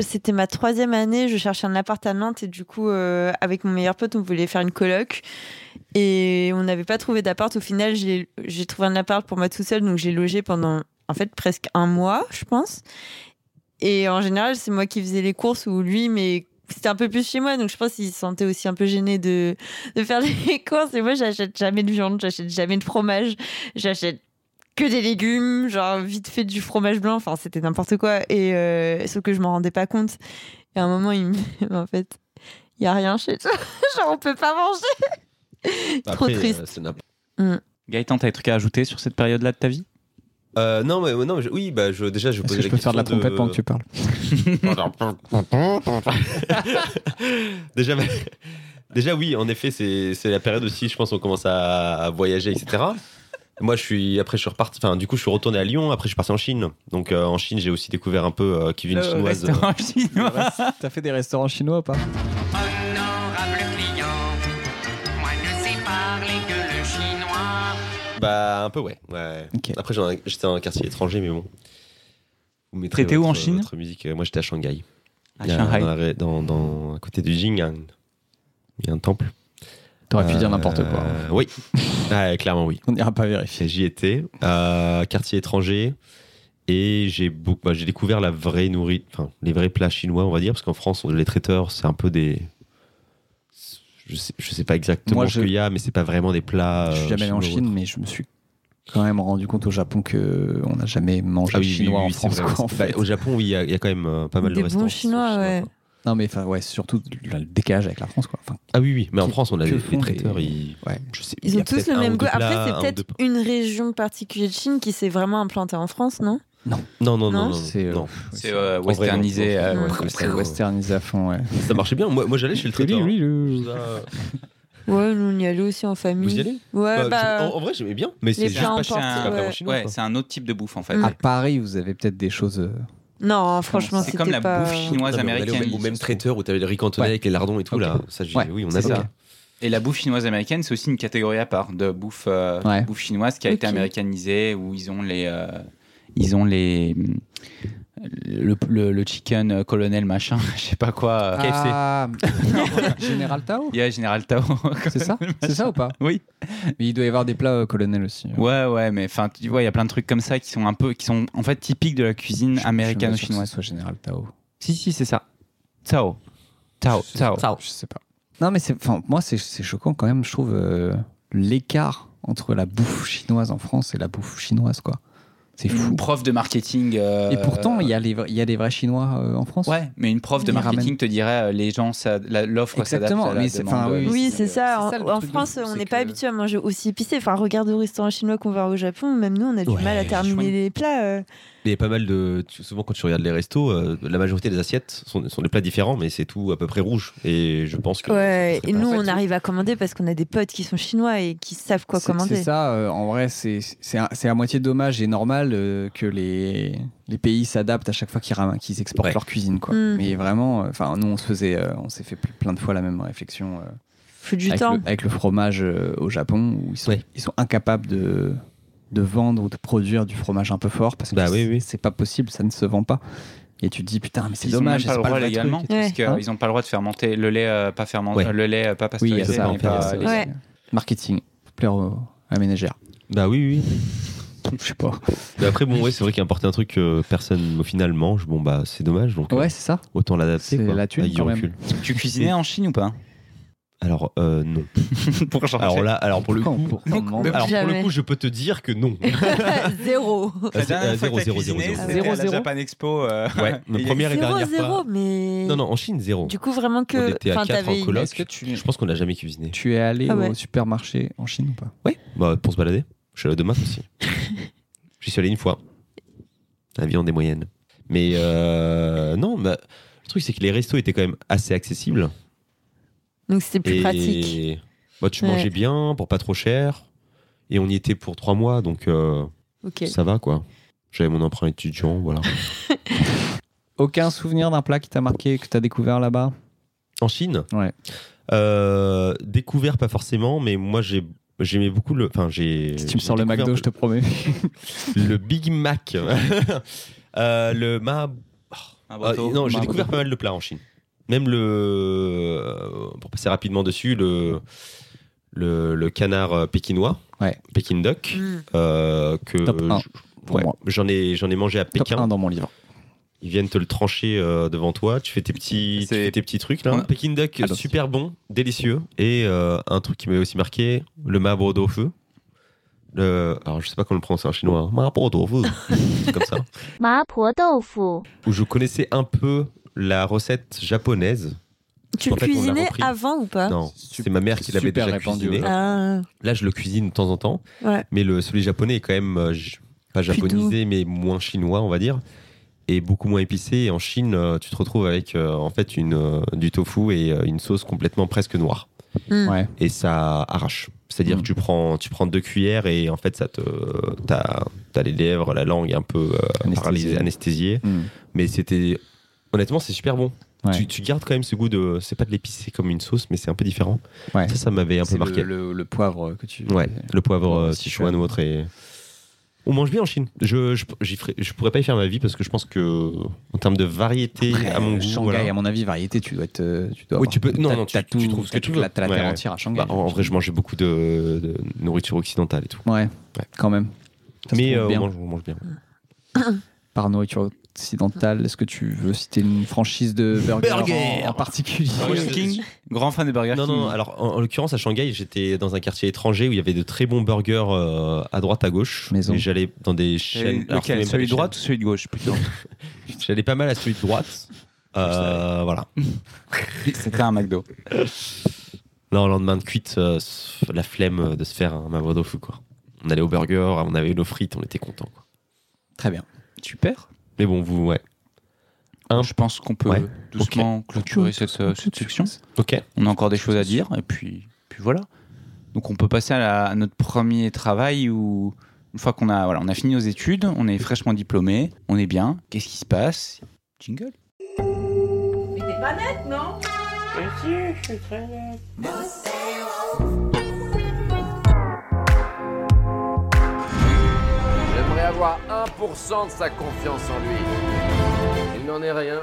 Speaker 3: c'était ma troisième année. Je cherchais un appart à Nantes et du coup, euh, avec mon meilleur pote, on voulait faire une coloc. Et on n'avait pas trouvé d'appart. Au final, j'ai j'ai trouvé un appart pour moi tout seul. Donc, j'ai logé pendant, en fait, presque un mois, je pense. Et en général, c'est moi qui faisais les courses ou lui, mais c'était un peu plus chez moi. Donc, je pense qu'il se sentait aussi un peu gêné de, de faire [laughs] les courses. Et moi, j'achète jamais de viande, j'achète jamais de fromage, j'achète que des légumes, genre vite fait du fromage blanc, enfin c'était n'importe quoi. Et euh, sauf que je m'en rendais pas compte. Et à un moment, il me [laughs] dit, Mais en fait, il y a rien chez toi, [laughs] genre on peut pas manger.
Speaker 4: Bah,
Speaker 3: Trop
Speaker 4: euh,
Speaker 3: triste.
Speaker 1: Gaëtan, t'as des trucs à ajouter sur cette période-là de ta vie
Speaker 4: Euh, non, mais, non, mais je- oui, bah, je, déjà, je
Speaker 2: Est-ce
Speaker 4: posais
Speaker 2: que je
Speaker 4: la
Speaker 2: peux faire de la
Speaker 4: question
Speaker 2: trompette pendant que tu
Speaker 4: [laughs]
Speaker 2: parles
Speaker 4: déjà, bah, [laughs] déjà, oui, en effet, c'est c'est la période aussi, je pense, on commence à, à voyager, etc. Moi, je suis. Après, je suis reparti. Enfin, du coup, je suis retourné à Lyon. Après, je suis parti en Chine. Donc, euh, en Chine, j'ai aussi découvert un peu euh, cuisine
Speaker 1: Le
Speaker 4: chinoise.
Speaker 1: restaurant chinois.
Speaker 2: T'as fait des restaurants chinois ou pas
Speaker 6: Honorable client, moi ne sais parler que le chinois.
Speaker 4: [laughs] Bah, un peu, ouais. ouais.
Speaker 2: Ok.
Speaker 4: Après, j'en- j'étais dans un quartier étranger, mais bon. Vous mettrez
Speaker 1: T'étais où
Speaker 4: votre-
Speaker 1: en Chine
Speaker 4: votre musique. Euh, Moi, j'étais à Shanghai.
Speaker 1: À
Speaker 4: Il y a-
Speaker 1: Shanghai.
Speaker 4: Dans, la ré- dans, dans- à côté du Jing'an. Il y a un temple.
Speaker 2: T'aurais pu dire
Speaker 4: Euh,
Speaker 2: n'importe quoi.
Speaker 4: Oui. [laughs] Ouais, clairement, oui.
Speaker 2: On n'ira pas vérifier.
Speaker 4: J'y étais. euh, quartier étranger. Et j'ai beaucoup, bah, j'ai découvert la vraie nourriture, enfin, les vrais plats chinois, on va dire, parce qu'en France, on- les traiteurs, c'est un peu des. Je sais, je sais pas exactement
Speaker 2: Moi,
Speaker 4: ce
Speaker 2: je-
Speaker 4: qu'il y a, mais c'est pas vraiment des plats.
Speaker 2: Je suis
Speaker 4: euh,
Speaker 2: jamais allé en
Speaker 4: chinois ou
Speaker 2: Chine, mais je me suis quand même rendu compte au Japon que on n'a jamais mangé
Speaker 4: Ah oui, oui,
Speaker 2: chinois
Speaker 4: oui,
Speaker 2: en
Speaker 4: oui,
Speaker 2: France.
Speaker 4: c'est vrai,
Speaker 2: quoi, en
Speaker 4: c'est- bah,
Speaker 2: fait.
Speaker 4: Au Japon, oui, il y, a- il y a quand même euh, pas mal
Speaker 3: Des
Speaker 4: de
Speaker 3: bons
Speaker 4: restaurants.
Speaker 3: Chinois, ouais.
Speaker 4: quoi.
Speaker 2: Non, mais enfin, ouais, surtout le le décalage avec la France, quoi. Enfin,
Speaker 4: Ah oui, oui, mais en
Speaker 2: Qui-
Speaker 4: France, on a
Speaker 2: que
Speaker 4: les, les
Speaker 2: font les-
Speaker 4: traiteurs. Ils,
Speaker 2: ouais.
Speaker 4: je sais- il
Speaker 3: Ils
Speaker 4: y
Speaker 3: ont
Speaker 4: a
Speaker 3: tous
Speaker 4: peut-être
Speaker 3: le
Speaker 4: un
Speaker 3: même
Speaker 4: ou
Speaker 3: goût.
Speaker 4: deux plats,
Speaker 3: Après,
Speaker 4: un ou
Speaker 3: c'est
Speaker 4: deux
Speaker 3: peut-être
Speaker 4: plats.
Speaker 3: une région particulière de Chine qui s'est vraiment implantée en France, non
Speaker 4: Non, non,
Speaker 3: Non,
Speaker 4: non, non.
Speaker 2: c'est, euh,
Speaker 4: non.
Speaker 1: C'est euh,
Speaker 4: En vrai,
Speaker 1: westernisé.
Speaker 4: non,
Speaker 1: euh,
Speaker 3: non,
Speaker 1: ouais,
Speaker 3: non,
Speaker 1: comme ça.
Speaker 2: c'est westernisé à fond, ouais.
Speaker 4: Ça marchait bien. Moi, moi j'allais chez le traiteur.
Speaker 2: Oui,
Speaker 4: hein.
Speaker 2: oui, oui.
Speaker 4: Ça-
Speaker 3: Ouais, nous on y allait aussi en famille.
Speaker 4: Vous y allez
Speaker 3: Ouais,
Speaker 4: Bah,
Speaker 3: bah,
Speaker 4: je- en, en vrai, j'aimais bien. Mais c'est
Speaker 3: les
Speaker 4: juste
Speaker 3: plats
Speaker 4: pas
Speaker 3: emportés,
Speaker 4: chinois, c'est pas
Speaker 3: ouais.
Speaker 4: vraiment chinois.
Speaker 1: Ouais,
Speaker 4: quoi.
Speaker 1: c'est un autre type de bouffe en fait.
Speaker 3: Mm.
Speaker 2: À Paris, vous avez peut-être des choses. euh,
Speaker 3: non, franchement,
Speaker 1: C'est
Speaker 3: c'était
Speaker 1: comme la
Speaker 3: pas-
Speaker 1: bouffe
Speaker 4: Non,
Speaker 1: chinoise
Speaker 4: mais on allait
Speaker 1: américaine.
Speaker 4: Au même, au même traiteur où t'avais le riz cantonais
Speaker 2: Ouais.
Speaker 4: avec les lardons et tout,
Speaker 2: Ok.
Speaker 4: là. Ça, j'ai-
Speaker 2: Ouais,
Speaker 4: oui, on
Speaker 2: c'est
Speaker 4: adore.
Speaker 2: ok.
Speaker 1: Et la bouffe chinoise américaine, c'est aussi une catégorie à part de bouffe, euh,
Speaker 2: Ouais.
Speaker 1: bouffe chinoise qui a été
Speaker 3: Ok.
Speaker 1: américanisée, où ils ont les. euh, ils ont les. Le, le- le chicken colonel machin, [laughs] je sais pas quoi. euh, [laughs]
Speaker 2: Ah, Général Tao
Speaker 1: Il y a Général Tao. [laughs]
Speaker 2: C'est ça C'est ça ou pas
Speaker 1: Oui.
Speaker 2: Mais il doit y avoir des plats euh, colonels aussi.
Speaker 1: Ouais, ouais, mais enfin, tu vois, il y a plein de trucs comme ça qui sont un peu. qui sont en fait typiques de la cuisine américano-chinoise.
Speaker 2: Soit Général Tao.
Speaker 1: Si, si, c'est ça. Tao. Tao,
Speaker 2: Je-
Speaker 1: Tao.
Speaker 2: Je sais pas. Non, mais c'est, enfin, moi, c'est, c'est choquant quand même, je trouve, euh, l'écart entre la bouffe chinoise en France et la bouffe chinoise, quoi. C'est
Speaker 1: Une
Speaker 2: fou.
Speaker 1: prof de marketing. Mmh. euh,
Speaker 2: Et pourtant, il y, a les vra- il y a des vrais Chinois euh, en France.
Speaker 1: Ouais, mais une prof de
Speaker 2: Ils
Speaker 1: marketing
Speaker 2: ramènent.
Speaker 1: te dirait euh, les gens, ça- la- l'offre s'adapte
Speaker 2: Exactement,
Speaker 1: à la
Speaker 2: mais c'est-
Speaker 1: demande.
Speaker 2: enfin, oui,
Speaker 3: Oui, c'est ça. En,
Speaker 2: c'est ça, le
Speaker 3: en
Speaker 2: truc de
Speaker 3: France,
Speaker 2: fou,
Speaker 3: on
Speaker 2: c'est
Speaker 3: n'est pas
Speaker 2: que-
Speaker 3: habitué à manger aussi épicé. Enfin, regarde au restaurant chinois qu'on va au Japon, même nous, on a du
Speaker 4: Ouais,
Speaker 3: mal à terminer
Speaker 1: chouette.
Speaker 3: les plats. euh.
Speaker 4: Mais il y a pas mal de. tu- Souvent, quand tu regardes les restos, euh, la majorité des assiettes sont, sont des plats différents, mais c'est tout à peu près rouge. Et je pense que.
Speaker 3: Ouais,
Speaker 4: ça serait
Speaker 3: et
Speaker 4: pas
Speaker 3: nous,
Speaker 4: mal.
Speaker 3: on arrive à commander parce qu'on a des potes qui sont chinois et qui savent quoi
Speaker 2: C'est-
Speaker 3: commander.
Speaker 2: C'est ça, euh, en vrai, c'est- c'est à- c'est à moitié dommage et normal euh, que les, les pays s'adaptent à chaque fois qu'ils ram- qu'ils exportent
Speaker 4: Ouais.
Speaker 2: leur cuisine. Quoi.
Speaker 3: Mm.
Speaker 2: Mais vraiment, enfin, nous, on se faisait, euh, on s'est fait ple- plein de fois la même réflexion euh,
Speaker 3: Faut du
Speaker 2: avec,
Speaker 3: temps.
Speaker 2: le, avec le fromage euh, au Japon, où ils sont,
Speaker 4: Ouais.
Speaker 2: ils sont incapables de, de vendre ou de produire du fromage un peu fort parce que
Speaker 4: Bah oui,
Speaker 2: c'est
Speaker 4: oui.
Speaker 2: c'est pas possible, ça ne se vend pas. Et tu te dis, putain, mais c'est
Speaker 1: Ils ont même
Speaker 2: dommage,
Speaker 1: pas
Speaker 2: c'est
Speaker 1: le
Speaker 2: pas
Speaker 1: droit
Speaker 2: le vrai truc.
Speaker 1: légalement, parce
Speaker 3: Ouais.
Speaker 1: qu'ils
Speaker 2: Hein
Speaker 1: n'ont pas le droit de fermenter le lait euh, pas fermenté,
Speaker 4: Ouais.
Speaker 1: le lait euh, pas
Speaker 2: Oui, il y
Speaker 1: pasteurisé.
Speaker 2: a ça,
Speaker 4: en
Speaker 1: et
Speaker 4: faire,
Speaker 1: pas-
Speaker 4: ça,
Speaker 1: les-
Speaker 4: ouais.
Speaker 3: Ouais.
Speaker 2: euh, Marketing, pour plaire aux, à la ménagère.
Speaker 4: Bah oui, oui.
Speaker 2: Je sais pas.
Speaker 4: Mais après, bon, ouais, c'est vrai qu'importer un truc que personne au final mange, bon, bah c'est dommage. Donc, euh,
Speaker 2: Ouais, c'est ça.
Speaker 4: autant l'adapter.
Speaker 2: C'est
Speaker 4: quoi, Ah,
Speaker 2: la thune,
Speaker 4: avec du
Speaker 2: quand même.
Speaker 4: recul.
Speaker 1: Tu cuisinais en Chine ou pas [laughs]
Speaker 4: Alors, euh, non.
Speaker 1: Pour changer.
Speaker 4: Alors là, alors pour le
Speaker 2: Pourquoi on-
Speaker 4: coup.
Speaker 2: pourquoi on demande
Speaker 1: mais-
Speaker 4: Alors pour le
Speaker 3: Jamais.
Speaker 4: coup, je peux te dire que non.
Speaker 3: [laughs] Zéro.
Speaker 1: la dernière
Speaker 4: Euh,
Speaker 1: fois que
Speaker 4: zéro,
Speaker 1: t'as
Speaker 4: zéro,
Speaker 1: cuisiné,
Speaker 4: zéro, zéro.
Speaker 1: c'était à la
Speaker 2: Zéro, zéro.
Speaker 1: Japan Expo. euh,
Speaker 4: [laughs] [laughs] Ouais,
Speaker 1: il
Speaker 4: le
Speaker 1: y a-
Speaker 4: premier et
Speaker 3: Zéro,
Speaker 4: dernier
Speaker 3: zéro, mais.
Speaker 4: Non, non, en Chine, zéro.
Speaker 3: Du coup, vraiment que.
Speaker 4: on était à
Speaker 3: enfin,
Speaker 4: 4
Speaker 3: t'avais
Speaker 4: en
Speaker 3: une-
Speaker 4: coloc.
Speaker 2: Est-ce que tu-
Speaker 4: Je pense qu'on n'a jamais cuisiné.
Speaker 2: Tu es allé
Speaker 3: Ah ouais.
Speaker 2: au supermarché en Chine ou pas
Speaker 4: Ouais. Bah, pour se balader. Je suis allé demain
Speaker 3: [laughs]
Speaker 4: aussi. J'y suis allé une fois. La viande est moyenne. Mais euh, non, bah, le truc, c'est que les restos étaient quand même assez accessibles.
Speaker 3: Donc c'était plus
Speaker 4: et
Speaker 3: pratique.
Speaker 4: bah, tu
Speaker 3: Ouais.
Speaker 4: mangeais bien pour pas trop cher. Et on y était pour trois mois, donc euh,
Speaker 3: Ok.
Speaker 4: ça va quoi. J'avais mon emprunt étudiant, voilà.
Speaker 2: Aucun souvenir d'un plat qui t'a marqué, que t'as découvert là-bas
Speaker 4: Euh, En Chine
Speaker 2: Ouais.
Speaker 4: Euh, découvert, pas forcément, mais moi j'ai. J'aimais beaucoup le. Enfin, j'ai.
Speaker 2: Si tu me sors le
Speaker 4: j'ai découvert
Speaker 2: McDo, je te promets.
Speaker 4: Le Big Mac. [laughs] Euh, le ma...
Speaker 1: Un
Speaker 4: Ah,
Speaker 1: bateau.
Speaker 4: non, j'ai
Speaker 1: Un
Speaker 4: découvert
Speaker 1: bateau.
Speaker 4: pas mal de plats en Chine. Même le. euh, Pour passer rapidement dessus, le. Le, le canard euh, pékinois,
Speaker 2: Ouais.
Speaker 4: Pékin duck,
Speaker 3: Mm.
Speaker 4: euh, que
Speaker 2: Top un,
Speaker 4: j-
Speaker 2: pour
Speaker 4: ouais,
Speaker 2: moi.
Speaker 4: j'en ai j'en ai mangé à
Speaker 2: Top
Speaker 4: Pékin.
Speaker 2: 1 dans mon livre.
Speaker 4: Ils viennent te le trancher euh, devant toi. Tu fais tes petits, tu
Speaker 1: C'est-
Speaker 4: fais tes petits trucs là.
Speaker 1: Ouais.
Speaker 4: Pékin duck,
Speaker 2: Adoptif.
Speaker 4: super bon, délicieux. Et euh, un truc qui m'avait aussi marqué, le mabre tofu. Le, alors je sais pas comment le prononcer en chinois. hein. Mabre tofu,
Speaker 2: [laughs]
Speaker 4: comme ça.
Speaker 7: 麻婆豆腐、
Speaker 4: Où je connaissais un peu la recette japonaise.
Speaker 3: Tu
Speaker 4: En
Speaker 3: le
Speaker 4: fait, on l'a
Speaker 3: cuisinais
Speaker 4: repris.
Speaker 3: avant ou pas
Speaker 4: non,
Speaker 2: Ah. Sup-
Speaker 4: c'est ma mère qui l'avait
Speaker 2: super
Speaker 4: déjà
Speaker 2: répandu,
Speaker 4: cuisiné.
Speaker 2: ouais.
Speaker 3: Ah,
Speaker 4: Là, je le cuisine de temps en temps.
Speaker 3: Ouais.
Speaker 4: Mais le celui japonais est quand même euh, j- pas
Speaker 3: Plus
Speaker 4: japonisé, mais moins chinois, on va dire, et beaucoup moins épicé. Et en Chine, euh, tu te retrouves avec euh, en fait une, euh, du tofu et euh, une sauce complètement presque noire.
Speaker 3: Mm.
Speaker 2: Ouais.
Speaker 4: Et ça arrache. C'est-à-dire
Speaker 2: Mm.
Speaker 4: que tu prends, tu prends deux cuillères et en fait, ça te, t'as, t'as les lèvres, la langue un peu euh,
Speaker 2: Anesthésiée.
Speaker 4: paralysée, anesthésiée.
Speaker 2: Mm.
Speaker 4: Mais c'était, honnêtement, c'est super bon.
Speaker 2: Ouais.
Speaker 4: Tu, tu gardes quand même ce goût de, c'est pas de l'épicé comme une sauce, mais c'est un peu différent.
Speaker 2: Ouais.
Speaker 4: Ça, ça m'avait un peu
Speaker 2: C'est
Speaker 4: marqué.
Speaker 2: le, le- le poivre que tu.
Speaker 4: Ouais, le poivre
Speaker 2: Ouais,
Speaker 4: euh,
Speaker 2: c'est
Speaker 4: Sichuan
Speaker 2: chouette.
Speaker 4: ou autre. Et... On mange bien en Chine. Je, je, j'y ferai- je pourrais pas y faire ma vie parce que je pense que en termes de variété,
Speaker 2: Après,
Speaker 4: à mon
Speaker 2: euh,
Speaker 4: goût,
Speaker 2: Shanghai,
Speaker 4: voilà.
Speaker 2: à mon avis, variété, tu dois être. euh, Tu dois
Speaker 4: Oui,
Speaker 2: avoir-
Speaker 4: tu peux- non,
Speaker 2: t'as-
Speaker 4: non, tu-
Speaker 2: t'as
Speaker 4: tu trouves ce que
Speaker 2: t'as
Speaker 4: tu
Speaker 2: toute
Speaker 4: veux.
Speaker 2: la- T'as la
Speaker 4: Ouais,
Speaker 2: terre
Speaker 4: ouais.
Speaker 2: entière à Shanghai.
Speaker 4: Bah, en, en vrai, je mangeais beaucoup de, de nourriture occidentale et tout.
Speaker 2: Ouais.
Speaker 4: Ouais.
Speaker 2: Quand même. Ça se
Speaker 4: Mais
Speaker 2: trouve
Speaker 4: euh,
Speaker 2: bien.
Speaker 4: on, mange, on mange bien.
Speaker 2: Par nourriture occidentale, est-ce que tu veux citer une franchise de burger,
Speaker 4: Burger
Speaker 2: en, en particulier
Speaker 1: Burger King, grand fan de Burger
Speaker 4: Non,
Speaker 1: King.
Speaker 4: non, alors en, en l'occurrence à Shanghai, j'étais dans un quartier étranger où il y avait de très bons burgers euh, à droite, à gauche.
Speaker 2: Maison.
Speaker 4: Et j'allais dans des
Speaker 1: Et
Speaker 4: chaînes. alors, c'est
Speaker 1: lequel,
Speaker 4: même pas
Speaker 1: celui
Speaker 4: des
Speaker 1: de droite ou celui de gauche
Speaker 2: [laughs]
Speaker 1: plutôt
Speaker 4: chaînes. J'allais pas mal à celui de droite. Euh, voilà.
Speaker 1: C'était un McDo.
Speaker 4: Non, le lendemain de cuite, euh, la flemme euh, de se faire un mabre tofu, quoi. On allait au burger, on avait nos frites, on était contents. quoi.
Speaker 2: Très bien.
Speaker 1: Super.
Speaker 4: Mais bon, vous, ouais. Un-
Speaker 1: Je pense qu'on peut
Speaker 4: Ouais.
Speaker 1: doucement clôturer cette, euh, cette section.
Speaker 4: Ok.
Speaker 1: On a encore des choses à dire et puis, puis voilà. Donc on peut passer à, la- à notre premier travail où une fois qu'on a voilà, on a fini nos études, on est fraîchement diplômé, on est bien. Qu'est-ce qui se passe Jingle.
Speaker 8: J'aimerais avoir 1% de sa confiance en lui. Il n'en est rien.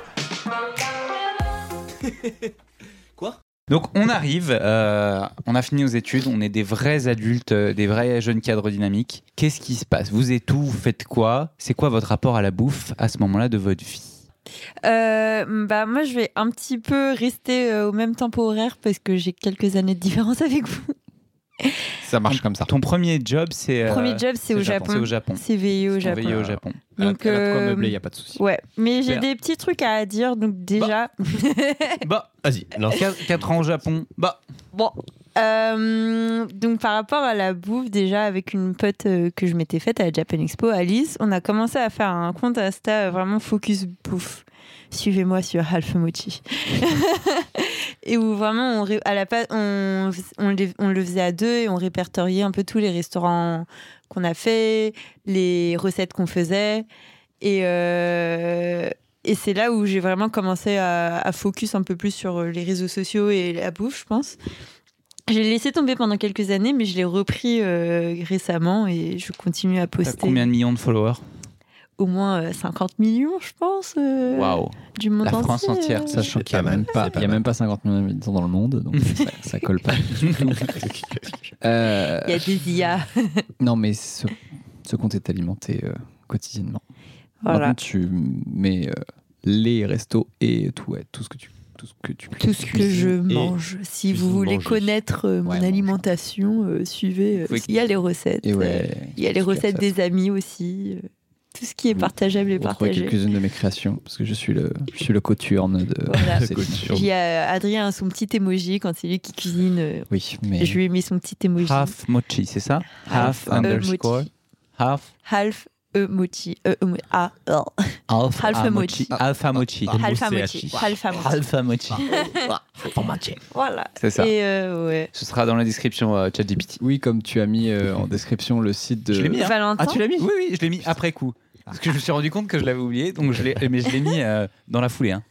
Speaker 1: Donc on arrive, euh, on a fini nos études, on est des vrais adultes, euh, des vrais jeunes cadres dynamiques. Qu'est-ce qui se passe Vous êtes où Vous faites quoi C'est quoi votre rapport à la bouffe à ce moment-là de votre vie
Speaker 3: Euh, bah, moi, je vais un petit [laughs] peu rester euh, au même tempo horaire parce que j'ai quelques années de différence avec vous.
Speaker 2: Ça marche comme ça.
Speaker 1: Ton premier job, c'est. euh,
Speaker 3: Premier job, c'est au Japon.
Speaker 1: C'est au Japon.
Speaker 3: C'est VIE au
Speaker 1: Ton
Speaker 3: Japon.
Speaker 1: VIE au Japon.
Speaker 3: Donc,
Speaker 2: elle a, elle a de quoi
Speaker 3: euh,
Speaker 2: meubler, hein. il n'y a Ah, pas de souci.
Speaker 3: Ouais, mais j'ai
Speaker 1: Super.
Speaker 3: des petits trucs à dire, donc déjà.
Speaker 1: Bah, [laughs]
Speaker 4: Vas-y, lance.
Speaker 1: 4 ans au Japon. Bah,
Speaker 3: Bon. Euh, donc par rapport à la bouffe, déjà avec une pote euh, que je m'étais faite à la Japan Expo, Alice, on a commencé à faire un compte Insta euh, vraiment focus bouffe. Suivez-moi sur Half Mochi. [laughs] et où vraiment on, ré- à la pa- on, on les- on le faisait à deux et on répertoriait un peu tous les restaurants qu'on a fait, les recettes qu'on faisait. Et, euh, et c'est là où j'ai vraiment commencé à, à focus un peu plus sur les réseaux sociaux et la bouffe, je pense. J'ai laissé tomber pendant quelques années, mais je l'ai repris euh, récemment et je continue à
Speaker 1: t'as
Speaker 3: poster
Speaker 1: combien de millions de followers
Speaker 3: au moins euh, 50 millions, je pense, euh,
Speaker 1: Waouh.
Speaker 3: du monde
Speaker 1: La France
Speaker 3: entier,
Speaker 1: entière,
Speaker 3: euh.
Speaker 2: Sachant qu'il
Speaker 4: pas
Speaker 2: n'y a,
Speaker 4: mal,
Speaker 2: même pas-
Speaker 4: c'est pas
Speaker 2: il y a
Speaker 4: mal.
Speaker 2: même pas 50 millions d'habitants dans le monde, donc euh,
Speaker 4: [laughs]
Speaker 2: ça, ça colle pas du tout. Euh,
Speaker 3: Il y a des IA.
Speaker 2: non, mais ce, ce compte est alimenté euh, quotidiennement.
Speaker 3: Voilà.
Speaker 2: Maintenant, tu mets euh, les restos et tout, ouais, tout ce que tu tout ce que tu
Speaker 3: Tout ce que je
Speaker 2: cuisines.
Speaker 3: mange. Si vous
Speaker 4: cuisine,
Speaker 3: voulez
Speaker 4: manger.
Speaker 3: connaître euh, mon
Speaker 2: Ouais, manger.
Speaker 3: alimentation, euh, suivez. euh,
Speaker 1: Oui.
Speaker 3: Il y a les recettes.
Speaker 2: Et
Speaker 3: euh,
Speaker 2: ouais,
Speaker 3: il y a les
Speaker 2: tout ce qu'il
Speaker 3: recettes
Speaker 2: ça.
Speaker 3: des amis aussi. euh, tout ce qui est
Speaker 2: Vous-
Speaker 3: partageable est
Speaker 2: Vous retrouvez
Speaker 3: partagé.
Speaker 2: quelques-unes de mes créations parce que je suis le je suis le coturne de.
Speaker 3: Voilà.
Speaker 2: de [laughs] ces-
Speaker 3: Il y a euh, Adrien son petit emoji quand c'est lui qui cuisine. euh,
Speaker 2: Oui, mais
Speaker 3: Je lui ai mis son petit emoji.
Speaker 1: Half mochi, c'est ça Half
Speaker 3: Half
Speaker 1: underscore.
Speaker 3: emoji.
Speaker 1: Half.
Speaker 3: Half emoji. Euh, emo- ah, oh.
Speaker 1: Half
Speaker 3: Half
Speaker 1: amochi.
Speaker 3: emoji.
Speaker 1: Ah, Half amochi.
Speaker 3: Half emoji. Half emoji.
Speaker 1: Half amochi.
Speaker 3: Voilà.
Speaker 1: C'est ça.
Speaker 3: Et euh, ouais.
Speaker 1: Ce sera dans la description euh, ChatGPT.
Speaker 2: oui, comme tu as mis euh, en description le site de.
Speaker 1: Je l'ai mis. hein.
Speaker 3: Valentin.
Speaker 1: Ah, tu l'as mis Oui, oui, je l'ai mis après coup. Parce que je me suis rendu compte que je l'avais oublié, donc je [laughs] l'ai, mais je l'ai mis euh, dans la foulée. hein.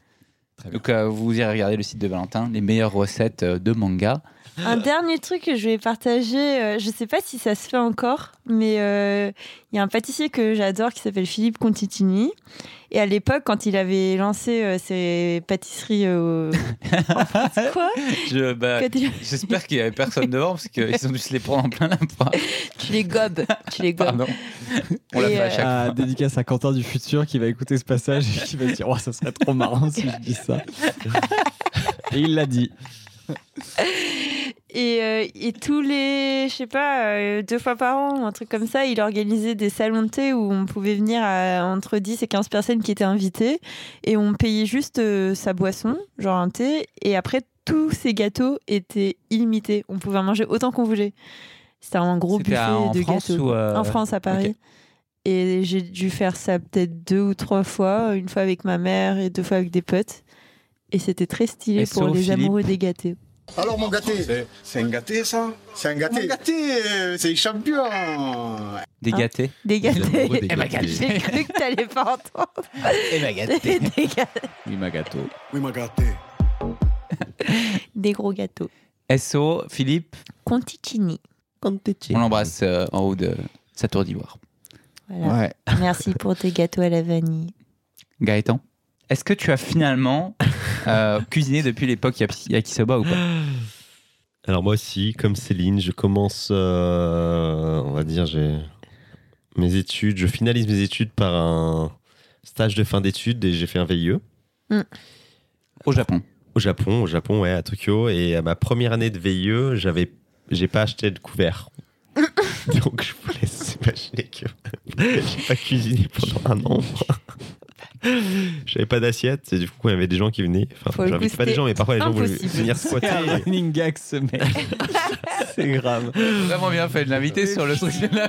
Speaker 2: Très bien.
Speaker 1: Donc euh, vous irez regarder le site de Valentin, les meilleures recettes euh, de manga.
Speaker 3: Un dernier truc que je vais partager, euh, je sais pas si ça se fait encore, mais euh, il y a un pâtissier que j'adore qui s'appelle Philippe Contitini. Et à l'époque, quand il avait lancé euh, ses pâtisseries [laughs] euh, en France, quoi
Speaker 1: Je- bah,
Speaker 3: Quand il-
Speaker 1: [laughs] j'espère qu'il n'y avait personne devant parce qu'ils ont dû se les prendre en plein la
Speaker 3: [laughs]
Speaker 1: poire.
Speaker 3: Tu les gobes, tu les gobes.
Speaker 1: Pardon. On l'a
Speaker 3: Et,
Speaker 1: fait à
Speaker 3: euh,
Speaker 1: chaque fois.
Speaker 2: dédicace à Quentin du futur qui va écouter ce passage et qui va se dire, oh, ça serait trop marrant si je dis ça. Et il l'a dit.
Speaker 3: Et, euh, et tous les, je sais pas, euh, deux fois par an, ou un truc comme ça, il organisait des salons de thé où on pouvait venir à entre 10 et 15 personnes qui étaient invitées et on payait juste euh, sa boisson, genre un thé, et après tous ces gâteaux étaient illimités. On pouvait en manger autant qu'on voulait. C'était un gros
Speaker 1: C'était
Speaker 3: buffet
Speaker 1: à- en
Speaker 3: de
Speaker 1: France
Speaker 3: gâteaux.
Speaker 1: ou, euh,
Speaker 3: En France, à Paris.
Speaker 1: ok.
Speaker 3: Et j'ai dû faire ça peut-être deux ou trois fois, une fois avec ma mère et deux fois avec des potes. Et c'était très stylé
Speaker 1: Et
Speaker 3: pour
Speaker 1: sauf
Speaker 3: les
Speaker 1: Philippe.
Speaker 3: amoureux des gâteaux.
Speaker 9: Alors mon gâté C'est un gâté ça C'est un gâté Mon gâté, euh, c'est champion
Speaker 1: Des
Speaker 3: hein.
Speaker 1: gâtés.
Speaker 3: Des gâtés.
Speaker 4: amoureux des Eh ben, gâtés.
Speaker 3: J'ai cru que t'allais pas entendre.
Speaker 1: Et bah,
Speaker 3: [laughs] Des, des gâ-
Speaker 2: Oui, ma gâteau.
Speaker 9: Oui mon gâté
Speaker 3: des gros gâteaux.
Speaker 1: SO, Philippe,
Speaker 3: Conticini.
Speaker 1: on l'embrasse euh, en haut de sa tour d'ivoire.
Speaker 3: Voilà.
Speaker 2: Ouais.
Speaker 3: Merci pour tes gâteaux à la vanille.
Speaker 1: Gaëtan, est-ce que tu as finalement [laughs] euh, cuisiné depuis l'époque Yaki- Yakisoba ou pas
Speaker 4: Alors moi aussi, comme Céline, je commence, euh, on va dire, j'ai mes études, je finalise mes études par un stage de fin d'études et j'ai fait un E. VIE
Speaker 1: Au Japon.
Speaker 4: au Japon, au Japon, ouais, à Tokyo. Et à ma première année de VIE, j'avais, j'ai pas acheté de
Speaker 3: [laughs]
Speaker 4: couvert. Donc je vous laisse imaginer que j'ai pas cuisiné pendant un
Speaker 3: [laughs]
Speaker 4: an. J'avais pas d'assiette, et du coup, il y avait des gens qui venaient.
Speaker 3: Faut
Speaker 4: Enfin,
Speaker 3: le
Speaker 4: j'invite pas des
Speaker 3: goûter.
Speaker 4: gens, mais parfois les gens voulaient
Speaker 3: Impossible.
Speaker 4: venir squatter.
Speaker 2: running gag, ce mec. [laughs] C'est grave.
Speaker 1: Vraiment bien fait de l'inviter sur le truc de la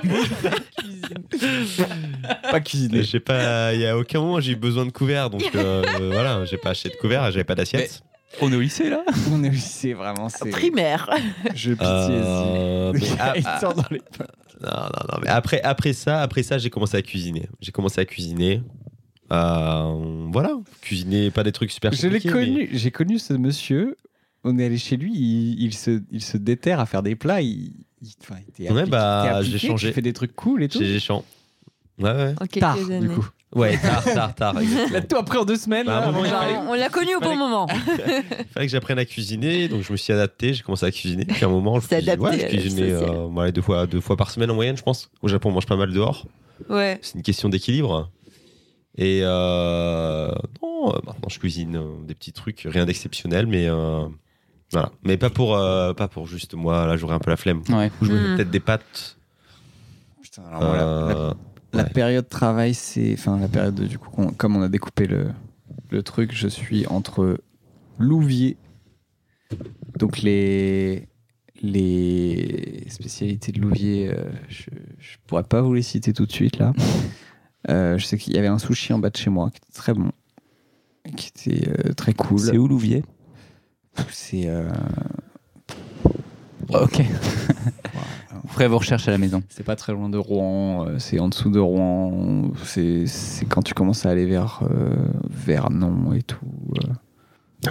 Speaker 2: Pas cuisiner.
Speaker 4: Mais j'ai pas, il y a aucun moment j'ai eu besoin de couvert, donc euh, voilà, j'ai pas acheté de couvert, j'avais pas d'assiette.
Speaker 1: On est au lycée là
Speaker 2: On est au lycée, vraiment. C'est.
Speaker 3: Primaire.
Speaker 2: Je [laughs]
Speaker 4: Euh, mais-
Speaker 2: pitié.
Speaker 4: ah,
Speaker 2: Il
Speaker 4: ah,
Speaker 2: sort dans les-
Speaker 4: non, non, non, mais après, après ça, après ça, j'ai commencé à cuisiner. J'ai commencé à cuisiner. Euh, voilà, cuisiner pas des trucs super.
Speaker 2: Je l'ai
Speaker 4: compliqués, mais-
Speaker 2: connu. J'ai connu ce monsieur. On est allé chez lui. Il, il se, il se déterre à faire des plats. Il, il, enfin, il était
Speaker 4: Ouais,
Speaker 2: appliqué-
Speaker 4: bah,
Speaker 2: il était appliqué,
Speaker 4: j'ai
Speaker 2: tu
Speaker 4: changé.
Speaker 2: fais des trucs cool et tout.
Speaker 4: Chez Géchamp. Ouais, ouais.
Speaker 3: En quelques
Speaker 2: Tard,
Speaker 3: années.
Speaker 2: du coup.
Speaker 4: Ouais, tard,
Speaker 2: [laughs]
Speaker 4: tard, tard. exactement.
Speaker 2: Toi, après, en deux semaines.
Speaker 4: Bah, à
Speaker 2: là,
Speaker 4: un moment,
Speaker 2: avant-
Speaker 4: il
Speaker 3: Genre,
Speaker 4: fallait-
Speaker 3: on l'a connu au bon
Speaker 4: fallait-
Speaker 3: moment.
Speaker 4: Il fallait que j'apprenne à cuisiner, donc je me suis adapté, j'ai commencé à cuisiner. Puis à un moment, je
Speaker 3: S'adapter
Speaker 4: cuisinais, ouais,
Speaker 3: à
Speaker 4: je
Speaker 3: la
Speaker 4: cuisinais
Speaker 3: sociale.
Speaker 4: euh, ouais, deux, fois, deux fois par semaine en moyenne, je pense. Au Japon, on mange pas mal dehors.
Speaker 3: Ouais.
Speaker 4: C'est une question d'équilibre. Et euh, non, euh, maintenant je cuisine euh, des petits trucs, rien d'exceptionnel, mais euh, Voilà. Mais pas pour, euh, pas pour juste moi, là j'aurais un peu la flemme.
Speaker 1: Ouais.
Speaker 4: Ou je me
Speaker 3: Hmm.
Speaker 4: fais peut-être des pâtes.
Speaker 2: Putain, alors Ah,
Speaker 1: Ah,
Speaker 2: voilà, la-
Speaker 4: euh,
Speaker 3: [laughs]
Speaker 2: La
Speaker 4: Ouais.
Speaker 2: période travail, c'est. Enfin, la période, du coup, qu'on- comme on a découpé le, le truc, je suis entre Louvier, donc les, les spécialités de Louvier, euh, je, je pourrais pas vous les citer tout de
Speaker 1: [laughs]
Speaker 2: suite là. Euh, je sais qu'il y avait un sushi en bas de chez moi qui était très bon, qui était euh, très cool.
Speaker 1: C'est où Louvier
Speaker 2: C'est. euh,
Speaker 1: Ok.
Speaker 2: voilà.
Speaker 1: Vous ferez vos recherches à la maison.
Speaker 2: C'est pas très loin de Rouen, euh, c'est en dessous de Rouen, c'est c'est quand tu commences à aller vers euh, Vernon et tout. euh.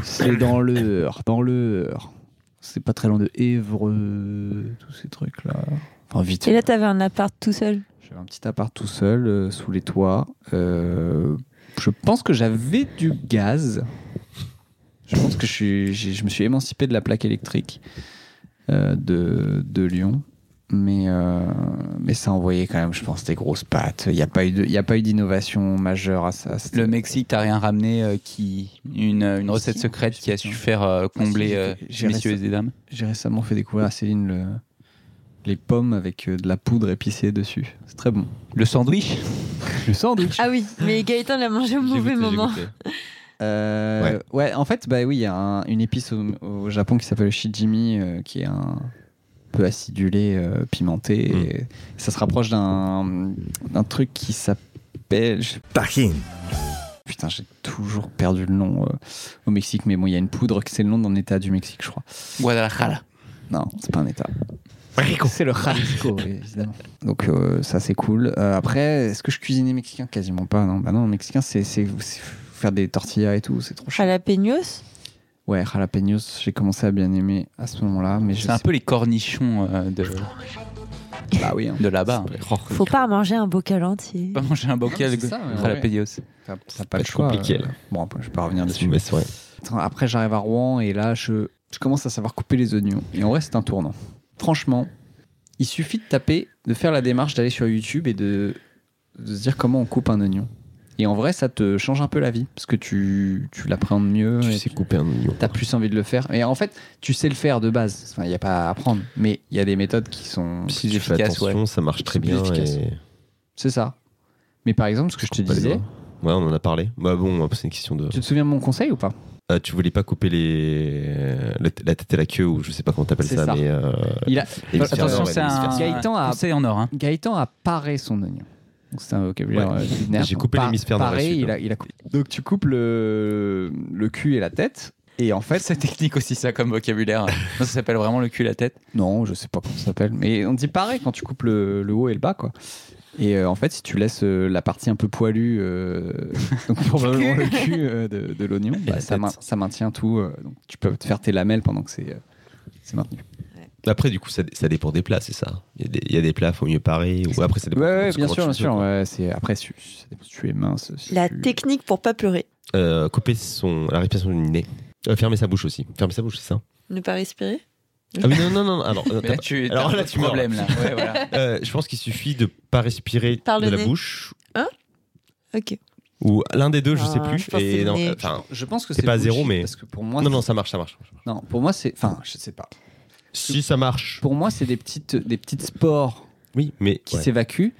Speaker 2: C'est dans le Eure, dans le Eure. C'est pas très loin de Évreux, tous ces trucs-là. Enfin, vite.
Speaker 3: Et là, t'avais un appart tout seul.
Speaker 2: J'avais un petit appart tout seul, euh, sous les toits. Euh, je pense que j'avais du gaz. Je pense que je, suis- j'ai- je me suis émancipé de la plaque électrique euh, de, de Lyon. Mais, euh, mais ça envoyait quand même, je pense, des grosses pattes. Il n'y a pas eu de- il y a pas eu d'innovation majeure à ça. C'était-
Speaker 1: Le Mexique, t'as rien ramené euh, qui une, une recette
Speaker 2: Si,
Speaker 1: secrète
Speaker 2: je
Speaker 1: qui a su
Speaker 2: sais pas.
Speaker 1: faire euh, combler
Speaker 2: j'ai-
Speaker 1: euh,
Speaker 2: j'ai
Speaker 1: messieurs et
Speaker 2: récem-
Speaker 1: dames.
Speaker 2: J'ai récemment fait découvrir à Céline le- les pommes avec euh, de la poudre épicée dessus. C'est très bon.
Speaker 1: Le sandwich
Speaker 2: Le sandwich
Speaker 3: Ah oui, mais Gaëtan l'a mangé au
Speaker 4: j'ai
Speaker 3: mauvais
Speaker 4: goûté, j'ai
Speaker 3: moment.
Speaker 4: goûté.
Speaker 2: Euh, ouais. en fait, bah oui, il y a un- une épice au, au Japon qui s'appelle shijimi, euh, qui est un peu acidulé, euh, pimenté.
Speaker 4: Mm.
Speaker 2: et ça se rapproche d'un d'un truc qui s'appelle. je-
Speaker 10: Tajin.
Speaker 2: Putain, j'ai toujours perdu le nom euh, au Mexique, mais bon, il y a une poudre, que c'est le nom d'un état du Mexique, je crois.
Speaker 1: Guadalajara.
Speaker 2: Non, c'est pas un état. C'est le Jalisco, oui, évidemment. Donc euh, ça c'est cool. Euh, après, est-ce que je cuisinais mexicain Quasiment pas, non. Bah non, mexicain c'est c'est- c'est faire des tortillas et tout, c'est trop chiant.
Speaker 3: Jalapenos
Speaker 2: Ouais, jalapenos, j'ai commencé à bien aimer à ce moment-là, mais je
Speaker 1: C'est un
Speaker 2: sais
Speaker 1: peu les cornichons euh, de,
Speaker 2: pas. Bah oui, hein.
Speaker 1: de
Speaker 4: Ah,
Speaker 1: là-bas.
Speaker 4: oh,
Speaker 3: Faut pas manger un bocal entier.
Speaker 2: Ah,
Speaker 1: Pas manger un
Speaker 2: Non,
Speaker 1: bocal
Speaker 2: mais c'est
Speaker 1: de
Speaker 2: ça, ouais,
Speaker 1: jalapenos.
Speaker 2: T'as t'as pas
Speaker 4: va
Speaker 2: le
Speaker 4: être
Speaker 2: choix.
Speaker 4: compliqué,
Speaker 2: euh.
Speaker 4: là.
Speaker 2: Bon, après, je vais pas revenir dessus.
Speaker 4: Mais c'est vrai.
Speaker 2: Attends, après, j'arrive à Rouen et là, je, je commence à savoir couper les oignons. Et en vrai, c'est un tournant. Franchement, il suffit de taper, de faire la démarche d'aller sur YouTube et de, de se dire comment on coupe un oignon. Et en vrai, ça te change un peu la vie parce que tu, tu l'appréhendes mieux.
Speaker 4: Tu
Speaker 2: et
Speaker 4: sais couper un oignon.
Speaker 2: T'as plus envie de le faire. Et en fait, tu sais le faire de base. Enfin, il n'y a pas à apprendre. Mais il y a des méthodes qui sont.
Speaker 4: Si
Speaker 1: Plus
Speaker 4: tu fais
Speaker 1: efficace,
Speaker 4: attention, ça marche très
Speaker 2: C'est plus
Speaker 4: bien.
Speaker 2: efficace.
Speaker 4: et-
Speaker 2: C'est ça. Mais par exemple, ce que je te
Speaker 4: Coupe pas les
Speaker 2: disais,
Speaker 4: doigts. Ouais, on en a parlé. Bah bon, c'est une question de.
Speaker 2: tu te souviens de mon conseil ou pas
Speaker 4: Ah, tu voulais pas couper les la, la tête et la queue ou je sais pas comment t'appelles
Speaker 2: C'est
Speaker 4: ça,
Speaker 2: ça.
Speaker 4: mais euh,
Speaker 2: Il a-
Speaker 4: l'hémisphère
Speaker 2: Attention,
Speaker 4: nord et
Speaker 1: c'est
Speaker 4: l'hémisphère
Speaker 1: un
Speaker 4: sud.
Speaker 2: Gaëtan a-
Speaker 1: conseil en or. hein.
Speaker 2: Gaëtan a paré son oignon. Donc, C'est un vocabulaire
Speaker 4: Ouais.
Speaker 2: euh, culinaire.
Speaker 4: J'ai coupé
Speaker 2: Par-
Speaker 4: l'hémisphère nord et
Speaker 2: Parer,
Speaker 4: sud,
Speaker 2: il a, il a coupé. Donc tu coupes le, le cul et la tête. Et en fait,
Speaker 1: C'est technique aussi ça comme [laughs] vocabulaire. Non, ça s'appelle vraiment le cul la tête.
Speaker 2: non, je sais pas comment ça s'appelle, mais on dit pareil quand tu coupes le, le haut et le bas, quoi. Et euh, en fait, si tu laisses euh, la partie un peu poilue, euh,
Speaker 4: [laughs]
Speaker 2: donc probablement le cul euh, de, de l'oignon,
Speaker 4: la
Speaker 2: bah, ça,
Speaker 4: tête.
Speaker 2: main- ça maintient tout. euh, donc tu peux te faire tes lamelles pendant que c'est euh, c'est maintenu.
Speaker 4: Après, du coup, ça, ça dépend des plats, c'est ça. Il y, a des- il y a des plats, faut mieux parer. Ou après, ça
Speaker 2: Ouais,
Speaker 4: dépend de
Speaker 2: ouais,
Speaker 4: ce-
Speaker 2: bien sûr,
Speaker 4: comment tu
Speaker 2: bien
Speaker 4: le fais,
Speaker 2: sûr.
Speaker 4: quoi.
Speaker 2: Ouais, c'est après, si, ça dépend si tu es mince. si
Speaker 3: La
Speaker 2: tu-
Speaker 3: technique pour pas pleurer.
Speaker 4: Euh, couper son la respiration du nez. Euh, fermer sa bouche aussi. Fermer sa bouche, c'est ça.
Speaker 3: Ne pas respirer.
Speaker 4: Ah oui, non, non, non. Alors, euh,
Speaker 1: Mais [laughs]
Speaker 4: t'as
Speaker 1: là, tu,
Speaker 4: Alors
Speaker 1: t'as
Speaker 4: là,
Speaker 1: un
Speaker 4: tu meurs,
Speaker 1: problème là. [laughs] Ouais, voilà.
Speaker 4: pas- euh, je pense qu'il suffit de pas respirer
Speaker 3: Par le
Speaker 4: de la
Speaker 3: nez.
Speaker 4: bouche
Speaker 3: Ok.
Speaker 4: ou l'un des deux, je
Speaker 3: Ah,
Speaker 4: sais plus.
Speaker 3: je pense que c'est
Speaker 4: et
Speaker 3: le
Speaker 4: non,
Speaker 3: nez.
Speaker 4: euh, enfin,
Speaker 2: Je pense que
Speaker 4: C'est
Speaker 2: c'est
Speaker 4: pas à zéro,
Speaker 2: bullshit,
Speaker 4: mais-
Speaker 2: parce que pour moi,
Speaker 4: non,
Speaker 2: c'est-
Speaker 4: non, ça marche, ça marche.
Speaker 2: non, pour moi, c'est. Enfin, je sais pas.
Speaker 4: Si ça marche.
Speaker 2: Pour moi, c'est des petites, des petites spores
Speaker 4: Oui, mais
Speaker 2: qui
Speaker 4: ouais.
Speaker 2: s'évacuent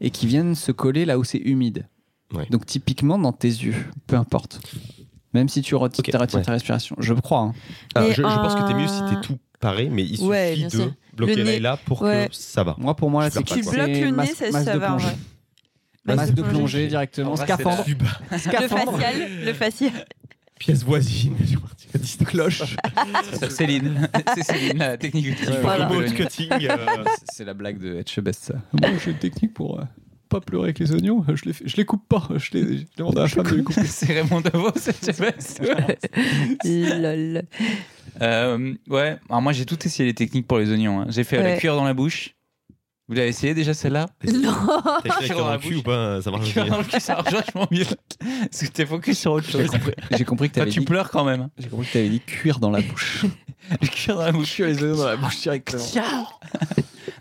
Speaker 2: et qui viennent se coller là où c'est humide.
Speaker 4: Ouais.
Speaker 2: Donc typiquement dans tes yeux, peu importe. Même si tu retiens
Speaker 4: Ok,
Speaker 2: t'as retiens
Speaker 4: ouais.
Speaker 2: ta respiration, je crois. hein.
Speaker 4: Ah,
Speaker 3: Mais
Speaker 4: je, je pense que t'es mieux si
Speaker 3: un-
Speaker 4: t'es tout paré, mais il
Speaker 3: Ouais,
Speaker 4: suffit
Speaker 3: bien
Speaker 4: de
Speaker 3: sûr.
Speaker 4: bloquer
Speaker 3: Le nez,
Speaker 4: l'œil là pour
Speaker 3: ouais.
Speaker 4: que ça va.
Speaker 2: Moi, pour moi, la
Speaker 4: Si tu
Speaker 2: technique,
Speaker 3: bloques
Speaker 2: c'est
Speaker 3: le nez,
Speaker 2: masse-
Speaker 3: ça-
Speaker 2: masse
Speaker 3: ça
Speaker 2: de
Speaker 3: va,
Speaker 2: plongée.
Speaker 3: ouais.
Speaker 2: Masse,
Speaker 3: Masse
Speaker 2: de
Speaker 3: de
Speaker 2: plongée,
Speaker 3: plongée.
Speaker 2: directement,
Speaker 1: En vrai,
Speaker 2: scaphandre.
Speaker 1: c'est
Speaker 3: Le
Speaker 2: scaphandre.
Speaker 3: facial, le facial.
Speaker 4: Pièce [laughs] voisine, je suis parti à 10 cloches.
Speaker 1: C'est Céline. [laughs] C'est Céline la technique ultime. pour
Speaker 3: Voilà.
Speaker 1: couper
Speaker 4: Remote
Speaker 1: l'oignon.
Speaker 4: cutting. euh,
Speaker 2: C'est- C'est la blague de Etchebest, ça. Moi, j'ai une technique pour euh, pas pleurer avec les oignons. Je les, fais- je les coupe pas. Je les je demande à la femme de les
Speaker 1: [laughs]
Speaker 2: couper.
Speaker 1: C'est Raymond [laughs] Devos, je sais pas si- ouais.
Speaker 3: Lol.
Speaker 1: Euh, ouais, alors moi j'ai tout essayé les techniques pour les oignons. hein. J'ai fait la
Speaker 3: Ouais.
Speaker 1: cuillère dans la bouche. Vous l'avez essayé déjà celle-là
Speaker 3: Non.
Speaker 4: T'as
Speaker 1: Ah,
Speaker 4: écrit
Speaker 1: Dans
Speaker 4: avec
Speaker 1: la
Speaker 4: un cul
Speaker 1: bouche.
Speaker 4: ou pas Ça marche
Speaker 1: La
Speaker 4: aussi.
Speaker 1: cuillère dans le cul, ça marche vachement mieux. [laughs] Parce que t'es focus sur autre
Speaker 2: J'ai
Speaker 1: chose.
Speaker 2: compris, j'ai compris que
Speaker 1: Toi,
Speaker 2: t'avais
Speaker 1: Ah, tu
Speaker 2: dit,
Speaker 1: pleures quand même. hein.
Speaker 2: j'ai compris que
Speaker 1: [laughs]
Speaker 2: t'avais dit cuire dans la bouche.
Speaker 1: La cuillère dans la bouche.
Speaker 2: Cuire les oignons dans la bouche directement.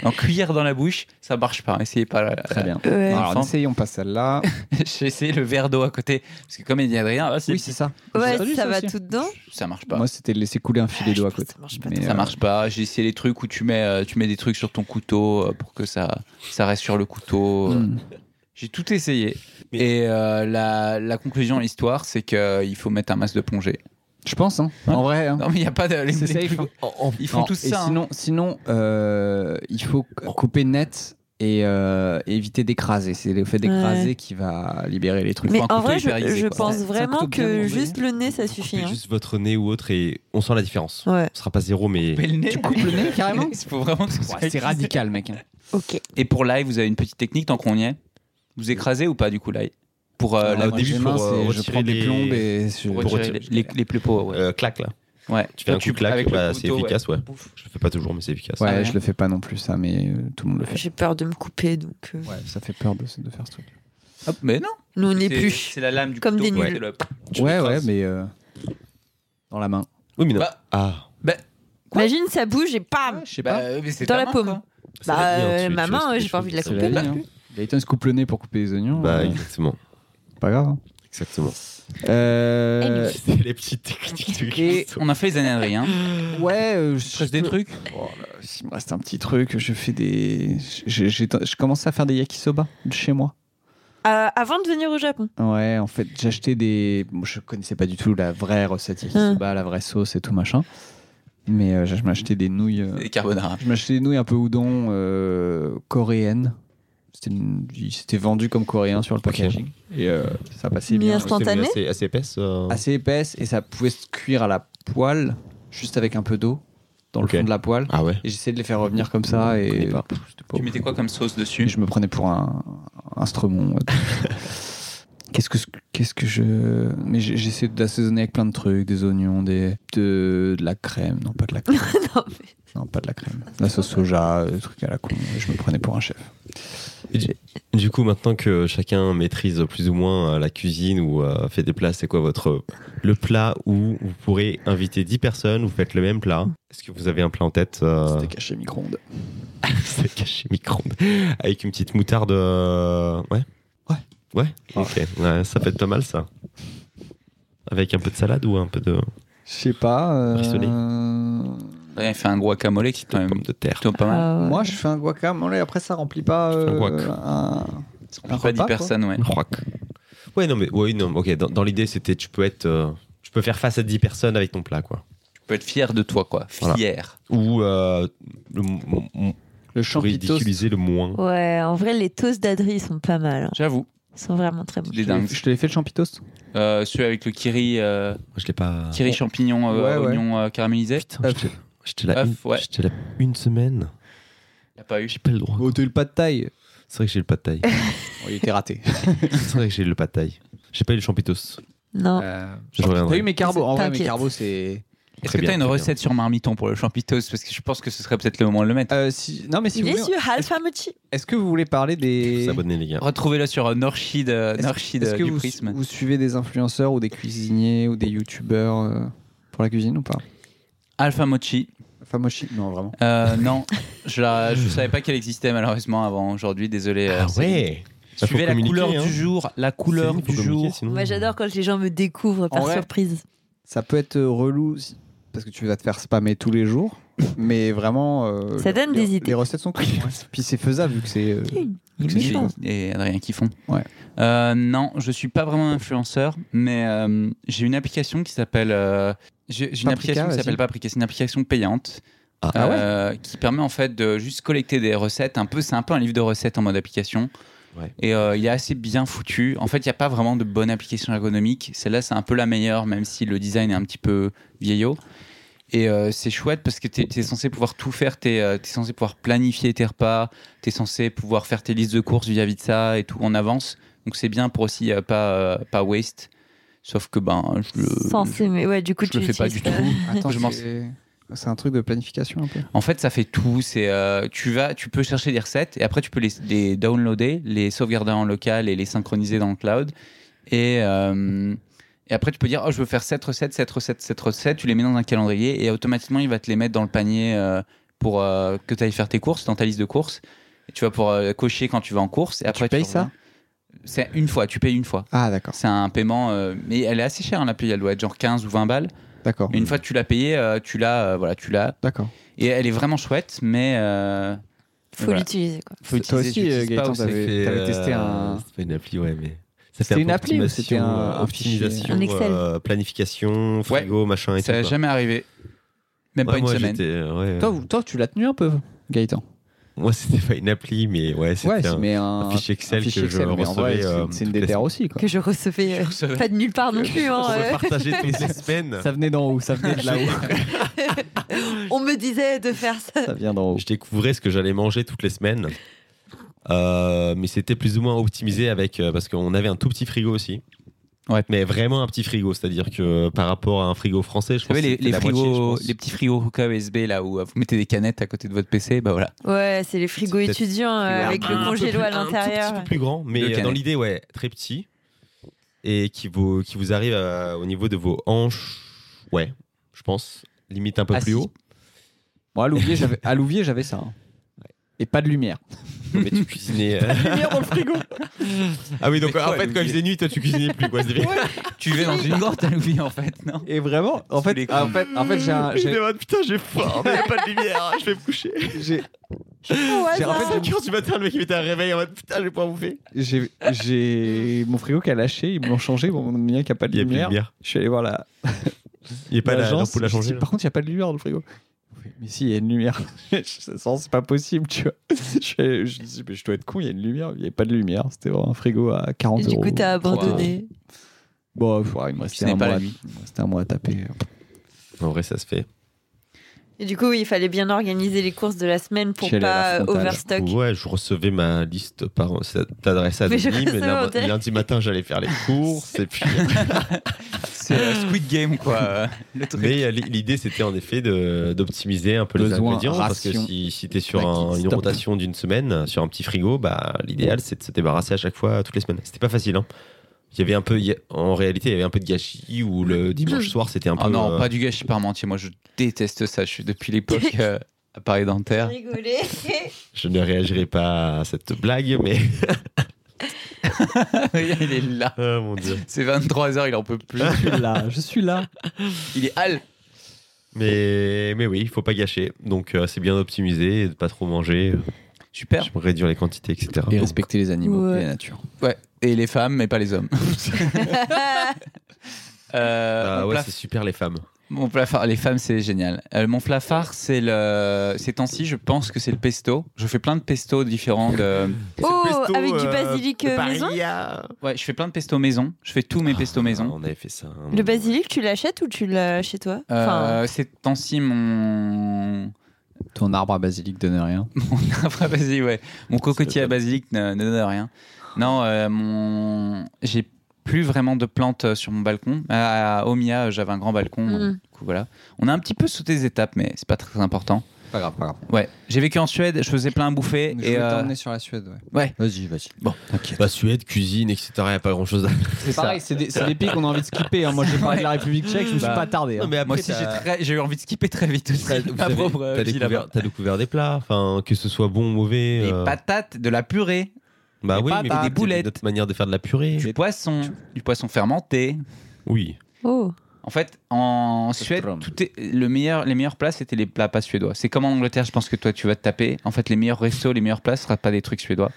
Speaker 1: En cuillère dans la bouche, ça marche pas. Essayez pas. la-
Speaker 2: Très bien.
Speaker 3: Ouais.
Speaker 2: Alors,
Speaker 1: Euh, Enfin.
Speaker 2: n'essayons pas celle-là.
Speaker 1: [laughs] J'ai essayé le verre d'eau à côté. Parce que comme il dit Adrien, ah, c'est-
Speaker 2: Oui, c'est ça.
Speaker 3: Ouais,
Speaker 2: entendu
Speaker 3: ça,
Speaker 2: ça
Speaker 3: va
Speaker 2: aussi.
Speaker 3: tout dedans.
Speaker 1: ça marche pas.
Speaker 2: Moi, c'était de laisser couler un filet
Speaker 3: Ah, je
Speaker 2: d'eau à
Speaker 3: pense que
Speaker 2: côté.
Speaker 3: ça marche pas
Speaker 2: Mais,
Speaker 1: ça
Speaker 2: euh,
Speaker 1: marche pas. J'ai essayé les trucs où tu mets, euh, tu mets des trucs sur ton couteau euh, pour que ça, ça reste sur le couteau.
Speaker 2: hmm.
Speaker 1: J'ai tout essayé. Et euh, la, la conclusion de l'histoire, c'est qu'il faut mettre un masque de plongée.
Speaker 2: Je pense, hein.
Speaker 1: Ouais.
Speaker 2: En vrai, hein.
Speaker 1: Non, mais il n'y a pas de. les-
Speaker 2: C'est
Speaker 1: les
Speaker 2: safe,
Speaker 1: plus-
Speaker 2: hein.
Speaker 1: Ils font
Speaker 2: Non,
Speaker 1: tous
Speaker 2: et
Speaker 1: ça. hein.
Speaker 2: Sinon, sinon euh, il faut couper net et euh, éviter d'écraser. C'est le fait d'écraser qui va libérer les trucs.
Speaker 1: faut
Speaker 3: Mais
Speaker 1: un
Speaker 3: en
Speaker 1: couteau
Speaker 3: vrai, je,
Speaker 1: hyperisé,
Speaker 3: je
Speaker 1: quoi.
Speaker 3: pense
Speaker 2: Ouais, c'est un
Speaker 3: vraiment
Speaker 2: couteau bien
Speaker 3: que
Speaker 2: bourré.
Speaker 3: juste le nez, ça suffit.
Speaker 4: Coupez
Speaker 3: hein.
Speaker 4: juste votre nez ou autre et on sent la différence.
Speaker 3: Ouais,
Speaker 4: Ce sera pas zéro, mais
Speaker 1: Mais le nez,
Speaker 2: Tu coupes le nez, [laughs] carrément
Speaker 1: Il faut vraiment que ce soit
Speaker 2: Ouais, c'est
Speaker 1: aiguisé.
Speaker 2: radical, mec. hein.
Speaker 3: ok.
Speaker 1: Et pour live, vous avez une petite technique tant qu'on y est Vous écrasez ou pas du coup live Pour euh,
Speaker 2: Ah,
Speaker 1: la
Speaker 2: moi,
Speaker 4: début,
Speaker 2: j'ai
Speaker 4: pour,
Speaker 2: mince,
Speaker 4: euh,
Speaker 2: c'est- je
Speaker 4: retirer
Speaker 2: prends des
Speaker 4: les-
Speaker 2: plombes et je-
Speaker 1: pour
Speaker 4: pour
Speaker 1: retirer
Speaker 4: retirer-
Speaker 1: les, les, les plus pauvres, ouais.
Speaker 4: euh, clac là.
Speaker 1: Ouais.
Speaker 4: Tu fais un
Speaker 1: Toi,
Speaker 4: coup de claque,
Speaker 1: avec le
Speaker 4: bah, c'est
Speaker 1: couteau,
Speaker 4: efficace, ouais.
Speaker 1: Pouf.
Speaker 4: Je le fais pas toujours, mais c'est efficace.
Speaker 2: Ouais,
Speaker 1: ouais.
Speaker 2: je le fais pas non plus, ça, mais euh, tout le monde le fait.
Speaker 3: J'ai peur de me couper, donc euh,
Speaker 2: Ouais, ça fait peur de, de faire ce truc.
Speaker 1: Hop, mais non,
Speaker 3: nous on
Speaker 1: c'est-
Speaker 3: n'est plus.
Speaker 1: C'est la lame du
Speaker 3: Comme
Speaker 1: couteau,
Speaker 3: des
Speaker 1: ouais, Bah,
Speaker 3: nuls.
Speaker 1: c'est le-
Speaker 4: Tu
Speaker 2: ouais, ouais,
Speaker 4: l'écrases.
Speaker 2: mais euh, dans la main.
Speaker 4: Oui, mais non.
Speaker 1: Bah,
Speaker 4: Ah,
Speaker 1: Quoi
Speaker 3: Imagine, ça bouge et pam.
Speaker 2: Je sais
Speaker 1: bah, euh, mais c'est
Speaker 3: Dans
Speaker 1: ta
Speaker 3: la
Speaker 1: main,
Speaker 3: paume.
Speaker 1: quoi.
Speaker 4: ça
Speaker 3: Bah,
Speaker 4: va hein,
Speaker 3: euh,
Speaker 4: tu-
Speaker 3: ma
Speaker 4: tu
Speaker 3: main,
Speaker 4: vois ce
Speaker 3: euh,
Speaker 4: que
Speaker 3: j'ai
Speaker 4: tu
Speaker 3: pas
Speaker 4: fais,
Speaker 3: envie de la
Speaker 4: ça
Speaker 2: C'est
Speaker 4: va
Speaker 2: la
Speaker 3: couper,
Speaker 4: être
Speaker 2: vie,
Speaker 3: là.
Speaker 4: bien.
Speaker 2: hein. Layton se coupe le nez pour couper les oignons.
Speaker 4: Bah,
Speaker 2: euh,
Speaker 4: exactement.
Speaker 2: c'est pas grave. hein.
Speaker 4: Exactement.
Speaker 2: Euh,
Speaker 4: C'est les petites techniques du
Speaker 1: Et
Speaker 4: Christ.
Speaker 1: on a fait les années Adrien.
Speaker 2: ouais, euh,
Speaker 1: Je stresse des trucs.
Speaker 2: Oh là, il me reste un petit truc. Je fais des. j'ai- j'ai- Je commençais à faire des yakisoba de chez moi.
Speaker 3: Euh, avant de venir au Japon.
Speaker 2: Ouais, en fait, j'achetais des. bon, je connaissais pas du tout la vraie recette yakisoba, la vraie sauce et tout machin. Mais euh, je je m'achetais des nouilles. euh,
Speaker 1: Les carbonara.
Speaker 2: Je m'achetais des nouilles un peu udon euh, coréennes. C'était une- il- C'était vendu comme coréen sur le packaging. Et euh, ça passait
Speaker 3: Mais
Speaker 2: bien.
Speaker 3: instantané. Instantané
Speaker 4: C'est assez épaisse. euh,
Speaker 2: Assez épaisse et ça pouvait se cuire à la poêle, juste avec un peu d'eau dans le
Speaker 4: Ok.
Speaker 2: fond de la poêle.
Speaker 4: Ah ouais.
Speaker 2: Et j'essayais de les faire revenir comme ça.
Speaker 4: Je
Speaker 2: Et
Speaker 4: connais pas.
Speaker 2: Pff, c'était pas
Speaker 1: Tu
Speaker 2: ouf.
Speaker 1: mettais quoi comme sauce
Speaker 2: Et
Speaker 1: dessus
Speaker 2: je me prenais pour un, un stromon. [laughs] Qu'est-ce que, qu'est-ce que je. Mais j'ai- j'essaie d'assaisonner avec plein de trucs, des oignons, des, de, de la crème. Non, pas de la crème.
Speaker 3: Non, mais-
Speaker 2: [laughs] non, pas de la crème. De La sauce soja, des trucs à la con. Et Je me prenais pour un chef.
Speaker 4: Du coup, maintenant que chacun maîtrise plus ou moins euh, la cuisine ou euh, fait des plats, c'est quoi votre le plat où vous pourrez inviter 10 personnes, vous faites le même plat Est-ce que vous avez un plat en tête euh,
Speaker 2: C'était caché micro-ondes.
Speaker 4: [laughs] Steak caché micro-ondes avec une petite moutarde. euh, Ouais.
Speaker 2: Ouais.
Speaker 4: Ouais. Ok. Ouais, ça peut être pas mal ça. Avec un peu de salade ou un peu de
Speaker 2: Je sais pas. euh,
Speaker 4: Rissolé.
Speaker 1: Adrien fait un guacamole qui est quand même
Speaker 4: pommes de terre.
Speaker 1: plutôt pas
Speaker 2: Euh,
Speaker 1: mal.
Speaker 3: Ah, ouais.
Speaker 2: Moi, je fais un guacamole. Après, ça remplit pas.
Speaker 4: fais un
Speaker 2: euh,
Speaker 4: guac.
Speaker 2: un-
Speaker 1: Pas 10
Speaker 2: un repas, quoi.
Speaker 1: personnes, ouais.
Speaker 4: Croac. Ouais, non, mais ouais, non, ok. Dans, dans l'idée, c'était tu peux être, euh, tu peux faire face à 10 personnes avec ton plat, quoi.
Speaker 1: Tu peux être fier de toi, quoi.
Speaker 4: Voilà.
Speaker 1: Fier.
Speaker 4: Ou euh, le, m- m-
Speaker 2: Le champito.
Speaker 4: ridiculiser le moins.
Speaker 3: Ouais, en vrai, les toasts d'Adri sont pas mal. hein.
Speaker 1: J'avoue,
Speaker 3: Ils sont vraiment très bons.
Speaker 1: il est dingue.
Speaker 2: Je te l'ai fait le champitos
Speaker 1: Euh, celui avec le kiri, euh,
Speaker 4: Moi, je l'ai pas.
Speaker 1: kiri champignon, euh,
Speaker 2: Ouais, ouais.
Speaker 1: oignon euh, caramélisé.
Speaker 4: Putain, je te- je te l'ai
Speaker 1: Œuf,
Speaker 4: une,
Speaker 1: ouais.
Speaker 4: je te l'ai une semaine.
Speaker 1: Il a pas eu.
Speaker 4: J'ai pas le droit.
Speaker 2: Oh, t'as eu le pas de taille. Oh,
Speaker 4: C'est vrai que j'ai le pas
Speaker 1: [laughs]
Speaker 4: de taille.
Speaker 2: il était
Speaker 4: [laughs]
Speaker 2: raté.
Speaker 4: C'est vrai que j'ai le pas de taille. J'ai pas eu le champitos.
Speaker 3: Non.
Speaker 2: Euh,
Speaker 4: Je reviendrai.
Speaker 2: T'as eu mes carbos. En vrai, mes
Speaker 3: T'inquiète.
Speaker 2: carbos, c'est.
Speaker 1: Est-ce
Speaker 4: Très
Speaker 1: que t'as
Speaker 4: bien,
Speaker 1: une
Speaker 4: très bien.
Speaker 1: recette sur Marmiton pour le champitos Parce que je pense que ce serait peut-être le moment de le mettre.
Speaker 2: Euh, si- Non, mais si vous
Speaker 3: Bien
Speaker 2: voulez,
Speaker 3: sûr, Alpha Mochi.
Speaker 2: est-ce que vous voulez parler des.
Speaker 4: Vous abonnez, les gars.
Speaker 1: Retrouvez-le sur euh, Norchid, euh,
Speaker 2: Est-ce-
Speaker 1: Norchid
Speaker 2: Est-ce
Speaker 1: euh,
Speaker 2: que
Speaker 1: du
Speaker 2: vous,
Speaker 1: prisme.
Speaker 2: vous suivez des influenceurs ou des cuisiniers ou des youtubeurs euh, pour la cuisine ou pas
Speaker 1: Alpha Mochi.
Speaker 2: Enfin, moi, je... non, vraiment.
Speaker 1: Euh, non, je, la- je savais pas qu'elle existait malheureusement avant aujourd'hui. Désolé. euh,
Speaker 4: Ah
Speaker 1: Céline.
Speaker 4: ouais. Bah, faut
Speaker 1: Suivez la
Speaker 4: communiquer,
Speaker 1: couleur
Speaker 4: hein.
Speaker 1: du jour, la couleur
Speaker 4: Céline, faut
Speaker 1: du
Speaker 4: communiquer,
Speaker 1: jour.
Speaker 4: sinon-
Speaker 3: Moi, j'adore quand les gens me découvrent par
Speaker 2: En vrai.
Speaker 3: surprise.
Speaker 2: Ça peut être euh, relou si- parce que tu vas te faire spammer tous les [laughs] jours, mais vraiment. euh,
Speaker 3: Ça donne
Speaker 2: les-
Speaker 3: des idées.
Speaker 2: Les recettes sont cool. Puis c'est faisable vu que c'est. euh,
Speaker 3: Il est
Speaker 1: Parce que
Speaker 3: méchant.
Speaker 1: c'est- Et Adrien qui font.
Speaker 2: Ouais.
Speaker 1: Euh, non, je suis pas vraiment influenceur, mais euh, j'ai une application qui s'appelle. euh, j'ai j'ai une
Speaker 2: Paprika,
Speaker 1: application qui
Speaker 2: vas-y.
Speaker 1: s'appelle Paprika. C'est une application payante.
Speaker 4: Ah,
Speaker 1: euh, qui permet en fait de juste collecter des recettes un peu c'est un peu un livre de recettes en mode application
Speaker 4: Ouais.
Speaker 1: et euh, il est assez bien foutu en fait il n'y a pas vraiment de bonne application ergonomique celle-là c'est un peu la meilleure même si le design est un petit peu vieillot et euh, c'est chouette parce que tu es, censé pouvoir tout faire tu es, censé pouvoir planifier tes repas tu es censé pouvoir faire tes listes de courses vis-à-vis de ça et tout en avance donc c'est bien pour aussi euh, pas euh, pas waste sauf que ben je,
Speaker 3: Censé, mais ouais, du coup,
Speaker 1: je
Speaker 3: tu
Speaker 1: le fais pas du
Speaker 3: l'utilises
Speaker 1: tout
Speaker 3: pas. [laughs]
Speaker 2: Attends,
Speaker 1: Je m'en-
Speaker 2: c'est c'est un truc de planification un peu.
Speaker 1: En fait, ça fait tout. C'est euh, tu vas, tu peux chercher des recettes et après tu peux les, les downloader, les sauvegarder en local et les synchroniser dans le cloud. Et euh, et après tu peux dire oh je veux faire cette recette, cette recette, cette recette. Tu les mets dans un calendrier et automatiquement il va te les mettre dans le panier euh, pour euh, que tu ailles faire tes courses dans ta liste de courses. Et tu vas pour euh, cocher quand tu vas en course. Et après,
Speaker 2: payes
Speaker 1: tu reviens. C'est une fois, tu payes une fois.
Speaker 2: Ah, d'accord.
Speaker 1: C'est un paiement, euh, mais elle est assez chère, hein, l'appli. Elle doit être genre 15 ou 20 balles.
Speaker 2: D'accord.
Speaker 1: Mais une fois que tu l'as payée, euh, tu l'as. euh, voilà, tu l'as.
Speaker 2: D'accord.
Speaker 1: Et elle est vraiment chouette, mais. euh,
Speaker 3: Faut
Speaker 1: Voilà.
Speaker 3: l'utiliser quoi.
Speaker 1: faut
Speaker 2: Toi
Speaker 1: utiliser,
Speaker 2: aussi,
Speaker 1: j'utilise pas
Speaker 2: Gaëtan,
Speaker 1: aussi.
Speaker 2: t'avais-
Speaker 4: Fait,
Speaker 2: t'avais
Speaker 4: euh,
Speaker 2: testé un-
Speaker 4: C'était pas une appli, ouais, mais. ça fait
Speaker 2: C'était
Speaker 4: un peu
Speaker 2: une appli ou
Speaker 4: optimisation,
Speaker 2: c'était
Speaker 4: euh,
Speaker 2: un- un fichier
Speaker 4: optimisation,
Speaker 3: Un Excel
Speaker 4: euh, planification, frigo, machin et
Speaker 1: Ça n'est
Speaker 4: tout. quoi.
Speaker 1: jamais arrivé. Même
Speaker 4: Ouais,
Speaker 1: pas une
Speaker 4: moi,
Speaker 1: semaine.
Speaker 4: j'étais, euh, ouais,
Speaker 2: Toi,
Speaker 4: euh,
Speaker 2: vous- toi, tu l'as tenu un peu, Gaëtan.
Speaker 4: Moi, [laughs] c'était pas une appli, mais ouais, c'était
Speaker 2: Ouais,
Speaker 4: un,
Speaker 2: mais un,
Speaker 4: un fichier Excel
Speaker 2: un fichier
Speaker 4: que je
Speaker 2: Excel, mais en vrai,
Speaker 4: recevais. euh,
Speaker 2: c'est- c'est une
Speaker 4: toutes les
Speaker 2: DPR aussi, quoi.
Speaker 3: Que je recevais euh,
Speaker 1: recevais.
Speaker 3: pas de nulle part non plus. hein,
Speaker 4: On
Speaker 3: euh.
Speaker 4: va partager
Speaker 1: [laughs]
Speaker 4: toutes les semaines.
Speaker 2: Ça venait d'en haut, ça venait de là-haut.
Speaker 3: On me disait de faire ça.
Speaker 2: [laughs] ça vient d'en haut.
Speaker 4: Je découvrais ce que j'allais manger toutes les semaines. Euh, mais c'était plus ou moins optimisé avec euh, parce qu'on avait un tout petit frigo aussi.
Speaker 1: Ouais.
Speaker 4: Mais vraiment un petit frigo, c'est-à-dire que euh, par rapport à un frigo français, je
Speaker 1: Vous
Speaker 4: pense
Speaker 1: savez, les,
Speaker 4: que c'était
Speaker 1: les
Speaker 4: la moitié,
Speaker 1: frigos-
Speaker 4: je pense.
Speaker 1: les petits frigos Hoka USB là où euh, vous mettez des canettes à côté de votre PC, bah voilà.
Speaker 3: Ouais, c'est les frigos
Speaker 4: C'est peut-être
Speaker 3: étudiants euh,
Speaker 4: Un
Speaker 3: avec
Speaker 4: peu
Speaker 3: le
Speaker 4: plus-
Speaker 3: congélo à
Speaker 4: Un tout petit
Speaker 3: l'intérieur.
Speaker 4: peu plus grand, mais
Speaker 1: Deux
Speaker 4: euh, dans
Speaker 1: canettes.
Speaker 4: l'idée, ouais, très petit et qui vous qui vous arrive à- au niveau de vos hanches, ouais, je pense, limite un peu
Speaker 1: Assis.
Speaker 4: plus haut.
Speaker 2: Bon, à Louvier, j'avais- à Louvier, j'avais ça. hein. Et pas de lumière.
Speaker 4: Mais tu cuisinais. euh,
Speaker 2: Lumière dans le
Speaker 3: [laughs]
Speaker 2: frigo.
Speaker 4: Ah oui, donc
Speaker 1: Mais
Speaker 4: en
Speaker 1: quoi,
Speaker 4: fait, quand il
Speaker 1: Olivier
Speaker 4: faisait nuit, toi tu cuisinais plus, quoi. c'est bien.
Speaker 1: [laughs] Tu vivais dans une grotte à Louvier en fait, non
Speaker 2: Et vraiment, en
Speaker 1: Sous les
Speaker 2: fait,
Speaker 1: coups.
Speaker 2: en fait, en fait, j'ai un-
Speaker 4: [laughs] Il
Speaker 2: j'ai- [laughs]
Speaker 4: était en mode, putain, j'ai faim, mais y a pas de lumière, je vais me coucher.
Speaker 2: j'ai-
Speaker 3: Ouais,
Speaker 2: J'ai- en
Speaker 3: ça.
Speaker 2: fait,
Speaker 4: À 5h du matin, le mec il mettait un réveil en mode putain, je vais pas bouffer.
Speaker 2: j'ai- j'ai mon frigo qui a lâché, ils me l'ont changé, bon, mon mien qui a pas de
Speaker 4: Il y a plus de
Speaker 2: lumière.
Speaker 4: lumière.
Speaker 2: Je suis allé voir la
Speaker 4: Il n'y a pas la
Speaker 2: l'agence,
Speaker 4: l'ampoule à
Speaker 2: je dis,
Speaker 4: changer.
Speaker 2: Par contre, il y a pas de lumière dans le frigo. Oui, Mais si, il y a une lumière. [laughs] Je sens, c'est pas possible, tu vois. [laughs] Je, fais- je dis, mais je dois être con, il y a une lumière. Il n'y avait pas de lumière. C'était vraiment un frigo à 40
Speaker 3: Du
Speaker 2: euros.
Speaker 3: coup, t'as abandonné.
Speaker 2: Bon, ouais, il me restait
Speaker 1: Ce
Speaker 2: un
Speaker 1: n'est pas
Speaker 2: mois.
Speaker 1: la
Speaker 2: à-
Speaker 1: nuit.
Speaker 2: il me restait un mois à taper.
Speaker 4: En vrai, ça se fait.
Speaker 3: Et du coup, oui, il fallait bien organiser les courses de la semaine pour
Speaker 2: Chez la- la
Speaker 3: pas euh,
Speaker 2: frontale.
Speaker 3: overstock.
Speaker 4: Ouais, je recevais ma liste par cette adresse
Speaker 3: Mais je
Speaker 4: anonyme. et
Speaker 3: recevais
Speaker 4: lundi-
Speaker 3: au téléphone.
Speaker 4: lundi matin, j'allais faire les courses. et [laughs] puis...
Speaker 1: [laughs] C'est euh, Squid Game [laughs] quoi. euh, le truc.
Speaker 4: Mais euh, li- l'idée, c'était en effet de- d'optimiser un peu les
Speaker 2: Besoin,
Speaker 4: ingrédients. Parce que
Speaker 2: ration.
Speaker 4: si, si t'es sur
Speaker 2: Là, qui
Speaker 4: un- une
Speaker 2: stoppe.
Speaker 4: rotation d'une semaine, sur un petit frigo, bah, l'idéal, c'est de se débarrasser à chaque fois, toutes les semaines. C'était pas facile. hein. Il y avait un peu, il y a- en réalité, il y avait un peu de gâchis où le dimanche soir, c'était un peu.
Speaker 1: Ah non,
Speaker 4: euh,
Speaker 1: pas du gâchis parmentier. Moi, je déteste ça. Je suis depuis
Speaker 4: [laughs]
Speaker 1: l'époque euh, à Paris dentaire.
Speaker 3: Rigoler. [laughs]
Speaker 4: Je ne réagirai pas à cette blague, mais.
Speaker 1: [laughs] il est là.
Speaker 4: Ah mon dieu.
Speaker 1: C'est 23h, il en peut
Speaker 4: [laughs]
Speaker 1: plus.
Speaker 2: Je suis là, je suis là.
Speaker 1: Il est hal.
Speaker 4: Mais, mais oui, il faut pas gâcher. Donc euh, c'est bien d'optimiser et de pas trop manger, euh,
Speaker 1: Super.
Speaker 4: pour réduire les quantités, etc.
Speaker 2: Et respecter les animaux
Speaker 3: Ouais.
Speaker 2: et la nature.
Speaker 1: Ouais. Et les femmes, mais pas les hommes. [laughs] Euh,
Speaker 4: Ah
Speaker 1: mon,
Speaker 4: ouais,
Speaker 1: plaf-
Speaker 4: c'est super les femmes.
Speaker 1: mon plafard, les femmes, c'est génial. Euh, mon plafard, c'est le. Ces temps-ci, je pense que c'est le pesto. Je fais plein de pesto différents. De...
Speaker 3: Oh, avec du basilic euh, maison
Speaker 1: Ouais, je fais plein de pesto maison. Je fais tous mes pesto maison.
Speaker 2: Ah,
Speaker 4: on avait fait ça. hein.
Speaker 3: Le basilic, tu l'achètes ou tu l'as chez toi Enfin,
Speaker 1: Euh, Ces temps-ci, mon.
Speaker 2: Ton arbre à basilic
Speaker 1: [laughs]
Speaker 2: donne rien.
Speaker 1: Après, vas-y, ouais. Mon cocotier à basilic ne, ne donne rien. Non, euh, mon... j'ai plus vraiment de plantes euh, sur mon balcon. À à Omiya, euh, j'avais un grand balcon.
Speaker 3: Mhm.
Speaker 1: euh, Du coup, voilà. On a un petit peu sauté des étapes, mais c'est pas très important.
Speaker 2: [laughs] Pas grave, pas grave.
Speaker 1: Ouais, j'ai vécu en Suède, je faisais plein à bouffer.
Speaker 2: Je
Speaker 1: Et,
Speaker 2: vais
Speaker 1: euh,
Speaker 2: t'emmener sur la Suède, ouais.
Speaker 1: ouais,
Speaker 2: Vas-y, vas-y.
Speaker 4: Bah, Suède, cuisine, etc. Il a pas grand chose à
Speaker 1: c'est ça.
Speaker 2: Pareil, c'est des, c'est des pays qu'on a envie de skipper. hein. Moi, j'ai parlé de la République tchèque, je me suis
Speaker 1: Bah,
Speaker 2: pas attardé. hein.
Speaker 4: mais
Speaker 1: Moi aussi, j'ai très- j'ai eu envie de skipper très vite aussi. [laughs]
Speaker 4: T'as
Speaker 1: ma propre euh, vie
Speaker 4: découvert,
Speaker 1: là-bas.
Speaker 4: t'as découvert des plats, enfin que ce soit bon ou mauvais.
Speaker 1: bah, Des
Speaker 4: euh,
Speaker 1: patates, de la purée,
Speaker 4: bah
Speaker 2: des
Speaker 4: oui, mais
Speaker 2: patates,
Speaker 4: c'est
Speaker 1: des boulettes.
Speaker 4: Notre manière de faire de la purée.
Speaker 1: du poisson, du poisson fermenté.
Speaker 4: Oui.
Speaker 3: oh.
Speaker 1: En fait, en Suède,
Speaker 2: Ostrom.
Speaker 1: tout est, le meilleur, les meilleurs plats, c'était les plats pas suédois. C'est comme en Angleterre, je pense que toi, tu vas te taper. En fait, les meilleurs restos, les meilleurs plats, ce sera pas des trucs suédois.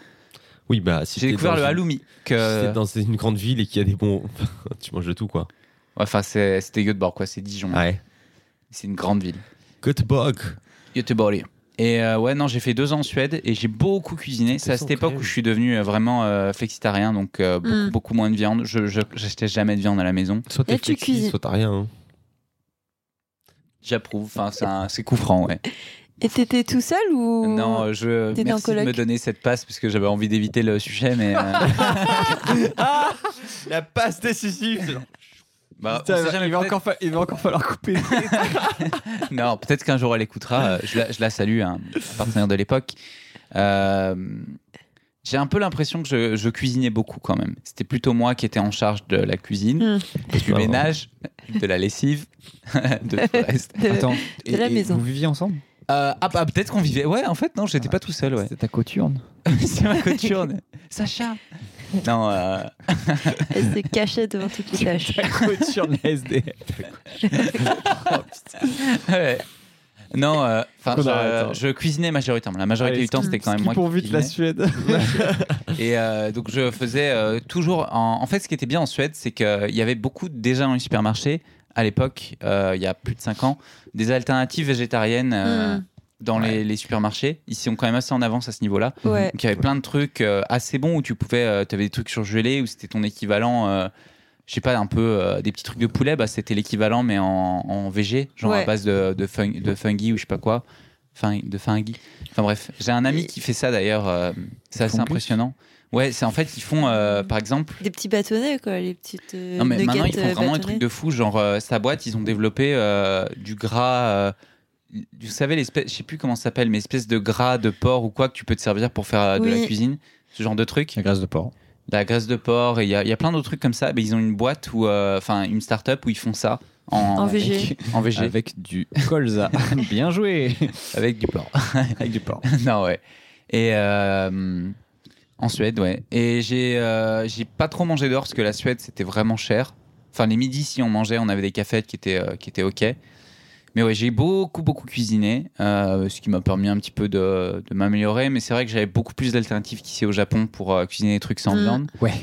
Speaker 4: Oui, bah si
Speaker 1: J'ai
Speaker 4: t'es
Speaker 1: découvert
Speaker 4: dans
Speaker 1: le
Speaker 4: une-
Speaker 1: halloumi. euh.
Speaker 4: si
Speaker 1: Que...
Speaker 4: t'es dans une grande ville et qu'il y a des bons, [laughs] tu manges de tout quoi.
Speaker 1: Enfin, c'est c'est Göteborg, quoi. C'est Dijon.
Speaker 4: Ouais.
Speaker 1: C'est une grande ville.
Speaker 4: Göteborg.
Speaker 1: Göteborg. Et euh, ouais, non, j'ai fait deux ans en Suède et j'ai beaucoup cuisiné. C'est à cette
Speaker 4: Intéressant, quand
Speaker 1: époque
Speaker 4: même.
Speaker 1: où je suis devenu euh, vraiment euh, flexitarien, donc euh, beaucoup,
Speaker 3: Mm.
Speaker 1: beaucoup moins de viande. Je je- j'achetais jamais de viande à la maison.
Speaker 4: Soit
Speaker 3: Et
Speaker 4: t'es
Speaker 3: tu
Speaker 4: flexi,
Speaker 3: cuisines.
Speaker 4: soit t'as rien. hein.
Speaker 1: J'approuve. Enfin, c'est un- c'est coup franc, ouais.
Speaker 3: Et t'étais tout seul ou
Speaker 1: Non, euh, je
Speaker 3: T'étais en
Speaker 1: merci de
Speaker 3: coloc
Speaker 1: me donner cette passe parce que j'avais envie d'éviter le sujet, mais euh,
Speaker 4: La passe décisive. c'est genre-
Speaker 1: bah, on
Speaker 2: Putain,
Speaker 1: sait jamais,
Speaker 2: il, va
Speaker 1: peut-être-
Speaker 2: encore fa- il va encore falloir couper.
Speaker 1: Non, peut-être qu'un jour elle écoutera. euh, Je la, je la salue, un partenaire de l'époque. Euh, J'ai un peu l'impression que je, je cuisinais beaucoup quand même. C'était plutôt moi qui étais en charge de la cuisine,
Speaker 3: Hmm.
Speaker 1: du ménage, de la lessive, [laughs] de tout le reste.
Speaker 3: de-
Speaker 2: Attends,
Speaker 3: [laughs] et- la et maison.
Speaker 2: Vous viviez ensemble
Speaker 1: Euh, ah, bah, peut-être qu'on vivait. Ouais, en fait, non, j'étais pas tout seul, ouais.
Speaker 2: C'était ta coturne.
Speaker 1: [laughs] C'est ma coturne. Sacha Non, euh,
Speaker 3: Elle se cachait devant toutes les tâches.
Speaker 2: coturne SDF.
Speaker 1: ouais. Non, euh, enfin,
Speaker 2: Faudra
Speaker 1: je,
Speaker 2: attendre.
Speaker 1: je cuisinais majoritairement. La majorité du temps, c'était quand même moi
Speaker 2: pour
Speaker 1: qui
Speaker 2: vite la
Speaker 1: cuisinais.
Speaker 2: Suède.
Speaker 1: Et euh, donc, je faisais euh, toujours. En... en fait, ce qui était bien en Suède, c'est qu'il y avait beaucoup, déjà dans les supermarchés, à l'époque, euh, il y a plus de 5 ans, des alternatives végétariennes euh,
Speaker 3: Hmm.
Speaker 1: dans les, les supermarchés. Ils sont quand même assez en avance à ce niveau-là.
Speaker 3: Ouais.
Speaker 1: Donc il y avait plein de trucs euh, assez bons où tu pouvais, tu avais des trucs surgelés où c'était ton équivalent, euh, je sais pas, un peu euh, des petits trucs de poulet, bah, c'était l'équivalent mais en, en VG, genre à
Speaker 3: Ouais.
Speaker 1: base de, de, fun- de fungi ou je sais pas quoi, Fin- de fungi. Enfin bref, j'ai un ami
Speaker 3: Et-
Speaker 1: qui fait ça d'ailleurs, euh, c'est assez
Speaker 2: font
Speaker 1: impressionnant. Ouais, c'est en fait, ils font euh, par exemple.
Speaker 3: Des petits bâtonnets, quoi, les petites. euh,
Speaker 1: Non mais
Speaker 3: nuggets,
Speaker 1: maintenant ils font
Speaker 3: euh,
Speaker 1: vraiment un
Speaker 3: bâtonnets.
Speaker 1: truc de fou, genre euh, sa boîte, ils ont développé euh, du gras. euh, vous savez l'espèce, je sais plus comment ça s'appelle, mais espèce de gras de porc ou quoi que tu peux te servir pour faire euh, de la
Speaker 3: Oui.
Speaker 1: cuisine, ce genre de truc
Speaker 2: La graisse de porc.
Speaker 1: la graisse de porc, et il y, a- il y a plein d'autres trucs comme ça. Mais ils ont une boîte ou enfin une start-up où ils font ça en, [laughs]
Speaker 3: En VG.
Speaker 1: en VG, avec,
Speaker 2: Avec du colza. [laughs] Bien joué.
Speaker 1: du [laughs] porc.
Speaker 2: Avec du porc.
Speaker 1: non, ouais. Et euh, en Suède, ouais. Et j'ai euh, j'ai pas trop mangé dehors parce que la Suède c'était vraiment cher. Enfin, les midis, si on mangeait, on avait des cafettes qui étaient, euh, qui étaient ok. Mais ouais, j'ai beaucoup, beaucoup cuisiné, euh, ce qui m'a permis un petit peu de, de m'améliorer. Mais c'est vrai que j'avais beaucoup plus d'alternatives qu'ici au Japon pour euh, cuisiner des trucs sans
Speaker 3: Mm.
Speaker 1: viande.
Speaker 2: Ouais.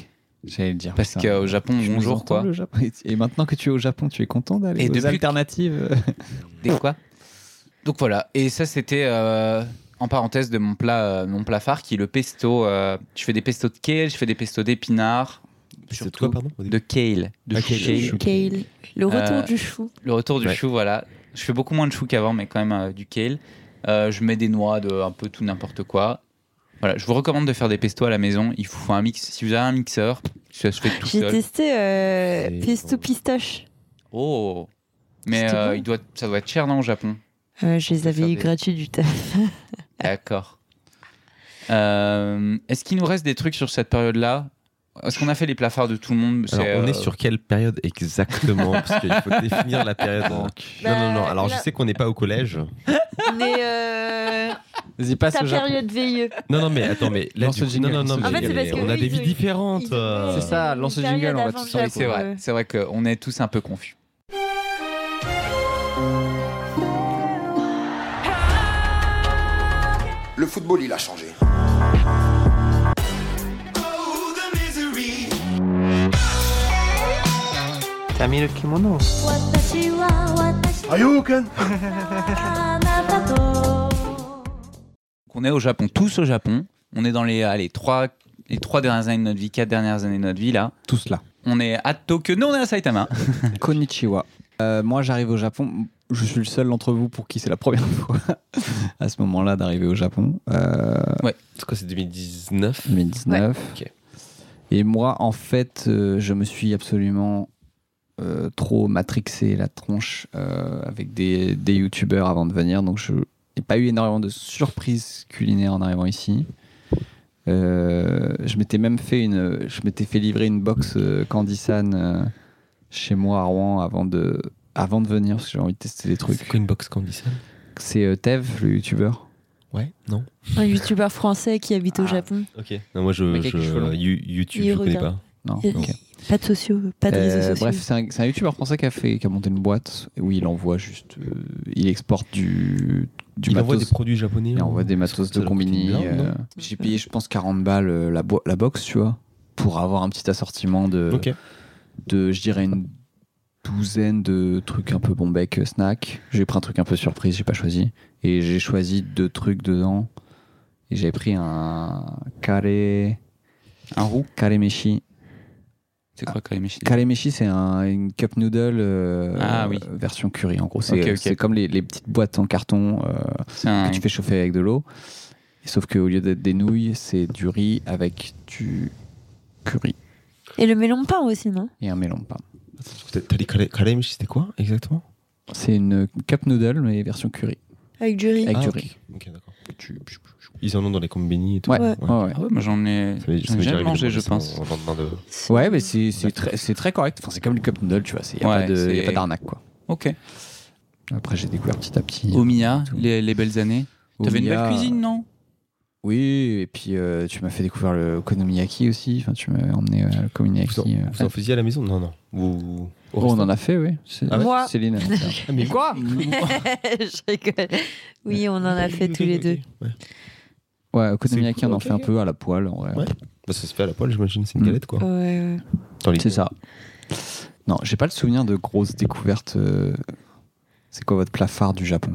Speaker 2: J'allais le dire.
Speaker 1: Parce
Speaker 2: Ah, putain.
Speaker 1: qu'au Japon,
Speaker 2: Je nous
Speaker 1: bonjour,
Speaker 2: entends,
Speaker 1: quoi.
Speaker 2: le Japon. Et maintenant que tu es au Japon, tu es content d'aller
Speaker 1: Et
Speaker 2: aux
Speaker 1: depuis-
Speaker 2: alternatives.
Speaker 1: Des quoi Donc voilà, et ça c'était euh, en parenthèse de mon plat, euh, mon plat phare qui est le pesto. euh, je fais des pestos de kale, je fais des pestos d'épinards,
Speaker 4: C'est
Speaker 1: surtout
Speaker 4: quoi, pardon au
Speaker 1: de
Speaker 4: début
Speaker 1: kale, de
Speaker 2: Ah,
Speaker 1: chou
Speaker 2: kale,
Speaker 1: kale.
Speaker 2: chou.
Speaker 3: Kale. Le retour
Speaker 1: Euh,
Speaker 3: du chou.
Speaker 1: Le retour du
Speaker 4: Ouais.
Speaker 1: chou, voilà. Je fais beaucoup moins de chou qu'avant, mais quand même euh, du kale. Euh, je mets des noix de un peu tout n'importe quoi. Voilà, je vous recommande de faire des pestos à la maison. Il faut un mix. Si vous avez un mixeur, ça se fait tout
Speaker 3: J'ai
Speaker 1: seul.
Speaker 3: testé euh,
Speaker 4: C'est bon.
Speaker 3: pesto pistache.
Speaker 1: Oh Mais
Speaker 3: C'était
Speaker 1: euh,
Speaker 3: bon.
Speaker 1: il doit, ça doit être cher, non, au Japon
Speaker 3: Euh, je les
Speaker 1: faire
Speaker 3: avais eu
Speaker 1: des-
Speaker 3: gratuits du taf.
Speaker 1: D'accord. Euh, Est-ce qu'il nous reste des trucs sur cette période-là Est-ce qu'on a fait les plats phares de tout le monde
Speaker 4: Alors,
Speaker 1: C'est,
Speaker 4: on
Speaker 1: euh,
Speaker 4: est sur quelle période exactement Parce qu'il [laughs] faut définir la période. Non, non, non.
Speaker 3: Bah,
Speaker 4: Alors, je
Speaker 3: là-
Speaker 4: sais qu'on n'est pas au collège.
Speaker 3: [laughs] Mais euh,
Speaker 2: [laughs] Vas-y, passe
Speaker 3: ta
Speaker 2: au Japon.
Speaker 3: période veilleux.
Speaker 4: Non, non, mais attends, mais là,
Speaker 2: Lance
Speaker 4: du
Speaker 2: le
Speaker 4: coup-
Speaker 2: jingle,
Speaker 4: non, non,
Speaker 2: lance
Speaker 4: non,
Speaker 2: le
Speaker 4: mais
Speaker 3: En fait, c'est parce que
Speaker 4: on a
Speaker 3: eux,
Speaker 4: des
Speaker 3: ils
Speaker 4: vies
Speaker 3: ont-
Speaker 4: différentes. euh.
Speaker 2: C'est ça, lance le jingle, on va tous
Speaker 1: Oui, c'est vrai. C'est vrai qu'on est tous un peu confus.
Speaker 9: Le football, il a changé.
Speaker 1: Donc, on est au Japon, tous au Japon. On est dans les, allez, trois, les trois dernières années de notre vie, quatre dernières années de notre vie, là.
Speaker 2: Tous là.
Speaker 1: On est à Tokyo. Non, on est à Saitama.
Speaker 2: Konnichiwa. Euh, moi, j'arrive au Japon. Je suis le seul d'entre vous pour qui c'est la première [laughs] fois à ce moment-là d'arriver au Japon. Euh,
Speaker 4: C'est quoi, c'est 2019
Speaker 2: 2019.
Speaker 4: Ok.
Speaker 2: Et moi, en fait, euh, je me suis absolument euh, trop matrixé la tronche euh, avec des, des youtubeurs avant de venir. Donc, je n'ai pas eu énormément de surprises culinaires en arrivant ici. Euh, je m'étais même fait une, je m'étais fait livrer une box euh, Candy-San euh, chez moi à Rouen avant de, avant de venir parce que j'ai envie de tester des
Speaker 4: C'est
Speaker 2: trucs.
Speaker 4: quoi une box candy ça
Speaker 2: C'est euh, Tev, le youtubeur.
Speaker 4: Ouais, non.
Speaker 3: Euh, Un youtubeur français qui habite au
Speaker 2: Ah.
Speaker 3: Japon.
Speaker 4: Ok. Non, moi, je,
Speaker 2: Mec avec
Speaker 4: je-
Speaker 2: les cheveux longs.
Speaker 4: You- YouTube,
Speaker 3: Il
Speaker 4: je connais
Speaker 3: regarde.
Speaker 4: pas.
Speaker 2: Non.
Speaker 3: Il-
Speaker 2: ok.
Speaker 3: Pas de sociaux, pas de réseaux
Speaker 2: Euh,
Speaker 3: sociaux.
Speaker 2: Bref, c'est un, c'est un youtubeur français qui a, fait, qui a monté une boîte où il envoie juste. euh, il exporte du, du
Speaker 4: il
Speaker 2: matos.
Speaker 4: envoie des produits japonais.
Speaker 2: il
Speaker 4: hein.
Speaker 2: envoie des matos
Speaker 4: Ça
Speaker 2: de
Speaker 4: leur coûte une
Speaker 2: combini.
Speaker 4: blinde, non
Speaker 2: euh, J'ai payé, je pense, 40 balles euh, la, bo- la box, tu vois, pour avoir un petit assortiment de,
Speaker 4: Ok.
Speaker 2: de je dirais, une douzaine de trucs un peu bon bec euh, snack. J'ai pris un truc un peu surprise, j'ai pas choisi. Et j'ai choisi deux trucs dedans. Et j'ai pris un carré. Un roux Carré meshi.
Speaker 1: C'est quoi, Karemeshi
Speaker 2: Kalemeshi, c'est un- une cup noodle euh,
Speaker 1: Ah oui.
Speaker 2: euh, version curry. En gros, c'est
Speaker 1: Ok, ok.
Speaker 2: c'est comme les, les petites boîtes en carton euh,
Speaker 1: C'est un-
Speaker 2: que tu fais chauffer avec de l'eau. Sauf qu'au lieu d'être des nouilles, c'est du riz avec du curry
Speaker 3: Et le melon de pain aussi, non
Speaker 2: et un mélon de pain.
Speaker 4: T'as t'as dit kare- karemeshi, c'était quoi exactement
Speaker 2: C'est une cup noodle, mais version curry.
Speaker 3: Avec du riz.
Speaker 2: Avec du
Speaker 4: ok.
Speaker 2: riz.
Speaker 4: Ah, Ok, d'accord. Ils en ont dans les combini et tout.
Speaker 2: Ouais,
Speaker 3: Ouais.
Speaker 2: ouais, ouais.
Speaker 1: Ah ouais, moi j'en ai,
Speaker 4: Ça m'est- ça
Speaker 1: j'en ai
Speaker 4: m'est déjà
Speaker 1: jamais
Speaker 4: arrivé de
Speaker 1: mangé,
Speaker 4: manger
Speaker 1: je
Speaker 4: ça
Speaker 1: pense.
Speaker 4: en lendemain de-
Speaker 2: Ouais, mais c'est c'est très, c'est très correct. Enfin, c'est comme le cup noodle, tu vois. Il n'y a,
Speaker 1: Ouais,
Speaker 2: pas de- y a
Speaker 1: c'est-
Speaker 2: pas d'arnaque, quoi.
Speaker 1: Ok.
Speaker 2: Après, j'ai découvert petit à petit. euh,
Speaker 1: Omiya,
Speaker 2: Tout.
Speaker 1: les, les belles années. T'avais une belle
Speaker 2: Omiya,
Speaker 1: cuisine, non
Speaker 2: Oui, et puis euh, tu m'as fait découvrir le Okonomiyaki aussi. Enfin, tu m'as emmené euh, le Okonomiyaki.
Speaker 4: Vous en,
Speaker 2: euh,
Speaker 4: vous en faisiez à la maison Non, non. Vous-
Speaker 2: oh, on en a fait, oui. C'est-
Speaker 4: Ah ouais
Speaker 3: Moi.
Speaker 2: Céline. elle en a fait.
Speaker 4: Mais
Speaker 1: quoi
Speaker 3: [laughs] Je rigole. Oui, on en a fait tous les deux.
Speaker 4: Ouais.
Speaker 2: ouais, Okonomiyaki,
Speaker 4: C'est-
Speaker 2: on en
Speaker 4: ok,
Speaker 2: fait un
Speaker 4: ok.
Speaker 2: peu à la poêle. en vrai.
Speaker 4: Ouais. Bah, ça se fait à la poêle, j'imagine, c'est une
Speaker 2: Mm.
Speaker 4: galette quoi.
Speaker 3: Ouais, ouais.
Speaker 4: Dans les-
Speaker 2: C'est ça. Non, j'ai pas le souvenir de grosses découvertes. euh, C'est quoi votre plat phare du Japon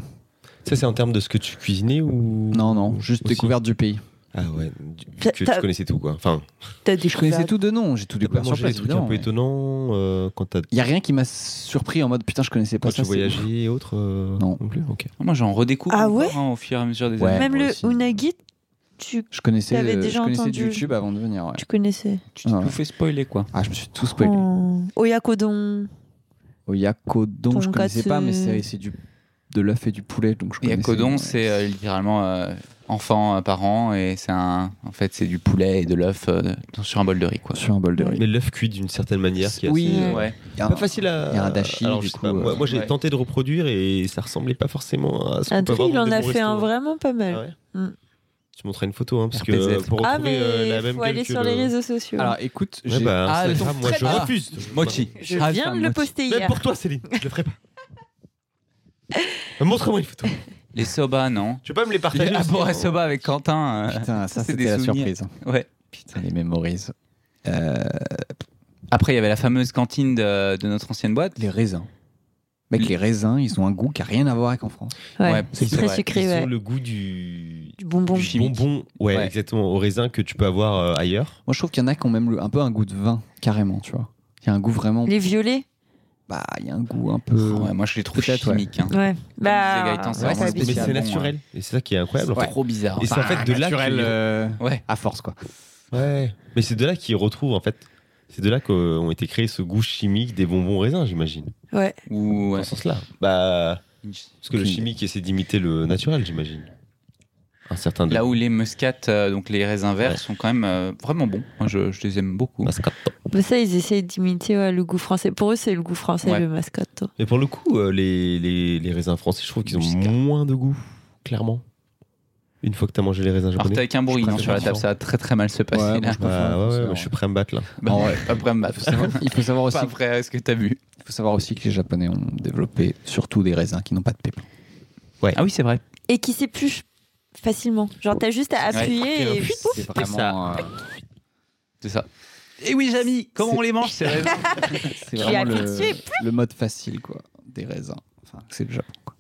Speaker 4: Ça, c'est en termes de ce que tu cuisinais ou.
Speaker 2: Non, non, juste
Speaker 4: Aussi.
Speaker 2: découverte du pays.
Speaker 4: Ah ouais, du-
Speaker 3: T'as-
Speaker 4: que
Speaker 3: t'as-
Speaker 4: tu connaissais tout quoi. Enfin,
Speaker 3: T'as des
Speaker 2: Je connaissais tout de nom, j'ai tout
Speaker 4: tu
Speaker 2: découvert sur
Speaker 4: mangé
Speaker 2: place.
Speaker 4: des trucs un peu étonnants euh, quand t'as.
Speaker 2: Il y a rien qui m'a surpris en mode putain, je connaissais pas
Speaker 4: Quand
Speaker 2: ça.
Speaker 4: tu
Speaker 2: c'est-
Speaker 4: voyageais et autres euh,
Speaker 2: Non.
Speaker 4: plus Ok.
Speaker 1: Moi, j'en redécouvre
Speaker 3: Ah
Speaker 1: encore,
Speaker 3: ouais
Speaker 1: hein, au fur et à mesure des
Speaker 2: Ouais.
Speaker 1: années.
Speaker 3: Même
Speaker 4: moi
Speaker 3: le
Speaker 4: aussi.
Speaker 3: unagi, tu,
Speaker 2: Je connaissais,
Speaker 3: T'avais
Speaker 2: euh,
Speaker 3: déjà
Speaker 2: je connaissais
Speaker 3: entendu-
Speaker 2: YouTube avant de venir. ouais.
Speaker 3: tu connaissais.
Speaker 1: Tu t'es
Speaker 2: Ah ouais.
Speaker 1: tout fait spoiler, quoi.
Speaker 2: Ah, je me suis tout spoilé. Oh,
Speaker 3: Oh. Oyakodon.
Speaker 2: Au Yakodon, je connaissais
Speaker 3: Tonkatsu.
Speaker 2: pas, mais c'est c'est du de l'œuf et du poulet, donc je
Speaker 1: Et
Speaker 2: connaissais.
Speaker 1: Yakodon, c'est euh, littéralement euh, enfant, euh, parent, et c'est un. En fait, c'est du poulet et de l'œuf euh, dans- sur un bol de riz, quoi.
Speaker 2: sur un bol de riz.
Speaker 4: Mais l'œuf cuit d'une certaine manière qui est
Speaker 2: Oui,
Speaker 4: assez,
Speaker 2: euh,
Speaker 1: Ouais.
Speaker 2: Il y a un-
Speaker 4: Pas facile à.
Speaker 2: il
Speaker 1: Euh,
Speaker 2: y a un dashi,
Speaker 4: Alors,
Speaker 2: du
Speaker 4: je sais
Speaker 2: coup,
Speaker 4: pas, moi,
Speaker 2: euh,
Speaker 4: moi, j'ai
Speaker 1: ouais.
Speaker 4: tenté de reproduire et ça ressemblait pas forcément à ce qu'on
Speaker 3: Un
Speaker 4: peut
Speaker 3: truc,
Speaker 4: avoir
Speaker 3: il
Speaker 4: dans
Speaker 3: en
Speaker 4: des
Speaker 3: a
Speaker 4: bons
Speaker 3: fait un
Speaker 4: restaurants.
Speaker 3: vraiment pas mal.
Speaker 4: Ah ouais
Speaker 3: Mm.
Speaker 4: Tu montrais une photo, hein, parce que
Speaker 1: RPZ.
Speaker 4: euh, pour retrouver
Speaker 3: Ah, mais
Speaker 4: euh, la même
Speaker 3: faut aller
Speaker 4: gueule que
Speaker 3: sur les
Speaker 4: le-
Speaker 3: réseaux sociaux.
Speaker 2: Alors écoute,
Speaker 4: Ouais,
Speaker 2: j'ai-
Speaker 4: bah,
Speaker 1: Ah,
Speaker 4: Instagram,
Speaker 1: ton
Speaker 4: moi je
Speaker 1: très bas.
Speaker 4: refuse.
Speaker 1: Mochi.
Speaker 3: je
Speaker 1: Ah,
Speaker 3: viens
Speaker 1: enfin,
Speaker 3: de le
Speaker 1: mochi.
Speaker 3: poster
Speaker 4: Même
Speaker 3: hier.
Speaker 4: pour toi, Céline, je le ferai pas. Montre-moi une photo.
Speaker 1: Les soba, non
Speaker 4: Tu peux pas me les partager
Speaker 1: Les hein.
Speaker 4: aussi
Speaker 1: Abora soba avec Quentin. euh, Ça,
Speaker 2: putain, ça
Speaker 1: c'est
Speaker 2: c'était
Speaker 1: des
Speaker 2: la
Speaker 1: souvenirs.
Speaker 2: surprise.
Speaker 1: ouais.
Speaker 2: Putain, les mémorise. Euh,
Speaker 1: Après, il y avait la fameuse cantine de, de notre ancienne boîte. Ah
Speaker 2: les raisins. Mec, les raisins, ils ont un goût qui a rien à voir avec en France.
Speaker 3: Ouais,
Speaker 1: Ouais,
Speaker 3: c'est
Speaker 1: c'est
Speaker 3: très
Speaker 1: vrai.
Speaker 3: sucré,
Speaker 4: Ils
Speaker 3: ouais.
Speaker 4: ont le goût du.
Speaker 3: Du bonbon.
Speaker 1: Du chimique.
Speaker 4: bonbon, ouais,
Speaker 1: Ouais.
Speaker 4: exactement, au raisin que tu peux avoir euh, ailleurs.
Speaker 2: Moi, je trouve qu'il y en a qui ont même le- un peu un goût de vin, carrément, tu vois. Il y a un goût vraiment.
Speaker 3: Les violets.
Speaker 2: Bah, il y a un goût un peu.
Speaker 4: Euh,
Speaker 1: Ah ouais, moi, je les trouve
Speaker 2: peut-être, ouais.
Speaker 1: chimiques. hein.
Speaker 3: Ouais. Bah,
Speaker 1: disait Gaëtan, c'est
Speaker 3: ouais,
Speaker 1: vraiment
Speaker 3: pas
Speaker 1: spécial.
Speaker 4: Mais
Speaker 1: Spécialement,
Speaker 4: c'est naturel. Et c'est ça qui est incroyable. en fait.
Speaker 1: Trop bizarre.
Speaker 4: bah. Et c'est en fait de là
Speaker 2: naturel,
Speaker 4: qu'ils-
Speaker 2: euh,
Speaker 1: Ouais.
Speaker 2: à
Speaker 1: [laughs]
Speaker 2: force, quoi.
Speaker 4: Ouais. Mais c'est de là qu'ils retrouvent, en fait. C'est de là qu'ont été créés ce goût chimique des bonbons raisins, j'imagine.
Speaker 3: Ouais.
Speaker 1: Ou
Speaker 4: Dans ce sens-là. Bah. Parce que le
Speaker 1: Aucune
Speaker 4: chimique essaie d'imiter le naturel, j'imagine. Un certain
Speaker 1: Là
Speaker 4: degré.
Speaker 1: où les muscates, euh, donc les raisins verts,
Speaker 4: Ouais.
Speaker 1: sont quand même euh, vraiment bons. Moi, je, je les aime beaucoup.
Speaker 4: Mascarpone.
Speaker 3: Bah, ça, ils essayent d'imiter ouais, le goût français. Pour eux, c'est le goût français,
Speaker 1: Ouais.
Speaker 3: le mascotte.
Speaker 4: Mais pour le coup, euh, les, les, les raisins français, je trouve qu'ils ont
Speaker 1: Muscat.
Speaker 4: moins de goût, clairement. Une fois que t'as mangé les raisins
Speaker 1: Alors, t'es
Speaker 4: japonais.
Speaker 1: avec un bruit
Speaker 4: Je
Speaker 1: non,
Speaker 4: préfère
Speaker 1: sur la table,
Speaker 4: ça.
Speaker 1: ça va très très mal se passer. là.
Speaker 2: Ouais, moi, Enfin,
Speaker 4: Bah, ouais,
Speaker 2: c'est
Speaker 4: ouais,
Speaker 2: vrai.
Speaker 4: mais je suis prêt à me battre là.
Speaker 1: Bah,
Speaker 2: ouais.
Speaker 1: Après me battre.
Speaker 2: Il faut savoir aussi
Speaker 1: Pas après euh, ce que t'as vu.
Speaker 2: Il faut savoir aussi que les Japonais ont développé surtout des raisins qui n'ont pas de pépins.
Speaker 1: Ah oui, c'est vrai.
Speaker 3: Et qui s'épluchent facilement. Genre, t'as juste à
Speaker 1: Ouais.
Speaker 3: appuyer et.
Speaker 2: C'est euh,
Speaker 4: vraiment,
Speaker 1: C'est ça. Et Eh oui, Jamy, comment
Speaker 2: C'est-
Speaker 1: on les mange
Speaker 2: [laughs]
Speaker 1: ces raisins
Speaker 2: c'est
Speaker 3: Tu
Speaker 2: vraiment
Speaker 3: appuies dessus et
Speaker 2: le, le mode facile quoi, des raisins. Enfin, c'est le Japon. quoi.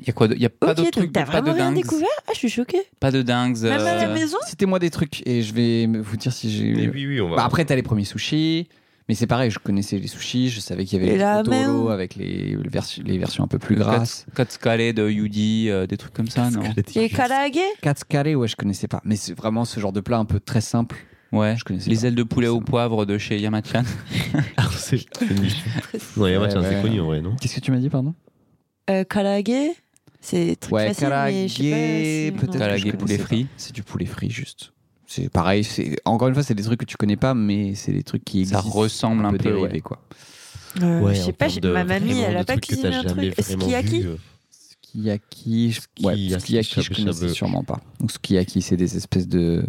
Speaker 1: Il y a quoi de- Il y a pas
Speaker 3: Ok,
Speaker 1: d'autres
Speaker 3: donc
Speaker 1: trucs,
Speaker 3: t'as
Speaker 1: pas de
Speaker 3: vraiment rien
Speaker 1: dingues.
Speaker 3: découvert Ah, je suis choquée.
Speaker 1: Pas de dingues.
Speaker 3: Même à la
Speaker 1: euh,
Speaker 3: maison
Speaker 2: Citez-moi des trucs et je vais me- vous dire si j'ai
Speaker 4: Mais
Speaker 2: eu.
Speaker 4: oui, oui, on va. [laughs]
Speaker 2: Bah, après, t'as les premiers sushis. Mais c'est pareil, je connaissais les sushis, je savais qu'il y
Speaker 3: Et
Speaker 2: avait
Speaker 3: la
Speaker 2: les totoro
Speaker 3: même.
Speaker 2: avec les, les versions, les versions un peu plus
Speaker 1: le
Speaker 2: grasses.
Speaker 1: kat- Katskale de Yudi, euh, des trucs comme ça, non
Speaker 4: [laughs]
Speaker 3: Les karaage
Speaker 2: Katsukare, ouais, je connaissais pas. Mais c'est vraiment ce genre de plat un peu très simple.
Speaker 1: Ouais.
Speaker 2: Je connaissais
Speaker 1: Les
Speaker 2: pas.
Speaker 1: ailes de poulet au
Speaker 2: Forcément.
Speaker 1: poivre de chez Yamachan.
Speaker 4: Ah, [laughs] c'est c'est niche. Non, il y a un match,
Speaker 2: Ouais,
Speaker 4: c'est
Speaker 2: ouais.
Speaker 4: connu en vrai, non
Speaker 2: Qu'est-ce que tu m'as dit, pardon
Speaker 3: Euh, karaage C'est très
Speaker 2: Ouais,
Speaker 3: facile, mais je sais
Speaker 2: karaage,
Speaker 3: pas si- non.
Speaker 2: peut-être.
Speaker 1: Karaage,
Speaker 2: que je
Speaker 1: poulet
Speaker 2: connaissais pas.
Speaker 1: frit.
Speaker 2: C'est du poulet frit, juste. C'est pareil. C'est encore une fois, c'est des trucs que tu connais pas, mais c'est des trucs qui
Speaker 1: Ça
Speaker 2: existent.
Speaker 1: ressemble un peu,
Speaker 2: dérivés,
Speaker 1: ouais.
Speaker 2: quoi.
Speaker 3: Euh,
Speaker 4: Ouais,
Speaker 3: je sais
Speaker 4: en
Speaker 3: pas,
Speaker 4: termes
Speaker 3: j'ai-
Speaker 4: de-
Speaker 3: ma mamie,
Speaker 4: vraiment
Speaker 3: elle
Speaker 4: de
Speaker 3: a pas
Speaker 4: trucs que
Speaker 3: cuisiné
Speaker 4: t'as
Speaker 3: un
Speaker 4: jamais
Speaker 3: truc.
Speaker 4: vraiment
Speaker 3: Skiaki
Speaker 4: vu, euh,
Speaker 2: Skiaki, je, ouais,
Speaker 4: Skiaki,
Speaker 2: skiaki, je
Speaker 4: shabu
Speaker 2: connaissais
Speaker 4: shabu.
Speaker 2: sûrement pas. Donc skiaki, c'est des espèces de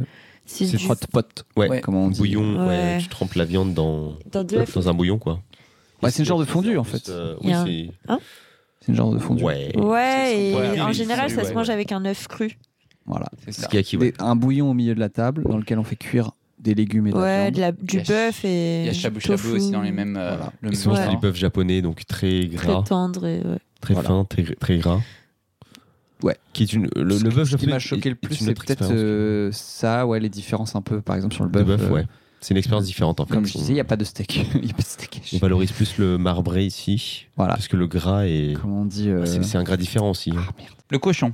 Speaker 3: C'est
Speaker 4: C'est
Speaker 3: du-
Speaker 2: hot pot.
Speaker 4: Ouais.
Speaker 2: comment on dit
Speaker 4: Bouillon, ouais.
Speaker 3: Ouais.
Speaker 4: tu trempes la viande dans,
Speaker 3: Dans de la-
Speaker 4: dans un bouillon, quoi.
Speaker 2: Ouais,
Speaker 4: Et
Speaker 2: c'est une genre de fondue, en fait.
Speaker 4: euh,
Speaker 3: Il y
Speaker 4: oui,
Speaker 3: a un-
Speaker 4: c'est.
Speaker 2: C'est une genre de fondue.
Speaker 4: Ouais.
Speaker 3: Ouais,
Speaker 1: Ouais,
Speaker 3: et en
Speaker 1: les
Speaker 3: général,
Speaker 1: fruits,
Speaker 3: ça se
Speaker 1: ouais.
Speaker 3: mange avec un œuf cru.
Speaker 2: Voilà.
Speaker 1: [laughs] C'est ça.
Speaker 4: Skiaki, ouais.
Speaker 2: Des- un bouillon au milieu de la table dans lequel on fait cuire des légumes et de la
Speaker 3: Ouais,
Speaker 2: viande.
Speaker 3: de la- du
Speaker 1: Il y a ch-
Speaker 3: bœuf et.
Speaker 1: Il y a Shabu Shabu aussi dans les mêmes. euh,
Speaker 2: Voilà.
Speaker 1: le
Speaker 4: Ils sont
Speaker 1: même
Speaker 4: juste
Speaker 1: genre.
Speaker 4: du bœuf japonais, donc très
Speaker 3: Très
Speaker 4: gras,
Speaker 3: tendre et. ouais.
Speaker 4: très
Speaker 2: Voilà.
Speaker 4: fin, très, très gras.
Speaker 2: Ouais.
Speaker 4: Qui est une, le,
Speaker 2: Ce
Speaker 4: le
Speaker 2: qui-
Speaker 4: bœuf
Speaker 2: ce qui
Speaker 4: japonais
Speaker 2: m'a choqué le
Speaker 4: est- est
Speaker 2: plus,
Speaker 4: une
Speaker 2: c'est
Speaker 4: autre
Speaker 2: peut-être
Speaker 4: expérience.
Speaker 2: euh, ça, ouais, les différences un peu, par exemple, sur le
Speaker 4: De
Speaker 2: bœuf.
Speaker 4: bœuf,
Speaker 2: euh,
Speaker 4: ouais. Mmh. C'est une expérience différente, en fait.
Speaker 2: Comme je
Speaker 4: On-
Speaker 2: disais, il n'y a pas de steak. [laughs] Il n'y a pas de steak.
Speaker 4: On valorise plus le marbré ici,
Speaker 2: Voilà.
Speaker 4: parce que le gras est. bah,
Speaker 2: Comment on dit euh, Ah,
Speaker 4: C'est c'est un gras différent aussi. hein.
Speaker 1: Le cochon.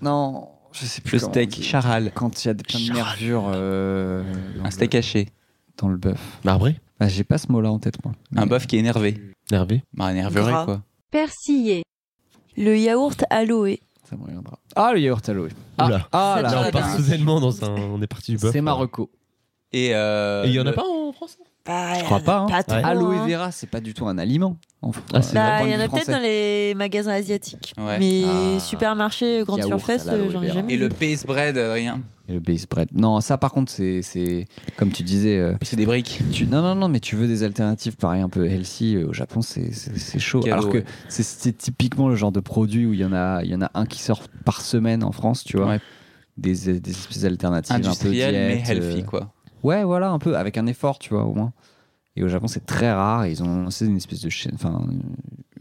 Speaker 2: Non, je sais plus.
Speaker 1: Le
Speaker 2: comment on
Speaker 1: steak.
Speaker 2: dit.
Speaker 1: Charal.
Speaker 2: Quand il y a des- plein de nervures euh, dans,
Speaker 1: Un steak
Speaker 2: le,
Speaker 1: haché.
Speaker 2: dans le bœuf.
Speaker 4: Marbré
Speaker 2: Bah, J'ai pas ce mot-là en tête, moi.
Speaker 1: Un
Speaker 2: Mais-
Speaker 1: bœuf qui est énervé.
Speaker 4: Nervé
Speaker 1: Bah, un énervuré,
Speaker 3: Gras.
Speaker 1: quoi.
Speaker 7: persillé,
Speaker 3: Le yaourt aloe.
Speaker 2: Ça me reviendra. Ah, le yaourt aloe.
Speaker 1: Ah,
Speaker 4: Oula.
Speaker 2: Ah là
Speaker 3: ça
Speaker 4: Là,
Speaker 3: déjà
Speaker 2: là.
Speaker 4: on part
Speaker 3: bah,
Speaker 4: soudainement dans un. On est parti du bœuf.
Speaker 2: C'est
Speaker 4: quoi.
Speaker 2: Marocco.
Speaker 1: Et euh,
Speaker 4: Et il y en a
Speaker 1: le-
Speaker 4: pas en France
Speaker 3: Bah,
Speaker 1: Je crois
Speaker 3: y en a
Speaker 1: pas, hein.
Speaker 3: trop,
Speaker 4: Ouais.
Speaker 2: Aloe
Speaker 3: hein.
Speaker 2: vera, c'est pas du tout un aliment. En France.
Speaker 4: Ah, c'est
Speaker 2: D'un
Speaker 3: Bah, il y
Speaker 2: point
Speaker 3: en
Speaker 2: de
Speaker 3: a
Speaker 2: vue
Speaker 3: peut-être
Speaker 2: français.
Speaker 3: dans les magasins asiatiques.
Speaker 1: Ouais.
Speaker 3: Mais
Speaker 2: Ah.
Speaker 3: supermarché, grande
Speaker 2: Yaourt à
Speaker 3: surface,
Speaker 2: l'aloe
Speaker 3: euh, j'en ai
Speaker 2: vera.
Speaker 3: jamais
Speaker 1: Et le
Speaker 3: vu.
Speaker 1: base bread, euh, rien.
Speaker 2: Le base bread. Non, ça par contre, c'est- c'est comme tu disais. euh,
Speaker 1: C'est des briques.
Speaker 2: tu- non, non, non, mais tu veux des alternatives pareil un peu healthy. euh, Au Japon, c'est- c'est c'est chaud.
Speaker 1: Cadeau,
Speaker 2: Alors que
Speaker 1: ouais.
Speaker 2: c'est- c'est typiquement le genre de produit où il y en a, il y en a un qui sort par semaine en France, tu vois.
Speaker 1: Ouais.
Speaker 2: Des, des espèces d'alternatives
Speaker 1: Industriel,
Speaker 2: un peu
Speaker 1: mais
Speaker 2: diète,
Speaker 1: healthy,
Speaker 2: euh,
Speaker 1: quoi.
Speaker 2: Ouais, voilà, un peu, avec un effort, tu vois, au moins. Et au Japon, c'est très rare. Ils ont, c'est une espèce de chaîne, enfin,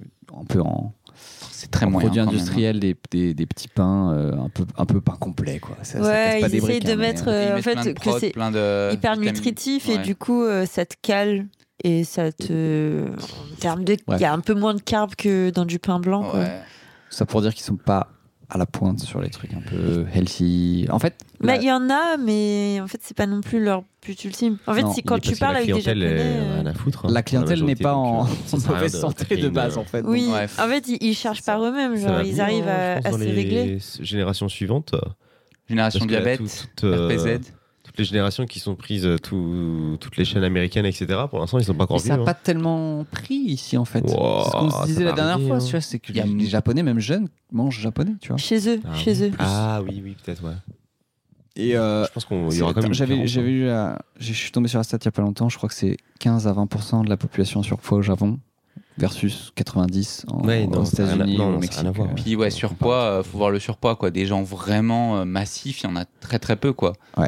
Speaker 2: euh, un peu en,
Speaker 1: C'est très
Speaker 2: en
Speaker 1: moyen.
Speaker 2: produit
Speaker 4: hein.
Speaker 1: quand même,
Speaker 2: industriel, des, des, des petits pains, euh, un peu, un peu pain complet, quoi. Ça, ça
Speaker 3: Ouais,
Speaker 2: casse pas
Speaker 3: ils
Speaker 2: des
Speaker 3: essayent
Speaker 2: briques,
Speaker 3: de
Speaker 2: hein, mais,
Speaker 3: mettre,
Speaker 2: euh,
Speaker 1: hein.
Speaker 3: Euh,
Speaker 1: Ils mettent plein
Speaker 3: en fait,
Speaker 1: de
Speaker 3: que
Speaker 1: prod,
Speaker 3: c'est
Speaker 1: plein de
Speaker 3: Hyper
Speaker 1: vitamines.
Speaker 3: nutritif et
Speaker 1: Ouais.
Speaker 3: du coup, euh, ça te cale. Et ça te. En termes de. Il
Speaker 2: Ouais.
Speaker 3: y a un peu moins de carbs que dans du pain blanc. quoi.
Speaker 1: Ouais.
Speaker 2: Ça pour dire qu'ils sont pas à la pointe sur les trucs un peu healthy. En fait, la-
Speaker 3: Bah, il y en a, mais en fait, c'est pas non plus leur but ultime. En fait,
Speaker 2: Non,
Speaker 3: si quand
Speaker 4: Parce
Speaker 3: tu
Speaker 4: que
Speaker 3: parles
Speaker 4: la
Speaker 3: avec des
Speaker 4: clientèle,
Speaker 3: japonais.
Speaker 4: elle a
Speaker 3: euh,
Speaker 4: rien à foutre. hein,
Speaker 2: la
Speaker 4: pour
Speaker 2: clientèle
Speaker 4: la
Speaker 2: n'est
Speaker 4: majorité,
Speaker 2: pas en,
Speaker 4: donc, euh, ça
Speaker 2: en
Speaker 4: sert à
Speaker 2: [laughs]
Speaker 4: rien
Speaker 2: mauvaise santé
Speaker 4: créer
Speaker 2: de
Speaker 4: une,
Speaker 2: base,
Speaker 4: euh,
Speaker 2: en fait.
Speaker 3: Oui,
Speaker 2: Donc,
Speaker 1: Bref.
Speaker 3: en fait, ils, ils cherchent par eux-mêmes.
Speaker 4: ça
Speaker 3: genre,
Speaker 4: va
Speaker 3: ils
Speaker 4: venir,
Speaker 3: arrivent à,
Speaker 4: je pense,
Speaker 3: à
Speaker 4: dans
Speaker 3: se
Speaker 4: les
Speaker 3: régler.
Speaker 4: Générations suivantes.
Speaker 1: Génération
Speaker 4: Parce que là,
Speaker 1: diabète,
Speaker 4: tout- tout, euh,
Speaker 1: RPZ.
Speaker 4: toutes les générations qui sont prises, euh, tout- toutes les chaînes américaines, etc. Pour l'instant, ils sont pas encore hein.
Speaker 2: Mais ça
Speaker 4: venus.
Speaker 2: n'a pas tellement pris ici en fait.
Speaker 4: Wow,
Speaker 2: c'est ce qu'on
Speaker 4: ça
Speaker 2: se disait la
Speaker 4: va
Speaker 2: dernière
Speaker 4: arriver,
Speaker 2: fois,
Speaker 4: hein.
Speaker 2: tu vois, c'est que
Speaker 1: Il y a-
Speaker 2: les Japonais, même jeunes, mangent japonais, tu vois.
Speaker 3: Chez eux,
Speaker 4: Ah,
Speaker 3: chez
Speaker 4: oui.
Speaker 3: eux.
Speaker 4: Ah oui, oui, peut-être, ouais.
Speaker 2: Et euh,
Speaker 4: Je pense qu'il y aura quand même. une
Speaker 2: j'avais,
Speaker 4: différence,
Speaker 2: j'avais
Speaker 4: hein.
Speaker 2: eu, la- j'ai- je suis tombé sur la stat il y a pas longtemps. Je crois que c'est 15 à 20 de la population surpoids au Japon versus 90 en,
Speaker 4: Ouais, non,
Speaker 2: aux
Speaker 4: ça a rien à-
Speaker 2: États-Unis
Speaker 4: non,
Speaker 2: ou
Speaker 4: non,
Speaker 2: au
Speaker 4: ça a
Speaker 2: Mexique.
Speaker 4: rien à voir, ouais.
Speaker 1: Puis ouais, surpoids, euh, faut voir le surpoids quoi. Des gens vraiment euh, massifs, il y en a très très peu quoi.
Speaker 2: Ouais.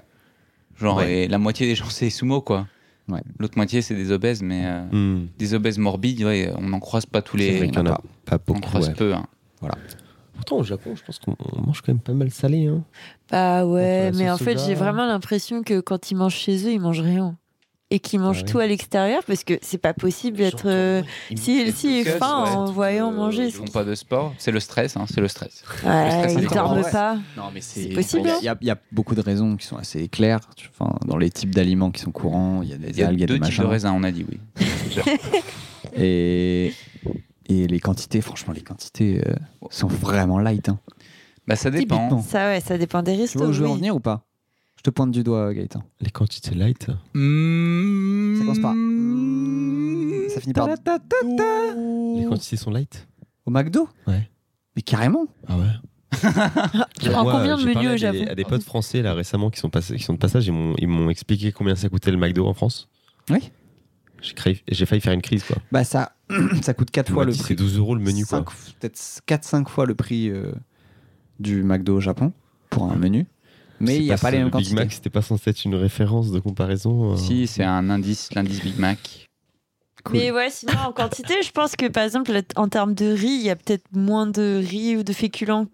Speaker 1: Genre
Speaker 4: Ouais.
Speaker 1: et la moitié des gens [laughs] c'est des sumo quoi.
Speaker 2: Ouais.
Speaker 1: L'autre moitié c'est des obèses, mais euh,
Speaker 4: Hmm.
Speaker 1: des obèses morbides, ouais, on n'en croise pas tous
Speaker 4: C'est vrai
Speaker 1: les,
Speaker 4: qu'il y en a pas
Speaker 1: on en
Speaker 4: beaucoup.
Speaker 1: croise
Speaker 4: ouais.
Speaker 1: peu. hein.
Speaker 4: Pourtant, au Japon, je pense qu'on on mange quand même pas mal salé. Hein.
Speaker 3: Bah
Speaker 4: Entre
Speaker 3: ouais,
Speaker 4: la hein.
Speaker 3: mais en
Speaker 4: sauce
Speaker 3: fait,
Speaker 4: soja.
Speaker 3: j'ai vraiment l'impression que quand ils mangent chez eux, ils mangent rien. Et qu'ils mangent
Speaker 4: ouais.
Speaker 3: tout à l'extérieur parce que c'est pas possible d'être. euh, Si, si est
Speaker 1: Parce que,
Speaker 3: faim
Speaker 1: ouais,
Speaker 3: en voyant
Speaker 4: Euh,
Speaker 3: manger.
Speaker 1: Ils font pas de sport, c'est le stress, hein, c'est le stress.
Speaker 3: Ouais,
Speaker 1: stress,
Speaker 3: ils
Speaker 1: c'est
Speaker 3: dorment
Speaker 2: différent.
Speaker 3: pas.
Speaker 2: Non, mais c'est, hein.
Speaker 3: C'est possible,
Speaker 2: Il y, a- il y a beaucoup de raisons qui sont assez claires. tu- Enfin, dans les types d'aliments qui sont courants, il y a des
Speaker 1: Il y a
Speaker 2: algues, il y a
Speaker 1: deux
Speaker 2: des
Speaker 1: types de
Speaker 2: machins.
Speaker 1: raisins, on a dit oui.
Speaker 2: Et, et les quantités, franchement, les quantités euh, sont vraiment light. hein.
Speaker 1: Bah ça dépend.
Speaker 2: Typiquement.
Speaker 3: Ça, ouais, ça dépend des
Speaker 2: Tu
Speaker 3: restos.
Speaker 2: vois où je veux en
Speaker 3: oui.
Speaker 2: venir ou pas Je te pointe du doigt, Gaëtan.
Speaker 4: Les quantités light.
Speaker 1: Mmh.
Speaker 2: Ça commence par. Ça finit par.
Speaker 4: Les quantités sont light.
Speaker 2: Au McDo
Speaker 4: Ouais.
Speaker 2: Mais carrément
Speaker 4: Ah ouais.
Speaker 3: [laughs] Tu prends combien de menus au
Speaker 4: à, des,
Speaker 3: Japon
Speaker 4: à des potes français là récemment qui sont, passés, qui sont de passage, ils m'ont, ils m'ont expliqué combien ça coûtait le McDo en France.
Speaker 2: Oui.
Speaker 4: J'ai, créé- j'ai failli faire une crise quoi.
Speaker 2: Bah ça, [clears throat] ça coûte 4
Speaker 4: On
Speaker 2: fois
Speaker 4: m'a
Speaker 2: le
Speaker 4: dit,
Speaker 2: prix.
Speaker 4: c'est 12 euros le menu quoi.
Speaker 2: Cinq- Peut-être 4-5 fois le prix euh, du McDo au Japon pour un menu. Mais
Speaker 4: C'est
Speaker 2: il n'y a pas les
Speaker 4: le
Speaker 2: mêmes
Speaker 4: Big
Speaker 2: quantités.
Speaker 4: Mac, c'était pas censé être une référence de comparaison. euh.
Speaker 1: Si c'est un indice, l'indice Big Mac.
Speaker 3: Mais ouais, sinon en quantité, je pense que par exemple en termes de riz, il y a peut-être moins de riz ou de féculents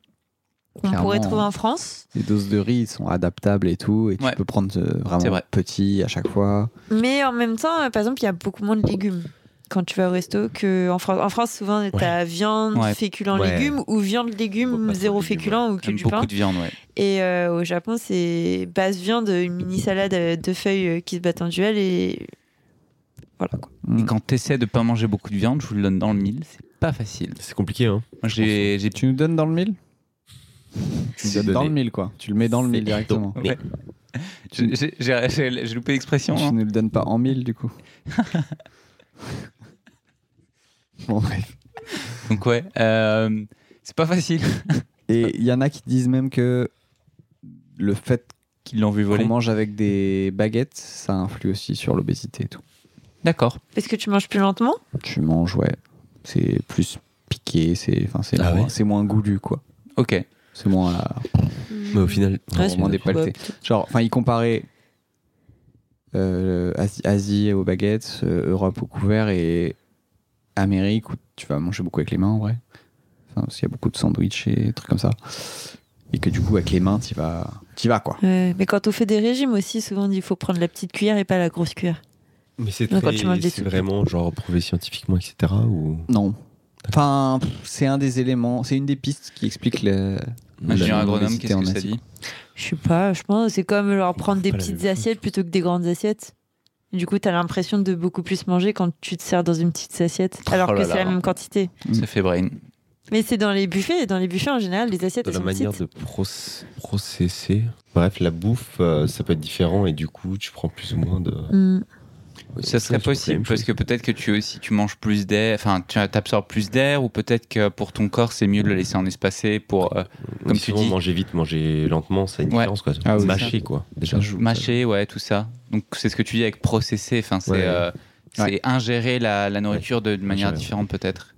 Speaker 3: qu'on
Speaker 2: Clairement,
Speaker 3: pourrait trouver
Speaker 2: hein.
Speaker 3: en France.
Speaker 2: Les doses de riz sont adaptables et tout. Et tu
Speaker 1: Ouais.
Speaker 2: peux prendre euh,
Speaker 1: C'est
Speaker 2: vraiment
Speaker 1: vrai.
Speaker 2: petit à chaque fois.
Speaker 3: Mais en même temps, euh, par exemple, il y a beaucoup moins de légumes quand tu vas au resto qu'en France. En France, souvent, t'as viande,
Speaker 1: Ouais.
Speaker 3: féculent,
Speaker 4: Ouais.
Speaker 3: légumes ou viande,
Speaker 4: Ouais,
Speaker 3: légumes,
Speaker 4: pas
Speaker 3: zéro
Speaker 4: trop de légumes,
Speaker 3: féculent ou que
Speaker 1: J'aime
Speaker 3: du
Speaker 1: beaucoup
Speaker 3: pain.
Speaker 1: de viande, ouais.
Speaker 3: Et euh, au Japon, c'est base viande, une mini salade, euh, deux feuilles euh, qui se battent en duel et voilà quoi.
Speaker 1: Et quand t'essaies de pas manger beaucoup de viande, je vous le donne dans le mille, c'est pas facile.
Speaker 4: C'est compliqué hein.
Speaker 1: Moi, j'ai j'ai
Speaker 2: Tu nous donnes dans le mille [laughs] Tu nous
Speaker 4: C'est
Speaker 2: donnes dans
Speaker 4: donné.
Speaker 2: le mille quoi. Tu le mets dans le
Speaker 4: C'est
Speaker 2: mille directement.
Speaker 4: donné.
Speaker 1: J'ai- j'ai- J'ai j'ai- j'ai loupé l'expression.
Speaker 2: Tu
Speaker 1: hein.
Speaker 2: ne le donnes pas en mille
Speaker 1: [laughs]
Speaker 2: du coup. bon bref.
Speaker 1: Donc ouais, euh, c'est pas facile.
Speaker 2: Et il y en a qui disent même que le fait
Speaker 1: Qu'ils l'ont vu
Speaker 2: qu'on
Speaker 1: voler.
Speaker 2: mange avec des baguettes, ça influe aussi sur l'obésité et tout.
Speaker 1: D'accord.
Speaker 3: Parce que tu manges plus lentement
Speaker 2: Tu manges, ouais, c'est plus piqué, c'est enfin, c'est
Speaker 4: Ah
Speaker 2: moins,
Speaker 4: ouais
Speaker 2: c'est moins goulu, quoi.
Speaker 1: Ok.
Speaker 2: C'est moins la-
Speaker 4: Mais au final,
Speaker 3: Ouais,
Speaker 2: au moins
Speaker 3: c'est-
Speaker 2: dépaletée.
Speaker 3: ouais,
Speaker 2: Genre, enfin, ils comparaient euh, Asie, Asie aux baguettes, euh, Europe au couvert et Amérique où tu vas manger beaucoup avec les mains en vrai. Enfin, parce qu'il y a beaucoup de sandwichs et des trucs comme ça. Et que du coup, avec les mains, tu vas, t'y vas quoi.
Speaker 3: Ouais, mais quand on fait des régimes aussi, souvent on dit il faut prendre la petite cuillère et pas la grosse cuillère.
Speaker 4: mais c'est,
Speaker 3: Non, quand
Speaker 4: très-
Speaker 3: tu manges des
Speaker 4: c'est
Speaker 3: soupes.
Speaker 4: vraiment genre prouvé scientifiquement, etc. Ou...
Speaker 2: Non. Enfin, pff, c'est un des éléments, c'est une des pistes qui explique le.
Speaker 1: Ingénieur
Speaker 2: la
Speaker 1: agronome,
Speaker 2: obésité
Speaker 1: qu'est-ce
Speaker 2: en
Speaker 1: que ça
Speaker 2: Asie.
Speaker 1: dit
Speaker 3: Je sais pas, je pense que c'est comme leur prendre des
Speaker 4: pas la
Speaker 3: petites
Speaker 4: même chose.
Speaker 3: assiettes plutôt que des grandes assiettes. Du coup, t'as l'impression de beaucoup plus manger quand tu te sers dans une petite assiette,
Speaker 1: Oh
Speaker 3: alors
Speaker 1: là
Speaker 3: que c'est
Speaker 1: là.
Speaker 3: la même quantité.
Speaker 1: Ça fait brain.
Speaker 3: Mais c'est dans les buffets, et dans les buffets en général, les assiettes
Speaker 4: de
Speaker 3: elles
Speaker 4: la
Speaker 3: sont
Speaker 4: manière
Speaker 3: petites.
Speaker 4: de proc- processer. Bref, la bouffe, euh, ça peut être différent et du coup, tu prends plus ou moins de.
Speaker 3: Hmm.
Speaker 1: Ça serait
Speaker 4: c'est toujours la
Speaker 1: possible
Speaker 4: même
Speaker 1: parce
Speaker 4: chose.
Speaker 1: que peut-être que tu aussi tu manges plus d'air, enfin tu absorbes plus d'air ou peut-être que pour ton corps c'est mieux de le laisser en espacé pour euh,
Speaker 4: On
Speaker 1: comme
Speaker 4: dit
Speaker 1: tu
Speaker 4: souvent,
Speaker 1: dis-
Speaker 4: manger vite, manger lentement, ça a une
Speaker 1: Ouais.
Speaker 4: différence quoi.
Speaker 2: Ah oui,
Speaker 4: mâcher quoi. Déjà.
Speaker 1: mâcher, ouais, tout ça. Donc c'est ce que tu dis avec processer, enfin c'est
Speaker 4: Ouais.
Speaker 1: euh, c'est
Speaker 2: Ouais.
Speaker 1: ingérer la, la nourriture de, de manière
Speaker 4: Ingérer.
Speaker 1: différente peut-être.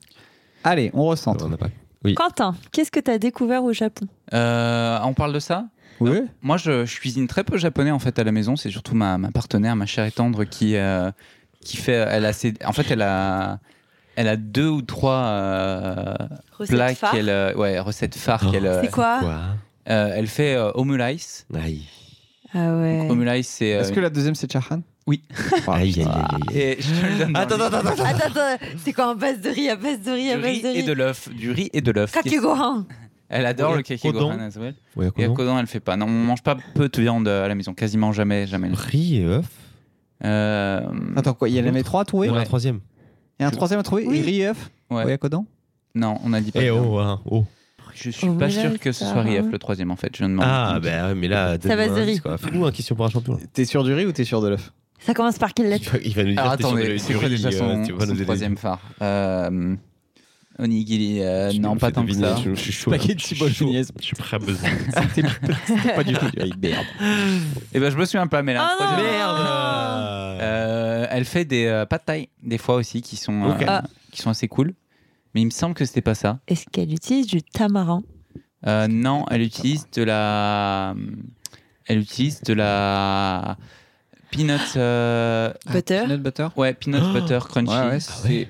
Speaker 2: Allez, on
Speaker 4: Ça,
Speaker 2: recentre.
Speaker 4: on n'a pas.
Speaker 3: Quentin, qu'est-ce que t'as découvert au Japon
Speaker 1: Euh, on parle de ça
Speaker 2: Oui.
Speaker 1: Moi, je, je cuisine très peu japonais en fait à la maison. C'est surtout ma, ma partenaire, ma chère et tendre, qui euh, qui fait. Elle a ses- en fait, elle a elle a deux ou trois euh, plats
Speaker 3: Recette phare.
Speaker 1: qu'elle euh, ouais recettes phares
Speaker 4: Oh.
Speaker 1: qu'elle euh,
Speaker 3: C'est quoi
Speaker 4: Quoi
Speaker 1: euh, elle fait euh, omurice.
Speaker 4: Aïe.
Speaker 3: Ah ouais. [laughs]
Speaker 1: Omurice, c'est euh,
Speaker 2: Est-ce que la deuxième c'est Chahan [laughs]
Speaker 1: Oui.
Speaker 4: Aïe, aïe, aïe, aïe.
Speaker 1: et je te le
Speaker 4: [laughs]
Speaker 1: donne dans
Speaker 4: Attends,
Speaker 1: le-
Speaker 4: attends, attends, attends.
Speaker 3: Attends, attends, c'est quoi en base de riz, à base de riz, à
Speaker 1: du
Speaker 3: base
Speaker 1: riz
Speaker 3: de
Speaker 1: et
Speaker 3: riz
Speaker 1: de l'œuf, du riz et de l'œuf.
Speaker 3: Kakegohan.
Speaker 1: Elle adore
Speaker 4: Et
Speaker 1: le
Speaker 4: Odon.
Speaker 1: kakegohan as well.
Speaker 4: Ouais,
Speaker 1: Et à
Speaker 4: comment
Speaker 1: Kodan, elle fait pas. Non, on mange pas peu de viande euh, à la maison, quasiment jamais, jamais.
Speaker 4: Riz et œuf.
Speaker 1: Euh,
Speaker 2: Attends, quoi Il y en avait trois à trouver
Speaker 4: Il y en a
Speaker 1: Ouais.
Speaker 4: un troisième.
Speaker 2: Et un troisième à trouver
Speaker 3: Oui.
Speaker 2: Et riz et œuf
Speaker 1: Ouais.
Speaker 2: Oui, à Kodan
Speaker 1: Non, on a dit pas.
Speaker 4: Eh
Speaker 1: de viande.
Speaker 4: oh, hein, oh.
Speaker 1: Je suis
Speaker 3: Oh,
Speaker 1: pas
Speaker 3: mais là,
Speaker 1: sûr que ce
Speaker 3: ça
Speaker 1: soit Rief
Speaker 3: va.
Speaker 1: le troisième en fait. Je viens de m'en rendre
Speaker 4: Ah,
Speaker 1: compte.
Speaker 4: bah ouais, mais là,
Speaker 3: Ça va,
Speaker 4: donne-nous un
Speaker 3: Zeri.
Speaker 4: indice, quoi. Fais-nous un question pour un champion. là.
Speaker 2: T'es sûr du riz ou t'es sûr de l'œuf
Speaker 3: Ça commence par quelle
Speaker 4: Il
Speaker 3: lettre
Speaker 4: va, il va nous dire
Speaker 1: Alors
Speaker 4: t'es sûr de
Speaker 1: attendez,
Speaker 4: la
Speaker 1: c'est quoi
Speaker 4: théorie,
Speaker 1: déjà
Speaker 4: euh,
Speaker 1: son,
Speaker 4: tu vas nous
Speaker 1: son
Speaker 4: aider.
Speaker 1: troisième phare Euh, Onigiri, euh,
Speaker 4: Tu
Speaker 1: non
Speaker 4: me
Speaker 1: pas
Speaker 4: fais
Speaker 1: tant que
Speaker 4: deviner,
Speaker 1: ça.
Speaker 4: Je je suis chaud. hein.
Speaker 2: Paquet de
Speaker 4: Je suis
Speaker 2: cibole
Speaker 4: chaud.
Speaker 2: chinoise.
Speaker 4: Je suis prêt à buzzer.
Speaker 2: C'était pas du tout du riz. Merde.
Speaker 1: Et ben je me souviens pas, mais là.
Speaker 3: Ah,
Speaker 1: troisième-
Speaker 3: non.
Speaker 4: Merde
Speaker 1: Euh, elle fait des euh, pad thai des fois aussi qui sont
Speaker 4: Ok.
Speaker 1: euh,
Speaker 3: Ah.
Speaker 1: qui sont assez cool. Mais il me semble que c'était pas ça.
Speaker 3: Est-ce qu'elle utilise du tamarin
Speaker 1: Euh, non, elle utilise de la, euh, elle utilise de la peanut, euh,
Speaker 3: Butter
Speaker 2: Peanut butter
Speaker 1: ouais peanut
Speaker 4: [gasps]
Speaker 1: butter crunchy.
Speaker 2: Ouais, ouais, c'est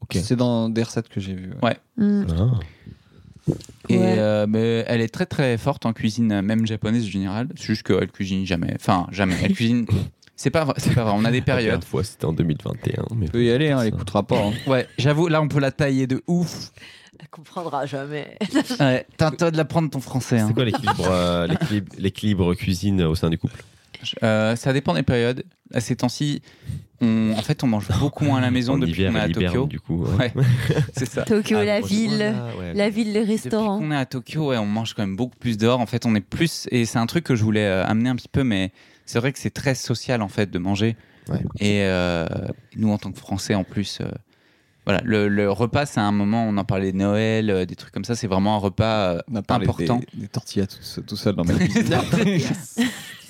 Speaker 4: Ok.
Speaker 2: c'est dans des recettes que j'ai vues. ouais.
Speaker 1: Ouais.
Speaker 3: Hmm.
Speaker 4: Ah.
Speaker 1: Et
Speaker 3: Ouais.
Speaker 1: euh, mais elle est très très forte en cuisine, euh, même japonaise en général. C'est juste qu'elle cuisine jamais. Enfin, jamais. Elle [laughs] cuisine. C'est pas vrai. C'est pas vrai. On a des
Speaker 4: La
Speaker 1: périodes.
Speaker 4: dernière fois, c'était en 2021. Mais...
Speaker 2: peut y aller, hein, elle écoutera pas. hein.
Speaker 1: Ouais, j'avoue. Là, on peut la tailler de ouf.
Speaker 3: Elle comprendra jamais.
Speaker 1: Ouais, T'as intérêt de la prendre ton français. hein.
Speaker 4: C'est quoi l'équilibre,
Speaker 3: [laughs]
Speaker 4: euh, l'équilibre, l'équilibre cuisine au sein du couple
Speaker 1: Euh, ça dépend des périodes. À ces temps-ci, on- en fait, on mange beaucoup moins à la maison
Speaker 4: En
Speaker 1: depuis
Speaker 4: hiver,
Speaker 1: qu'on est à
Speaker 4: elle hiberne,
Speaker 1: Tokyo.
Speaker 4: Du coup,
Speaker 1: Ouais, c'est ça.
Speaker 3: Tokyo,
Speaker 4: Ah,
Speaker 3: la
Speaker 4: bon,
Speaker 3: ville,
Speaker 4: voilà, ouais.
Speaker 3: la ville, les
Speaker 1: Depuis
Speaker 3: restaurants.
Speaker 1: qu'on est à Tokyo, ouais, on mange quand même beaucoup plus dehors. En fait, on est plus. Et c'est un truc que je voulais euh, amener un petit peu, mais c'est vrai que c'est très social, en fait, de manger.
Speaker 4: Ouais.
Speaker 1: Et euh, nous, en tant que Français, en plus. euh, voilà, le, le repas, c'est un moment, on en parlait de Noël, euh, des trucs comme ça, c'est vraiment un repas euh,
Speaker 2: On a parlé
Speaker 1: important.
Speaker 2: des, des tortillas tout, tout seul
Speaker 1: [laughs]
Speaker 2: dans ma cuisine.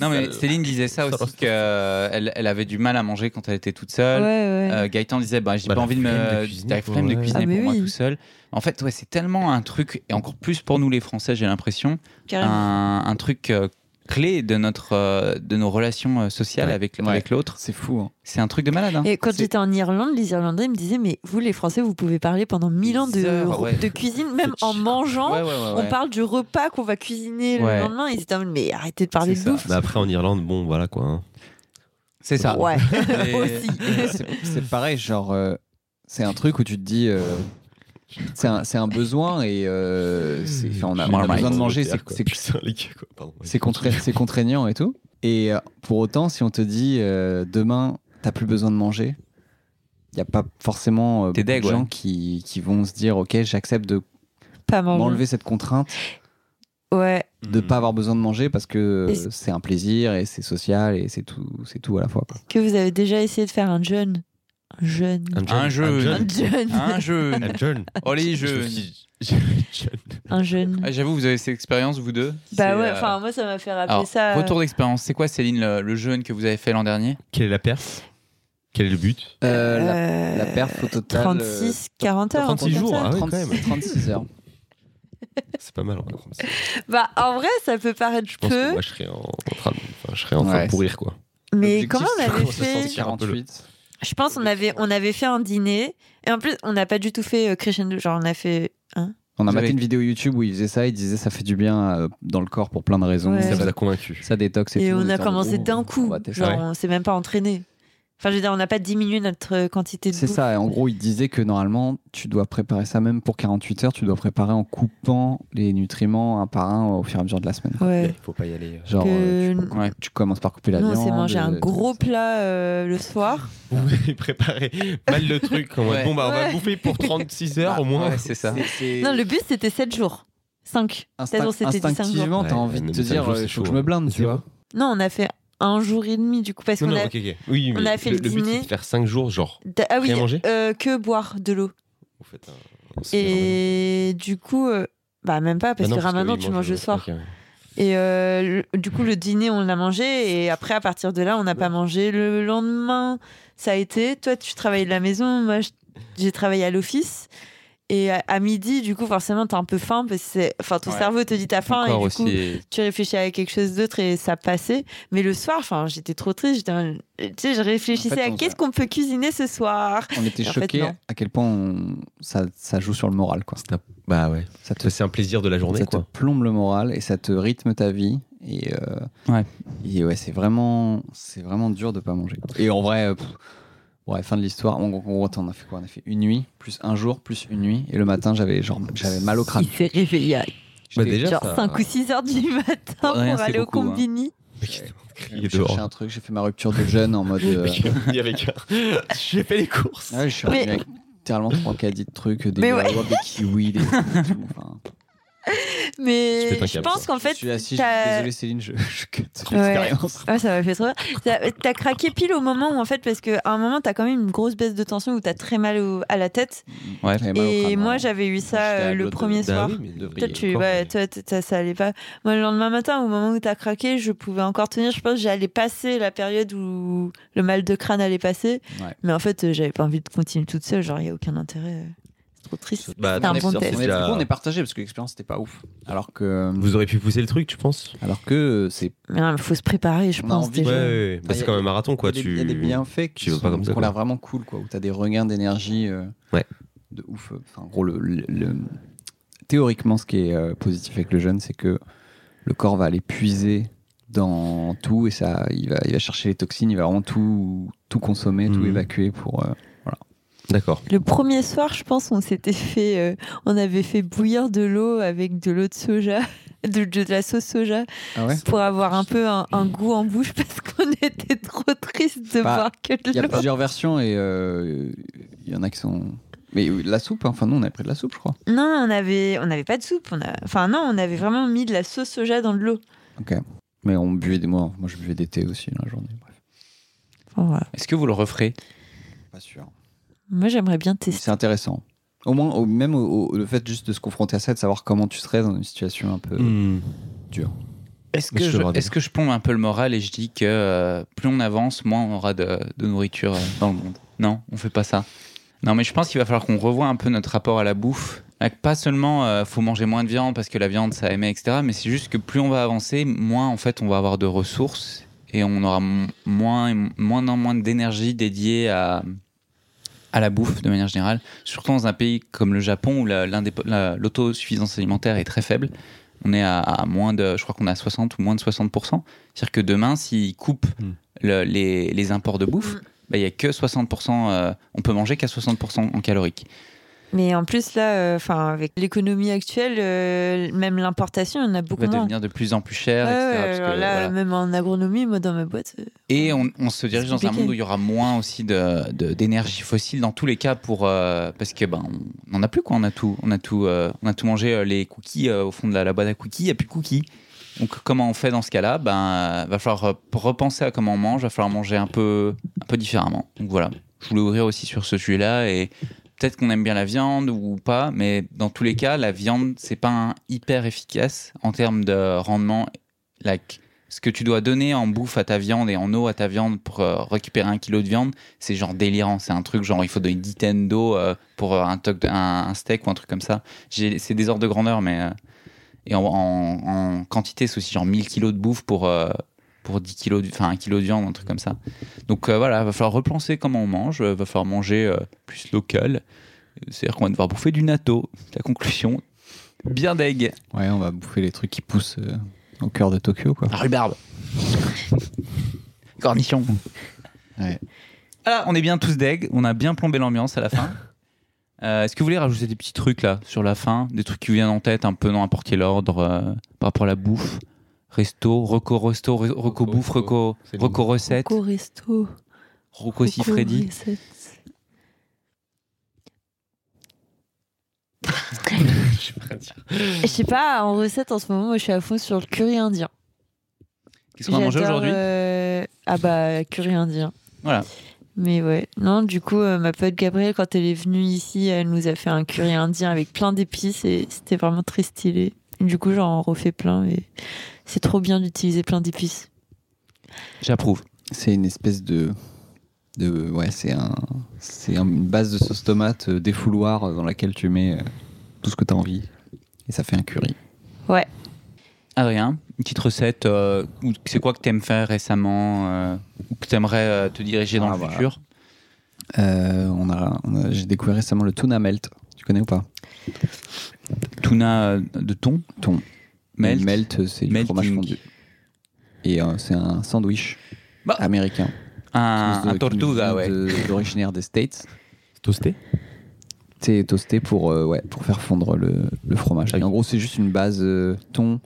Speaker 1: Non, mais Céline disait ça aussi, qu'elle elle avait du mal à manger quand elle était toute seule.
Speaker 3: Ouais, ouais.
Speaker 1: Euh, Gaëtan disait bah, j'ai
Speaker 4: Bah,
Speaker 1: pas
Speaker 4: la
Speaker 1: envie de
Speaker 4: flemme de
Speaker 1: me
Speaker 4: cuisiner
Speaker 1: la
Speaker 4: pour- euh,
Speaker 1: flemme de
Speaker 4: ouais.
Speaker 1: cuisiner
Speaker 3: Ah,
Speaker 1: pour
Speaker 3: mais
Speaker 1: moi
Speaker 3: oui.
Speaker 1: tout seul en fait ouais c'est tellement un truc et encore plus pour nous les français j'ai l'impression
Speaker 3: Carrément.
Speaker 1: un, un truc euh, clé de notre euh, de nos relations euh, sociales
Speaker 4: Ouais.
Speaker 1: avec
Speaker 2: Ouais.
Speaker 1: avec l'autre
Speaker 2: C'est fou. hein.
Speaker 1: c'est un truc de malade hein.
Speaker 3: Et quand
Speaker 1: C'est-
Speaker 3: j'étais en Irlande, les Irlandais ils me disaient Mais vous, les Français, vous pouvez parler pendant mille ans de,
Speaker 1: Des heures, ouais.
Speaker 3: de cuisine, même
Speaker 1: C'est
Speaker 3: en
Speaker 1: chiant.
Speaker 3: mangeant.
Speaker 1: Ouais, ouais, ouais, ouais.
Speaker 3: On parle du repas qu'on va cuisiner
Speaker 1: Ouais.
Speaker 3: le lendemain. Ils étaient en mode Mais arrêtez de parler
Speaker 1: C'est
Speaker 3: de
Speaker 1: ça.
Speaker 3: bouffe.
Speaker 4: Mais après, en Irlande, bon, voilà quoi. hein.
Speaker 1: c'est ça
Speaker 3: Ouais,
Speaker 1: [laughs]
Speaker 3: [laughs]
Speaker 1: Et-
Speaker 3: aussi.
Speaker 2: C'est- C'est pareil, genre, euh, c'est un truc où tu te dis. euh, c'est un, c'est un besoin et euh, c'est- enfin, on a, on a
Speaker 1: Marmite.
Speaker 2: besoin de manger, c'est-
Speaker 4: Quoi.
Speaker 2: c'est
Speaker 4: Putain, les gars, quoi. Pardon.
Speaker 2: c'est contra- c'est contraignant et tout. Et euh, pour autant, si on te dit euh, demain, t'as plus besoin de manger, il n'y a pas forcément euh,
Speaker 1: T'es
Speaker 2: beaucoup de
Speaker 1: deg, ouais.
Speaker 2: gens qui, qui vont se dire Ok, j'accepte de
Speaker 3: Pas manger.
Speaker 2: m'enlever cette contrainte
Speaker 3: Ouais.
Speaker 2: de
Speaker 4: Mm.
Speaker 2: pas avoir besoin de manger parce que
Speaker 3: Et c-
Speaker 2: c'est un plaisir et c'est social et c'est tout, c'est tout à la fois. quoi.
Speaker 3: Que vous avez déjà essayé de faire un jeûne Un jeûne.
Speaker 1: un Hein? jeu
Speaker 3: Un jeûne.
Speaker 1: un jeu
Speaker 4: Un jeune.
Speaker 1: [laughs] oh les jeux
Speaker 3: [laughs]
Speaker 4: [laughs]
Speaker 3: Un jeûne.
Speaker 1: Ah, j'avoue vous avez cette expérience vous deux
Speaker 3: Bah
Speaker 1: C'est,
Speaker 3: ouais,
Speaker 1: euh,
Speaker 3: enfin, moi, ça m'a fait rappeler
Speaker 1: alors,
Speaker 3: ça. euh,
Speaker 1: retour d'expérience c'est quoi Céline le, le jeûne que vous avez fait l'an dernier
Speaker 4: Quelle est la perte Quel est le but
Speaker 2: Euh, la-
Speaker 3: euh,
Speaker 2: la, perf au total.
Speaker 3: 36, 40 heures. un
Speaker 4: 36
Speaker 3: truc comme
Speaker 4: jours,
Speaker 3: ça.
Speaker 4: ah ouais, quand
Speaker 2: 36
Speaker 4: même.
Speaker 2: 36 heures.
Speaker 4: C'est pas mal. hein, comme ça.
Speaker 3: Bah, en vrai, ça peut paraître
Speaker 4: Je pense que
Speaker 3: peu,
Speaker 4: moi, je serais en, en train de, enfin, je serais en train
Speaker 2: Ouais.
Speaker 4: de pourrir quoi.
Speaker 3: mais
Speaker 2: L'objectif,
Speaker 3: comment on
Speaker 2: c'est
Speaker 4: [laughs]
Speaker 3: avait
Speaker 2: qu'on se
Speaker 3: fait
Speaker 2: sente 48.
Speaker 3: Je pense on avait, on avait fait un dîner. Et en plus, on n'a pas du tout fait euh, crescendo. Genre, on a fait. Hein
Speaker 2: On a
Speaker 1: Vous
Speaker 2: maté
Speaker 1: avez-
Speaker 2: une vidéo YouTube où il faisait ça, il disait ça fait du bien euh, dans le corps pour plein de raisons.
Speaker 3: Ouais.
Speaker 4: Ça
Speaker 2: Ça,
Speaker 4: vous a convaincu.
Speaker 2: ça détoxe et,
Speaker 3: et
Speaker 2: tout.
Speaker 3: on a
Speaker 2: était en
Speaker 3: commencé
Speaker 2: gros,
Speaker 3: d'un
Speaker 2: on
Speaker 3: coup.
Speaker 2: va tester.
Speaker 3: Genre, on s'est même pas entraîné. Enfin, je veux dire, on n'a pas diminué notre euh, quantité de
Speaker 2: C'est
Speaker 3: bouffe.
Speaker 2: ça, et en gros, il disait que normalement, tu dois préparer ça même pour 48 heures, tu dois préparer en coupant les nutriments un par un au fur et à mesure de la semaine.
Speaker 3: Ouais.
Speaker 4: faut pas y aller.
Speaker 2: Genre,
Speaker 3: Que-
Speaker 2: euh, tu,
Speaker 1: Ouais.
Speaker 2: tu commences par couper la
Speaker 3: Nous,
Speaker 2: viande.
Speaker 3: on s'est mangé un
Speaker 2: euh,
Speaker 3: gros plat euh, le soir.
Speaker 4: Vous avez préparé mal le truc. en mode,
Speaker 1: Ouais.
Speaker 4: Bon, bah, on va
Speaker 3: Ah. Ouais. Bah,
Speaker 4: bouffer pour 36 heures au moins.
Speaker 1: Ouais, c'est ça
Speaker 3: Non, le but, c'était 7 jours. 5.
Speaker 2: Instinct-
Speaker 3: jours, c'était dix, cinq jours.
Speaker 2: instinctivement, t'as
Speaker 4: Ouais,
Speaker 2: envie de
Speaker 4: même
Speaker 2: te
Speaker 4: cinq
Speaker 2: dire,
Speaker 4: jours,
Speaker 2: euh,
Speaker 4: c'est
Speaker 2: faut que
Speaker 4: chaud,
Speaker 2: je me
Speaker 4: hein.
Speaker 2: blinde, tu
Speaker 4: C'est
Speaker 2: vois.
Speaker 4: vrai.
Speaker 3: Non, on a fait un jour et demi, du coup, parce
Speaker 4: Non,
Speaker 3: qu'on
Speaker 4: non,
Speaker 3: a.
Speaker 4: ok, ok. Oui,
Speaker 3: on
Speaker 4: mais
Speaker 3: a fait
Speaker 4: le,
Speaker 3: le
Speaker 4: le but,
Speaker 3: dîner.
Speaker 4: c'est de faire 5 jours, genre. hein.
Speaker 3: D'a- Ah oui,
Speaker 4: Rien mangé
Speaker 3: euh, que boire de l'eau.
Speaker 4: Vous faites un- un semaine.
Speaker 3: Et du coup, euh, bah même pas, parce
Speaker 4: Ah non,
Speaker 3: que Ramadan,
Speaker 4: oui,
Speaker 3: tu
Speaker 4: mange- hein.
Speaker 3: manges le soir.
Speaker 4: ok, ouais.
Speaker 3: Et euh, le- du coup, le dîner, on l'a mangé. Et après, à partir de là, on n'a pas mangé. Le lendemain, ça a été. Toi, tu travailles de la maison. Moi, je- j'ai travaillé à l'office. Et à, à midi, du coup, forcément, t'as un peu faim. Parce que c'est- enfin, ton
Speaker 1: Ouais.
Speaker 3: cerveau te dit t'as faim. Et
Speaker 1: Encore
Speaker 3: du
Speaker 1: aussi.
Speaker 3: coup,
Speaker 1: et-
Speaker 3: tu réfléchis à quelque chose d'autre et ça passait. Mais le soir, enfin, j'étais trop triste. J'étais un- Tu sais, je réfléchissais
Speaker 2: En fait,
Speaker 3: à
Speaker 2: on-
Speaker 3: qu'est-ce qu'on peut cuisiner ce soir.
Speaker 2: On était
Speaker 3: Et en fait,
Speaker 2: choqués
Speaker 3: non.
Speaker 2: à quel point on- ça, ça joue sur le moral. Quoi.
Speaker 4: C'est un- Bah ouais.
Speaker 2: Ça te,
Speaker 4: Ça, C'est un plaisir de la journée,
Speaker 2: ça te
Speaker 4: quoi.
Speaker 2: plombe le moral et ça te rythme ta vie. Et euh,
Speaker 1: Ouais.
Speaker 2: et ouais, c'est vraiment, c'est vraiment dur de pas manger. Et en vrai, euh, pff, ouais, fin de l'histoire. En gros, en gros, attends, on a fait quoi On a fait une nuit, plus un jour, plus une nuit. Et le matin, j'avais genre, j'avais mal au crâne.
Speaker 3: [laughs] Il s'est réveillé à
Speaker 4: Bah,
Speaker 2: J'étais-
Speaker 4: déjà,
Speaker 3: genre
Speaker 4: ça-
Speaker 3: 5 ou 6 heures du matin
Speaker 1: Rien,
Speaker 3: pour
Speaker 1: c'est
Speaker 3: aller au
Speaker 1: beaucoup, hein.
Speaker 3: combini.
Speaker 4: Ah, [laughs] Il est
Speaker 2: j'ai cherché
Speaker 4: dehors.
Speaker 2: un truc, j'ai fait ma rupture de jeûne en mode.
Speaker 4: [laughs]
Speaker 2: euh,
Speaker 4: Il y avait qu'un- J'ai fait les courses.
Speaker 3: Ah,
Speaker 2: Ouais, je suis revenu
Speaker 3: Mais-
Speaker 2: avec littéralement trois caddies de trucs, des,
Speaker 3: Mais ouais.
Speaker 2: guaguas, des kiwis, des des tout, enfin,
Speaker 4: Tu
Speaker 3: Mais
Speaker 4: pètes un
Speaker 3: je
Speaker 4: câble,
Speaker 3: pense qu'en fait,
Speaker 2: je suis assis, je
Speaker 3: t'as-
Speaker 2: dis, désolé Céline, je, je cut
Speaker 3: Ouais.
Speaker 2: l'expérience.
Speaker 3: Ah, ça m'a fait trop rire. Ça- T'as craqué pile au moment où, en fait, parce qu'à un moment, t'as quand même une grosse baisse de tension où t'as très mal au- à la tête.
Speaker 1: Ouais.
Speaker 2: J'avais mal au
Speaker 3: Et
Speaker 2: crâne,
Speaker 3: moi,
Speaker 2: vraiment.
Speaker 3: j'avais eu ça
Speaker 2: J'étais à
Speaker 3: euh, le
Speaker 2: l'autre de-
Speaker 3: premier
Speaker 4: Bah
Speaker 3: soir.
Speaker 4: oui, mais il devrait
Speaker 3: Toi,
Speaker 4: y
Speaker 3: tu,
Speaker 4: encore,
Speaker 3: ouais,
Speaker 4: mais-
Speaker 3: toi, t- ça, ça allait pas. Moi, le lendemain matin, au moment où t'as craqué, je pouvais encore tenir. Je pense que j'allais passer la période où le mal de crâne allait passer.
Speaker 2: Ouais.
Speaker 3: Mais en fait, euh, j'avais pas envie de continuer toute seule. Genre, il a aucun intérêt. euh. C'est trop triste.
Speaker 4: Bah,
Speaker 3: C'était un
Speaker 4: non,
Speaker 3: bon
Speaker 4: c'est-
Speaker 3: test.
Speaker 2: On
Speaker 4: c'est
Speaker 2: est,
Speaker 4: la-
Speaker 2: du coup, on est partagé parce que l'expérience n'était pas ouf. Alors que,
Speaker 4: Vous auriez pu pousser le truc, tu penses
Speaker 2: alors que c'est.
Speaker 3: Mais non, mais faut se préparer, je
Speaker 2: On a
Speaker 3: pense
Speaker 2: envie.
Speaker 4: Ouais,
Speaker 3: déjà.
Speaker 4: ouais, ouais. Bah,
Speaker 2: Ah, y
Speaker 4: c'est
Speaker 2: a-
Speaker 4: quand même un marathon, quoi.
Speaker 2: Il y a des-
Speaker 4: tu...
Speaker 2: Il y a des bienfaits qui
Speaker 4: tu vas pas
Speaker 2: sont-
Speaker 4: comme
Speaker 2: qui
Speaker 4: ça,
Speaker 2: ont l'air
Speaker 4: quoi.
Speaker 2: vraiment cool, quoi. Où t'as des regains d'énergie euh,
Speaker 4: Ouais.
Speaker 2: de ouf. Enfin, en gros, le, le- le- théoriquement, ce qui est euh, positif avec le jeûne, c'est que le corps va aller puiser dans tout et ça, il va, il va chercher les toxines, il va vraiment tout, tout consommer, tout
Speaker 4: Mhm.
Speaker 2: évacuer pour. euh,
Speaker 4: D'accord.
Speaker 3: Le premier soir, je pense, on s'était fait, euh, on avait fait bouillir de l'eau avec de l'eau de soja, [laughs] de, de la sauce soja, pour avoir un peu un, un goût en bouche [laughs] parce qu'on était trop triste de
Speaker 2: Bah,
Speaker 3: voir que
Speaker 2: Il y
Speaker 3: de
Speaker 2: a
Speaker 3: [laughs] l'eau.
Speaker 2: plusieurs versions et euh, il y en a qui sont. Mais euh, la soupe, hein. enfin nous on avait pris de la soupe, je crois.
Speaker 3: Non, on avait, on n'avait pas de soupe. On a, enfin non, on avait vraiment mis de la sauce soja dans de l'eau.
Speaker 2: Mais on buvait des moi, moi je buvais des thés aussi dans la journée. Bref,
Speaker 3: Enfin, voilà.
Speaker 1: Est-ce que vous le referez
Speaker 2: pas sûr.
Speaker 3: Moi, j'aimerais bien tester.
Speaker 2: C'est intéressant. Au moins, au- même au- au- le fait juste de se confronter à ça, de savoir comment tu serais dans une situation un peu.
Speaker 1: Mm. Est-ce
Speaker 4: Mais
Speaker 1: que,
Speaker 4: je te
Speaker 1: je,
Speaker 4: le redis.
Speaker 1: est-ce que je pompe un peu le moral et je dis que euh, plus on avance, moins on aura de, de nourriture euh, dans le monde Non, on fait pas ça. Non, mais je pense qu'il va falloir qu'on revoie un peu notre rapport à la bouffe. Avec Pas seulement euh, faut manger moins de viande parce que la viande ça émet, etc. Mais c'est juste que plus on va avancer, moins en fait on va avoir de ressources et on aura m- moins, moins, en moins d'énergie dédiée à, à la bouffe de manière générale. Surtout dans un pays comme le Japon où la- l'indép- la- l'autosuffisance alimentaire est très faible on est à, à moins de, je crois qu'on est à 60 ou moins de 60%. C'est-à-dire que demain, s'ils coupent
Speaker 4: Mm.
Speaker 1: le- les, les imports de bouffe,
Speaker 3: Mm.
Speaker 1: bah, il y a que 60%, euh, on peut manger qu'à 60% en calorique.
Speaker 3: Mais en plus là, euh, enfin avec l'économie actuelle, euh, même l'importation, on a beaucoup
Speaker 1: Ça va
Speaker 3: moins.
Speaker 1: devenir de plus en plus cher,
Speaker 3: Ouais,
Speaker 1: etc.
Speaker 3: ouais,
Speaker 1: parce que,
Speaker 3: alors là,
Speaker 1: voilà.
Speaker 3: même en agronomie, moi dans ma boîte, euh,
Speaker 1: Et on, on se dirige
Speaker 3: C'est
Speaker 1: dans un
Speaker 3: compliqué.
Speaker 1: monde où il y aura moins aussi de- de- d'énergie fossile dans tous les cas pour euh, parce que ben on n'en a plus quoi on a tout on a tout euh, on a tout mangé euh, les cookies euh, au fond de la, la boîte à cookies il n'y a plus de cookies donc comment on fait dans ce cas-là ben euh, va falloir euh, repenser à comment on mange va falloir manger un peu un peu différemment donc voilà je voulais ouvrir aussi sur ce sujet-là et peut-être qu'on aime bien la viande ou pas mais dans tous les cas la viande c'est pas un hyper efficace en termes de rendement like ce que tu dois donner en bouffe à ta viande et en eau à ta viande pour euh, récupérer un kilo de viande, c'est genre délirant. C'est un truc genre il faut donner 10 tonnes d'eau euh, pour euh, un, toc de- un, un steak ou un truc comme ça. J'ai- C'est des ordres de grandeur, mais. euh, et en, en- en quantité, c'est aussi genre 1000 kilos de bouffe pour, euh, pour 10 kilos, de- enfin 1 kilo de viande, un truc comme ça. Donc euh, voilà, va falloir repenser comment on mange, euh, va falloir manger euh, plus local. C'est-à-dire qu'on va devoir bouffer du natto. La conclusion, bien deg.
Speaker 2: Ouais, on va bouffer les trucs qui poussent euh, au cœur de Tokyo, quoi.
Speaker 1: La rhubarbe. Cornichon.
Speaker 2: Ouais.
Speaker 1: Voilà, Ah, on est bien tous deg, on a bien plombé l'ambiance à la
Speaker 2: [laughs]
Speaker 1: fin. Euh, Est-ce que vous voulez rajouter des petits trucs là sur la fin Des trucs qui vous viennent en tête, un peu dans n'importe quel ordre, euh, par rapport à la bouffe Resto, reco resto, re- reco bouffe, reco,
Speaker 4: c'est bon.
Speaker 1: reco recette,
Speaker 3: Coco Resto.
Speaker 1: reco si Freddy.
Speaker 3: [laughs] Je sais pas, en recette en ce moment, moi je suis à fond sur le curry indien.
Speaker 1: Qu'est-ce qu'on a mangé
Speaker 3: J'adore,
Speaker 1: aujourd'hui
Speaker 3: euh, Ah bah, curry indien.
Speaker 1: Voilà.
Speaker 3: Mais ouais. Non, du coup, euh, ma pote Gabrielle, quand elle est venue ici, elle nous a fait un curry indien avec plein d'épices et c'était vraiment très stylé. Du coup, j'en refais plein et c'est trop bien d'utiliser plein d'épices.
Speaker 1: J'approuve.
Speaker 2: C'est une espèce de. de ouais, c'est un, c'est un- une base de sauce tomate euh, défouloir euh, dans laquelle tu mets euh, tout ce que tu as envie. Et ça fait un curry.
Speaker 1: Adrien, une petite recette, euh, ou c'est quoi que t'aimes faire récemment euh, ou que t'aimerais euh, te diriger dans
Speaker 2: Ah,
Speaker 1: le
Speaker 2: voilà.
Speaker 1: futur
Speaker 2: Euh, on a, on a- J'ai découvert récemment le tuna melt. Tu connais ou pas
Speaker 1: Tuna euh, de thon
Speaker 2: Thon.
Speaker 1: Melt.
Speaker 2: Le euh, c'est du
Speaker 1: Melting.
Speaker 2: fromage fondu. Et euh, c'est un sandwich
Speaker 1: Bah.
Speaker 2: américain.
Speaker 1: Un,
Speaker 2: Qui nous-
Speaker 1: un tortuga,
Speaker 2: qui
Speaker 1: ouais.
Speaker 2: nous vient de- Originaire des States.
Speaker 4: Toasté
Speaker 2: C'est toasté pour, euh, ouais, pour faire fondre le, le fromage.
Speaker 4: Ah oui.
Speaker 2: Et en gros, c'est juste une base euh, thon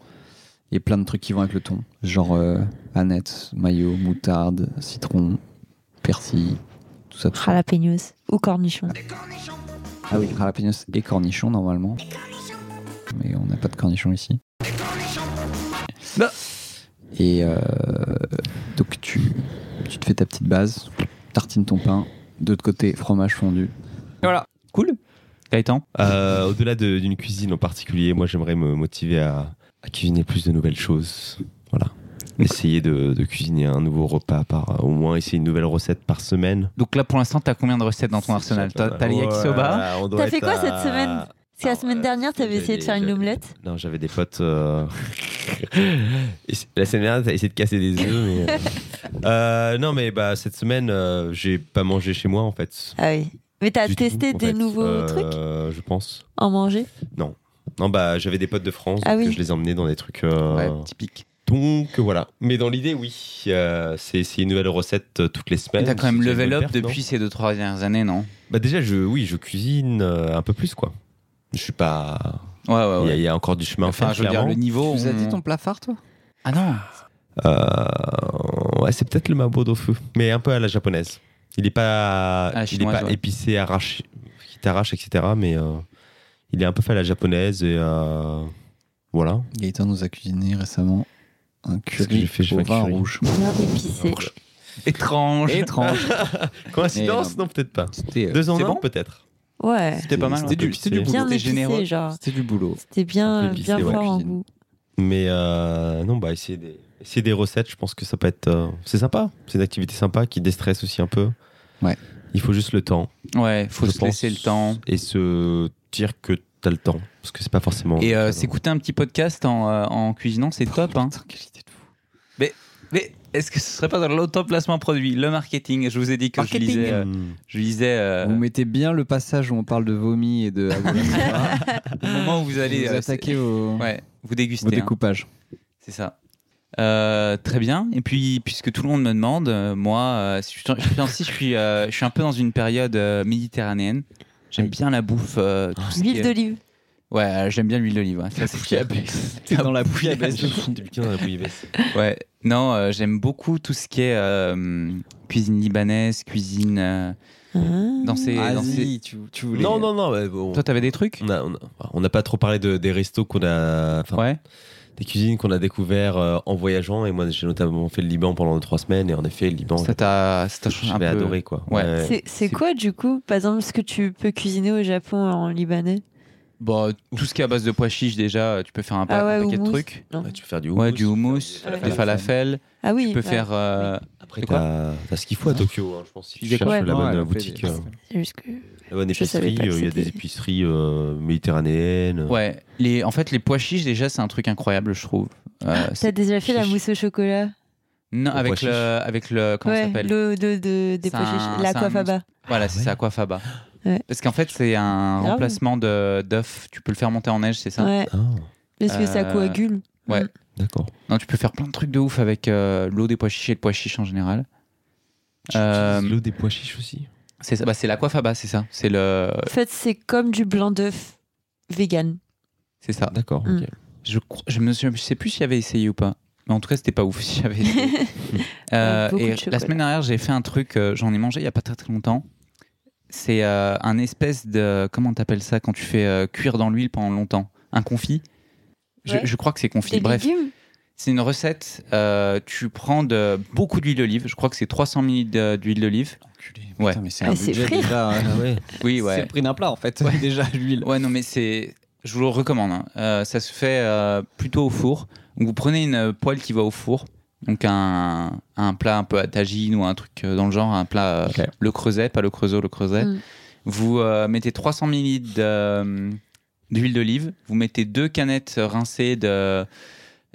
Speaker 2: et plein de trucs qui vont avec le thon. Genre euh, aneth, mayo, moutarde, citron, persil, tout ça. tout ça.
Speaker 3: Jalapenos ou cornichons.
Speaker 2: Ah oui, jalapenos et cornichons normalement. Mais on n'a pas de cornichons ici. Bah.
Speaker 1: Non.
Speaker 2: Et euh, donc tu, tu te fais ta petite base, tartines ton pain, de l'autre côté fromage fondu.
Speaker 1: Cool. Gaëtan
Speaker 4: Euh, Au-delà de- d'une cuisine en particulier, moi j'aimerais me motiver à, à cuisiner plus de nouvelles choses. Voilà. Essayer de, de cuisiner un nouveau repas par euh, au moins essayer une nouvelle recette par semaine.
Speaker 1: Donc là, pour l'instant, t'as combien de recettes dans ton arsenal T'as t'as les yakisoba
Speaker 4: Voilà, on doit
Speaker 3: T'as fait
Speaker 4: être
Speaker 3: quoi
Speaker 4: à-
Speaker 3: cette semaine Parce que la
Speaker 4: Alors,
Speaker 3: semaine
Speaker 4: euh,
Speaker 3: dernière, t'avais
Speaker 4: j'avais-
Speaker 3: essayé de faire une
Speaker 4: j'avais-
Speaker 3: omelette.
Speaker 4: Non, j'avais des potes. euh, [laughs] et c- La semaine dernière, t'as essayé de casser des œufs. mais-
Speaker 3: [laughs]
Speaker 4: Euh, non, mais bah, cette semaine, euh, j'ai pas mangé chez moi en fait.
Speaker 3: Ah oui. Mais t'as
Speaker 4: Du
Speaker 3: testé
Speaker 4: tout, en
Speaker 3: des
Speaker 4: fait.
Speaker 3: nouveaux
Speaker 4: Euh,
Speaker 3: trucs
Speaker 4: Je pense.
Speaker 3: en manger
Speaker 4: Non, bah j'avais des potes de France,
Speaker 3: Ah
Speaker 4: donc
Speaker 3: oui.
Speaker 4: je les emmenais dans des trucs. euh,
Speaker 1: Ouais, typique.
Speaker 4: Donc voilà. Mais dans l'idée, oui, euh, c'est c'est une nouvelle recette euh, toutes les
Speaker 1: Et
Speaker 4: semaines.
Speaker 1: T'as quand même
Speaker 4: C'est une
Speaker 1: level
Speaker 4: bonne
Speaker 1: up
Speaker 4: perte, non
Speaker 1: depuis ces deux, trois dernières années, non
Speaker 4: Bah déjà, je, oui, je cuisine euh, un peu plus quoi. Je suis pas.
Speaker 1: Ouais, ouais,
Speaker 4: Il y a-
Speaker 1: Ah ouais.
Speaker 4: il y, a encore du chemin à
Speaker 1: Enfin,
Speaker 4: faire.
Speaker 1: je veux dire,
Speaker 4: clairement.
Speaker 1: le niveau.
Speaker 2: Tu nous as
Speaker 1: on-
Speaker 2: dit ton plat phare, toi
Speaker 1: Ah non
Speaker 4: Euh, ouais, c'est peut-être le mabo tofu, mais un peu à la japonaise. Il est
Speaker 1: la
Speaker 4: pas, il est
Speaker 1: Ah, chinoise,
Speaker 4: pas
Speaker 1: ouais.
Speaker 4: épicé, arraché, qui t'arrache, etc. Mais euh, il est un peu fait à la japonaise et euh, voilà.
Speaker 2: Gaëtan nous a cuisiné récemment un
Speaker 4: Qu'est-ce que
Speaker 2: curry
Speaker 4: j'ai fait J'ai
Speaker 2: au
Speaker 4: fait un
Speaker 2: vin
Speaker 4: curry.
Speaker 2: rouge. [laughs]
Speaker 3: Bien épicé.
Speaker 1: Étrange
Speaker 2: Étrange.
Speaker 4: Coïncidence
Speaker 2: Mais
Speaker 4: Non, peut-être pas.
Speaker 2: C'était euh,
Speaker 4: Deux ans,
Speaker 1: c'est
Speaker 4: non,
Speaker 1: bon
Speaker 4: peut-être.
Speaker 3: Ouais.
Speaker 1: C'était pas mal.
Speaker 4: C'était du- c'était du
Speaker 1: boulot.
Speaker 3: Bien
Speaker 1: C'était
Speaker 3: épicé,
Speaker 1: généreux.
Speaker 3: genre.
Speaker 2: c'était du boulot.
Speaker 3: C'était
Speaker 4: Un
Speaker 3: bien,
Speaker 4: peu épicé,
Speaker 3: bien
Speaker 4: ouais.
Speaker 3: fort en
Speaker 2: Cuisine.
Speaker 3: goût.
Speaker 4: Mais euh, non, bah essayer des, essayer des recettes, je pense que ça peut être, euh, c'est sympa. C'est une activité sympa qui déstresse aussi un peu.
Speaker 2: Ouais.
Speaker 4: Il faut juste le temps.
Speaker 1: Ouais, faut
Speaker 4: je
Speaker 1: se laisser le
Speaker 4: pense,
Speaker 1: temps.
Speaker 4: et se dire que t'as le temps, parce que c'est pas forcément.
Speaker 1: Et euh, s'écouter un petit podcast en, euh, en cuisinant, c'est top. Hein.
Speaker 2: Putain, quelle idée de fou.
Speaker 1: Mais est-ce que ce serait pas dans l'auto-placement produit Le marketing, je vous ai dit que je lisais. euh,
Speaker 4: Hmm.
Speaker 1: je lisais euh,
Speaker 2: Vous mettez bien le passage où on parle de vomi et de.
Speaker 1: au moment où vous allez
Speaker 2: vous
Speaker 1: euh,
Speaker 2: attaquer au,
Speaker 1: c'est- ouais, vous
Speaker 2: au
Speaker 1: déguster. hein.
Speaker 2: découpage.
Speaker 1: C'est ça. Euh, très bien. Et puis, puisque tout le monde me demande, euh, moi, euh, si je, je, pense si je suis, euh, je suis un peu dans une période euh, méditerranéenne. J'aime bien la bouffe. euh, tout ce qui
Speaker 3: L'huile
Speaker 1: est-
Speaker 3: d'olive.
Speaker 1: Ouais, euh, j'aime bien l'huile d'olive. ouais. Ça, c'est [laughs]
Speaker 2: C'est dans la
Speaker 4: [laughs]
Speaker 1: bouillabaisse.
Speaker 4: Quelqu'un dans la bouillabaisse.
Speaker 1: [laughs] Ouais. Non, euh, j'aime beaucoup tout ce qui est euh, cuisine libanaise, cuisine euh, dans ces. dans ces-
Speaker 2: Vas-y, tu, tu voulais.
Speaker 4: Non, non, non. mais bon,
Speaker 1: Toi, t'avais des trucs
Speaker 4: on a- on a- on n'a pas trop parlé de, des restos qu'on a, enfin,
Speaker 1: Ouais.
Speaker 4: des cuisines qu'on a découvert euh, en voyageant. Et moi, j'ai notamment fait le Liban pendant trois semaines. Et en effet, le Liban,
Speaker 1: Ça t'a, ça t'a changé un peu.
Speaker 4: j'avais adoré quoi.
Speaker 1: Ouais.
Speaker 3: C'est- C'est quoi du coup, par exemple, ce que tu peux cuisiner au Japon en libanais
Speaker 1: Bon, Bah, tout ce qui est à base de pois chiches déjà, euh, tu peux faire un, pa-
Speaker 3: Ah ouais,
Speaker 1: un paquet
Speaker 3: houmous.
Speaker 1: de trucs.
Speaker 3: Non.
Speaker 4: Ouais, tu peux faire du houmous.
Speaker 1: Ouais, du houmous,
Speaker 4: faire
Speaker 1: des
Speaker 4: des
Speaker 1: falafels.
Speaker 3: Ah oui.
Speaker 1: Tu peux
Speaker 3: ouais.
Speaker 1: faire. euh,
Speaker 4: Après,
Speaker 1: C'est quoi
Speaker 4: t'as t'as ce qu'il faut à Tokyo, hein, je pense. Si tu
Speaker 2: Des
Speaker 4: cherches
Speaker 3: quoi
Speaker 4: la
Speaker 2: Ouais,
Speaker 4: bonne
Speaker 2: elle a fait
Speaker 4: boutique,
Speaker 2: des-
Speaker 4: euh,
Speaker 3: C'est juste que-
Speaker 4: la bonne
Speaker 3: Je savais
Speaker 4: épicerie,
Speaker 3: pas que
Speaker 4: euh, il y a des
Speaker 3: c'était-
Speaker 4: épiceries euh, méditerranéennes.
Speaker 1: Ouais. Les, en fait, les pois chiches déjà, c'est un truc incroyable, je trouve. Euh,
Speaker 3: T'as
Speaker 1: c'est-
Speaker 3: déjà fait la
Speaker 1: Chiche.
Speaker 3: mousse au chocolat
Speaker 1: non,
Speaker 4: Les
Speaker 1: avec
Speaker 4: pois
Speaker 1: le, avec le, comment ça
Speaker 3: Ouais,
Speaker 1: s'appelle
Speaker 3: l'eau de, de, des
Speaker 1: C'est un-
Speaker 3: poches.
Speaker 1: c'est un
Speaker 3: L'aquafaba.
Speaker 1: Voilà,
Speaker 4: Ah
Speaker 1: c'est ça, Aquafaba.
Speaker 3: Ouais.
Speaker 1: Parce qu'en fait, c'est un
Speaker 3: Grave.
Speaker 1: remplacement de d'œuf. Tu peux le faire monter en neige, c'est ça
Speaker 3: Ouais,
Speaker 4: Ah,
Speaker 3: parce que ça
Speaker 1: Euh,
Speaker 3: coagule.
Speaker 4: d'accord.
Speaker 1: Non, tu peux faire plein de trucs de ouf avec euh, l'eau des pois chiches et le pois chiche en général. Euh,
Speaker 4: L'eau des pois chiches aussi.
Speaker 1: c'est ça, bah, c'est l'aquafaba, c'est ça. C'est le,
Speaker 3: En fait, c'est comme du blanc d'œuf vegan.
Speaker 1: c'est ça.
Speaker 4: D'accord.
Speaker 3: Mm.
Speaker 4: ok.
Speaker 1: Je, crois- je me souviens- je sais plus si j'avais essayé ou pas. Mais en tout cas, c'était pas ouf si
Speaker 3: [laughs]
Speaker 1: j'avais essayé. Euh,
Speaker 3: Beaucoup de
Speaker 1: et la
Speaker 3: chocolat.
Speaker 1: semaine dernière, j'ai fait un truc, euh, j'en ai mangé il y a pas très très longtemps. C'est euh, un espèce de. Comment t'appelles ça quand tu fais euh, cuire dans l'huile pendant longtemps Un confit je,
Speaker 3: Ouais.
Speaker 1: je crois que c'est confit.
Speaker 3: Des
Speaker 1: Bref,
Speaker 3: légumes
Speaker 1: C'est une recette. euh, tu prends de, beaucoup d'huile d'olive. Je crois que c'est 300 ml de- d'huile d'olive. Ouais. Ah,
Speaker 2: mais c'est
Speaker 3: Mais
Speaker 2: un
Speaker 3: c'est
Speaker 2: budget
Speaker 3: frire.
Speaker 2: déjà. euh,
Speaker 1: Oui,
Speaker 2: C'est le
Speaker 1: ouais.
Speaker 2: prix d'un plat en fait, [laughs] déjà l'huile.
Speaker 1: Ouais, non, mais c'est. Je vous le recommande. hein. Euh, ça se fait euh, plutôt au four. Donc, vous prenez une euh, poêle qui va au four. Donc, un, un plat un peu à tagine ou un truc euh, dans le genre, un plat euh,
Speaker 2: Ok.
Speaker 1: le creuset, pas le creusot, le creuset.
Speaker 3: Mm.
Speaker 1: Vous euh, mettez 300 ml de, euh, d'huile d'olive. Vous mettez deux canettes rincées de,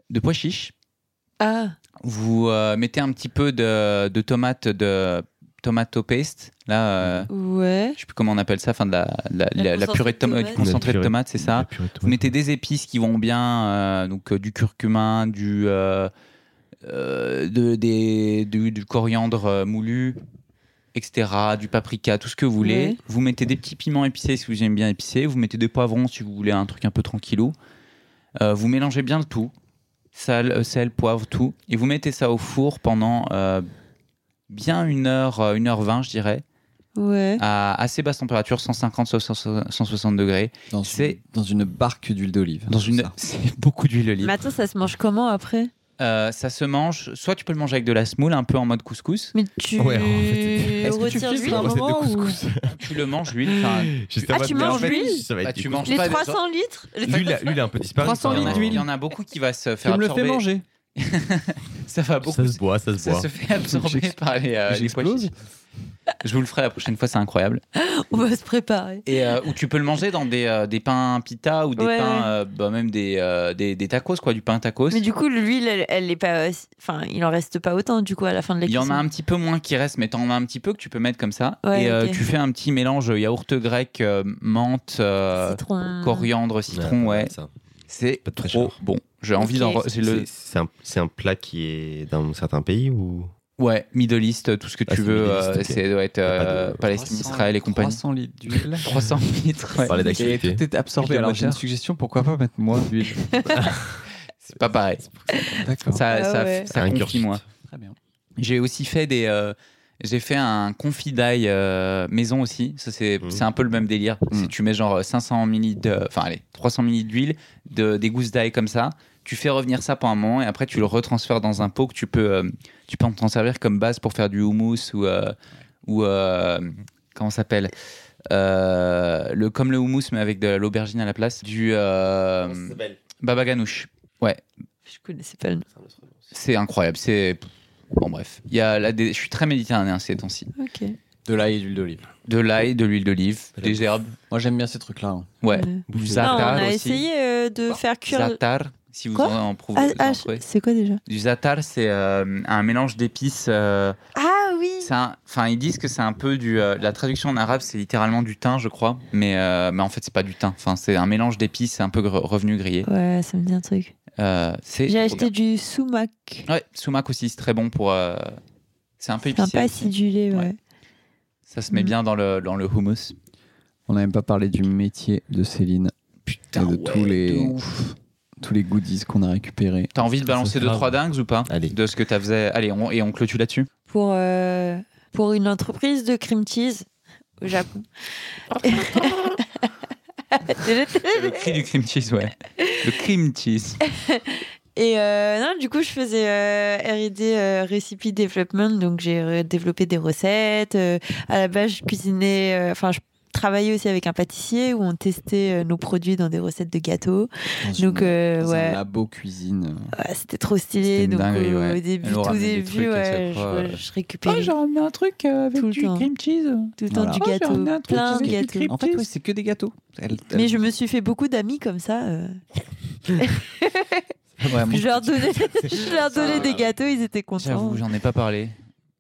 Speaker 1: de pois chiches.
Speaker 3: Ah,
Speaker 1: Vous euh, mettez un petit peu de, de tomate, de tomato paste, là, euh,
Speaker 3: ouais.
Speaker 1: je sais plus comment on appelle ça, enfin de la, la-
Speaker 3: La
Speaker 1: la- la
Speaker 3: concentrée
Speaker 1: purée de
Speaker 3: de
Speaker 1: tomate,
Speaker 3: tomate.
Speaker 1: concentré de
Speaker 4: La purée.
Speaker 1: tomate, c'est ça. Vous mettez des épices qui vont bien, euh, donc euh, du curcuma, du, euh, euh, de- des, du, du coriandre euh, moulu, etc., du paprika, tout ce que vous voulez.
Speaker 3: Ouais.
Speaker 1: Vous mettez des petits piments épicés si vous aimez bien épicé. Vous mettez des poivrons si vous voulez un truc un peu tranquillou. Euh, vous mélangez bien le tout, sel, euh, sel, poivre, tout, et vous mettez ça au four pendant euh, bien une heure, euh, une heure vingt, je dirais,
Speaker 3: Ouais.
Speaker 1: à assez basse température, 150, 160 degrés.
Speaker 2: Dans,
Speaker 1: C'est-
Speaker 2: une, dans une barque d'huile d'olive.
Speaker 1: Dans une,
Speaker 2: Ça.
Speaker 1: [laughs] c'est beaucoup d'huile d'olive.
Speaker 3: Mais attends, ça se mange comment après
Speaker 1: Euh, ça se mange, soit tu peux le manger avec de la semoule, un peu en mode couscous,
Speaker 3: Mais tu
Speaker 4: Ouais, en
Speaker 2: Est-ce que tu
Speaker 3: retires
Speaker 2: filtres
Speaker 3: l'huile
Speaker 2: la
Speaker 3: au
Speaker 2: recette de
Speaker 3: moment où
Speaker 2: couscous
Speaker 1: tu le manges l'huile.
Speaker 4: [gasps]
Speaker 1: enfin,
Speaker 3: Ah, tu manges l'huile
Speaker 4: Ça va être
Speaker 1: Bah, tu
Speaker 4: dégoûtant.
Speaker 1: manges
Speaker 3: les
Speaker 1: pas de-
Speaker 3: 300 litres
Speaker 4: L'huile a- l'huile a un peu disparu.
Speaker 2: 300
Speaker 1: il y en a-
Speaker 2: litres d'huile.
Speaker 1: Il y en a beaucoup qui va se
Speaker 2: Tu
Speaker 1: faire
Speaker 2: me le
Speaker 1: absorber.
Speaker 2: fais manger.
Speaker 1: Ça va beaucoup.
Speaker 4: Oh, Ça se boit, ça se
Speaker 1: Ça
Speaker 4: boit.
Speaker 1: se fait absorber
Speaker 2: J'ex-
Speaker 1: par les, euh, les pois
Speaker 2: J'explose.
Speaker 1: chiches. Je vous le ferai la prochaine fois, c'est incroyable.
Speaker 3: On va se préparer.
Speaker 1: Et euh, où tu peux le manger dans des, euh, des pains pita ou des
Speaker 3: Ouais,
Speaker 1: pains,
Speaker 3: ouais.
Speaker 1: euh, bah, même des, euh, des, des tacos, quoi, du pain tacos.
Speaker 3: Mais du coup, l'huile, elle, elle est pas. euh, Enfin, il en reste pas autant du coup à la fin de la
Speaker 1: Il y en a
Speaker 3: cuisson.
Speaker 1: un petit peu moins qui reste, mais t'en as un petit peu que tu peux mettre comme ça.
Speaker 3: Ouais,
Speaker 1: et euh,
Speaker 3: ok.
Speaker 1: tu fais un petit mélange yaourt grec, euh, menthe, euh,
Speaker 3: Citron.
Speaker 1: coriandre, citron, ouais.
Speaker 4: Ça.
Speaker 1: C'est
Speaker 4: Pas de
Speaker 1: trop
Speaker 4: fraîcheur.
Speaker 1: bon. J'ai envie
Speaker 3: Ok.
Speaker 1: d'en. re- c'est le-
Speaker 4: C'est- C'est un, c'est un plat qui est d'un certain pays ou
Speaker 1: Ouais, Middle East, tout ce que
Speaker 4: Ah,
Speaker 1: tu
Speaker 4: c'est
Speaker 1: veux.
Speaker 4: Middle
Speaker 1: euh,
Speaker 4: East, ok.
Speaker 1: C'est doit être
Speaker 4: Y a pas de-
Speaker 1: euh, Palestine,
Speaker 2: 300
Speaker 1: Israël et compagnie.
Speaker 2: 300 litres [laughs] d'huile.
Speaker 1: 300 litres.
Speaker 4: [laughs] On
Speaker 2: [laughs]
Speaker 4: parlait
Speaker 1: ouais.
Speaker 4: d'actualité.
Speaker 2: Tout est absorbé.
Speaker 1: Huile de
Speaker 2: Alors j'ai une
Speaker 1: moteur.
Speaker 2: suggestion, pourquoi pas mettre moins d'huile
Speaker 1: C'est pas pareil.
Speaker 2: [laughs] D'accord.
Speaker 1: Ça,
Speaker 3: Ah
Speaker 1: ça,
Speaker 3: ouais.
Speaker 1: ça
Speaker 4: Un
Speaker 1: confie,
Speaker 4: curcute.
Speaker 1: moi.
Speaker 2: Très bien.
Speaker 1: J'ai aussi fait des. euh, j'ai fait un confit d'ail euh, maison aussi. Ça, c'est
Speaker 4: Mhm.
Speaker 1: c'est un peu le même délire.
Speaker 2: Mhm.
Speaker 1: C'est- tu mets genre euh, 500 ml de. Enfin, allez, 300 ml d'huile, de, des gousses d'ail comme ça. Tu fais revenir ça pendant un moment et après, tu le retransfères dans un pot que tu peux, euh, tu peux t'en servir comme base pour faire du houmous ou. euh, ou euh, comment ça s'appelle Euh, le, Comme le houmous, mais avec de l'aubergine à la place. Du. euh,
Speaker 4: Mmh.
Speaker 1: baba ganoush.
Speaker 3: Je connaissais pas le nom.
Speaker 1: C'est incroyable. C'est. Bon, bref. Il Y a là des... Je suis très méditerranéen ces temps-ci.
Speaker 3: Ok.
Speaker 2: De l'ail et d'huile d'olive.
Speaker 1: De l'ail, de l'huile d'olive,
Speaker 4: De la
Speaker 1: des herbes.
Speaker 2: Moi j'aime bien ces trucs-là. hein.
Speaker 1: Ouais.
Speaker 3: Euh, non,
Speaker 1: Du
Speaker 3: on
Speaker 1: zatar
Speaker 3: a
Speaker 1: aussi.
Speaker 3: essayé euh, de faire cuire.
Speaker 1: Zatar, si vous
Speaker 3: Quoi
Speaker 1: en, en prouvez-
Speaker 3: Ah,
Speaker 1: vous en
Speaker 3: ah,
Speaker 1: trouvez.
Speaker 3: c'est quoi déjà
Speaker 1: Du zatar, c'est euh, un mélange d'épices. euh,
Speaker 3: Ah oui
Speaker 1: c'est un- Enfin, ils disent que c'est un peu du. euh, la traduction en arabe, c'est littéralement du thym, je crois. Mais, euh, mais en fait, c'est pas du thym. Enfin, c'est un mélange d'épices, c'est un peu gre- revenu grillé.
Speaker 3: Ouais, ça me dit un truc.
Speaker 1: Euh, c'est
Speaker 3: J'ai
Speaker 1: trop Ah,
Speaker 3: acheté du sumac.
Speaker 1: bien. Ouais, sumac aussi, c'est très bon pour. euh, c'est un peu
Speaker 3: Enfin,
Speaker 1: épicé.
Speaker 3: pas
Speaker 1: aussi.
Speaker 3: acidulé, ouais.
Speaker 1: Ouais. Ça se met
Speaker 3: Mm.
Speaker 1: bien dans le, dans le hummus.
Speaker 2: On n'a même pas parlé du métier de Céline
Speaker 1: Putain,
Speaker 2: et de tous les
Speaker 1: de ouf.
Speaker 2: tous les goodies qu'on a récupérés.
Speaker 1: T'as envie de balancer deux
Speaker 4: grave.
Speaker 1: trois dingues ou pas
Speaker 4: Allez.
Speaker 1: De ce que t'as faisait. Allez, on, et on clôture là-dessus.
Speaker 3: Pour, euh, pour une entreprise de cream cheese
Speaker 1: [laughs]
Speaker 3: au Japon.
Speaker 1: [laughs] Le cri du cream cheese, ouais. [laughs] Le cream [laughs] cheese.
Speaker 3: Et euh, non, du coup, je faisais euh, R&D euh, recipe development, donc j'ai euh, développé des recettes. euh, à la base, je cuisinais, euh, enfin, je travaillais aussi avec un pâtissier où on testait euh, nos produits dans des recettes de gâteaux.
Speaker 2: Dans une-
Speaker 3: Donc euh,
Speaker 2: dans un
Speaker 3: ouais,
Speaker 2: labo cuisine.
Speaker 3: ouais, c'était trop
Speaker 1: C'était
Speaker 3: stylé.
Speaker 1: une
Speaker 3: Donc
Speaker 1: dinguerie,
Speaker 3: au,
Speaker 1: ouais.
Speaker 3: au début,
Speaker 1: Elle nous
Speaker 3: tout
Speaker 1: ramenait des
Speaker 3: début,
Speaker 1: trucs à chaque
Speaker 3: ouais, je,
Speaker 1: fois, Ah, ouais.
Speaker 3: je récupérais
Speaker 1: ramené Oh, un truc euh,
Speaker 3: Tout le du temps. cream
Speaker 1: cheese.
Speaker 3: tout le temps
Speaker 2: Voilà.
Speaker 1: Ah,
Speaker 3: du
Speaker 2: Oh, j'ai
Speaker 3: gâteau,
Speaker 1: ramené un truc
Speaker 3: plein de
Speaker 1: avec du
Speaker 3: gâteaux.
Speaker 1: cream
Speaker 2: En fait, oui, c'est que des gâteaux. Elle-
Speaker 3: Mais
Speaker 2: elle-
Speaker 3: je me suis fait beaucoup d'amis comme ça. euh.
Speaker 1: Ouais, moi,
Speaker 3: Je leur donnais, je leur donnais des gâteaux, ils étaient contents.
Speaker 1: Ah J'avoue, j'en ai pas parlé.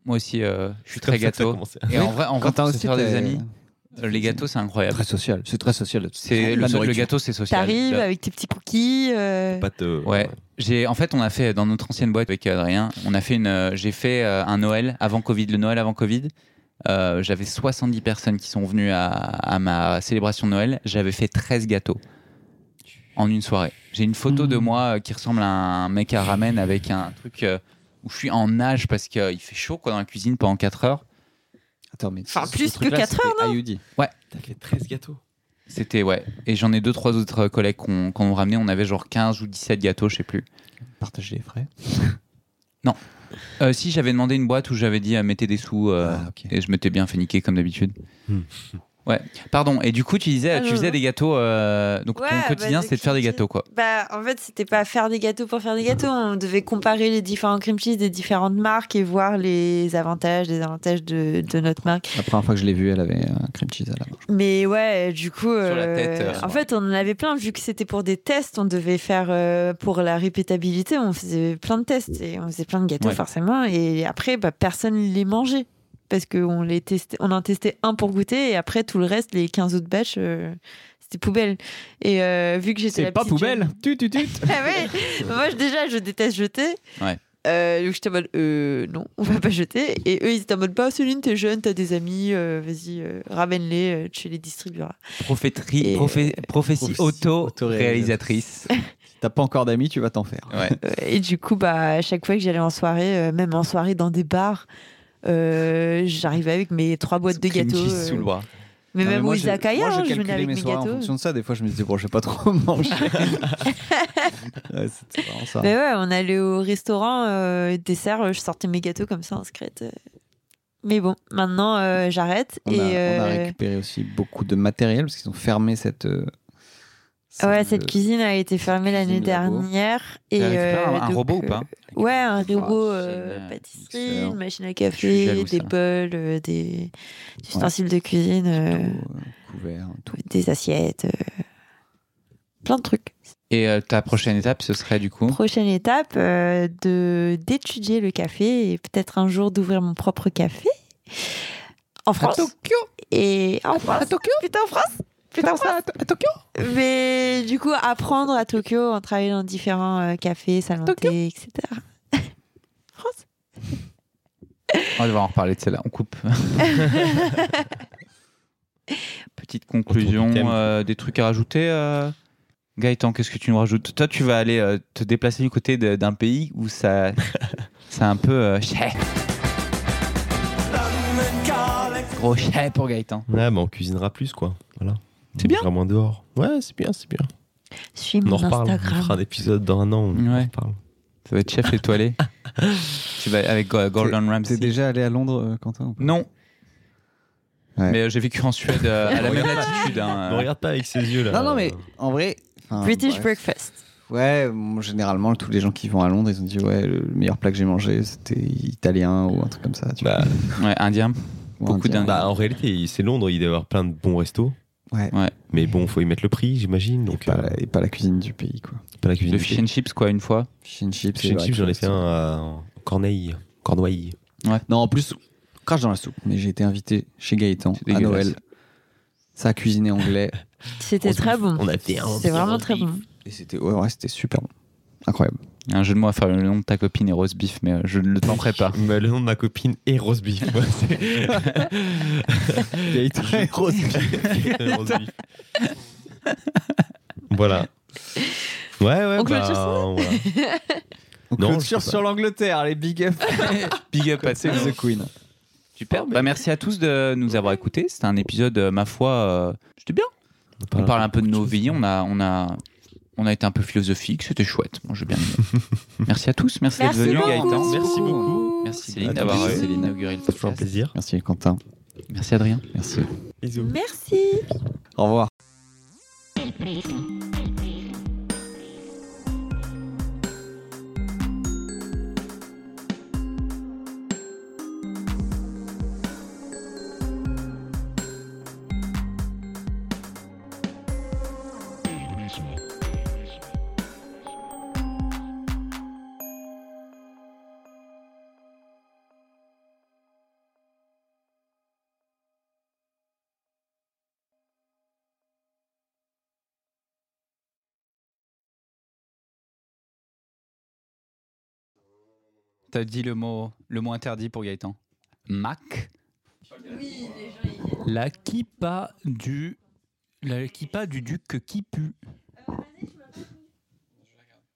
Speaker 1: Moi aussi, euh, je suis
Speaker 4: Comme
Speaker 1: très
Speaker 4: ça que ça a
Speaker 1: gâteau.
Speaker 4: commencé.
Speaker 1: Et en vrai, en vrai,
Speaker 2: Quand t'as
Speaker 1: pour se
Speaker 2: aussi
Speaker 1: faire des
Speaker 2: t'as-
Speaker 1: amis, euh, les gâteaux, c'est incroyable.
Speaker 2: Très social, c'est très social.
Speaker 1: C'est le,
Speaker 2: La
Speaker 1: le
Speaker 2: nourriture.
Speaker 1: gâteau, c'est social.
Speaker 3: T'arrives
Speaker 1: Là,
Speaker 3: avec tes petits cookies. euh,
Speaker 4: Pas de-
Speaker 1: Ouais. J'ai, en fait, on a fait dans notre ancienne boîte avec Adrien, on a fait une, euh, j'ai fait euh, un Noël avant Covid, le Noël avant Covid. Euh, j'avais 70 personnes qui sont venues à, à ma célébration de Noël. J'avais fait 13 gâteaux en une soirée. J'ai une photo de
Speaker 2: Mmh.
Speaker 1: moi euh, qui ressemble à un mec à ramen avec un truc euh, où je suis en nage parce qu'il fait chaud quoi, dans la cuisine pendant 4 heures.
Speaker 2: Attends, mais
Speaker 3: Enfin,
Speaker 2: ce-
Speaker 3: plus
Speaker 2: ce truc-là,
Speaker 3: que quatre
Speaker 2: c'était IUD.
Speaker 4: T'as fait 13 gâteaux.
Speaker 1: C'était, ouais. Et j'en ai deux, trois autres euh, collègues qu'on qu'on ont ramené. On avait genre 15 ou 17 gâteaux, je sais plus.
Speaker 2: Partager les frais.
Speaker 1: Euh, si j'avais demandé une boîte où j'avais dit euh, mettez des sous euh,
Speaker 2: Ah, ok.
Speaker 1: et je m'étais bien fait niquer comme d'habitude.
Speaker 4: Hmm.
Speaker 1: Ouais. Pardon. Et du coup, tu disais,
Speaker 3: Ah,
Speaker 1: tu
Speaker 3: non,
Speaker 1: faisais
Speaker 3: non.
Speaker 1: des gâteaux. euh, donc
Speaker 3: Ouais,
Speaker 1: ton
Speaker 3: bah,
Speaker 1: quotidien,
Speaker 3: des
Speaker 1: c'est de faire des
Speaker 3: cookies.
Speaker 1: gâteaux, quoi.
Speaker 3: Bah, en fait, c'était pas faire des gâteaux pour faire des gâteaux. hein. On devait comparer les différents cream cheese des différentes marques et voir les avantages, les avantages de, de notre marque.
Speaker 2: La première fois que je l'ai vue, elle avait euh, un cream cheese à la main.
Speaker 3: Mais ouais, du coup,
Speaker 1: la
Speaker 3: euh,
Speaker 1: tête, euh,
Speaker 3: en fait, on en avait plein. Vu que c'était pour des tests, on devait faire euh, pour la répétabilité. On faisait plein de tests et on faisait plein de gâteaux
Speaker 1: Ouais.
Speaker 3: forcément. Et après, bah, personne les mangeait parce qu'on les testait, on en testait un pour goûter et après tout le reste, les 15 autres batchs, euh, c'était poubelle. Et euh, vu que j'étais la petite jeune-
Speaker 2: Tu, tu, tu.
Speaker 3: Ah ouais Moi, je- déjà, je déteste jeter.
Speaker 1: Ouais.
Speaker 3: Euh, donc j'étais en mode, euh, non, on va pas jeter. Et eux, ils étaient en mode, bah, Céline, t'es jeune, t'as des amis, euh, vas-y, euh, ramène-les, euh, tu les distribueras.
Speaker 1: Prophétrie,
Speaker 3: Et-
Speaker 1: profé- [laughs] prophétie
Speaker 2: euh, Prophétie
Speaker 1: auto-réalisatrice.
Speaker 2: T'as pas encore d'amis, tu vas t'en faire.
Speaker 1: Ouais.
Speaker 3: Euh, et du coup, bah, à chaque fois que j'allais en soirée, euh, même en soirée dans des bars, euh, j'arrivais avec mes trois boîtes de
Speaker 1: Cream
Speaker 3: gâteaux.
Speaker 1: cheese
Speaker 3: euh,
Speaker 1: sous le bras.
Speaker 3: mais
Speaker 2: Non,
Speaker 3: même
Speaker 2: moi,
Speaker 3: au
Speaker 2: je-
Speaker 3: Izakaya,
Speaker 2: moi,
Speaker 3: hein,
Speaker 2: je
Speaker 3: je venais
Speaker 2: calculais
Speaker 3: avec
Speaker 2: mes
Speaker 3: mes
Speaker 2: soirs en
Speaker 3: gâteaux.
Speaker 2: fonction de ça. Des fois, je me disais, bon, je vais pas trop [laughs]
Speaker 3: [laughs]
Speaker 2: manger. ouais, c'était vraiment ça.
Speaker 3: Mais ouais, on allait au restaurant, euh, dessert, euh, je sortais mes gâteaux comme ça en secrète. euh. Mais bon, maintenant euh, j'arrête.
Speaker 2: On,
Speaker 3: et
Speaker 2: a, on a
Speaker 3: euh,
Speaker 2: récupéré aussi beaucoup de matériel parce qu'ils ont fermé cette. euh,
Speaker 3: Ouais,
Speaker 2: le-
Speaker 3: cette cuisine a été fermée l'année
Speaker 2: cuisine labo.
Speaker 3: dernière. Et
Speaker 1: T'as récupéré un-
Speaker 3: euh,
Speaker 1: un
Speaker 3: donc,
Speaker 1: robot ou
Speaker 3: euh,
Speaker 1: pas
Speaker 3: Ouais, un
Speaker 1: Ah,
Speaker 3: robot
Speaker 1: génial.
Speaker 3: euh, pâtisserie,
Speaker 2: Mixeur.
Speaker 3: une machine à
Speaker 1: Je suis
Speaker 3: café,
Speaker 1: jaloux,
Speaker 3: des
Speaker 1: ça.
Speaker 3: bols, euh, des des ustensiles de cuisine, euh,
Speaker 2: tout, euh, couvert, tout.
Speaker 3: des assiettes, euh, plein de trucs.
Speaker 1: Et euh, ta prochaine étape, ce serait du coup.
Speaker 3: Prochaine étape, euh, de d'étudier le café et peut-être un jour d'ouvrir mon propre café en France.
Speaker 1: Tokyo
Speaker 3: Et en France.
Speaker 1: Tokyo
Speaker 3: Putain, en France Putain, en France
Speaker 1: À Tokyo
Speaker 3: Mais du coup, apprendre à Tokyo en travaillant dans différents euh, cafés, salons de
Speaker 1: Tokyo.
Speaker 3: thé, etc. France
Speaker 1: On va devoir Ah, en reparler de celle-là. On coupe. Petite conclusion,
Speaker 4: Autour du thème.
Speaker 1: euh, des trucs à rajouter. euh, Gaëtan, qu'est-ce que tu nous rajoutes Toi, tu vas aller euh, te déplacer du côté de- d'un pays où
Speaker 4: [laughs]
Speaker 1: ça, c'est un peu euh, chais. Gros chais pour Gaëtan.
Speaker 4: Ouais, mais on cuisinera plus, quoi. Voilà.
Speaker 1: C'est bien.
Speaker 4: On mangera moins dehors. Ouais, c'est bien, c'est bien.
Speaker 3: Suis
Speaker 4: On en
Speaker 3: mon
Speaker 4: reparle. On fera
Speaker 3: Instagram.
Speaker 4: un épisode dans un an. On en
Speaker 1: Ouais.
Speaker 4: reparle.
Speaker 1: Ça va être chef
Speaker 4: [laughs]
Speaker 1: étoilé. tu vas avec euh, Gordon
Speaker 2: T'es
Speaker 1: Ramsay.
Speaker 2: déjà allé à Londres, euh, Quentin ou pas
Speaker 1: Non.
Speaker 2: Ouais.
Speaker 1: Mais euh, j'ai vécu en Suède euh, à la même
Speaker 4: Regarde.
Speaker 1: latitude. hein.
Speaker 4: Ne regarde pas avec ses yeux, là.
Speaker 2: Non, non, mais en vrai. enfin,
Speaker 3: British
Speaker 2: bref.
Speaker 3: breakfast.
Speaker 2: Euh, Ouais, moi, généralement, tous les gens qui vont à Londres, ils ont dit, ouais, le meilleur plat que j'ai mangé, c'était italien ou un truc comme ça. Tu
Speaker 4: Bah,
Speaker 1: euh, Ouais, indien.
Speaker 2: vois,
Speaker 1: beaucoup
Speaker 2: indien.
Speaker 1: d'un-
Speaker 4: bah, en réalité, il- c'est Londres, il doit y avoir plein de bons restos.
Speaker 2: Ouais.
Speaker 1: Ouais.
Speaker 4: Mais bon, faut y mettre le prix, j'imagine. Donc,
Speaker 2: et, pas,
Speaker 4: euh,
Speaker 2: la- et pas la cuisine du pays, quoi.
Speaker 4: pas la cuisine.
Speaker 1: De fish and chips, quoi, une fois.
Speaker 2: Fish and chips,
Speaker 4: Fish and
Speaker 2: c'est
Speaker 4: chips,
Speaker 2: vrai
Speaker 4: j'en ai
Speaker 2: que
Speaker 4: fait un à Corneille. Cornouaille.
Speaker 2: Non, en plus, crache dans la soupe. Mais j'ai été invité chez Gaëtan
Speaker 1: C'est
Speaker 2: à
Speaker 1: dégueulasse.
Speaker 2: Noël. Ça a cuisiné anglais. [laughs]
Speaker 3: C'était
Speaker 4: On se
Speaker 3: très
Speaker 4: bouffe.
Speaker 3: bon.
Speaker 4: On a fait un
Speaker 3: C'est
Speaker 4: bien
Speaker 3: vraiment
Speaker 4: rôti.
Speaker 3: très bon.
Speaker 2: et c'était ouais, ouais, c'était super bon. Incroyable.
Speaker 1: Un jeu de mots à faire le nom de ta copine et roast beef, mais euh, je ne le tenterai pas.
Speaker 4: Mais le nom de ma copine est Rose Beef. [laughs] Ouais, c'est-
Speaker 2: Gaëtan
Speaker 4: Rose beef. Rose beef. voilà. Ouais, ouais, bah,
Speaker 3: On clôture ça
Speaker 4: voilà.
Speaker 2: On
Speaker 4: Non,
Speaker 2: clôture
Speaker 4: je sais
Speaker 2: sur l'angleterre, les big
Speaker 4: Ah,
Speaker 2: up.
Speaker 1: [laughs] Big up à
Speaker 2: Save the Queen.
Speaker 1: Super. Bah, merci à tous de nous avoir écoutés. C'était un épisode, euh, ma foi, euh, c'était bien. On parle un peu de nos vies. On a, on a, on a été un peu philosophique. C'était chouette. Moi, j'ai bien [laughs] aimé. merci à tous. Merci,
Speaker 3: Merci
Speaker 1: d'être venus,
Speaker 3: beaucoup.
Speaker 1: Gaëtan.
Speaker 4: Merci beaucoup.
Speaker 1: Merci Céline
Speaker 4: À
Speaker 1: d'avoir
Speaker 4: tous.
Speaker 1: euh,
Speaker 4: Bisous.
Speaker 1: inauguré le
Speaker 4: C'est toujours un
Speaker 1: podcast.
Speaker 4: plaisir.
Speaker 2: Merci Quentin.
Speaker 1: Merci Adrien.
Speaker 2: Merci.
Speaker 4: Bisous.
Speaker 3: Merci.
Speaker 2: Au revoir.
Speaker 1: T'as dit le mot, le mot interdit pour Gaëtan. Mac. La kippa du, la kippa du duc qui pue.